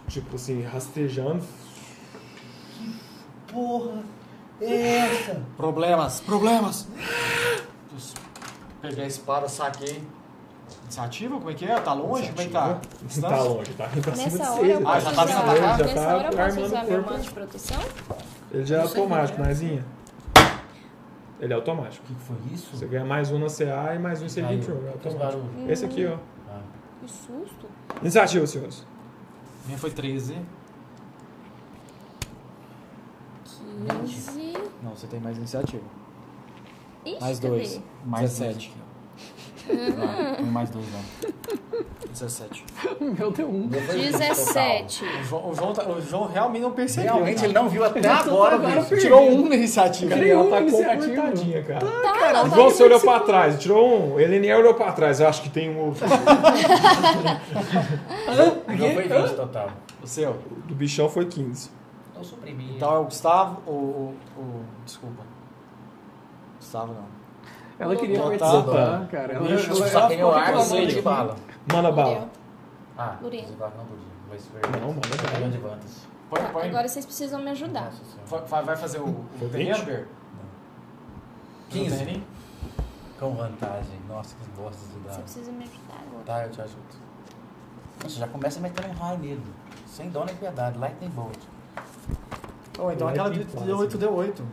[SPEAKER 1] tipo assim, rastejando.
[SPEAKER 3] Porra. Essa.
[SPEAKER 4] Problemas, problemas! Peguei a espada, saquei. Iniciativa? Como é que é? Tá longe? Como é que tá?
[SPEAKER 1] Não tá longe, tá? Ele tá acima de
[SPEAKER 5] Nessa hora
[SPEAKER 1] seis,
[SPEAKER 5] eu
[SPEAKER 1] ele
[SPEAKER 4] Ah,
[SPEAKER 5] posso
[SPEAKER 4] já
[SPEAKER 1] tá
[SPEAKER 4] tá
[SPEAKER 5] usar,
[SPEAKER 1] acima
[SPEAKER 4] avisando,
[SPEAKER 1] de seis,
[SPEAKER 5] nessa
[SPEAKER 1] já
[SPEAKER 5] hora eu
[SPEAKER 1] tá
[SPEAKER 5] posso usar
[SPEAKER 1] armando
[SPEAKER 5] meu
[SPEAKER 1] o
[SPEAKER 5] manto de
[SPEAKER 1] corpo.
[SPEAKER 5] proteção?
[SPEAKER 1] Ele já é
[SPEAKER 3] Não sei
[SPEAKER 1] automático,
[SPEAKER 3] como é.
[SPEAKER 1] Nazinha. Ele é automático.
[SPEAKER 3] O que que foi isso?
[SPEAKER 1] Você ganha mais um na CA e mais um em
[SPEAKER 3] Caiu.
[SPEAKER 1] C20, é
[SPEAKER 3] Que
[SPEAKER 1] automático.
[SPEAKER 3] barulho.
[SPEAKER 1] Esse aqui, ó.
[SPEAKER 3] Ah.
[SPEAKER 5] Que susto.
[SPEAKER 1] Iniciativa, senhores.
[SPEAKER 4] Minha foi 13.
[SPEAKER 5] 15.
[SPEAKER 4] Não, você tem mais iniciativa.
[SPEAKER 5] Ixi,
[SPEAKER 4] Mais
[SPEAKER 5] cadê?
[SPEAKER 4] dois. Mais
[SPEAKER 3] 17.
[SPEAKER 4] 17.
[SPEAKER 3] Não, tem mais
[SPEAKER 4] né?
[SPEAKER 3] dois, não.
[SPEAKER 4] 17.
[SPEAKER 2] Meu deu um.
[SPEAKER 5] 17.
[SPEAKER 4] O João, o João tá- o João realmente não percebeu.
[SPEAKER 3] Realmente
[SPEAKER 4] cara.
[SPEAKER 3] ele não viu até agora, bicho.
[SPEAKER 4] tirou um na iniciativa.
[SPEAKER 2] Tirei um
[SPEAKER 1] ela tá
[SPEAKER 2] iniciativa.
[SPEAKER 1] comportadinha, cara.
[SPEAKER 5] Tá, não,
[SPEAKER 1] O
[SPEAKER 5] tá
[SPEAKER 1] João,
[SPEAKER 5] aqui.
[SPEAKER 1] você olhou pra trás, tirou um. Eleniel olhou pra trás, eu acho que tem um outro.
[SPEAKER 3] O jogo foi 20 total.
[SPEAKER 4] O seu.
[SPEAKER 1] Do bichão foi 15.
[SPEAKER 3] Eu suprimi.
[SPEAKER 4] Então é o Gustavo ou o. o- Desculpa. Gustavo não.
[SPEAKER 2] Ela queria
[SPEAKER 5] Botar,
[SPEAKER 2] participar, cara. Ela,
[SPEAKER 4] Bicho,
[SPEAKER 2] ela,
[SPEAKER 3] eu
[SPEAKER 2] ela
[SPEAKER 3] saquei o
[SPEAKER 2] ficou
[SPEAKER 3] arco
[SPEAKER 2] reclamando
[SPEAKER 3] e
[SPEAKER 2] de
[SPEAKER 3] de bala.
[SPEAKER 1] Manda bala.
[SPEAKER 5] Entendeu?
[SPEAKER 3] Ah,
[SPEAKER 5] Lorena.
[SPEAKER 3] você vai- não é podia. Vai se
[SPEAKER 1] Não, manda bala.
[SPEAKER 3] Vai de vantas.
[SPEAKER 4] Põe, põe.
[SPEAKER 5] Agora vocês precisam me ajudar.
[SPEAKER 3] Nossa senhora.
[SPEAKER 4] Vai- Vai, vai fazer o,
[SPEAKER 1] Foi
[SPEAKER 4] o
[SPEAKER 1] 20?
[SPEAKER 4] terreno, Ber?
[SPEAKER 3] 15.
[SPEAKER 4] O terreninho?
[SPEAKER 3] Com vantagem. Nossa, que bosta de
[SPEAKER 5] Você
[SPEAKER 3] dado.
[SPEAKER 5] precisa me ajudar agora.
[SPEAKER 3] Tá, eu te ajudo. Nossa, já começa metendo um raio nele. Sem dó nem piedade. Lightning Bolt.
[SPEAKER 4] Ou então
[SPEAKER 1] Vai
[SPEAKER 4] aquela
[SPEAKER 1] que
[SPEAKER 4] de
[SPEAKER 1] faz,
[SPEAKER 4] 8 deu 8.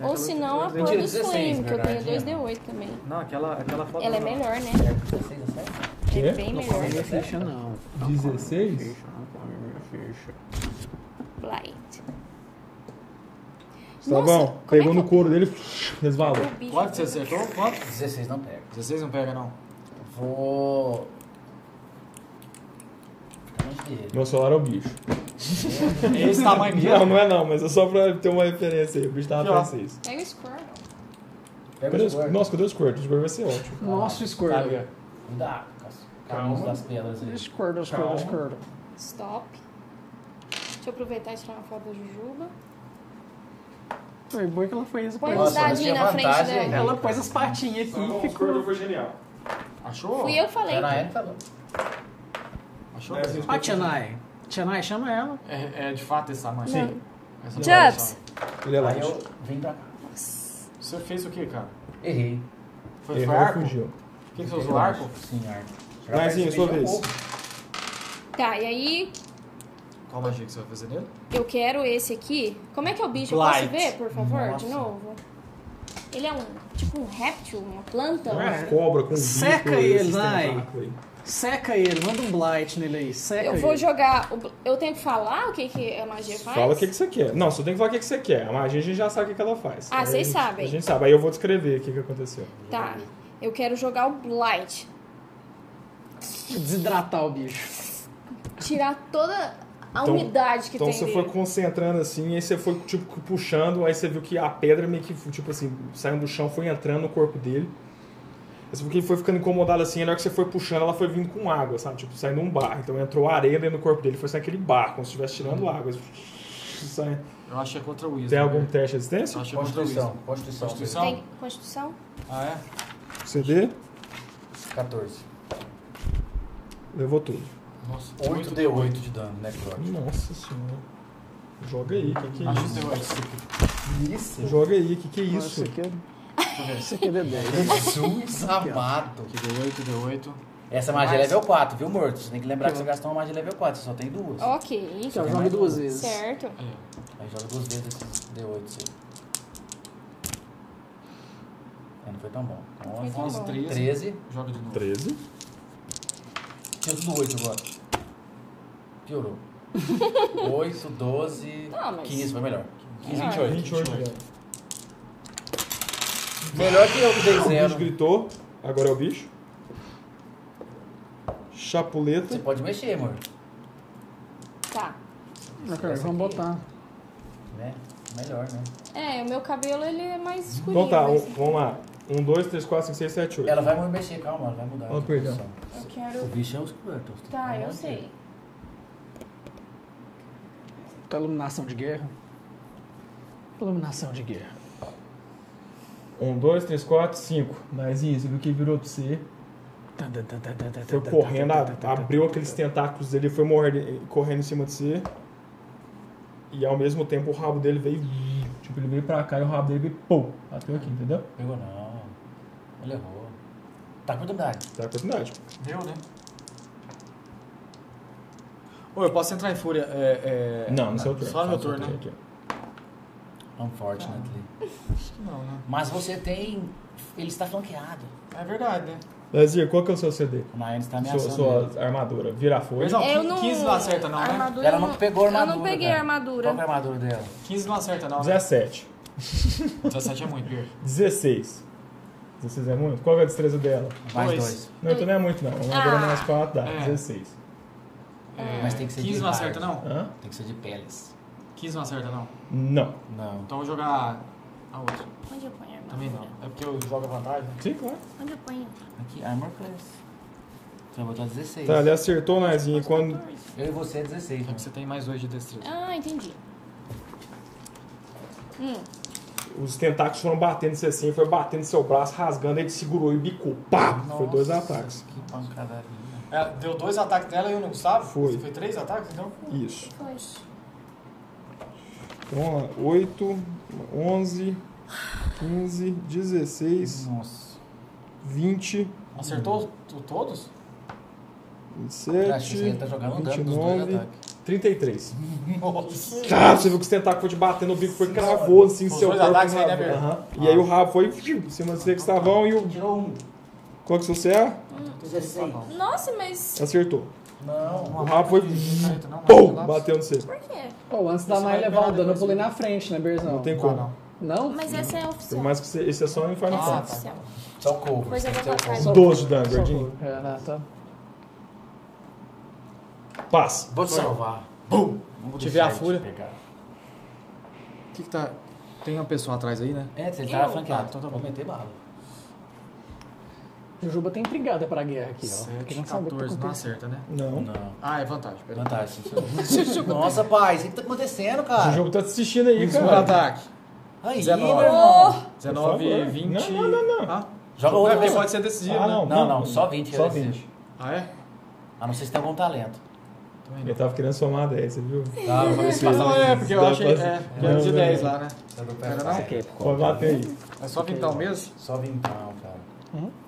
[SPEAKER 5] Ou se não, a
[SPEAKER 4] aquela,
[SPEAKER 5] cor
[SPEAKER 3] tiro
[SPEAKER 5] do
[SPEAKER 3] 16,
[SPEAKER 5] swing, que eu tenho
[SPEAKER 3] verdade,
[SPEAKER 5] 2D8 também.
[SPEAKER 4] Não, aquela, aquela foto.
[SPEAKER 5] Ela é
[SPEAKER 4] né? não.
[SPEAKER 5] melhor, né?
[SPEAKER 3] É 16 a 7?
[SPEAKER 5] É bem melhor.
[SPEAKER 2] Minha ficha não.
[SPEAKER 1] 16?
[SPEAKER 5] Blight.
[SPEAKER 1] Tá bom, pegou no couro dele, resvalou.
[SPEAKER 4] Quanto você acertou? Quanto?
[SPEAKER 3] 16 não pega.
[SPEAKER 4] 16 não pega, não.
[SPEAKER 3] Vou. que ele.
[SPEAKER 7] Meu celular é o bicho.
[SPEAKER 4] É esse tamanho
[SPEAKER 1] Não,
[SPEAKER 4] mesmo.
[SPEAKER 1] não é não, mas é só pra ter uma referência aí. O bicho tava
[SPEAKER 4] Já.
[SPEAKER 1] pensando isso.
[SPEAKER 5] Pega o Squirtle.
[SPEAKER 3] Pega
[SPEAKER 1] Cadê
[SPEAKER 3] o
[SPEAKER 1] o Squirt?
[SPEAKER 3] Squirt.
[SPEAKER 1] Nossa, cadê o Squirt? O Squirt vai ser ótimo.
[SPEAKER 2] Nosso Squirtle.
[SPEAKER 4] Sabe?
[SPEAKER 3] Cuidado, calma das pedras aí.
[SPEAKER 2] Squirtle, Squirtle, Squirtle.
[SPEAKER 5] Stop. Deixa eu aproveitar e tirar uma foto da Jujuba.
[SPEAKER 2] Foi bom que ela fez.
[SPEAKER 5] Põe
[SPEAKER 2] pôs-
[SPEAKER 5] os
[SPEAKER 3] Nossa, mas
[SPEAKER 5] dadinhos
[SPEAKER 3] tinha
[SPEAKER 5] na frente
[SPEAKER 3] vantagem,
[SPEAKER 5] dela.
[SPEAKER 3] né?
[SPEAKER 2] Ela pôs as partinhas aqui e ficou.
[SPEAKER 1] foi genial.
[SPEAKER 4] Achou?
[SPEAKER 5] Fui eu que falei.
[SPEAKER 3] Era ele, tá bom.
[SPEAKER 4] Achou?
[SPEAKER 1] É, assim,
[SPEAKER 4] mesmo?
[SPEAKER 2] Ó, a Tianai. Tianai chama ela.
[SPEAKER 4] É, é de fato esse tamanho?
[SPEAKER 5] Sim.
[SPEAKER 4] Essa
[SPEAKER 5] Chubbs.
[SPEAKER 4] variação.
[SPEAKER 1] Ele é
[SPEAKER 3] Aí
[SPEAKER 1] light.
[SPEAKER 3] eu vim pra cá.
[SPEAKER 4] Você fez o que, cara?
[SPEAKER 3] Errei.
[SPEAKER 4] Foi, foi
[SPEAKER 1] Errou e
[SPEAKER 4] arco?
[SPEAKER 1] fugiu.
[SPEAKER 4] O que, que você usou? Arco?
[SPEAKER 3] Sim, arco. um
[SPEAKER 1] Naizinho, sua vez.
[SPEAKER 5] Tá, e aí
[SPEAKER 4] Qual magia que você vai fazer nele?
[SPEAKER 5] eu quero esse aqui. Como é que é o bicho?
[SPEAKER 4] Blight.
[SPEAKER 5] Eu posso ver, por favor, de
[SPEAKER 3] Nossa.
[SPEAKER 5] novo? Ele é um tipo um réptil, uma planta?
[SPEAKER 1] Não é
[SPEAKER 2] É.
[SPEAKER 1] uma cobra com um
[SPEAKER 2] Seca
[SPEAKER 1] bico,
[SPEAKER 2] ele,
[SPEAKER 1] esses
[SPEAKER 2] vai.
[SPEAKER 1] tentáculos aí.
[SPEAKER 2] Seca ele, manda um blight nele aí. Seca
[SPEAKER 1] É.
[SPEAKER 5] Eu
[SPEAKER 2] ele.
[SPEAKER 5] vou jogar. o- Eu tenho que falar o que, que a magia faz?
[SPEAKER 1] Fala o que, que você quer. Não, você tem que falar o que, que você quer. A magia a gente já sabe o que, que ela faz.
[SPEAKER 5] Ah,
[SPEAKER 1] Aí a
[SPEAKER 5] vocês
[SPEAKER 1] gente-
[SPEAKER 5] sabem.
[SPEAKER 1] A gente sabe. Aí eu vou descrever o que, que aconteceu.
[SPEAKER 5] Tá. Eu quero jogar o Blight.
[SPEAKER 2] Desidratar o bicho.
[SPEAKER 5] Tirar toda a
[SPEAKER 1] Então-
[SPEAKER 5] umidade que
[SPEAKER 1] Então
[SPEAKER 5] tem
[SPEAKER 1] você
[SPEAKER 5] dele.
[SPEAKER 1] foi concentrando assim, aí você foi tipo puxando, aí você viu que a pedra meio que, tipo assim, saindo do chão, foi entrando no corpo dele. Mas porque ele foi ficando incomodado assim, na hora que você foi puxando, ela foi vindo com água, sabe? Tipo, saindo um barro. Então entrou areia dentro do corpo dele, foi saindo aquele barro, como se estivesse tirando água. Sai-
[SPEAKER 4] Eu achei contra o Wizard.
[SPEAKER 1] Tem algum
[SPEAKER 4] né?
[SPEAKER 1] teste de
[SPEAKER 4] Eu
[SPEAKER 1] resistência?
[SPEAKER 4] achei contra o
[SPEAKER 3] Constituição.
[SPEAKER 4] Wizard.
[SPEAKER 3] Constituição.
[SPEAKER 4] Constituição?
[SPEAKER 5] Tem Constituição?
[SPEAKER 4] Ah, é?
[SPEAKER 1] CD,
[SPEAKER 3] 14.
[SPEAKER 1] levou tudo.
[SPEAKER 4] Nossa,
[SPEAKER 3] 8 D8 de dano, né, Croc?
[SPEAKER 1] Nossa senhora. Joga aí, que que é
[SPEAKER 4] Acho
[SPEAKER 1] isso?
[SPEAKER 4] que D8.
[SPEAKER 3] Isso.
[SPEAKER 1] Joga aí, que que é isso?
[SPEAKER 2] Esse aqui é. Esse aqui é D10.
[SPEAKER 3] Jesus amado.
[SPEAKER 4] Que D8, D8.
[SPEAKER 3] Essa magia é level 4, viu, Morto? Você tem que lembrar que você gastou uma magia level 4, você só tem duas.
[SPEAKER 5] Ok.
[SPEAKER 2] Então, joga duas vezes.
[SPEAKER 5] Certo.
[SPEAKER 4] Aí,
[SPEAKER 3] Aí joga duas vezes esses D8 seu. É, não foi tão bom.
[SPEAKER 5] foi
[SPEAKER 4] ó.
[SPEAKER 5] tão
[SPEAKER 4] 11,
[SPEAKER 5] bom.
[SPEAKER 4] 13.
[SPEAKER 3] 13.
[SPEAKER 4] Joga de novo.
[SPEAKER 1] 13.
[SPEAKER 3] Tira tudo 8 agora. Piorou. 8, 12,
[SPEAKER 5] Não, Ah, mas-
[SPEAKER 3] 15, foi melhor. 15,
[SPEAKER 5] Ah,
[SPEAKER 3] 28.
[SPEAKER 1] 28.
[SPEAKER 3] Melhor que eu que dei
[SPEAKER 1] O bicho
[SPEAKER 3] zero.
[SPEAKER 1] gritou, agora é o bicho.
[SPEAKER 3] Você
[SPEAKER 1] Chapuleta.
[SPEAKER 3] pode mexer, amor.
[SPEAKER 5] Tá.
[SPEAKER 2] Ok, vamos botar.
[SPEAKER 3] Né? Melhor, né?
[SPEAKER 5] É, o meu cabelo ele é mais escurinho.
[SPEAKER 1] Então tá, um-
[SPEAKER 5] mas
[SPEAKER 1] vamos lá. 1, 2, 3, 4, 5, 6, 7, 8.
[SPEAKER 3] Ela vai mexer, calma, ela vai mudar.
[SPEAKER 1] Oh,
[SPEAKER 3] de
[SPEAKER 1] perdão.
[SPEAKER 3] posição.
[SPEAKER 5] Eu
[SPEAKER 3] O
[SPEAKER 5] quero.
[SPEAKER 3] bicho é os Squirtles.
[SPEAKER 5] Tá, eu sei.
[SPEAKER 2] Tá iluminação de guerra. Iluminação de guerra.
[SPEAKER 1] 1, 2, 3, 4, 5. Mas isso, viu que virou pra você?
[SPEAKER 2] Tá, tá, tá, tá, tá, tá,
[SPEAKER 1] Foi
[SPEAKER 2] tá,
[SPEAKER 1] correndo,
[SPEAKER 2] tá, tá, tá,
[SPEAKER 1] a- abriu aqueles tentáculos dele, foi morde- correndo em cima de você. E ao mesmo tempo o rabo dele veio. Tipo, ele veio pra cá e o rabo dele veio. Pô, bateu aqui, entendeu?
[SPEAKER 3] Pegou não. Ele errou. Tá com oportunidade.
[SPEAKER 1] Tá a oportunidade.
[SPEAKER 4] Deu, né? Ô, eu posso entrar em fúria? É, é...
[SPEAKER 1] não, no seu turno.
[SPEAKER 4] Só no meu
[SPEAKER 1] Faz o
[SPEAKER 4] turno,
[SPEAKER 1] turno
[SPEAKER 4] né?
[SPEAKER 1] aqui.
[SPEAKER 5] Tá.
[SPEAKER 3] Unfortunately.
[SPEAKER 4] Não, né?
[SPEAKER 3] né, Mas você tem. Ele está flanqueado.
[SPEAKER 4] É verdade, né?
[SPEAKER 1] Lazir, qual que é o seu CD?
[SPEAKER 3] O Nayane está
[SPEAKER 1] Sua,
[SPEAKER 3] ameaçando. ele.
[SPEAKER 1] sua armadura. Vira a folha.
[SPEAKER 4] Mas não,
[SPEAKER 5] eu
[SPEAKER 4] 15
[SPEAKER 5] não.
[SPEAKER 4] não acerta não, né?
[SPEAKER 5] armadura
[SPEAKER 3] Ela não pegou a
[SPEAKER 5] Eu não
[SPEAKER 3] armadura,
[SPEAKER 5] peguei
[SPEAKER 3] cara.
[SPEAKER 5] a armadura.
[SPEAKER 3] Qual que é a armadura dela?
[SPEAKER 4] 15 não acerta não, né?
[SPEAKER 1] 17.
[SPEAKER 4] 17 é muito, Pierre.
[SPEAKER 1] 16. 16 é muito? Qual que é a destreza dela?
[SPEAKER 3] Mais
[SPEAKER 4] Dois.
[SPEAKER 3] dois.
[SPEAKER 1] Não, então não é muito, não. Uma agora
[SPEAKER 5] Ah.
[SPEAKER 1] mais 4 dá.
[SPEAKER 4] É.
[SPEAKER 1] 16.
[SPEAKER 4] É,
[SPEAKER 3] Mas tem que ser
[SPEAKER 4] 15
[SPEAKER 3] de
[SPEAKER 4] não
[SPEAKER 3] hard.
[SPEAKER 4] acerta não?
[SPEAKER 1] Hã?
[SPEAKER 3] Tem que ser de peles.
[SPEAKER 4] 15 não acerta não.
[SPEAKER 1] Não.
[SPEAKER 3] Não.
[SPEAKER 4] Então eu vou jogar a outra.
[SPEAKER 5] Onde eu ponho a armadura?
[SPEAKER 4] Também não. É porque eu jogo a vantagem.
[SPEAKER 1] Sim, claro.
[SPEAKER 3] Tá.
[SPEAKER 5] Onde eu ponho?
[SPEAKER 3] Aqui, armor class. Você vai botar 16.
[SPEAKER 1] Tá, ele acertou o nazinho. Quando
[SPEAKER 3] Eu e você é 16,
[SPEAKER 4] É
[SPEAKER 3] né?
[SPEAKER 4] que você tem mais 2 de destreza.
[SPEAKER 5] Ah, entendi. Hum,
[SPEAKER 1] os tentáculos foram batendo em você assim, foi batendo em seu braço, rasgando, ele te segurou e bicou. Pá! Foi dois
[SPEAKER 3] Nossa,
[SPEAKER 1] ataques.
[SPEAKER 3] Que pancadaria.
[SPEAKER 4] É, deu dois ataques nela e eu não sabe?
[SPEAKER 1] Foi.
[SPEAKER 4] Foi três ataques, então?
[SPEAKER 1] Isso.
[SPEAKER 5] foi.
[SPEAKER 1] Então, vamos lá. 8, 11, 15, 16,
[SPEAKER 3] Nossa.
[SPEAKER 1] 20,
[SPEAKER 4] Acertou tu- todos?
[SPEAKER 3] Acho que
[SPEAKER 1] 27,
[SPEAKER 3] ele tá jogando um dano dos dois
[SPEAKER 1] 29,
[SPEAKER 3] ataques.
[SPEAKER 1] 33.
[SPEAKER 4] Nossa.
[SPEAKER 1] Cara, Ah, você viu que os tentáculos foi te batendo, o bico foi cravou assim em
[SPEAKER 4] Os
[SPEAKER 1] seu
[SPEAKER 4] dois
[SPEAKER 1] corpo.
[SPEAKER 4] ataques aí, né,
[SPEAKER 1] Aham.
[SPEAKER 4] Bernardo?
[SPEAKER 1] E aí o rabo foi fiu, em cima de você que estavam e o.
[SPEAKER 3] Tirou um.
[SPEAKER 1] Qual que você é?
[SPEAKER 3] 16.
[SPEAKER 5] Nossa, mas
[SPEAKER 1] Acertou.
[SPEAKER 3] Não.
[SPEAKER 1] O rabo foi.
[SPEAKER 4] Acerta não, mas
[SPEAKER 1] Pum!
[SPEAKER 4] relapso.
[SPEAKER 1] Bateu no você.
[SPEAKER 5] por quê?
[SPEAKER 2] Pô, antes da
[SPEAKER 4] Isso
[SPEAKER 2] Mai
[SPEAKER 4] vai
[SPEAKER 2] levar o
[SPEAKER 4] pegar
[SPEAKER 2] dano, eu
[SPEAKER 4] depois,
[SPEAKER 2] pulei
[SPEAKER 4] né?
[SPEAKER 2] na frente, né, Berzão?
[SPEAKER 1] Não tem
[SPEAKER 4] Ah,
[SPEAKER 1] como.
[SPEAKER 4] não. tá.
[SPEAKER 2] Não?
[SPEAKER 5] Mas essa é a
[SPEAKER 1] Por
[SPEAKER 5] oficial.
[SPEAKER 1] mais que você. Esse é só um inferno
[SPEAKER 5] Essa é a
[SPEAKER 1] ah,
[SPEAKER 5] oficial.
[SPEAKER 3] São covers.
[SPEAKER 4] É
[SPEAKER 5] Depois eu
[SPEAKER 3] tem que ter o
[SPEAKER 5] vou botar.
[SPEAKER 3] cover.
[SPEAKER 1] Doze de dano, gordinho.
[SPEAKER 2] É, tá.
[SPEAKER 1] Paz.
[SPEAKER 3] Vou te salvar.
[SPEAKER 4] Bum!
[SPEAKER 3] Não vou deixar
[SPEAKER 4] Tiver a
[SPEAKER 3] ele te
[SPEAKER 4] fúria.
[SPEAKER 3] pegar.
[SPEAKER 4] O que que tá... Tem uma pessoa atrás aí, né?
[SPEAKER 3] É, ele tava
[SPEAKER 5] Eu-
[SPEAKER 3] flanqueado, então tá bom. Vou meter bala.
[SPEAKER 2] Jujuba tem intrigada pra guerra aqui, ó. Tá
[SPEAKER 4] Sete,
[SPEAKER 2] Querendo saber o que
[SPEAKER 4] 14,
[SPEAKER 2] tá
[SPEAKER 4] não
[SPEAKER 2] acontecendo.
[SPEAKER 4] acerta, né?
[SPEAKER 1] Não.
[SPEAKER 3] Não.
[SPEAKER 4] Ah, é vantagem, peraí.
[SPEAKER 3] Vantagem. Nossa, pai, o que tá acontecendo,
[SPEAKER 1] O
[SPEAKER 3] cara?
[SPEAKER 1] jogo tá te assistindo aí,
[SPEAKER 4] Isso,
[SPEAKER 1] cara.
[SPEAKER 4] ataque.
[SPEAKER 3] Aí, meu
[SPEAKER 4] 19.
[SPEAKER 2] Oh!
[SPEAKER 3] irmão.
[SPEAKER 4] 19,
[SPEAKER 1] favor.
[SPEAKER 4] 20...
[SPEAKER 1] Não, não, não, não.
[SPEAKER 4] Ah,
[SPEAKER 3] Joga
[SPEAKER 4] é
[SPEAKER 3] outro.
[SPEAKER 4] porque pode ser decisivo,
[SPEAKER 1] Ah,
[SPEAKER 4] né?
[SPEAKER 1] não.
[SPEAKER 3] Não, não, só 20.
[SPEAKER 1] Só
[SPEAKER 3] eu decido.
[SPEAKER 1] 20.
[SPEAKER 4] Ah, é?
[SPEAKER 3] A não ser se tem algum talento.
[SPEAKER 4] Também
[SPEAKER 1] Ele
[SPEAKER 4] não.
[SPEAKER 1] tava querendo somar 10, você viu?
[SPEAKER 3] Tá, vou ver se passa
[SPEAKER 4] Não, é, porque eu
[SPEAKER 1] Dá
[SPEAKER 4] achei...
[SPEAKER 1] pra-
[SPEAKER 4] É, menos de
[SPEAKER 1] Não,
[SPEAKER 4] 10
[SPEAKER 1] não.
[SPEAKER 4] lá, né? Era não?
[SPEAKER 1] Pode bater aí.
[SPEAKER 4] É só pintar o mesmo?
[SPEAKER 3] Só vintão, cara.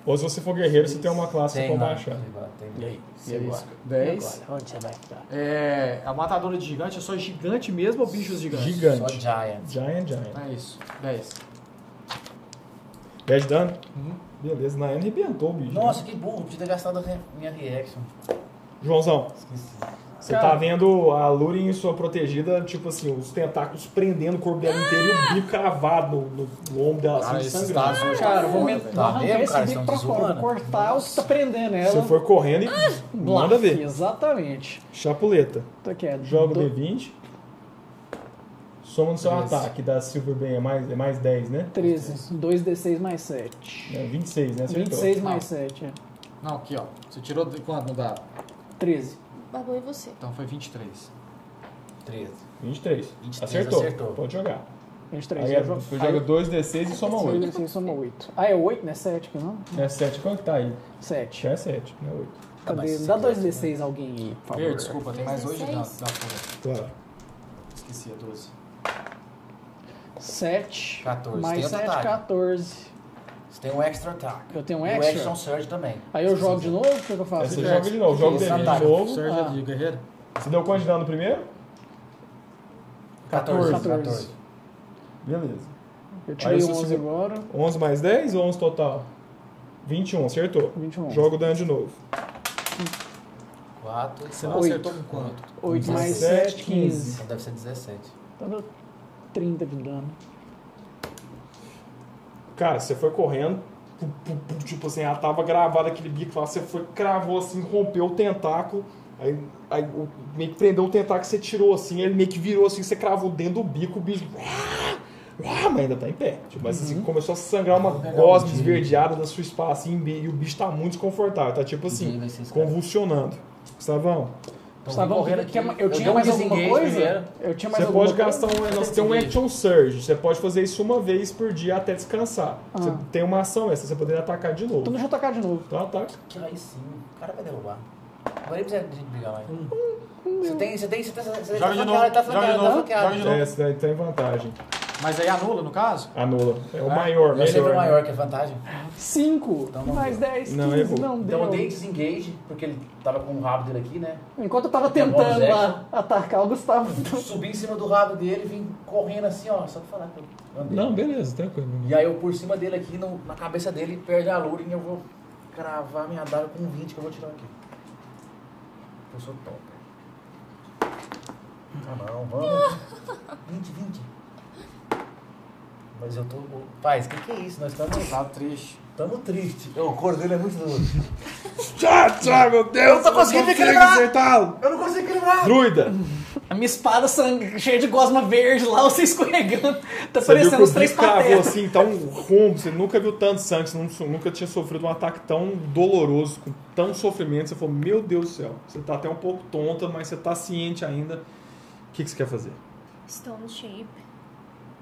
[SPEAKER 1] Ou se você for guerreiro, você tem uma classe pra
[SPEAKER 3] lá,
[SPEAKER 1] baixar.
[SPEAKER 3] Tem,
[SPEAKER 2] E
[SPEAKER 3] tem.
[SPEAKER 2] aí? E agora?
[SPEAKER 4] 10.
[SPEAKER 2] Agora, onde você vai ficar?
[SPEAKER 4] É, a matadora de gigante é só gigante mesmo ou bichos gigantes?
[SPEAKER 3] Só
[SPEAKER 1] Gigante.
[SPEAKER 3] Giant.
[SPEAKER 1] Giant, Giant.
[SPEAKER 4] É isso, 10.
[SPEAKER 1] 10 de dano? Beleza, Nayane arrebentou o bicho.
[SPEAKER 3] Hum? Nossa, que burro, podia ter gastado a re- minha reaction.
[SPEAKER 1] Joãozão,
[SPEAKER 3] Esqueci.
[SPEAKER 1] você tá vendo a Lurin e sua protegida, tipo assim, os tentáculos prendendo o corpo dela inteiro e o bico cravado no, no ombro dela,
[SPEAKER 3] Ah,
[SPEAKER 4] Ah,
[SPEAKER 1] assim, sangrando.
[SPEAKER 2] Cara, eu vou me
[SPEAKER 3] Tá
[SPEAKER 2] vou arrancar
[SPEAKER 3] mesmo,
[SPEAKER 2] esse
[SPEAKER 3] cara?
[SPEAKER 2] bico
[SPEAKER 3] Vocês
[SPEAKER 2] pra
[SPEAKER 3] tão
[SPEAKER 2] fora,
[SPEAKER 3] zoando?
[SPEAKER 2] vou cortar o que tá prendendo ela. Ah,
[SPEAKER 1] Você for correndo e manda
[SPEAKER 2] Blaf,
[SPEAKER 1] ver.
[SPEAKER 2] Exatamente.
[SPEAKER 1] Chapuleta.
[SPEAKER 2] Tô quieto.
[SPEAKER 1] Joga o
[SPEAKER 2] Do-
[SPEAKER 1] D20. Soma no seu ataque da Silver Bem, é mais, é mais 10, né?
[SPEAKER 2] 13. 2d6 mais 7.
[SPEAKER 1] É 26, né? Acertou.
[SPEAKER 2] 26 mais 7, é.
[SPEAKER 4] Não, aqui ó. Você tirou de quanto no dado?
[SPEAKER 2] 13.
[SPEAKER 5] Babu e é você.
[SPEAKER 4] Então foi 23.
[SPEAKER 3] 13.
[SPEAKER 1] 23.
[SPEAKER 3] 23,
[SPEAKER 1] Acertou.
[SPEAKER 3] acertou.
[SPEAKER 1] Pode jogar.
[SPEAKER 2] 23.
[SPEAKER 1] Aí
[SPEAKER 2] eu
[SPEAKER 1] é-
[SPEAKER 2] jogo-
[SPEAKER 1] você
[SPEAKER 2] aí
[SPEAKER 1] joga
[SPEAKER 2] eu-
[SPEAKER 1] 2d6 e soma 8.
[SPEAKER 2] 2d6 soma 8. Ah, é 8, não é 7 que não?
[SPEAKER 1] É 7, quanto que tá aí?
[SPEAKER 2] 7.
[SPEAKER 1] Já é 7, não é 8.
[SPEAKER 2] Cadê?
[SPEAKER 3] mas
[SPEAKER 2] Dá
[SPEAKER 3] se
[SPEAKER 2] 2d6 alguém aí, por favor.
[SPEAKER 4] Verde, desculpa, tem mais 2 de dado
[SPEAKER 5] 16.
[SPEAKER 4] da folha.
[SPEAKER 1] Claro.
[SPEAKER 4] Esqueci, é 12.
[SPEAKER 2] 7.
[SPEAKER 3] 14.
[SPEAKER 2] Mais
[SPEAKER 3] Tem
[SPEAKER 2] 7,
[SPEAKER 3] ataque.
[SPEAKER 2] 14.
[SPEAKER 3] Você tem um extra attack.
[SPEAKER 2] Eu tenho um
[SPEAKER 3] E
[SPEAKER 2] extra?
[SPEAKER 3] O action surge também.
[SPEAKER 2] Aí eu jogo de novo? O que que eu
[SPEAKER 1] Aí
[SPEAKER 2] faço?
[SPEAKER 1] você joga de novo, joga o
[SPEAKER 3] Esse
[SPEAKER 1] D20 de
[SPEAKER 3] ataque.
[SPEAKER 1] novo.
[SPEAKER 4] Sérgio
[SPEAKER 2] Ah.
[SPEAKER 4] de Guerreiro?
[SPEAKER 1] Você deu quanto de dano no primeiro?
[SPEAKER 3] 14.
[SPEAKER 2] 14.
[SPEAKER 3] 14.
[SPEAKER 1] Beleza.
[SPEAKER 2] Eu
[SPEAKER 1] Aí
[SPEAKER 2] tirei
[SPEAKER 1] eu sou
[SPEAKER 2] 11
[SPEAKER 1] seguro.
[SPEAKER 2] agora.
[SPEAKER 1] 11 mais 10 ou 11 total? 21, acertou.
[SPEAKER 2] 21.
[SPEAKER 1] Joga o dano de novo.
[SPEAKER 3] 4.
[SPEAKER 4] Você não
[SPEAKER 2] Oito.
[SPEAKER 4] acertou com quanto?
[SPEAKER 2] 8 mais
[SPEAKER 1] 17,
[SPEAKER 2] 7, 15.
[SPEAKER 3] Então deve ser 17.
[SPEAKER 2] Tá dando 30 de dano.
[SPEAKER 1] Cara, você foi correndo, pu- pu- pu- tipo assim, ela tava gravada aquele bico lá, você foi, cravou assim, rompeu o tentáculo, aí, aí o- meio que prendeu o tentáculo, você tirou assim, ele meio que virou assim, você cravou dentro do bico, o bicho. Ah, mas ainda tá em pé. Tipo, mas assim, começou a sangrar uma
[SPEAKER 3] pegar
[SPEAKER 1] gosma
[SPEAKER 3] um dia.
[SPEAKER 1] esverdeada da sua espada, assim, e o bicho tá muito desconfortável, tá tipo
[SPEAKER 3] Ninguém
[SPEAKER 1] assim,
[SPEAKER 3] vai Então ser esse cara.
[SPEAKER 1] congustavão Gustavão,
[SPEAKER 2] Gustavão,
[SPEAKER 3] Então vem correndo
[SPEAKER 2] que- que é
[SPEAKER 3] aqui.
[SPEAKER 2] ma- eu tinha
[SPEAKER 3] dei um
[SPEAKER 2] mais alguma
[SPEAKER 3] disengage
[SPEAKER 2] coisa?
[SPEAKER 3] primeiro.
[SPEAKER 2] Eu tinha mais
[SPEAKER 1] você
[SPEAKER 2] alguma
[SPEAKER 1] pode gastar um. Você tem um
[SPEAKER 4] Disengage.
[SPEAKER 1] action surge, você pode fazer isso uma vez por dia até descansar. Você
[SPEAKER 2] Ah.
[SPEAKER 1] tem uma ação essa, você poderia atacar de
[SPEAKER 2] Então
[SPEAKER 1] novo.
[SPEAKER 2] deixa eu atacar de novo.
[SPEAKER 1] Então ataque.
[SPEAKER 3] Que aí sim. O cara vai derrubar. Agora ele precisa de brigar mais. Você tem, você tem, você tem, você
[SPEAKER 4] Joga de
[SPEAKER 3] tá
[SPEAKER 4] novo,
[SPEAKER 3] flanqueado, tá
[SPEAKER 4] joga de
[SPEAKER 3] flanqueado,
[SPEAKER 4] novo,
[SPEAKER 3] tá flanqueado.
[SPEAKER 4] joga de novo.
[SPEAKER 1] É, esse daí tem vantagem.
[SPEAKER 4] Mas aí anula, no caso?
[SPEAKER 1] Anula. É o
[SPEAKER 4] Ah,
[SPEAKER 1] maior,
[SPEAKER 3] Eu sempre
[SPEAKER 1] melhor.
[SPEAKER 3] o maior, que é vantagem.
[SPEAKER 2] 5
[SPEAKER 3] Então não
[SPEAKER 2] mais
[SPEAKER 3] deu.
[SPEAKER 2] 10,
[SPEAKER 1] Não,
[SPEAKER 2] 15,
[SPEAKER 1] errou.
[SPEAKER 2] não, deu.
[SPEAKER 3] Então eu dei desengage, porque ele tava com o rabo dele aqui, né?
[SPEAKER 2] Enquanto eu tava
[SPEAKER 3] Deu bônus
[SPEAKER 2] tentando lá atacar o Gustavo.
[SPEAKER 3] Então, Subi em cima do rabo dele e vim correndo assim, ó. Só pra falar que eu andei.
[SPEAKER 1] Não, beleza, tranquilo.
[SPEAKER 3] E aí eu por cima dele aqui, no- na cabeça dele, perde a lura e eu vou cravar minha daga com 20 que eu vou tirar aqui. Eu sou top. Ah não, vamos. 20, 20. Mas eu tô. Paz, o que, que é isso? Nós estamos.
[SPEAKER 4] Tá triste.
[SPEAKER 3] Tamo triste. O cor dele é muito duro.
[SPEAKER 1] Tchau, tchau, meu Deus!
[SPEAKER 3] Eu tô
[SPEAKER 1] não
[SPEAKER 3] conseguindo
[SPEAKER 1] consigo
[SPEAKER 3] equilibrar.
[SPEAKER 1] acertá-lo.
[SPEAKER 3] Eu não consigo equilibrar!
[SPEAKER 1] Druida!
[SPEAKER 2] A minha espada sangue, cheia de gosma verde lá, você escorregando. Tá
[SPEAKER 1] Você viu que
[SPEAKER 2] parecendo os
[SPEAKER 1] o
[SPEAKER 2] três
[SPEAKER 1] bicho cravou
[SPEAKER 2] patetas.
[SPEAKER 1] assim, tá um rombo. Você nunca viu tanto sangue, você nu- nunca tinha sofrido um ataque tão doloroso, com tão sofrimento. Você falou, meu Deus do céu. Você tá até um pouco tonta, mas você tá ciente ainda. O que, que você quer fazer?
[SPEAKER 5] Stone Shape.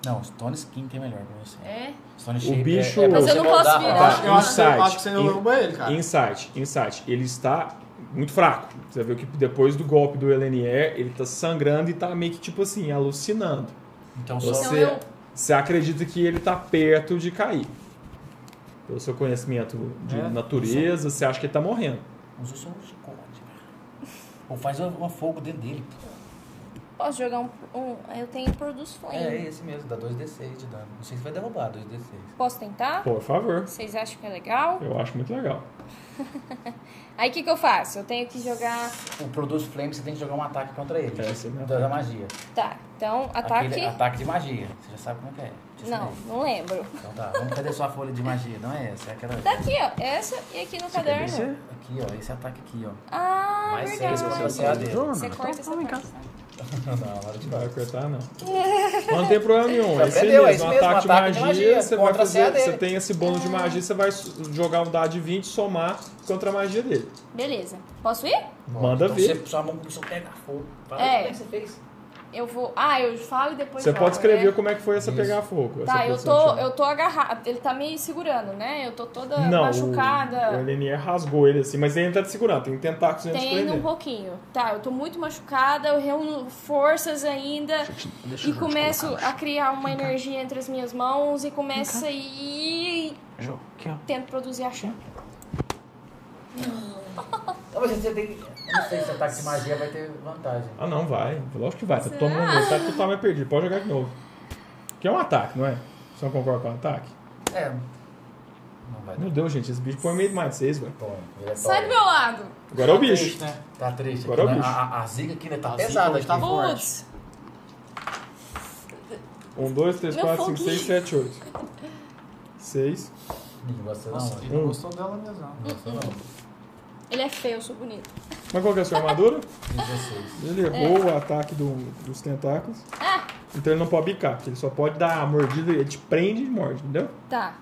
[SPEAKER 3] Não, Stone Skin que é melhor pra você.
[SPEAKER 5] É?
[SPEAKER 3] Stone
[SPEAKER 1] Shape bicho- é-
[SPEAKER 3] É,
[SPEAKER 1] é pra
[SPEAKER 5] Mas eu
[SPEAKER 1] Você
[SPEAKER 5] não posso virar.
[SPEAKER 4] Eu acho que você-
[SPEAKER 1] Insight.
[SPEAKER 4] acho que você
[SPEAKER 1] In-
[SPEAKER 4] derruba ele, cara.
[SPEAKER 1] Insight, insight. Ele está muito fraco. Você vê que depois do golpe do Elenier, ele tá sangrando e tá meio que tipo assim, alucinando.
[SPEAKER 3] Então só.
[SPEAKER 5] Então
[SPEAKER 1] Você, é-
[SPEAKER 5] eu.
[SPEAKER 1] você acredita que ele tá perto de cair. Pelo seu conhecimento de
[SPEAKER 4] É.
[SPEAKER 1] natureza, você acha que ele tá morrendo.
[SPEAKER 3] Usa só um chicote. Ou faz um, um fogo dentro dele.
[SPEAKER 5] Posso jogar um. um- eu tenho Produce
[SPEAKER 3] É,
[SPEAKER 5] Flame.
[SPEAKER 3] esse mesmo, dá 2d6 de dano. Não sei se vai derrubar, 2d6.
[SPEAKER 5] Posso tentar?
[SPEAKER 1] Por favor.
[SPEAKER 5] Vocês acham que é legal?
[SPEAKER 1] Eu acho muito legal.
[SPEAKER 5] Aí o que, que eu faço? Eu tenho que jogar.
[SPEAKER 3] O Produce Flame você tem que jogar um ataque contra ele.
[SPEAKER 1] É, sim, né?
[SPEAKER 3] da magia.
[SPEAKER 5] Tá. Então, ataque.
[SPEAKER 3] Aquele ataque de magia. Você já sabe como é que é. Te
[SPEAKER 5] Não,
[SPEAKER 3] ensinei.
[SPEAKER 5] não lembro.
[SPEAKER 3] Então tá, vamos cadê sua folha de magia? Não é essa, é aquela.
[SPEAKER 5] Tá aqui, ó. Essa e aqui no caderno.
[SPEAKER 3] Aqui, ó, esse ataque aqui, ó.
[SPEAKER 5] Ah,
[SPEAKER 3] Mais seis,
[SPEAKER 5] verdade.
[SPEAKER 3] você vai ser a dele.
[SPEAKER 5] Você
[SPEAKER 1] então
[SPEAKER 5] corta essa parte. tá?
[SPEAKER 3] Não, hora de
[SPEAKER 1] Não vai apertar, não. Mas não tem problema nenhum.
[SPEAKER 3] Já
[SPEAKER 1] É isso aí
[SPEAKER 3] perdeu,
[SPEAKER 1] mesmo.
[SPEAKER 3] é isso
[SPEAKER 1] um
[SPEAKER 3] mesmo,
[SPEAKER 1] ataque de
[SPEAKER 3] ataque de
[SPEAKER 1] magia,
[SPEAKER 3] magia,
[SPEAKER 1] você vai
[SPEAKER 3] contra a É. CA
[SPEAKER 1] fazer.
[SPEAKER 3] dele.
[SPEAKER 1] Você tem esse bônus de magia, você vai su- jogar um dado de 20 somar contra a magia dele.
[SPEAKER 5] Beleza. Posso ir?
[SPEAKER 1] Manda
[SPEAKER 3] então
[SPEAKER 1] ver.
[SPEAKER 3] Você, sua mão começou a pegar fogo. Fala,
[SPEAKER 5] É.
[SPEAKER 3] Como é que você fez?
[SPEAKER 5] Eu vou. Ah, eu falo e depois.
[SPEAKER 1] Você
[SPEAKER 5] jogo,
[SPEAKER 1] pode escrever
[SPEAKER 5] né?
[SPEAKER 1] como é que foi essa
[SPEAKER 3] Isso.
[SPEAKER 1] pegar fogo. essa
[SPEAKER 5] Tá, eu
[SPEAKER 1] pessoa
[SPEAKER 5] tô,
[SPEAKER 1] que
[SPEAKER 5] eu tô agarrada. Ele tá me segurando, né? Eu tô toda
[SPEAKER 1] chama. Não,
[SPEAKER 5] machucada.
[SPEAKER 1] O, o LNR rasgou ele assim, mas ele tá te segurando, tem tentáculos dentro
[SPEAKER 5] Tem
[SPEAKER 1] de
[SPEAKER 5] ainda um
[SPEAKER 1] ele.
[SPEAKER 5] pouquinho. Tá, eu tô muito machucada, eu reúno forças ainda e começo a criar uma energia entre as minhas mãos e começo a ir
[SPEAKER 2] Jô, aqui, ó.
[SPEAKER 5] tento produzir a chama.
[SPEAKER 3] Não, mas você tem. eu Não sei se ataque de magia vai ter vantagem.
[SPEAKER 1] Ah, não, vai. Lógico que vai. Tá tomando, tá totalmente perdido. Pode jogar de novo. Que é um ataque, não é? Você não concorda com o ataque?
[SPEAKER 3] É. Não vai
[SPEAKER 1] Meu
[SPEAKER 3] dar.
[SPEAKER 1] Deus, gente, esse bicho põe meio mais de vocês, velho.
[SPEAKER 3] Bom, ele é
[SPEAKER 5] Sai do
[SPEAKER 3] top.
[SPEAKER 5] meu lado!
[SPEAKER 1] Agora é o
[SPEAKER 4] Tá
[SPEAKER 1] bicho.
[SPEAKER 4] triste, né?
[SPEAKER 3] Tá triste.
[SPEAKER 1] Agora é o
[SPEAKER 3] aqui, né?
[SPEAKER 1] bicho.
[SPEAKER 3] a, a, a zica aqui, né? Tá
[SPEAKER 4] A zica
[SPEAKER 3] pesada.
[SPEAKER 4] hoje tá
[SPEAKER 3] aqui.
[SPEAKER 4] forte.
[SPEAKER 5] Putz!
[SPEAKER 1] 1, 2, 3,
[SPEAKER 5] Meu
[SPEAKER 1] 4, 5,
[SPEAKER 5] foguinho.
[SPEAKER 1] 6, 7, 8. 6.
[SPEAKER 3] Não gosta não,
[SPEAKER 4] Nossa,
[SPEAKER 3] hein?
[SPEAKER 4] ele
[SPEAKER 1] um.
[SPEAKER 4] não gostou dela mesmo. não.
[SPEAKER 3] Não gosta não.
[SPEAKER 5] Ele é feio, eu sou bonito.
[SPEAKER 1] Mas qual que é a sua armadura?
[SPEAKER 3] 16.
[SPEAKER 1] Ele errou o ataque do- dos tentáculos.
[SPEAKER 5] Ah,
[SPEAKER 1] Então ele não pode bicar, porque ele só pode dar a mordida, ele te prende e morde, entendeu?
[SPEAKER 5] tá.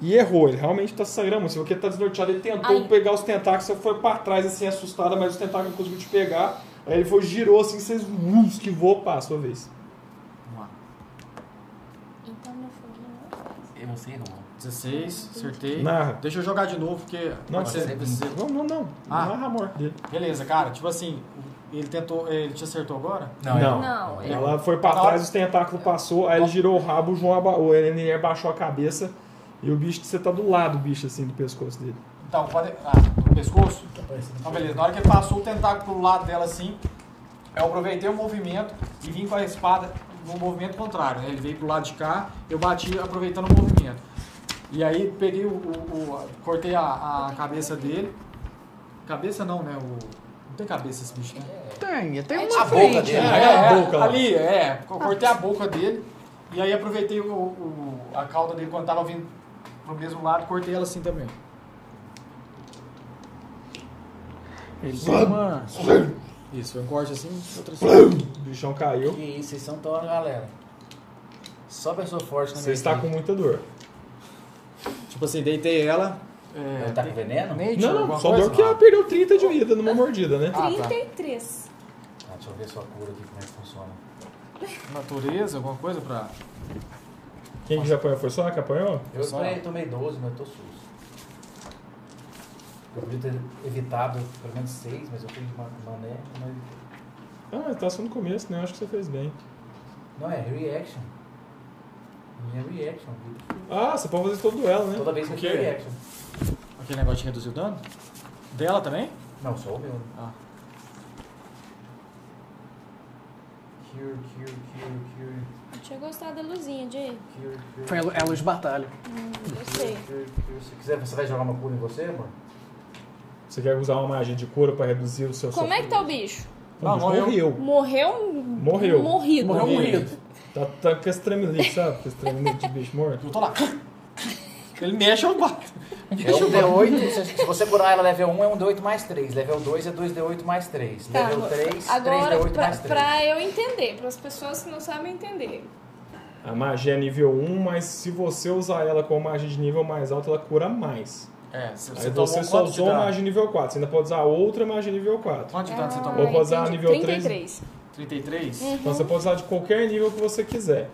[SPEAKER 1] E errou, ele realmente tá sangrando. Se você tá desnorteado, ele tentou
[SPEAKER 5] Ai.
[SPEAKER 1] pegar os tentáculos, você foi pra trás assim, assustada, mas os tentáculos não conseguiu te pegar. Aí ele foi, girou assim, vocês uh, esquivou, pá, sua vez.
[SPEAKER 4] Vamos lá.
[SPEAKER 5] Então meu foguinho.
[SPEAKER 3] E você errou.
[SPEAKER 4] 16, acertei.
[SPEAKER 1] Narra.
[SPEAKER 4] Deixa eu jogar de novo, porque.
[SPEAKER 1] Não,
[SPEAKER 4] pode ser,
[SPEAKER 1] você-
[SPEAKER 4] vai ser-
[SPEAKER 1] Não, não, não.
[SPEAKER 4] Ah.
[SPEAKER 1] Não é a morte dele.
[SPEAKER 4] Beleza, cara, tipo assim, ele tentou. Ele te acertou agora?
[SPEAKER 1] Não.
[SPEAKER 5] é? Não,
[SPEAKER 4] Ah,
[SPEAKER 5] ele-
[SPEAKER 1] Ela foi pra
[SPEAKER 4] Na
[SPEAKER 1] trás,
[SPEAKER 4] hora-
[SPEAKER 1] os tentáculos passou, aí ele girou o rabo, o João aba... o NNE baixou a cabeça e o bicho, você tá do lado, o bicho, assim, do pescoço dele.
[SPEAKER 4] Então, pode. Ah, no pescoço? Então, beleza. Na hora que ele passou o tentáculo pro lado dela assim, eu aproveitei o movimento e vim com a espada no movimento contrário. né? Ele veio pro lado de cá, eu bati aproveitando o movimento. E aí peguei o. o- o- cortei a, a cabeça dele. Cabeça não, né? O, não tem cabeça esse bicho, né?
[SPEAKER 2] Tem, tem
[SPEAKER 3] A
[SPEAKER 2] uma
[SPEAKER 3] boca
[SPEAKER 2] frente.
[SPEAKER 3] dele.
[SPEAKER 4] É,
[SPEAKER 1] é a
[SPEAKER 4] é,
[SPEAKER 1] boca lá.
[SPEAKER 4] ali, é. Eu cortei a boca dele e aí aproveitei o, o- a cauda dele quando tava vindo pro mesmo lado, cortei ela assim também.
[SPEAKER 2] Ele tem uma...
[SPEAKER 4] assim. Isso, eu corte assim, outra assim.
[SPEAKER 1] O bichão caiu.
[SPEAKER 3] Que isso, vocês são tão galera. Só pessoa forte na
[SPEAKER 1] Você está com muita dor.
[SPEAKER 4] Tipo assim, deitei ela.
[SPEAKER 3] Ele tá com veneno?
[SPEAKER 4] Nature,
[SPEAKER 1] Não, não,
[SPEAKER 4] alguma
[SPEAKER 1] só
[SPEAKER 4] coisa?
[SPEAKER 1] dor que ela perdeu 30 de vida numa mordida, né?
[SPEAKER 4] Ah, tá.
[SPEAKER 5] 33.
[SPEAKER 3] Ah, deixa eu ver sua cura aqui, como é que funciona.
[SPEAKER 4] Ah, Natureza, alguma coisa pra.
[SPEAKER 1] Quem que já apanhou foi só a que apanhou?
[SPEAKER 3] Eu
[SPEAKER 4] Só-
[SPEAKER 3] tomei, tomei 12, mas eu tô sus. Eu podia ter evitado pelo menos 6, mas eu fui de ma- mané. Mas...
[SPEAKER 1] Ah, mas tá só no começo, né? Eu Acho que você fez bem.
[SPEAKER 3] Não, é reaction. Minha reaction. viu?
[SPEAKER 1] Ah, você pode fazer todo ela, né?
[SPEAKER 3] Toda vez que eu
[SPEAKER 4] O quê?
[SPEAKER 3] tenho reaction.
[SPEAKER 4] Aquele negócio de reduzir o dano? Dela também?
[SPEAKER 3] Não, só um. o meu.
[SPEAKER 4] Ah.
[SPEAKER 3] Cure, cure, cure, cure,
[SPEAKER 5] Eu tinha gostado da luzinha, Jay.
[SPEAKER 3] cure, cure.
[SPEAKER 2] Foi a luz de batalha.
[SPEAKER 5] Hum,
[SPEAKER 4] Uhum.
[SPEAKER 5] gostei.
[SPEAKER 3] Se quiser, você vai jogar uma cura em você, mano?
[SPEAKER 1] Você quer usar uma magia de cura pra reduzir o seu
[SPEAKER 5] Como é que tá o bicho?
[SPEAKER 1] Não,
[SPEAKER 4] Não, Ah, morreu.
[SPEAKER 1] morreu.
[SPEAKER 5] Morreu? um
[SPEAKER 1] Morreu.
[SPEAKER 5] Morrido.
[SPEAKER 2] um
[SPEAKER 4] Morreu um morrido.
[SPEAKER 1] Tá, tá com esse tremelique, sabe? Com esse tremelique de bicho morto.
[SPEAKER 4] Eu tô lá. Ele mexe, eu bato.
[SPEAKER 3] É um D8, se- se você curar ela level 1 é um D8 mais 3, level 2 é 2D8 mais 3,
[SPEAKER 5] Tá,
[SPEAKER 3] level 3,
[SPEAKER 5] agora,
[SPEAKER 3] 3D8
[SPEAKER 5] pra,
[SPEAKER 3] mais 3.
[SPEAKER 5] pra eu entender, para as pessoas que não sabem entender.
[SPEAKER 1] A magia é nível 1, mas se você usar ela como magia de nível mais alto, ela cura mais.
[SPEAKER 4] É, se
[SPEAKER 1] Aí você só
[SPEAKER 4] quanto de
[SPEAKER 1] usou uma
[SPEAKER 4] dano?
[SPEAKER 1] magia nível 4. Você ainda pode usar outra magia nível 4.
[SPEAKER 4] Quanto de dano você
[SPEAKER 5] Ah,
[SPEAKER 1] Vou
[SPEAKER 4] tomou?
[SPEAKER 1] pausar
[SPEAKER 5] entendi.
[SPEAKER 1] nível
[SPEAKER 5] 33.
[SPEAKER 4] 33?
[SPEAKER 5] É.
[SPEAKER 1] Então você pode usar de qualquer nível que você quiser.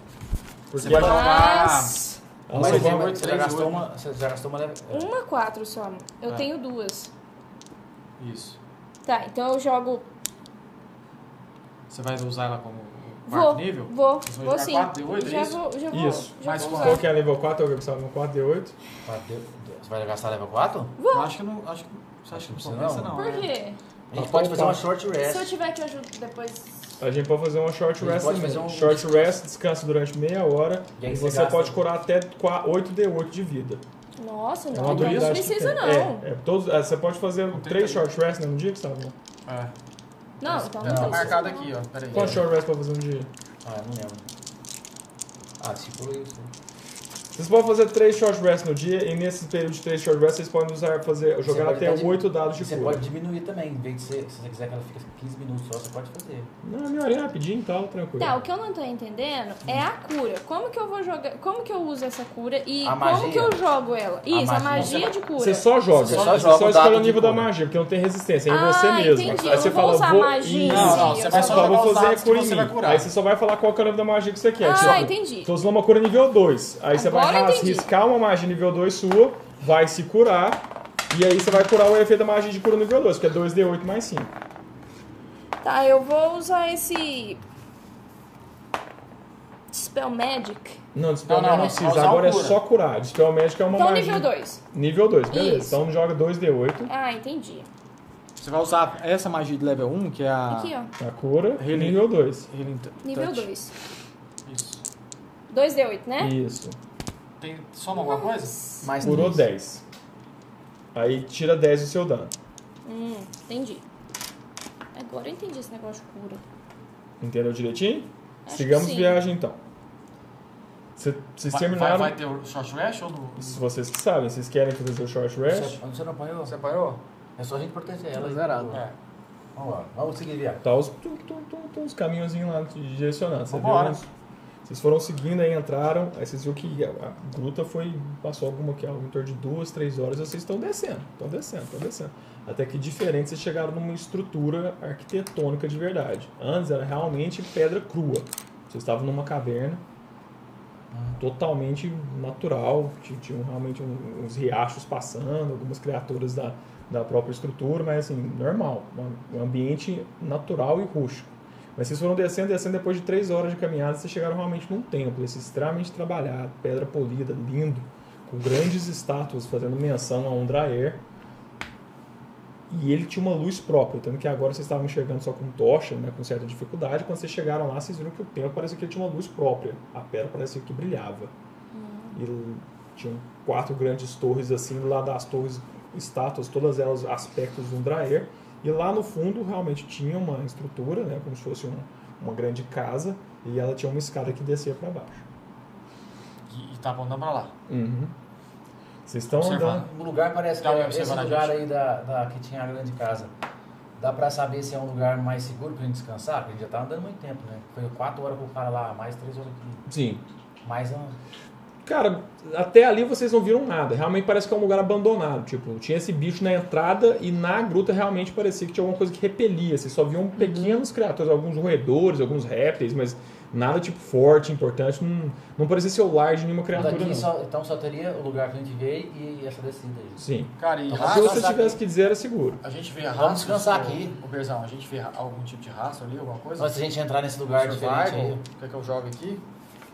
[SPEAKER 1] Porque
[SPEAKER 4] Você vai
[SPEAKER 1] ela
[SPEAKER 4] jogar.
[SPEAKER 5] Mas
[SPEAKER 1] ela
[SPEAKER 4] Mas
[SPEAKER 1] só
[SPEAKER 4] ele
[SPEAKER 1] vai-
[SPEAKER 4] é muito-
[SPEAKER 3] Você já
[SPEAKER 4] Três,
[SPEAKER 3] gastou
[SPEAKER 4] oito.
[SPEAKER 3] uma, você já gastou uma level... é.
[SPEAKER 5] uma 4 só. Eu
[SPEAKER 4] Ah.
[SPEAKER 5] tenho duas.
[SPEAKER 4] Isso.
[SPEAKER 5] Tá, então eu jogo.
[SPEAKER 4] Você vai usar ela como quarto
[SPEAKER 5] Vou.
[SPEAKER 4] nível? Então
[SPEAKER 5] Vou,
[SPEAKER 4] Você vai
[SPEAKER 5] vou
[SPEAKER 4] jogar
[SPEAKER 5] sim.
[SPEAKER 4] quatro, deu oito, é
[SPEAKER 5] já
[SPEAKER 4] isso?
[SPEAKER 5] vou, já vou.
[SPEAKER 1] Isso.
[SPEAKER 5] Já
[SPEAKER 4] Mais
[SPEAKER 5] vou
[SPEAKER 4] uma.
[SPEAKER 5] usar.
[SPEAKER 1] Qual que é nível 4? Eu gostava no 4D8.
[SPEAKER 3] Ah, deu- deu- Você vai gastar level 4?
[SPEAKER 4] Eu acho que não. Acho que, você acha que não compensa, não.
[SPEAKER 5] Por
[SPEAKER 4] é.
[SPEAKER 5] quê?
[SPEAKER 3] A gente
[SPEAKER 4] Tá
[SPEAKER 3] pode fazer uma short
[SPEAKER 5] Se eu
[SPEAKER 3] rest.
[SPEAKER 5] tiver que ajudar depois.
[SPEAKER 1] A gente pode fazer uma short
[SPEAKER 3] A gente
[SPEAKER 1] rest
[SPEAKER 3] pode
[SPEAKER 1] também.
[SPEAKER 3] fazer um-
[SPEAKER 1] Short rest, descansa durante meia hora
[SPEAKER 3] E
[SPEAKER 1] e,
[SPEAKER 3] aí você
[SPEAKER 1] você
[SPEAKER 3] gasta-
[SPEAKER 1] pode curar até 8D8 de vida.
[SPEAKER 5] Nossa,
[SPEAKER 1] É uma
[SPEAKER 5] não, então não
[SPEAKER 1] habilidade que
[SPEAKER 5] precisa
[SPEAKER 1] tem.
[SPEAKER 5] não.
[SPEAKER 1] É, é, todos, é, você pode fazer
[SPEAKER 4] Não tem
[SPEAKER 1] três
[SPEAKER 4] também.
[SPEAKER 1] short rests no mesmo dia, Gustavo?
[SPEAKER 4] É.
[SPEAKER 5] Não, então não,
[SPEAKER 4] Tá
[SPEAKER 5] precisa.
[SPEAKER 4] marcado
[SPEAKER 5] não.
[SPEAKER 4] aqui, ó. Peraí.
[SPEAKER 1] Qual short rest pra fazer um dia?
[SPEAKER 3] Ah, não lembro. Ah, se for isso. né?
[SPEAKER 1] Vocês podem fazer 3 short rests no dia e nesse período de 3 short rests vocês podem usar, fazer, jogar
[SPEAKER 3] pode
[SPEAKER 1] até
[SPEAKER 3] dar de-
[SPEAKER 1] 8 dados de
[SPEAKER 3] Você
[SPEAKER 1] cura.
[SPEAKER 3] pode diminuir também. Em vez de ser, se você quiser que ela fique 15 minutos só, você pode fazer.
[SPEAKER 1] Não, minha orelha é rapidinho e tal, tranquilo.
[SPEAKER 5] Tá, o que eu não tô entendendo é a cura. Como que eu vou jogar. Como que eu uso essa cura e
[SPEAKER 3] A
[SPEAKER 5] como
[SPEAKER 3] magia.
[SPEAKER 5] que eu jogo ela? Isso, a magia,
[SPEAKER 3] magia.
[SPEAKER 5] de cura.
[SPEAKER 1] Você só joga,
[SPEAKER 3] Você
[SPEAKER 1] você
[SPEAKER 3] só
[SPEAKER 1] só,
[SPEAKER 3] joga o
[SPEAKER 1] escolhe
[SPEAKER 3] dado
[SPEAKER 1] o
[SPEAKER 3] de
[SPEAKER 1] nível da
[SPEAKER 3] cura.
[SPEAKER 1] magia, porque não tem resistência, é
[SPEAKER 5] Ah,
[SPEAKER 1] você mesmo.
[SPEAKER 5] entendi,
[SPEAKER 1] Aí
[SPEAKER 5] eu
[SPEAKER 1] você
[SPEAKER 5] não
[SPEAKER 1] fala,
[SPEAKER 5] vou usar
[SPEAKER 1] vou
[SPEAKER 5] magia.
[SPEAKER 1] em-
[SPEAKER 4] Não, não,
[SPEAKER 5] Sim,
[SPEAKER 4] você
[SPEAKER 5] eu
[SPEAKER 4] vai
[SPEAKER 5] só
[SPEAKER 1] Só
[SPEAKER 4] só jogar
[SPEAKER 1] vou
[SPEAKER 4] os
[SPEAKER 1] fazer a
[SPEAKER 4] dados que
[SPEAKER 1] cura em
[SPEAKER 4] você
[SPEAKER 1] mim.
[SPEAKER 4] vai curar.
[SPEAKER 1] Aí você só vai falar qual que é o nível da magia que você quer. tipo, então
[SPEAKER 5] Ah,
[SPEAKER 1] Você fala,
[SPEAKER 5] entendi.
[SPEAKER 1] Tô usando uma cura nível 2. Aí você vai
[SPEAKER 5] Agora eu
[SPEAKER 1] ras-
[SPEAKER 5] entendi.
[SPEAKER 1] riscar uma magia nível 2 sua, vai se curar, e aí você vai curar o efeito da magia de cura nível 2, que é 2d8 mais 5.
[SPEAKER 5] Tá, eu vou usar esse. Spell Magic.
[SPEAKER 1] Não, Dispel
[SPEAKER 4] Não, não,
[SPEAKER 1] Magic não, precisa,
[SPEAKER 4] vai usar o
[SPEAKER 1] agora é
[SPEAKER 4] cura.
[SPEAKER 1] só curar. Dispel Magic é uma
[SPEAKER 5] Então,
[SPEAKER 1] magia...
[SPEAKER 5] nível 2.
[SPEAKER 1] Nível 2, beleza.
[SPEAKER 5] Isso.
[SPEAKER 1] Então joga 2d8,
[SPEAKER 5] Ah, entendi.
[SPEAKER 4] Você vai usar essa magia de level 1, que é a.
[SPEAKER 5] Aqui, ó.
[SPEAKER 1] a cura,
[SPEAKER 4] Healing.
[SPEAKER 1] nível 2.
[SPEAKER 4] Healing Touch.
[SPEAKER 5] Nível 2.
[SPEAKER 4] Isso.
[SPEAKER 5] 2D8, né?
[SPEAKER 1] Isso.
[SPEAKER 4] Tem... Soma alguma coisa?
[SPEAKER 3] Mais
[SPEAKER 1] Curou
[SPEAKER 3] três.
[SPEAKER 1] 10. Aí tira 10 do seu dano.
[SPEAKER 5] Hum, entendi. Agora eu entendi esse negócio de cura.
[SPEAKER 1] Entendeu direitinho?
[SPEAKER 5] Acho
[SPEAKER 1] Sigamos
[SPEAKER 5] que sim.
[SPEAKER 1] viagem então. Cê- Vocês
[SPEAKER 4] Vai-
[SPEAKER 1] terminaram.
[SPEAKER 4] Vai, vai ter o short rest ou no.
[SPEAKER 1] Se vocês que sabem, vocês querem fazer o short
[SPEAKER 3] Você,
[SPEAKER 1] rest?
[SPEAKER 3] você não apanhou?
[SPEAKER 4] Você parou?
[SPEAKER 3] É só a gente proteger ela.
[SPEAKER 2] Tá
[SPEAKER 3] aí.
[SPEAKER 2] zerado.
[SPEAKER 4] É.
[SPEAKER 3] Vamos lá, vamos seguir viagem.
[SPEAKER 1] Tá os, tum, tum, tum, tum, os caminhozinhos lá te direcionando. Você viu
[SPEAKER 4] Vambora.
[SPEAKER 1] uns- Vocês foram seguindo aí, entraram, aí vocês viram que a, a gruta foi. passou alguma que algo em torno de duas, três horas, e vocês estão descendo, estão descendo, estão descendo. Até que diferente, vocês chegaram numa estrutura arquitetônica de verdade. Antes era realmente pedra crua. Vocês estavam numa caverna totalmente natural, ti- tinham realmente um- uns riachos passando, algumas criaturas da, da própria estrutura, mas assim, normal, um- um ambiente natural e rústico. Mas vocês foram descendo, descendo, depois de três horas de caminhada, vocês chegaram realmente num templo, esse extremamente trabalhado, pedra polida, lindo, com grandes estátuas fazendo menção a Undraer. E ele tinha uma luz própria, tanto que agora vocês estavam enxergando só com tocha, né, com certa dificuldade. Quando vocês chegaram lá, vocês viram que o templo parecia que ele tinha uma luz própria. A pedra parecia que brilhava. E tinham quatro grandes torres assim, do lado das torres, estátuas, todas elas aspectos de Undraer. E lá no fundo realmente tinha uma estrutura, né, como se fosse um- uma grande casa, e ela tinha uma escada que descia para baixo.
[SPEAKER 4] E, e tava andando pra lá.
[SPEAKER 1] Vocês estão
[SPEAKER 4] Observando.
[SPEAKER 1] andando.
[SPEAKER 3] O lugar parece que
[SPEAKER 4] Dá pra
[SPEAKER 3] é esse
[SPEAKER 4] observar na
[SPEAKER 3] lugar
[SPEAKER 4] gente.
[SPEAKER 3] aí da, da- que tinha a grande casa. Dá pra saber se é um lugar mais seguro pra gente descansar? Porque a gente já tá andando muito tempo, né? Foi quatro horas com o cara lá, mais três horas aqui.
[SPEAKER 1] Sim.
[SPEAKER 3] Mais um. uma.
[SPEAKER 1] Cara, até ali vocês não viram nada. Realmente parece que é um lugar abandonado. Tipo, tinha esse bicho na entrada e na gruta realmente parecia que tinha alguma coisa que repelia. Vocês só viam pequenos criaturas, alguns roedores, alguns répteis, mas nada tipo forte, importante. Não, não parecia ser o lar de nenhuma criatura,
[SPEAKER 3] Daqui
[SPEAKER 1] não.
[SPEAKER 3] só, então só teria o lugar que a gente veio e essa descida aí.
[SPEAKER 1] Sim.
[SPEAKER 4] Cara, e
[SPEAKER 1] Então,
[SPEAKER 3] Ah,
[SPEAKER 1] Se você
[SPEAKER 4] rastros.
[SPEAKER 3] tá,
[SPEAKER 1] tivesse que dizer, era seguro.
[SPEAKER 4] A gente vê
[SPEAKER 3] Vamos
[SPEAKER 4] rastros.
[SPEAKER 3] descansar
[SPEAKER 4] ô-
[SPEAKER 3] aqui.
[SPEAKER 4] Ô, Berzão, a gente vê ra- algum tipo de rastro ali, alguma coisa?
[SPEAKER 3] Mas se a gente entrar nesse lugar diferente aí.
[SPEAKER 4] O que é que eu jogo aqui?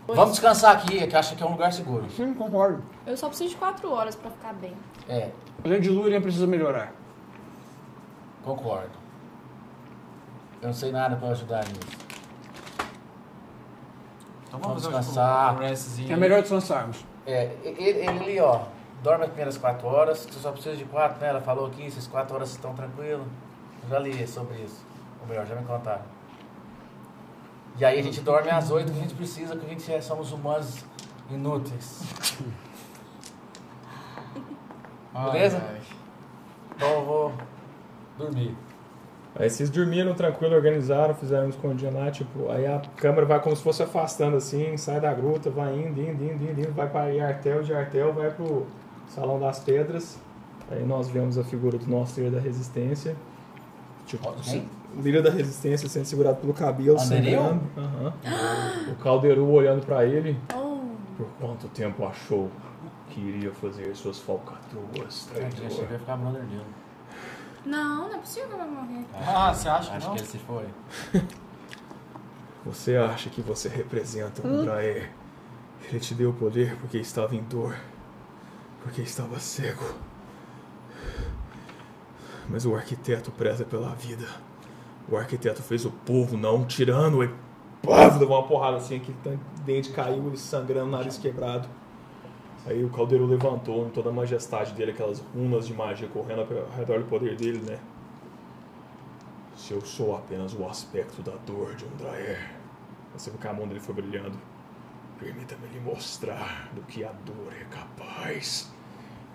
[SPEAKER 3] Vamos descansar aqui, que acha que é um lugar seguro.
[SPEAKER 2] Sim, concordo.
[SPEAKER 5] Eu só preciso de 4 horas pra ficar bem.
[SPEAKER 3] É,
[SPEAKER 2] Grande Lúria precisa melhorar.
[SPEAKER 3] concordo. Eu não sei nada pra ajudar nisso.
[SPEAKER 4] Então
[SPEAKER 3] Vamos
[SPEAKER 4] fazer um-
[SPEAKER 3] descansar.
[SPEAKER 4] um restzinho
[SPEAKER 2] É
[SPEAKER 4] aí.
[SPEAKER 2] melhor descansarmos.
[SPEAKER 3] É, ele, ele ali, ó, dorme as primeiras quatro horas. Você só precisa de quatro, né? Ela falou aqui, essas quatro horas estão tranquilo. Eu já li sobre isso. Ou melhor, já me contaram. E aí a gente dorme às oito que a gente precisa, que a gente é, somos humanos inúteis.
[SPEAKER 4] Ai,
[SPEAKER 3] Beleza?
[SPEAKER 4] ai.
[SPEAKER 3] Então eu vou dormir.
[SPEAKER 1] Aí vocês dormiram tranquilo, organizaram, fizeram um escondinho lá, tipo, aí a câmera vai como se fosse afastando assim, sai da gruta, vai indo, indo, indo, indo, indo vai para Artel, de Artel vai pro Salão das Pedras. Aí nós vemos a figura do nosso líder da resistência. Tipo,
[SPEAKER 3] Quem?
[SPEAKER 1] o líder da resistência sendo segurado pelo cabelo,
[SPEAKER 3] Andereu?
[SPEAKER 1] sangrando. Aham. O Calderu olhando pra ele.
[SPEAKER 5] Oh.
[SPEAKER 1] Por quanto tempo achou que iria fazer suas falcatruas,
[SPEAKER 3] Eu achei
[SPEAKER 1] traidor?
[SPEAKER 3] que ia ficar brother dele.
[SPEAKER 5] Não, não é possível que eu vou morrer.
[SPEAKER 4] Ah, você acha que
[SPEAKER 3] Acho
[SPEAKER 4] não?
[SPEAKER 3] que ele se foi.
[SPEAKER 1] Você acha que você representa um Drae? Ele te deu o poder porque estava em dor, porque estava cego. Mas o arquiteto preza pela vida. O arquiteto fez o povo, não um tirano. E paf, levou uma porrada assim, aquele tan- dente caiu, ele sangrando, nariz quebrado. Aí o caldeiro levantou em toda a majestade dele, aquelas runas de magia correndo ao redor do poder dele, né?
[SPEAKER 6] Se eu sou apenas o aspecto da dor de um Draer,
[SPEAKER 1] Você viu que a mão dele foi brilhando.
[SPEAKER 6] permita-me lhe mostrar do que a dor é capaz.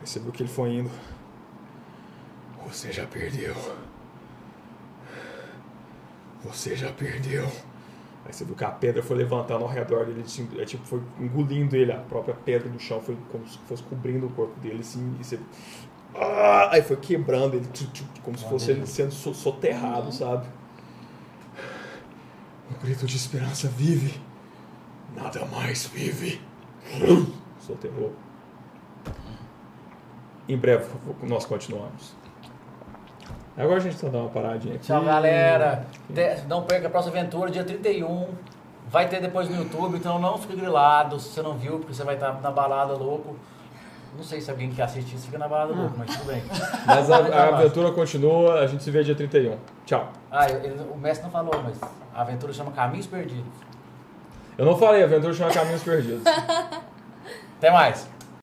[SPEAKER 1] Aí você viu que ele foi indo.
[SPEAKER 6] Você já perdeu. Você já perdeu.
[SPEAKER 1] Aí você viu que a pedra foi levantando ao redor dele, assim, é, tipo, foi engolindo ele, a própria pedra do chão foi como se fosse cobrindo o corpo dele, assim, e você... Ah! Aí foi quebrando ele, tchum, tchum, como se fosse ele sendo so- soterrado, sabe?
[SPEAKER 6] O grito de esperança vive. Nada mais vive.
[SPEAKER 1] Soterrou. Em breve vou- nós continuamos. Agora a gente tá dando uma paradinha aqui.
[SPEAKER 3] Tchau, galera. Te- Não perca a próxima aventura, dia 31. Vai ter depois no YouTube, então não fique grilado se você não viu, porque você vai estar na balada louco. Não sei se alguém que assiste isso fica na balada louco, mas tudo bem.
[SPEAKER 1] Mas a, a aventura continua, a gente se vê dia 31. Tchau.
[SPEAKER 3] Ah, eu- eu- o mestre não falou, mas a aventura chama Caminhos Perdidos.
[SPEAKER 1] Eu não falei, a aventura chama Caminhos Perdidos.
[SPEAKER 3] Até mais.